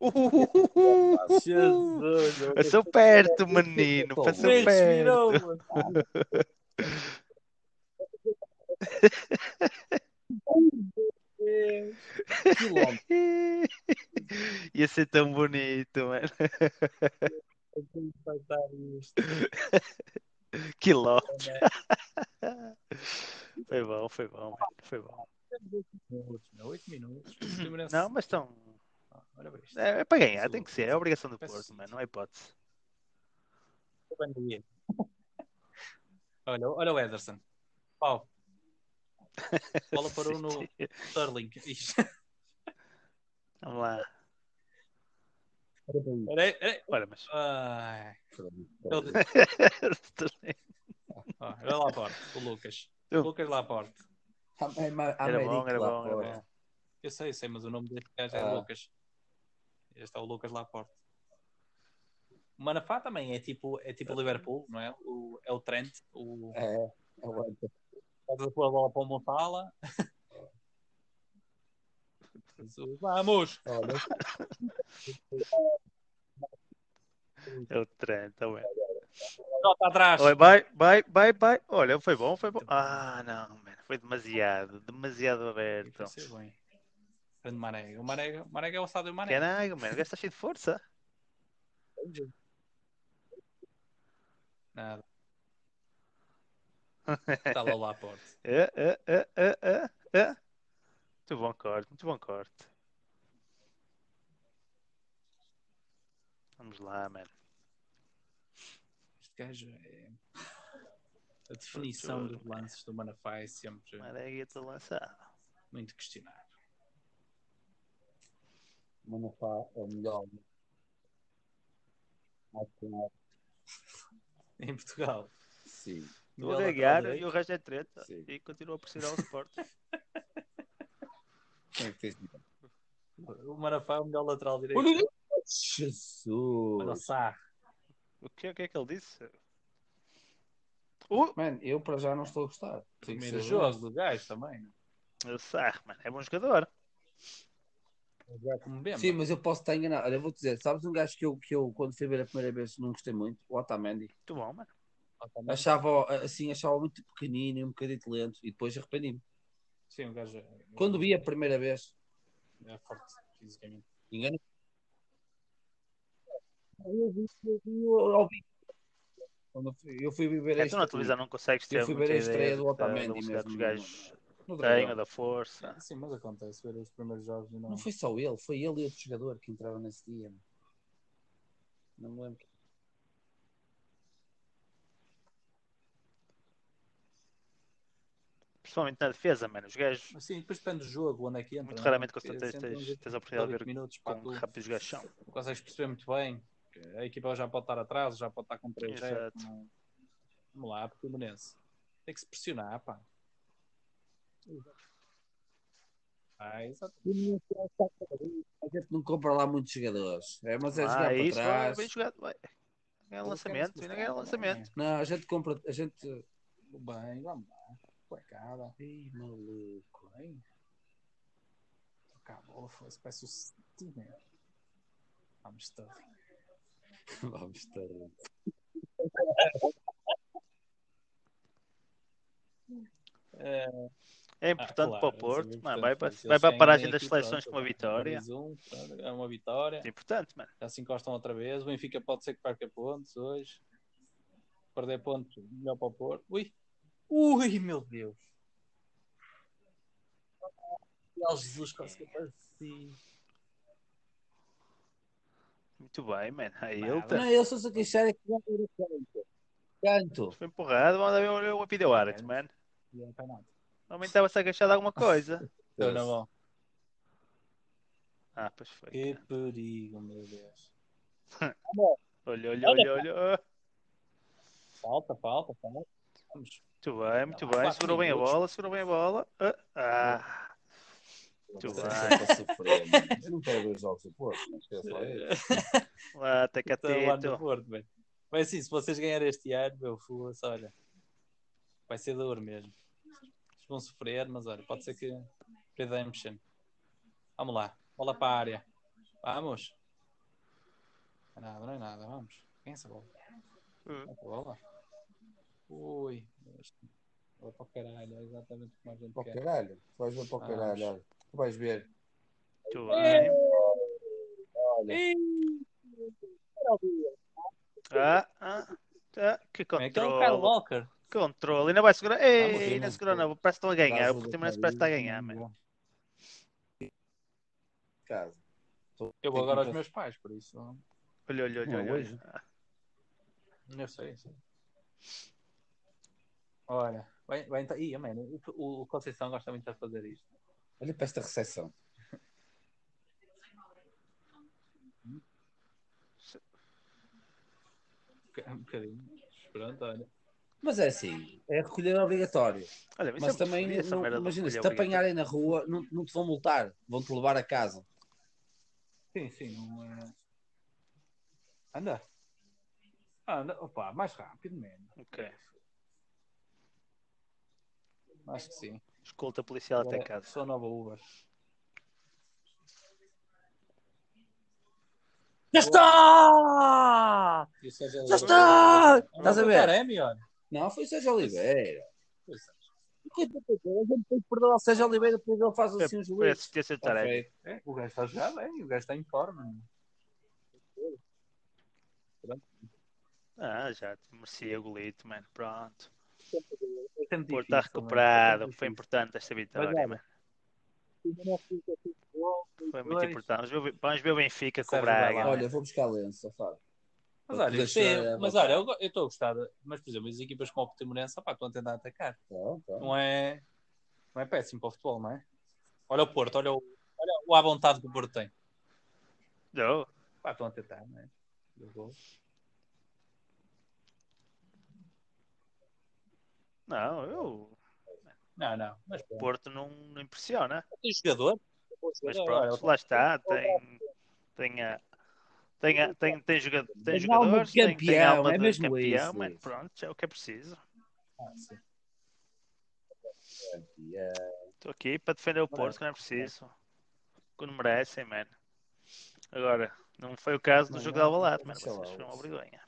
[SPEAKER 1] Uhuhuhuhu. Passou perto, menino. Passou
[SPEAKER 3] Três
[SPEAKER 1] perto.
[SPEAKER 3] virou, mano. Quilómetro.
[SPEAKER 1] Ia ser tão bonito, mano.
[SPEAKER 3] Tenho que faltar isto.
[SPEAKER 1] Que louco. Foi bom, foi bom, mano. Foi bom.
[SPEAKER 3] Temos oito minutos, meu. Oito minutos. Fluminense-
[SPEAKER 1] Não, mas estão.
[SPEAKER 3] Ah, Olha para isto.
[SPEAKER 1] É, é para ganhar, tem que ser. É a obrigação do Porto, mano. Não há hipótese.
[SPEAKER 3] Bom dia. Olha, olha o Ederson. Pau. A bola parou no Sterling. Ixi.
[SPEAKER 1] Vamos lá.
[SPEAKER 3] Espera aí, espera aí.
[SPEAKER 1] Olha, mas.
[SPEAKER 3] Ai. Ah, Era Laporte, o Lucas.
[SPEAKER 1] Eu.
[SPEAKER 3] Lucas Laporte.
[SPEAKER 2] A- a- a-
[SPEAKER 1] Era bom,
[SPEAKER 2] América
[SPEAKER 1] era
[SPEAKER 2] lá
[SPEAKER 1] bom, era
[SPEAKER 2] fora.
[SPEAKER 1] bom.
[SPEAKER 3] Eu sei, eu sei, mas o nome deste gajo é
[SPEAKER 2] Ah.
[SPEAKER 3] Lucas. Este é o Lucas Laporte. O Manafá também é tipo, é tipo Liverpool, não é? O, é o Trent. O,
[SPEAKER 2] É, é o
[SPEAKER 3] faz a bola para o Montala. Jesus, Vamos!
[SPEAKER 2] Olha,
[SPEAKER 1] É o trem, tá bem.
[SPEAKER 3] Jota atrás!
[SPEAKER 1] Olha, vai, vai, vai, vai. Olha, foi bom, foi bom. Ah, não, mano, foi demasiado, demasiado
[SPEAKER 3] Tem que
[SPEAKER 1] aberto.
[SPEAKER 3] ser bem. Grande Marega. O Marega, o Marega é o estádio do Marega.
[SPEAKER 1] Caralho, mano, o gajo está cheio de força.
[SPEAKER 3] Nada. Está lá o Laporte.
[SPEAKER 1] É, é, é, é, é, é. Muito bom corte, muito bom corte. Vamos lá, mano.
[SPEAKER 3] Este gajo é. A definição dos lances do Manafá é sempre
[SPEAKER 1] Marega está lançado.
[SPEAKER 3] muito questionável.
[SPEAKER 2] Manafá é o melhor. Acho que não é
[SPEAKER 3] Em Portugal.
[SPEAKER 2] possível.
[SPEAKER 1] Vou
[SPEAKER 3] Miguel
[SPEAKER 1] ganhar
[SPEAKER 3] lateral
[SPEAKER 1] e o resto é treta.
[SPEAKER 2] Sim.
[SPEAKER 1] E continua a pressionar o Sport.
[SPEAKER 2] Quem é que tens de
[SPEAKER 3] direito. O Manafá é o melhor lateral direito. Olha o
[SPEAKER 2] Jesus!
[SPEAKER 3] Sá.
[SPEAKER 1] o, que, é- o que é que ele disse? Uh,
[SPEAKER 2] Mano, eu para já não estou a gostar. Tem que
[SPEAKER 3] Primeiro
[SPEAKER 2] ser
[SPEAKER 3] jogo do gajo também. né? não
[SPEAKER 1] o Sarre, mano, é bom jogador.
[SPEAKER 3] é? Como vemos.
[SPEAKER 2] Sim, mas eu posso estar enganado. Olha, eu vou dizer, sabes um gajo que eu, que eu quando fui ver a primeira vez, não gostei muito? O Otamendi.
[SPEAKER 1] Muito bom, mano.
[SPEAKER 2] Achava assim, achava muito pequenino e um bocadinho lento e depois arrependi-me.
[SPEAKER 3] Sim, o gajo é,
[SPEAKER 2] Quando vi a primeira vez,
[SPEAKER 3] é forte fisicamente.
[SPEAKER 2] engano. Eu vi, eu vi, eu vi. Quando eu fui- eu fui viver
[SPEAKER 1] É, tu na televisão não consegues ter
[SPEAKER 2] Eu fui
[SPEAKER 1] muita
[SPEAKER 2] ver a estreia
[SPEAKER 1] ideia
[SPEAKER 2] do
[SPEAKER 1] da- da
[SPEAKER 2] Otamendi
[SPEAKER 1] velocidade dos
[SPEAKER 2] mesmo.
[SPEAKER 1] gajos
[SPEAKER 2] no
[SPEAKER 1] têm
[SPEAKER 2] Dragão.
[SPEAKER 1] ou da força.
[SPEAKER 3] Ah, Sim, mas acontece ver os primeiros jogos e não.
[SPEAKER 2] Não foi só ele, foi ele e outro jogador que entraram nesse dia. Não me lembro. quem.
[SPEAKER 1] Principalmente na defesa, mano. Os gajos
[SPEAKER 3] Mas Sim, depois depende do jogo, onde é que entra.
[SPEAKER 1] muito
[SPEAKER 3] não é?
[SPEAKER 1] raramente
[SPEAKER 3] Porque
[SPEAKER 1] conseguem- tens,
[SPEAKER 3] sempre
[SPEAKER 1] tens,
[SPEAKER 3] um jogo
[SPEAKER 1] tens a
[SPEAKER 3] de
[SPEAKER 1] oportunidade de
[SPEAKER 3] 18
[SPEAKER 1] ver
[SPEAKER 3] minutos para
[SPEAKER 1] quão
[SPEAKER 3] tu.
[SPEAKER 1] rápidos os gajos são.
[SPEAKER 3] Não consegues perceber muito bem. A equipa já pode estar atrás, já pode estar com 3 0
[SPEAKER 2] é.
[SPEAKER 1] Exato.
[SPEAKER 3] Vamos lá, Portimonense. Tem que se pressionar, pá. Ah, exato.
[SPEAKER 2] A gente não compra lá muitos jogadores, é, mas é
[SPEAKER 1] Ah,
[SPEAKER 2] jogar para
[SPEAKER 1] isso, vai,
[SPEAKER 2] trás.
[SPEAKER 1] bem jogado. Vai. Ganha lançamento, ainda ganha lançamento.
[SPEAKER 2] Não, a gente compra, a gente.
[SPEAKER 3] Tudo bem, vamos lá. Cuecada.
[SPEAKER 2] Ih, maluco.
[SPEAKER 3] Bem. Tocar a bola, foi parece o Steam. Vamos estar.
[SPEAKER 1] É
[SPEAKER 2] Vamos estar.
[SPEAKER 1] É importante
[SPEAKER 3] Ah, claro,
[SPEAKER 1] para o
[SPEAKER 3] isso é
[SPEAKER 1] Porto. Mano, vai,
[SPEAKER 3] importante,
[SPEAKER 1] para,
[SPEAKER 3] isso.
[SPEAKER 1] vai
[SPEAKER 3] Eles
[SPEAKER 1] para a
[SPEAKER 3] têm
[SPEAKER 1] paragem
[SPEAKER 3] aqui,
[SPEAKER 1] das seleções
[SPEAKER 3] pronto,
[SPEAKER 1] com uma vitória.
[SPEAKER 3] mais um, pronto, é uma vitória.
[SPEAKER 1] É importante, mano.
[SPEAKER 3] Já se encostam outra vez. O Benfica pode ser que perca pontos hoje. Perder pontos, melhor para o Porto. Ui! Ui, meu Deus! Real Jesus conseguiu parecer.
[SPEAKER 1] Muito bem, mano. Aí
[SPEAKER 3] Nada.
[SPEAKER 1] ele tá.
[SPEAKER 2] Não, eu só se queixar é que já era canto. Canto.
[SPEAKER 1] Foi empurrado, manda ver o o vídeo árbitro, mano.
[SPEAKER 3] E é penalti.
[SPEAKER 1] Homem estava-se a queixar de alguma coisa.
[SPEAKER 3] Deu na mão.
[SPEAKER 1] Ah, pois foi.
[SPEAKER 3] Que perigo, meu Deus.
[SPEAKER 1] Olha, olha, olha, olha. Muito
[SPEAKER 3] Falta, falta, falta. Vamos.
[SPEAKER 1] bem, muito
[SPEAKER 3] Não, há
[SPEAKER 1] bem.
[SPEAKER 3] quatro
[SPEAKER 1] Segurou bem a
[SPEAKER 3] Ah, minutos.
[SPEAKER 1] bola, segurou bem a bola. Ah, Ah, muito
[SPEAKER 2] Vocês
[SPEAKER 1] bem.
[SPEAKER 2] são para sofrer, mano. Eu não quero ver os jogos do Porto, não esquece lá é
[SPEAKER 1] É.
[SPEAKER 2] isso.
[SPEAKER 1] ah, Lá,
[SPEAKER 3] Estou lá Então, no
[SPEAKER 1] tecatito.
[SPEAKER 3] Porto, velho. Mas assim, se vocês ganharem este ano, meu, foda-se, olha. Vai ser dor mesmo. Vocês vão sofrer, mas olha, pode ser que. Redemption. Vamos lá. Bola para a área. Vamos. Não é nada, não é nada. Vamos. Quem é essa bola?
[SPEAKER 1] Hum.
[SPEAKER 3] Essa bola? Ui. Bola para o caralho. É exatamente como a gente
[SPEAKER 2] Para o
[SPEAKER 3] quer.
[SPEAKER 2] caralho. Tu vais ver para o
[SPEAKER 1] Ah,
[SPEAKER 2] caralho, olha. Tu vais ver.
[SPEAKER 1] Muito bem. Ah, ah. ah, Que
[SPEAKER 3] Como é que é o Kyle
[SPEAKER 1] controle,
[SPEAKER 3] Walker?
[SPEAKER 1] controle, ainda vai segurar. Ei,
[SPEAKER 2] Vamos,
[SPEAKER 1] ainda
[SPEAKER 2] Rino.
[SPEAKER 1] segurou, não. Parece que estão a ganhar.
[SPEAKER 2] Caso
[SPEAKER 1] O
[SPEAKER 2] do
[SPEAKER 1] Portimonense parece que está a ganhar, mano.
[SPEAKER 2] Caso.
[SPEAKER 3] Eu vou agora aos meus pais, por isso.
[SPEAKER 1] Olha, olha, olha,
[SPEAKER 2] Não,
[SPEAKER 1] olha,
[SPEAKER 2] hoje.
[SPEAKER 1] olha.
[SPEAKER 3] Eu sei. sei. Olha. Vai, vai então. Ih, mano, o, o Conceição gosta muito de fazer isto.
[SPEAKER 2] Olha para esta recepção.
[SPEAKER 3] Um bocadinho. Pronto, olha.
[SPEAKER 2] Mas é assim, é recolher obrigatório.
[SPEAKER 1] Olha, isso é
[SPEAKER 2] Mas
[SPEAKER 1] muito
[SPEAKER 2] também,
[SPEAKER 1] fodido, essa
[SPEAKER 2] não-
[SPEAKER 1] merda de
[SPEAKER 2] imagina, se te
[SPEAKER 1] recolher obrigatório.
[SPEAKER 2] apanharem na rua, não, não te vão multar, vão-te levar a casa.
[SPEAKER 3] Sim, sim. não é- Anda. Ah, Anda. Opa, mais rápido, mano.
[SPEAKER 1] Ok.
[SPEAKER 3] Acho que sim.
[SPEAKER 1] Escolta policial até
[SPEAKER 3] Agora,
[SPEAKER 1] casa.
[SPEAKER 3] Sou nova Uber.
[SPEAKER 2] Já está!
[SPEAKER 3] E o Sérgio é
[SPEAKER 2] Já
[SPEAKER 3] Oliveira.
[SPEAKER 2] está! Estás a ver?
[SPEAKER 3] Taremi, olha.
[SPEAKER 2] Não, foi o Sérgio Oliveira. Coitado, A gente tem é que perdoar o Sérgio Oliveira porque ele faz assim os
[SPEAKER 1] Foi
[SPEAKER 2] livros.
[SPEAKER 1] assistência de
[SPEAKER 3] Tá
[SPEAKER 1] Taremi.
[SPEAKER 3] feito. É, o gajo está a jogar bem, o gajo está em forma.
[SPEAKER 1] Ah, já te merecia o golito, mano. Pronto.
[SPEAKER 3] É
[SPEAKER 1] Porto
[SPEAKER 3] sempre difícil,
[SPEAKER 1] está recuperado.
[SPEAKER 3] mano.
[SPEAKER 1] Foi
[SPEAKER 3] É sempre
[SPEAKER 1] importante esta vitória,
[SPEAKER 3] Mas,
[SPEAKER 1] mano.
[SPEAKER 3] difícil.
[SPEAKER 1] Foi muito
[SPEAKER 3] Dois.
[SPEAKER 1] importante. Vamos ver- Vamos ver o Benfica com o
[SPEAKER 3] Sérgio, vai
[SPEAKER 1] Braga.
[SPEAKER 3] lá.
[SPEAKER 1] mano.
[SPEAKER 2] Olha, vou buscar lenço, safado.
[SPEAKER 3] Mas
[SPEAKER 2] Para
[SPEAKER 3] olha,
[SPEAKER 2] poder
[SPEAKER 3] isto é-
[SPEAKER 2] chorar à
[SPEAKER 3] mas
[SPEAKER 2] vontade.
[SPEAKER 3] olha, eu go- eu estou a gostar. de- Mas, por exemplo, as equipas como o Portimonense, opá, estão a tentar atacar.
[SPEAKER 2] Tá, tá.
[SPEAKER 3] Não é, não é péssimo para o futebol, não é? Olha o Porto, olha o, olha o à vontade que o Porto tem.
[SPEAKER 1] Não,
[SPEAKER 3] Pá, estão a tentar, não é? Eu vou.
[SPEAKER 1] não, eu.
[SPEAKER 3] Não, não, mas
[SPEAKER 1] O
[SPEAKER 3] pronto.
[SPEAKER 1] Porto não, não impressiona.
[SPEAKER 3] Tem jogador.
[SPEAKER 1] Mas
[SPEAKER 3] Olha,
[SPEAKER 1] pronto, lá está. Tem. Tem a. Tem, a- tem, tem, joga- tem
[SPEAKER 2] Tem alma
[SPEAKER 1] jogadores,
[SPEAKER 2] de
[SPEAKER 1] tem, tem
[SPEAKER 2] campeão,
[SPEAKER 1] alma
[SPEAKER 2] é
[SPEAKER 1] de
[SPEAKER 2] mesmo
[SPEAKER 1] campeão,
[SPEAKER 2] isso,
[SPEAKER 1] mano.
[SPEAKER 2] isso.
[SPEAKER 1] Pronto, é o que é preciso.
[SPEAKER 3] ah, sim.
[SPEAKER 2] Yeah.
[SPEAKER 1] Estou aqui para defender o Porto quando é preciso. Quando merecem, mano. Agora, não foi o caso do
[SPEAKER 2] Não,
[SPEAKER 1] jogo
[SPEAKER 2] não,
[SPEAKER 1] da Alvalade,
[SPEAKER 2] não,
[SPEAKER 1] mano.
[SPEAKER 2] deixa lá,
[SPEAKER 1] Vocês foram uma
[SPEAKER 2] isso.
[SPEAKER 1] vergonha.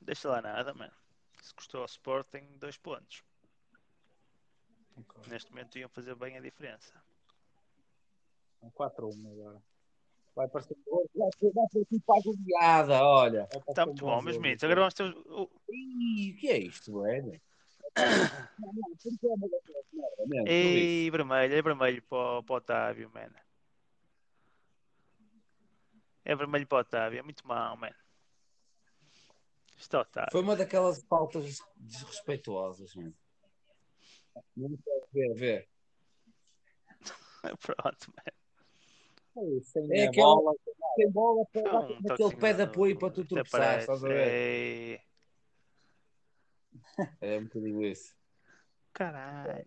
[SPEAKER 1] Deixa lá nada, mano. Isso custou ao Sporting dois pontos.
[SPEAKER 3] Concordo.
[SPEAKER 1] Neste momento iam fazer bem a diferença.
[SPEAKER 3] Um 4-1 agora. Vai parecer
[SPEAKER 2] Vai um ser- vai ser tipo a goleada, olha.
[SPEAKER 1] Está Tá muito bom, meus meninos.
[SPEAKER 2] tá
[SPEAKER 1] Agora vamos ter o- o-
[SPEAKER 2] Ih, o que é isto, velho? Não, não, porque é uma daquelas merda mesmo, por isso.
[SPEAKER 1] Ei, vermelho, é vermelho para, para o Otávio, mano. É vermelho para o Otávio, é muito mau, mano. Está Otávio.
[SPEAKER 2] Foi uma daquelas faltas desrespeitosas, mano. Não quero ver, ver.
[SPEAKER 1] Pronto, mano.
[SPEAKER 3] Sem
[SPEAKER 2] É
[SPEAKER 3] a
[SPEAKER 2] aquela-
[SPEAKER 3] bola,
[SPEAKER 2] Tem bola para
[SPEAKER 1] Foi um
[SPEAKER 2] aquele
[SPEAKER 1] toquezinho
[SPEAKER 2] pé de
[SPEAKER 1] no-
[SPEAKER 2] apoio para tu
[SPEAKER 1] até
[SPEAKER 2] tropeçar, estás a ver?
[SPEAKER 1] parece. Ei,
[SPEAKER 2] É um bocadinho isso.
[SPEAKER 1] Caralho.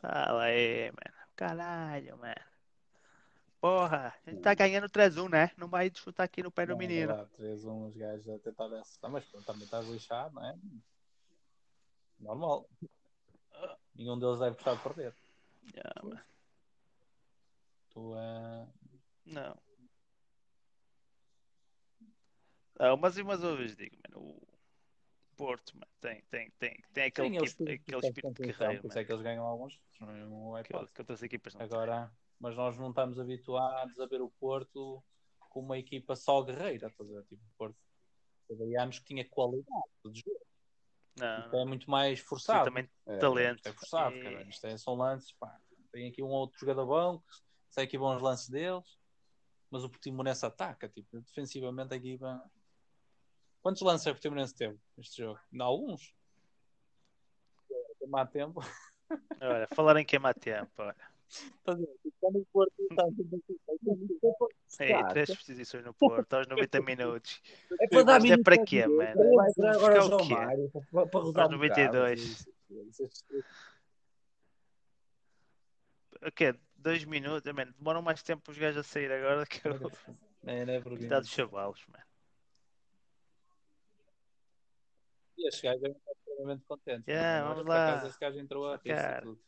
[SPEAKER 1] Fala aí, mano. Caralho, mano. Porra, a gente
[SPEAKER 2] Hum.
[SPEAKER 1] tá ganhando 3-1, né? Não vai chutar aqui no pé do
[SPEAKER 3] Não,
[SPEAKER 1] menino.
[SPEAKER 3] lá, 3, 1, os gajos a tentar assustar, mas pronto, também estás lixado, não é? Normal. Nenhum deles deve gostar de perder.
[SPEAKER 1] Ah, mano.
[SPEAKER 3] Tu é.
[SPEAKER 1] Não. Não, Ah, mas mais uma vez digo, mano, o Porto mano, tem, tem, tem, tem aquele,
[SPEAKER 3] Sim, é
[SPEAKER 1] equipe-
[SPEAKER 3] têm-
[SPEAKER 1] aquele
[SPEAKER 3] têm
[SPEAKER 1] espírito de
[SPEAKER 3] contenção,
[SPEAKER 1] guerreiro,
[SPEAKER 3] Por isso é
[SPEAKER 1] mano,
[SPEAKER 3] que eles ganham alguns, não é
[SPEAKER 1] que,
[SPEAKER 3] fácil.
[SPEAKER 1] que outras equipas não têm.
[SPEAKER 3] Agora, mas nós não estamos habituados a ver o Porto com uma equipa só guerreira, estás a ver? Tipo, o Porto teve anos que tinha qualidade de jogo.
[SPEAKER 1] Não,
[SPEAKER 3] Então
[SPEAKER 1] não,
[SPEAKER 3] é muito mais
[SPEAKER 1] Ah, Sim,
[SPEAKER 3] forçado.
[SPEAKER 1] também
[SPEAKER 2] É,
[SPEAKER 1] talento.
[SPEAKER 3] Isto é forçado,
[SPEAKER 1] E-
[SPEAKER 3] caralho. Isto é, são lances, pá. Tem aqui um outro jogador bom, que sai aqui bons lances deles, mas o Portimonense ataca, tipo, defensivamente aqui. pá. Quantos lances é que o Portimonense teve neste jogo? Não, alguns. Não há tempo.
[SPEAKER 1] Olha, falar em queimar tempo, olha.
[SPEAKER 3] Estás a ver? Tipo, Quando o Porto está a jogar,
[SPEAKER 1] Ei, é, três substituições no Porto, aos 90 minutos.
[SPEAKER 2] É para dar
[SPEAKER 1] Isto é
[SPEAKER 2] minuto
[SPEAKER 1] para quê, mano?
[SPEAKER 2] Vai entrar agora
[SPEAKER 1] Buscar o
[SPEAKER 2] o João
[SPEAKER 1] quê?
[SPEAKER 2] Mário para, para rodar
[SPEAKER 1] Aos
[SPEAKER 2] um
[SPEAKER 1] 92.
[SPEAKER 2] bocado.
[SPEAKER 1] O quê? Dois minutos? Mano, demoram mais tempo os gajos a sair agora que eu...
[SPEAKER 3] É, não é porque
[SPEAKER 1] Está dos chavalos, mano.
[SPEAKER 3] E estes gajos eram extremamente contentes.
[SPEAKER 1] Yeah,
[SPEAKER 3] Agora,
[SPEAKER 1] vamos
[SPEAKER 3] por
[SPEAKER 1] lá.
[SPEAKER 3] acaso, Este gajo entrou a rir
[SPEAKER 1] Cara.
[SPEAKER 3] tudo.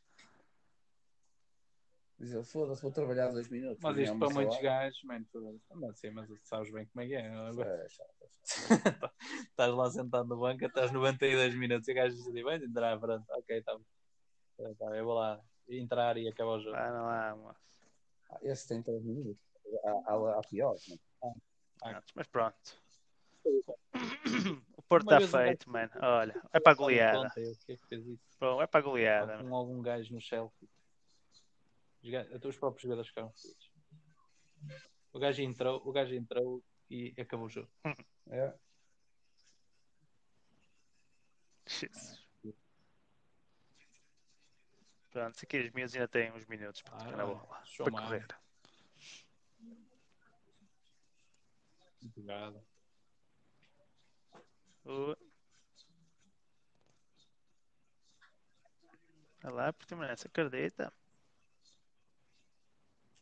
[SPEAKER 2] Diz ele, foda-se, vou trabalhar dois minutos.
[SPEAKER 3] Mas isto
[SPEAKER 2] Não,
[SPEAKER 3] para
[SPEAKER 2] sei
[SPEAKER 3] muitos
[SPEAKER 2] lá.
[SPEAKER 3] gajos, mano, foda-se. não sei, mas tu sabes bem como é que é. não é? Tá,
[SPEAKER 2] É, chato.
[SPEAKER 3] estás lá sentado no banco, estás 92 minutos e o gajo diz: vais entrar à frente, ok, tá bom. Tá, tá, eu vou lá entrar e acabar o jogo.
[SPEAKER 1] Para lá, moço.
[SPEAKER 2] Ah, Esse tem três minutos. Há- Há há pior. né?
[SPEAKER 1] Pronto, Mas pronto. O Porto está
[SPEAKER 3] Uma vez um
[SPEAKER 1] feito, mano.
[SPEAKER 3] gajo-
[SPEAKER 1] Olha, é para a goleada.
[SPEAKER 3] Conta, eu, o que é que fez isso?
[SPEAKER 1] Bom, é para a goleada. mano.
[SPEAKER 3] Com algum gajo no selfie. Os ga- Até os próprios jogadores ficaram felizes. O gajo entrou, o gajo entrou e acabou o jogo.
[SPEAKER 2] É.
[SPEAKER 1] Jesus. Pronto, se aqui os miúdos ainda têm uns minutos para tocar na
[SPEAKER 3] Ah,
[SPEAKER 1] bola.
[SPEAKER 3] show
[SPEAKER 1] Para
[SPEAKER 3] man.
[SPEAKER 1] correr.
[SPEAKER 3] Obrigado.
[SPEAKER 1] Uh. Olha lá, Portimonense, acredita.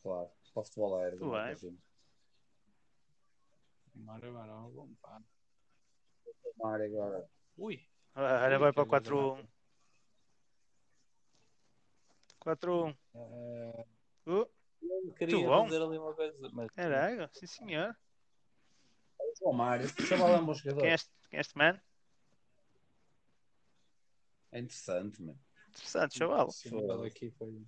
[SPEAKER 2] Claro. Para o futebol aéreo.
[SPEAKER 1] Tudo bem.
[SPEAKER 2] imagino.
[SPEAKER 3] Mário Barão, bom pá.
[SPEAKER 2] Mário agora.
[SPEAKER 3] Ui,
[SPEAKER 1] Olha, Ah, vai um. para o
[SPEAKER 3] Ih, que é
[SPEAKER 1] 4-1. 4-1.
[SPEAKER 3] eh,
[SPEAKER 1] Uh.
[SPEAKER 3] queria
[SPEAKER 1] Muito bom.
[SPEAKER 3] dizer ali uma coisa. Mas...
[SPEAKER 1] Caralho, É, sim senhor.
[SPEAKER 2] O Mário, esse chaval é um bom jogador.
[SPEAKER 1] Quem é este, quem é este man?
[SPEAKER 2] É interessante, mano.
[SPEAKER 1] Interessante, chaval.
[SPEAKER 3] Sim, mas aqui foi...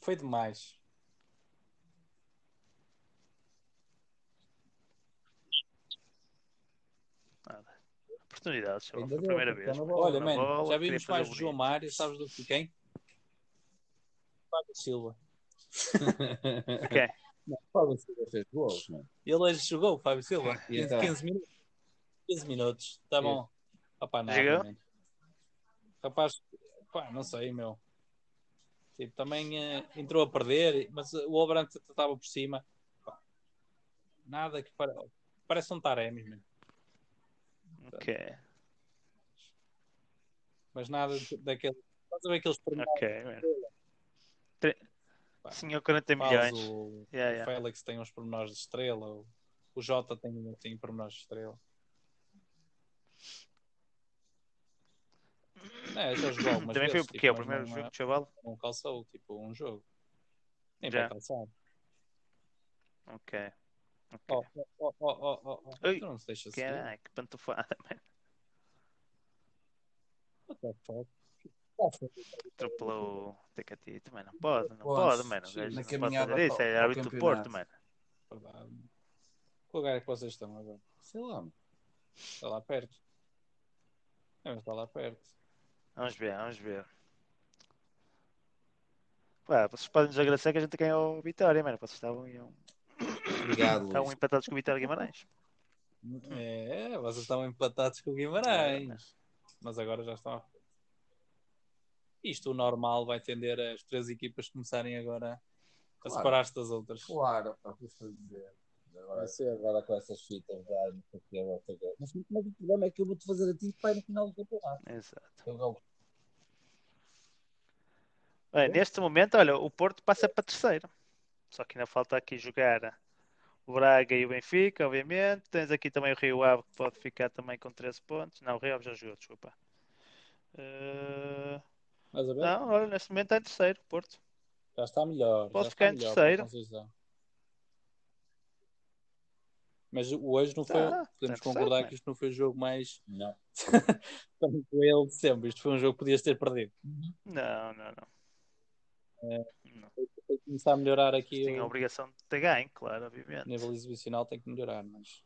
[SPEAKER 3] foi demais.
[SPEAKER 1] Oportunidade, chaval.
[SPEAKER 2] Ainda
[SPEAKER 1] Foi a
[SPEAKER 2] deu,
[SPEAKER 1] primeira
[SPEAKER 2] porque
[SPEAKER 1] vez.
[SPEAKER 2] tá na
[SPEAKER 1] Pegou
[SPEAKER 3] Olha,
[SPEAKER 1] na
[SPEAKER 3] mano,
[SPEAKER 1] bola,
[SPEAKER 3] já
[SPEAKER 1] queria
[SPEAKER 3] vimos
[SPEAKER 1] fazer
[SPEAKER 3] mais de
[SPEAKER 1] bonito.
[SPEAKER 3] João Mário, sabes do que quem? Fábio Silva.
[SPEAKER 1] Ok.
[SPEAKER 2] Fala se você fez gols, mano.
[SPEAKER 3] Ele hoje jogou, Fábio Silva.
[SPEAKER 2] E
[SPEAKER 3] 15,
[SPEAKER 2] então?
[SPEAKER 3] 15 minutos. 15 minutos. Tá bom. Opa, nada,
[SPEAKER 1] Jogou?
[SPEAKER 3] mano. Rapaz, pá, não sei, meu. Tipo, também eh, entrou a perder, mas eh, o Obrante estava por cima. Pá, Nada que para... parece um Taremi, mano.
[SPEAKER 1] Ok,
[SPEAKER 3] mas nada de- daquele. Estás a ver aqueles
[SPEAKER 2] Tá
[SPEAKER 3] primeiros
[SPEAKER 1] ok, mano. Tre-
[SPEAKER 3] Pá.
[SPEAKER 1] Senhor 40
[SPEAKER 3] faz,
[SPEAKER 1] milhões.
[SPEAKER 3] o,
[SPEAKER 1] Yeah,
[SPEAKER 3] o
[SPEAKER 1] yeah.
[SPEAKER 3] Félix tem uns pormenores de estrela, o, o Jota tem, tem pormenores de estrela. Não, é, já jogou algumas
[SPEAKER 1] Também foi
[SPEAKER 3] vezes, tipo,
[SPEAKER 1] porque é o
[SPEAKER 3] mas
[SPEAKER 1] primeiro
[SPEAKER 3] não,
[SPEAKER 1] jogo de chaval.
[SPEAKER 3] é- Não calçou, tipo, um jogo. Nem
[SPEAKER 1] Já.
[SPEAKER 3] vai calçar.
[SPEAKER 1] Ok.
[SPEAKER 3] Oh, oh, oh, oh, oh, oh.
[SPEAKER 1] Ei,
[SPEAKER 3] Tu não se deixa seguir.
[SPEAKER 1] Caraca, que pantufada, mano.
[SPEAKER 3] What the fuck? Tá
[SPEAKER 1] Atropelou o Tecatito, mano. Não pode, não
[SPEAKER 9] Pontos,
[SPEAKER 1] pode, mano. O
[SPEAKER 3] sim,
[SPEAKER 1] gajo
[SPEAKER 9] na
[SPEAKER 1] não pode
[SPEAKER 9] caminhada
[SPEAKER 1] fazer isso.
[SPEAKER 9] para-
[SPEAKER 1] É
[SPEAKER 9] para o
[SPEAKER 1] árbitro do Porto,
[SPEAKER 9] campeonato.
[SPEAKER 1] mano.
[SPEAKER 3] Verdade. Qual lugar é que vocês estão agora?
[SPEAKER 2] Sei lá, mano.
[SPEAKER 3] Está lá perto. É, mas está lá perto.
[SPEAKER 1] Vamos ver, vamos ver. Pá, vocês podem nos agradecer que a gente ganhou o Vitória, mano. Vocês estavam,
[SPEAKER 2] Obrigado,
[SPEAKER 1] estavam
[SPEAKER 2] Luís.
[SPEAKER 1] empatados com o Vitória Guimarães.
[SPEAKER 3] É, vocês estão empatados com o Guimarães. Mas agora já estão. à frente. Isto, o normal, vai tender as três equipas começarem agora a
[SPEAKER 2] Claro. é
[SPEAKER 3] separar-se das outras.
[SPEAKER 9] Claro, pá, custa dizer. Agora,
[SPEAKER 2] Você agora com essas fitas, vai, não sei o que é, não sei o que é. Mas mas o problema é que eu vou-te fazer a ti, pai, no final do campeonato.
[SPEAKER 1] Exato.
[SPEAKER 9] eu não-
[SPEAKER 1] Bem, É, neste momento, olha, o Porto passa para terceiro. Só que ainda falta aqui jogar o Braga e o Benfica, obviamente. Tens aqui também o Rio Ave, que pode ficar também com 13 pontos. Não, o Rio Ave já jogou, desculpa. Eh,
[SPEAKER 3] Mas a ver,
[SPEAKER 1] Não, olha, neste momento está em terceiro, o Porto.
[SPEAKER 3] já está melhor.
[SPEAKER 1] Posso
[SPEAKER 3] já
[SPEAKER 1] ficar
[SPEAKER 3] está
[SPEAKER 1] em
[SPEAKER 3] melhor
[SPEAKER 1] terceiro.
[SPEAKER 3] para a Conceição. Mas hoje não foi.
[SPEAKER 1] Tá,
[SPEAKER 3] podemos
[SPEAKER 1] tá
[SPEAKER 3] concordar
[SPEAKER 1] certo,
[SPEAKER 3] que isto não foi o jogo mais.
[SPEAKER 2] Não.
[SPEAKER 3] tranquilo de sempre. Isto foi um jogo que podias ter perdido.
[SPEAKER 1] Não, não, não. Não.
[SPEAKER 3] Tem que começar a melhorar aqui.
[SPEAKER 1] Tinha a
[SPEAKER 3] o-
[SPEAKER 1] obrigação de ter ganho, claro,
[SPEAKER 3] A
[SPEAKER 1] obviamente.
[SPEAKER 3] nível exibicional tem que melhorar, mas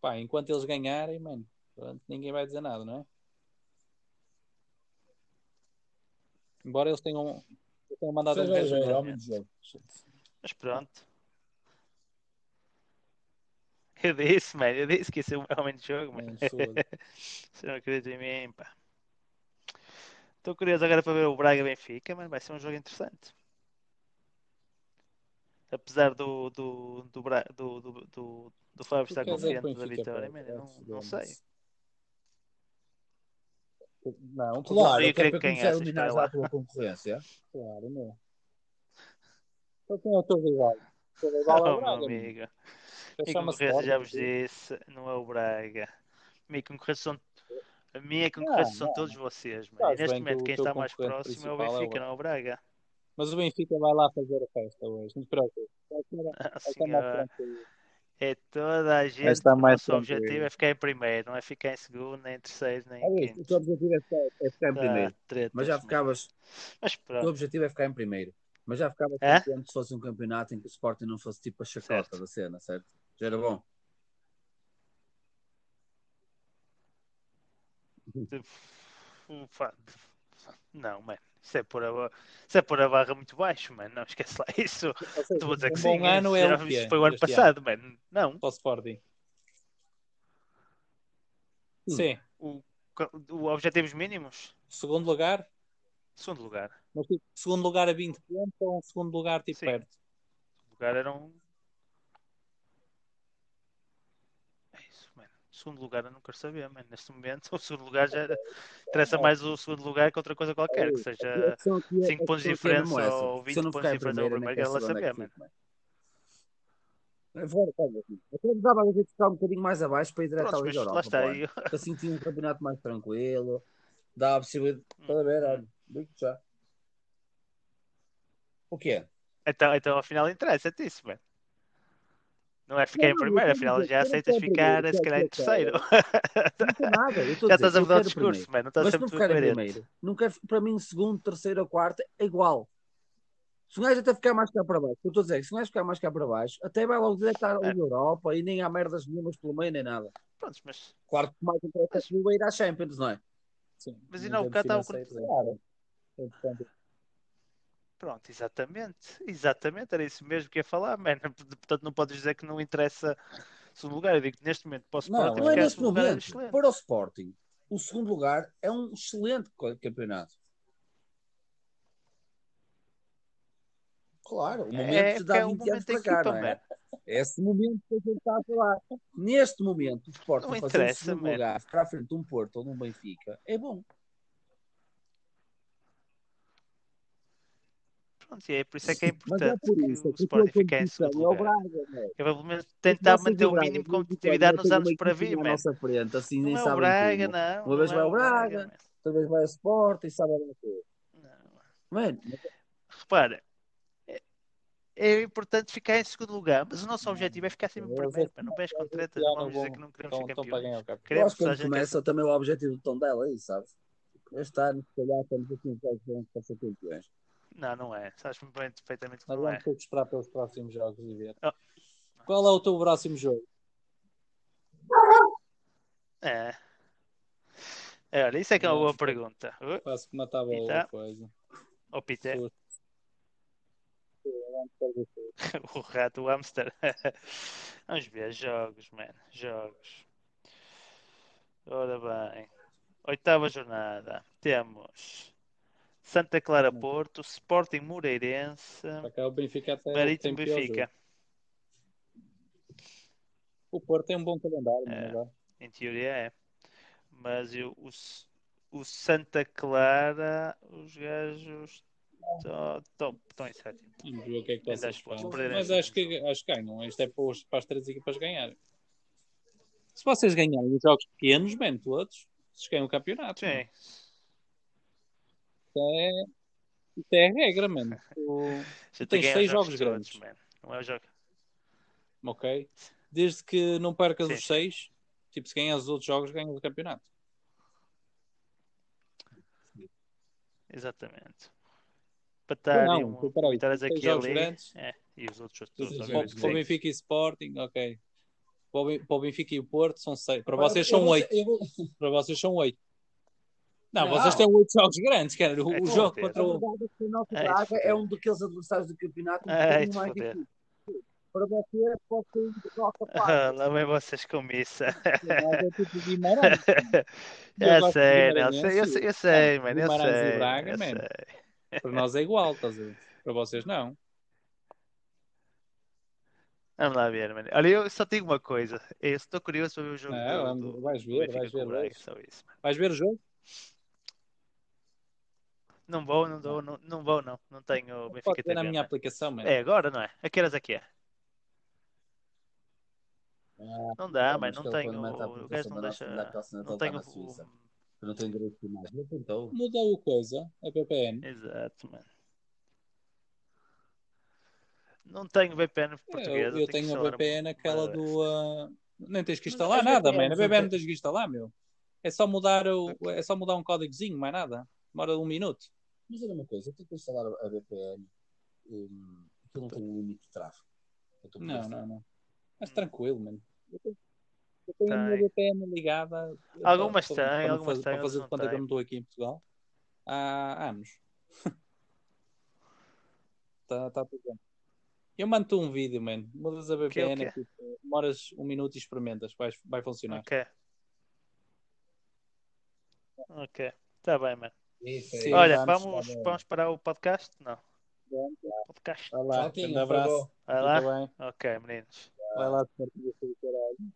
[SPEAKER 3] pá, enquanto eles ganharem, mano, pronto, ninguém vai dizer nada, não é? Embora eles tenham, eles tenham mandado um
[SPEAKER 2] Seja
[SPEAKER 3] gajo
[SPEAKER 2] ligeiro,
[SPEAKER 3] melhor.
[SPEAKER 2] homem de jogo.
[SPEAKER 1] Mas pronto. Eu disse, mano, eu disse que ia ser um homem de jogo, mano.
[SPEAKER 3] Mano, foda.
[SPEAKER 1] Você não acredita em mim, pá. Estou curioso agora para ver o Braga Benfica, mano. Vai ser um jogo interessante. Apesar do, do, do, Bra- do, do, do, do Fábio
[SPEAKER 3] Tu
[SPEAKER 1] estar
[SPEAKER 3] queres é que o
[SPEAKER 1] confiante da
[SPEAKER 3] Benfica
[SPEAKER 1] vitória,
[SPEAKER 3] perca,
[SPEAKER 1] mano, eu não,
[SPEAKER 3] antes de
[SPEAKER 1] não
[SPEAKER 3] ganhar.
[SPEAKER 1] sei.
[SPEAKER 3] Não,
[SPEAKER 2] Claro,
[SPEAKER 1] Eu
[SPEAKER 2] que é
[SPEAKER 1] queria
[SPEAKER 2] para
[SPEAKER 1] que
[SPEAKER 2] começar a
[SPEAKER 1] ganhasse,
[SPEAKER 2] eliminar
[SPEAKER 1] espera
[SPEAKER 2] já
[SPEAKER 1] lá.
[SPEAKER 2] a tua concorrência.
[SPEAKER 3] claro, não. Então quem é o teu rival? O teu rival é
[SPEAKER 1] Oh,
[SPEAKER 3] o
[SPEAKER 1] meu
[SPEAKER 3] Braga, É mano.
[SPEAKER 1] amigo.
[SPEAKER 3] Já
[SPEAKER 1] Minha
[SPEAKER 3] chama-se
[SPEAKER 1] concorrência, já vos
[SPEAKER 3] Sporting, tu.
[SPEAKER 1] disse, não é o Braga. Minha concorrência são... A minha concorrência são
[SPEAKER 3] Ah, não,
[SPEAKER 1] todos vocês, mano.
[SPEAKER 3] Sabes
[SPEAKER 1] E neste
[SPEAKER 3] bem que
[SPEAKER 1] momento
[SPEAKER 3] o
[SPEAKER 1] quem
[SPEAKER 3] teu
[SPEAKER 1] está mais
[SPEAKER 3] concorrente
[SPEAKER 1] próximo é o
[SPEAKER 3] principal é o
[SPEAKER 1] Benfica, não é o Braga.
[SPEAKER 3] Mas o Benfica vai lá fazer a festa hoje, não te preocupes. Vai estar- vai
[SPEAKER 1] Ah,
[SPEAKER 3] estar mais
[SPEAKER 1] senhora.
[SPEAKER 3] tranquilo.
[SPEAKER 1] É toda a gente.
[SPEAKER 3] estar
[SPEAKER 1] O
[SPEAKER 3] mais
[SPEAKER 1] nosso objetivo
[SPEAKER 3] tranquilo.
[SPEAKER 1] é ficar em primeiro, não é ficar em segundo, nem em terceiro, nem
[SPEAKER 2] É
[SPEAKER 1] em
[SPEAKER 2] isso, o teu
[SPEAKER 1] quinto.
[SPEAKER 2] objetivo é ficar, é ficar em
[SPEAKER 1] Tá,
[SPEAKER 2] primeiro.
[SPEAKER 1] tretas,
[SPEAKER 2] Mas já
[SPEAKER 1] mano.
[SPEAKER 2] ficavas,
[SPEAKER 1] Mas
[SPEAKER 2] o teu
[SPEAKER 1] pronto,
[SPEAKER 2] objetivo é ficar em primeiro. Mas já ficavas
[SPEAKER 1] É?
[SPEAKER 2] contente se fosse um campeonato em que o Sporting não fosse tipo a chacota
[SPEAKER 1] Certo.
[SPEAKER 2] da cena, certo? Já era bom.
[SPEAKER 1] Ufa. Um Não, mano. Isso é pôr a, ba- isso é pôr a barra muito baixo, mano. Não esquece lá isso.
[SPEAKER 3] Ou seja,
[SPEAKER 1] Tu vou dizer que
[SPEAKER 3] um
[SPEAKER 1] sim.
[SPEAKER 3] bom ano
[SPEAKER 1] isso,
[SPEAKER 3] é
[SPEAKER 1] já-
[SPEAKER 3] o
[SPEAKER 1] isso
[SPEAKER 3] quê?
[SPEAKER 1] foi o ano
[SPEAKER 3] Este
[SPEAKER 1] passado, mano. Não.
[SPEAKER 3] Para o Sporting.
[SPEAKER 2] Hum.
[SPEAKER 3] Sim,
[SPEAKER 1] O, o objetivos mínimos,
[SPEAKER 3] segundo lugar,
[SPEAKER 1] segundo lugar.
[SPEAKER 3] mas tipo, segundo lugar a 20 pontos ou um segundo lugar tipo
[SPEAKER 1] Sim.
[SPEAKER 3] perto.
[SPEAKER 1] O lugar era um. É isso, mano. Segundo lugar eu não quero saber, mano. Neste momento, o segundo lugar já era. Interessa mais o segundo lugar que outra coisa qualquer, que
[SPEAKER 2] A
[SPEAKER 1] seja
[SPEAKER 2] questão aqui é-
[SPEAKER 1] 5
[SPEAKER 2] a
[SPEAKER 1] pontos de
[SPEAKER 2] questão aqui é mesmo
[SPEAKER 1] diferença
[SPEAKER 2] essa.
[SPEAKER 1] ou
[SPEAKER 2] Se eu
[SPEAKER 1] 20
[SPEAKER 2] não
[SPEAKER 1] pontos
[SPEAKER 2] ficar
[SPEAKER 1] de
[SPEAKER 2] em
[SPEAKER 1] diferença ao
[SPEAKER 2] primeiro, nem
[SPEAKER 1] primeiro,
[SPEAKER 2] quero
[SPEAKER 1] ela
[SPEAKER 2] saber onde é
[SPEAKER 1] sabia,
[SPEAKER 2] que
[SPEAKER 1] mano.
[SPEAKER 2] fico, mano. É verdade, olha, Até me dava a gente ficar um bocadinho mais abaixo para ir direto à
[SPEAKER 1] Pronto,
[SPEAKER 2] Liga
[SPEAKER 1] mas lá
[SPEAKER 2] Europa.
[SPEAKER 1] está.
[SPEAKER 2] pá.
[SPEAKER 1] e- Hum.
[SPEAKER 2] Assim tinha um campeonato mais tranquilo. Dá a possibilidade. Estás a ver, olha, digo-te já. O quê?
[SPEAKER 1] Então, então afinal interessa-te isso, mano. Não é ficar em primeiro, afinal já aceitas ficar, se calhar, em terceiro.
[SPEAKER 2] Não tem nada. Eu estou
[SPEAKER 1] Já
[SPEAKER 2] a dizer,
[SPEAKER 1] estás a
[SPEAKER 2] eu
[SPEAKER 1] mudar o
[SPEAKER 2] quero
[SPEAKER 1] discurso,
[SPEAKER 2] primeiro.
[SPEAKER 1] mano. Não estás
[SPEAKER 2] Mas se
[SPEAKER 1] Tá sempre
[SPEAKER 2] não ficar em
[SPEAKER 1] coerente.
[SPEAKER 2] é primeiro, não quero, para mim, segundo, terceiro ou quarto é igual. Se um gajo até ficar mais cá para baixo, eu estou a dizer, se um gajo ficar mais cá para baixo, até vai logo dizer que está
[SPEAKER 1] É.
[SPEAKER 2] na Europa e nem há merdas nenhumas pelo meio, nem nada.
[SPEAKER 1] Prontos, mas,
[SPEAKER 2] Claro que mais interessa é se o ir à Champions, não é?
[SPEAKER 1] mas ainda há bocado estava com-
[SPEAKER 2] Claro.
[SPEAKER 1] Pronto, exatamente. Exatamente, era isso mesmo que ia falar, mano. Portanto, não podes dizer que não interessa segundo lugar. Eu digo que neste momento posso
[SPEAKER 2] Não,
[SPEAKER 1] Sporting
[SPEAKER 2] não é
[SPEAKER 1] ficar em
[SPEAKER 2] neste
[SPEAKER 1] segundo lugar, era
[SPEAKER 2] momento.
[SPEAKER 1] excelente.
[SPEAKER 2] Para o Sporting, o segundo lugar é um excelente co- campeonato. Claro, o momento
[SPEAKER 1] É,
[SPEAKER 2] de
[SPEAKER 1] porque
[SPEAKER 2] dar
[SPEAKER 1] é o
[SPEAKER 2] 20 anos
[SPEAKER 1] momento da
[SPEAKER 2] para cá,
[SPEAKER 1] equipa,
[SPEAKER 2] não é?
[SPEAKER 1] mano.
[SPEAKER 2] É esse momento que a gente está a falar. Neste momento, o Sporting
[SPEAKER 1] Não
[SPEAKER 2] fazer o
[SPEAKER 1] interessa,
[SPEAKER 2] segundo
[SPEAKER 1] man.
[SPEAKER 2] lugar para a frente de um Porto ou de um Benfica é bom.
[SPEAKER 1] Pronto, e é por isso é que é
[SPEAKER 2] Mas é
[SPEAKER 1] importante
[SPEAKER 2] por
[SPEAKER 1] que
[SPEAKER 2] isso que
[SPEAKER 1] o
[SPEAKER 2] a tua
[SPEAKER 1] Sporting fique em
[SPEAKER 2] competição
[SPEAKER 1] segundo
[SPEAKER 2] é o
[SPEAKER 1] lugar.
[SPEAKER 2] Braga, não é?
[SPEAKER 1] Que é pelo menos tentar
[SPEAKER 2] Vocês
[SPEAKER 1] manter
[SPEAKER 2] do
[SPEAKER 1] o
[SPEAKER 2] Braga,
[SPEAKER 1] mínimo de
[SPEAKER 2] vão ficar,
[SPEAKER 1] competitividade
[SPEAKER 2] não
[SPEAKER 1] nos
[SPEAKER 2] tem
[SPEAKER 1] anos
[SPEAKER 2] uma
[SPEAKER 1] para
[SPEAKER 2] equipe
[SPEAKER 1] vir,
[SPEAKER 2] à
[SPEAKER 1] mano.
[SPEAKER 2] nossa frente, assim, nem
[SPEAKER 1] Não é o
[SPEAKER 2] sabem
[SPEAKER 1] Braga,
[SPEAKER 2] como.
[SPEAKER 1] não.
[SPEAKER 2] Uma vez
[SPEAKER 1] não é
[SPEAKER 2] vai o Braga,
[SPEAKER 1] mano.
[SPEAKER 2] outra vez vai ao Sporting, sabe lá o quê.
[SPEAKER 1] Não.
[SPEAKER 2] Mano,
[SPEAKER 1] Repara, é, é importante ficar em segundo lugar, mas o nosso objetivo é ficar sempre em
[SPEAKER 3] Eu vou
[SPEAKER 1] primeiro, mano. Não vens com tretas, não vamos dizer que não queremos ser
[SPEAKER 3] Estão para
[SPEAKER 1] campeões.
[SPEAKER 3] ganhar o campeonato.
[SPEAKER 2] Eu
[SPEAKER 1] Queremos
[SPEAKER 2] acho que
[SPEAKER 1] que a
[SPEAKER 2] quando
[SPEAKER 1] gente é
[SPEAKER 2] começa também o objetivo do tom dela aí, sabes? Este ano, se calhar, estamos aqui uns 10 anos para ser campeões.
[SPEAKER 1] Não, não é. Sabes muito bem, perfeitamente que
[SPEAKER 3] Nós
[SPEAKER 1] não é.
[SPEAKER 3] vamos ter que esperar pelos próximos jogos e ver.
[SPEAKER 1] Ah.
[SPEAKER 3] Qual é o teu próximo jogo?
[SPEAKER 1] É. É, Olha, isso é que é uma boa pergunta. Uh,
[SPEAKER 3] Quase que matava
[SPEAKER 1] E
[SPEAKER 3] outra
[SPEAKER 1] tá.
[SPEAKER 3] coisa.
[SPEAKER 1] Ó Peter,
[SPEAKER 3] Susto.
[SPEAKER 1] o rato, o hamster. Vamos ver, jogos, mano. Jogos. Ora bem. Oitava jornada. Temos Santa Clara
[SPEAKER 3] Hum.
[SPEAKER 1] Porto, Sporting Moreirense,
[SPEAKER 3] Para cá é o Benfica até tem
[SPEAKER 1] Marítimo
[SPEAKER 3] pior jogo.
[SPEAKER 1] Benfica.
[SPEAKER 3] O Porto tem um bom calendário,
[SPEAKER 1] É.
[SPEAKER 3] mas agora.
[SPEAKER 1] Em teoria é. Mas eu, o, S- o Santa Clara, os gajos estão em sétimo.
[SPEAKER 3] Vamos ver o que é que
[SPEAKER 1] Ainda
[SPEAKER 3] vocês
[SPEAKER 1] acho que vamos
[SPEAKER 3] falam.
[SPEAKER 1] perder
[SPEAKER 3] Mas
[SPEAKER 1] este
[SPEAKER 3] acho que, acho que ganham. Isto é para, os- para as três equipas ganharem. Se vocês ganharem os jogos pequenos, bem, todos, vocês ganham o campeonato. mano.
[SPEAKER 1] Sim.
[SPEAKER 3] Isto é, isto é a regra, mano. O-
[SPEAKER 1] Já
[SPEAKER 3] tens
[SPEAKER 1] ganhar
[SPEAKER 3] seis
[SPEAKER 1] os
[SPEAKER 3] jogos
[SPEAKER 1] todos,
[SPEAKER 3] grandes.
[SPEAKER 1] man. Não é o jogo.
[SPEAKER 3] Ok? Desde que não percas
[SPEAKER 1] Sim,
[SPEAKER 3] os
[SPEAKER 1] sim.
[SPEAKER 3] seis, tipo, se ganhas os outros jogos, ganhas o campeonato.
[SPEAKER 1] Exatamente. Empatar
[SPEAKER 3] Não,
[SPEAKER 1] e
[SPEAKER 3] tu
[SPEAKER 1] um,
[SPEAKER 3] peraí,
[SPEAKER 1] vitórias
[SPEAKER 3] seis
[SPEAKER 1] aqui e
[SPEAKER 3] jogos
[SPEAKER 1] ali.
[SPEAKER 3] grandes.
[SPEAKER 1] É, e os outros
[SPEAKER 3] Para
[SPEAKER 1] todos
[SPEAKER 2] Sim, sim,
[SPEAKER 1] obviamente,
[SPEAKER 2] sim.
[SPEAKER 3] o
[SPEAKER 1] ganham.
[SPEAKER 3] Benfica e Sporting, ok. Para o Ben- para o Benfica e o Porto são seis. Para
[SPEAKER 2] Pá,
[SPEAKER 3] vocês
[SPEAKER 2] eu
[SPEAKER 3] são
[SPEAKER 2] vou-
[SPEAKER 3] oito.
[SPEAKER 2] eu vou-
[SPEAKER 3] Para vocês são oito. Não,
[SPEAKER 2] Não.
[SPEAKER 3] vocês têm oito jogos grandes, cara. O,
[SPEAKER 1] É,
[SPEAKER 3] o
[SPEAKER 1] com
[SPEAKER 3] jogo
[SPEAKER 1] certeza.
[SPEAKER 3] contra
[SPEAKER 2] A
[SPEAKER 3] o.
[SPEAKER 2] verdade é que o nosso
[SPEAKER 1] Ai,
[SPEAKER 2] Braga é
[SPEAKER 1] foder.
[SPEAKER 2] um daqueles adversários do campeonato um
[SPEAKER 1] Ai,
[SPEAKER 2] bocadinho
[SPEAKER 1] te
[SPEAKER 2] mais
[SPEAKER 1] foder.
[SPEAKER 2] difícil. Para você, pode ser um de nossa parte.
[SPEAKER 1] Ah, lá vem vocês com isso.
[SPEAKER 3] Nós é tipo Guimarães. Eu
[SPEAKER 1] Eu
[SPEAKER 3] gosto de
[SPEAKER 1] sei, não, eu
[SPEAKER 3] Guimarães,
[SPEAKER 1] sei, eu
[SPEAKER 3] sim.
[SPEAKER 1] sei, eu sei, mano, eu
[SPEAKER 3] Guimarães e
[SPEAKER 1] sei,
[SPEAKER 3] Braga,
[SPEAKER 1] eu
[SPEAKER 3] man.
[SPEAKER 1] sei.
[SPEAKER 3] Para nós é igual, estás a ver? Para vocês não.
[SPEAKER 1] Vamos lá ver, mano. Olha, eu só digo uma coisa. Eu estou curioso para ver o jogo
[SPEAKER 3] Não,
[SPEAKER 1] do,
[SPEAKER 3] É, vamos-
[SPEAKER 1] do,
[SPEAKER 3] vais
[SPEAKER 1] do
[SPEAKER 3] ver,
[SPEAKER 1] Benfica
[SPEAKER 3] vais
[SPEAKER 1] com o
[SPEAKER 3] ver
[SPEAKER 1] Braga,
[SPEAKER 3] hoje.
[SPEAKER 1] só isso, mano.
[SPEAKER 3] Vais ver o jogo?
[SPEAKER 1] Não vou, não dou, não, não vou, não. Não tenho
[SPEAKER 3] Pode
[SPEAKER 1] Benfica
[SPEAKER 3] ver na
[SPEAKER 1] TV,
[SPEAKER 3] minha
[SPEAKER 1] mano.
[SPEAKER 3] aplicação, mano.
[SPEAKER 1] É agora, não é? A que horas é que é?
[SPEAKER 2] Ah,
[SPEAKER 1] Não dá, mano,
[SPEAKER 2] mas
[SPEAKER 1] não
[SPEAKER 2] que ele quando
[SPEAKER 1] tenho.
[SPEAKER 2] mete a
[SPEAKER 1] O gajo
[SPEAKER 2] aplicação
[SPEAKER 1] não
[SPEAKER 2] da nossa da
[SPEAKER 1] deixa.
[SPEAKER 2] calça
[SPEAKER 1] Não
[SPEAKER 2] natal está
[SPEAKER 1] tenho
[SPEAKER 2] na
[SPEAKER 1] o.
[SPEAKER 2] Suíça. Eu não tenho direito de imagem. Ele tentou.
[SPEAKER 3] Muda o coisa, a PPN.
[SPEAKER 1] Exato, mano. Não tenho VPN
[SPEAKER 3] Eu,
[SPEAKER 1] português, eu tenho
[SPEAKER 3] eu
[SPEAKER 1] que
[SPEAKER 3] tenho a
[SPEAKER 1] instalar uma.
[SPEAKER 3] VPN, aquela
[SPEAKER 1] uma-
[SPEAKER 3] do. ah, Nem tens que
[SPEAKER 2] Mas
[SPEAKER 3] instalar
[SPEAKER 2] as
[SPEAKER 3] nada,
[SPEAKER 2] VPNs
[SPEAKER 3] mano. A
[SPEAKER 2] não
[SPEAKER 3] VPN não
[SPEAKER 2] têm-
[SPEAKER 3] tens que instalar, meu. É só mudar o. É só mudar um códigozinho, mais nada. Demora um minuto.
[SPEAKER 2] Mas olha uma coisa, eu tenho que instalar a VPN. Hum, aquilo não tem um Então, limite de tráfego. Eu estou por
[SPEAKER 3] Não,
[SPEAKER 2] isso.
[SPEAKER 3] não, não. Mas
[SPEAKER 1] Hum.
[SPEAKER 3] tranquilo, mano. Eu tenho- eu tenho a minha
[SPEAKER 1] Tem.
[SPEAKER 3] VPN ligada. eu
[SPEAKER 1] Tá Algumas
[SPEAKER 3] pa-
[SPEAKER 1] têm,
[SPEAKER 3] pa- para, não
[SPEAKER 1] algumas
[SPEAKER 3] fazer,
[SPEAKER 1] têm,
[SPEAKER 3] para
[SPEAKER 1] outras
[SPEAKER 3] fazer de
[SPEAKER 1] não
[SPEAKER 3] conta que eu
[SPEAKER 1] têm.
[SPEAKER 3] não estou aqui em Portugal há anos. Está tá tudo bem. Eu mando-te um vídeo, mano. Mudas a
[SPEAKER 1] Que é o
[SPEAKER 3] VPN,
[SPEAKER 1] quê?
[SPEAKER 3] tipo, demoras um minuto e experimentas. Vai, vai funcionar.
[SPEAKER 1] Ok, ok. Tá bem, mano.
[SPEAKER 2] Isso aí.
[SPEAKER 3] Sim,
[SPEAKER 1] Olha,
[SPEAKER 3] vamos,
[SPEAKER 1] vamos,
[SPEAKER 2] um.
[SPEAKER 3] tá bem.
[SPEAKER 1] vamos parar o podcast? Não, podcast.
[SPEAKER 3] Vai lá,
[SPEAKER 2] Tchauzinho,
[SPEAKER 3] grande abraço.
[SPEAKER 1] Vai
[SPEAKER 3] Fica
[SPEAKER 1] lá?
[SPEAKER 3] bem.
[SPEAKER 1] Ok, meninos.
[SPEAKER 3] Vai lá, se partilha, se partilha.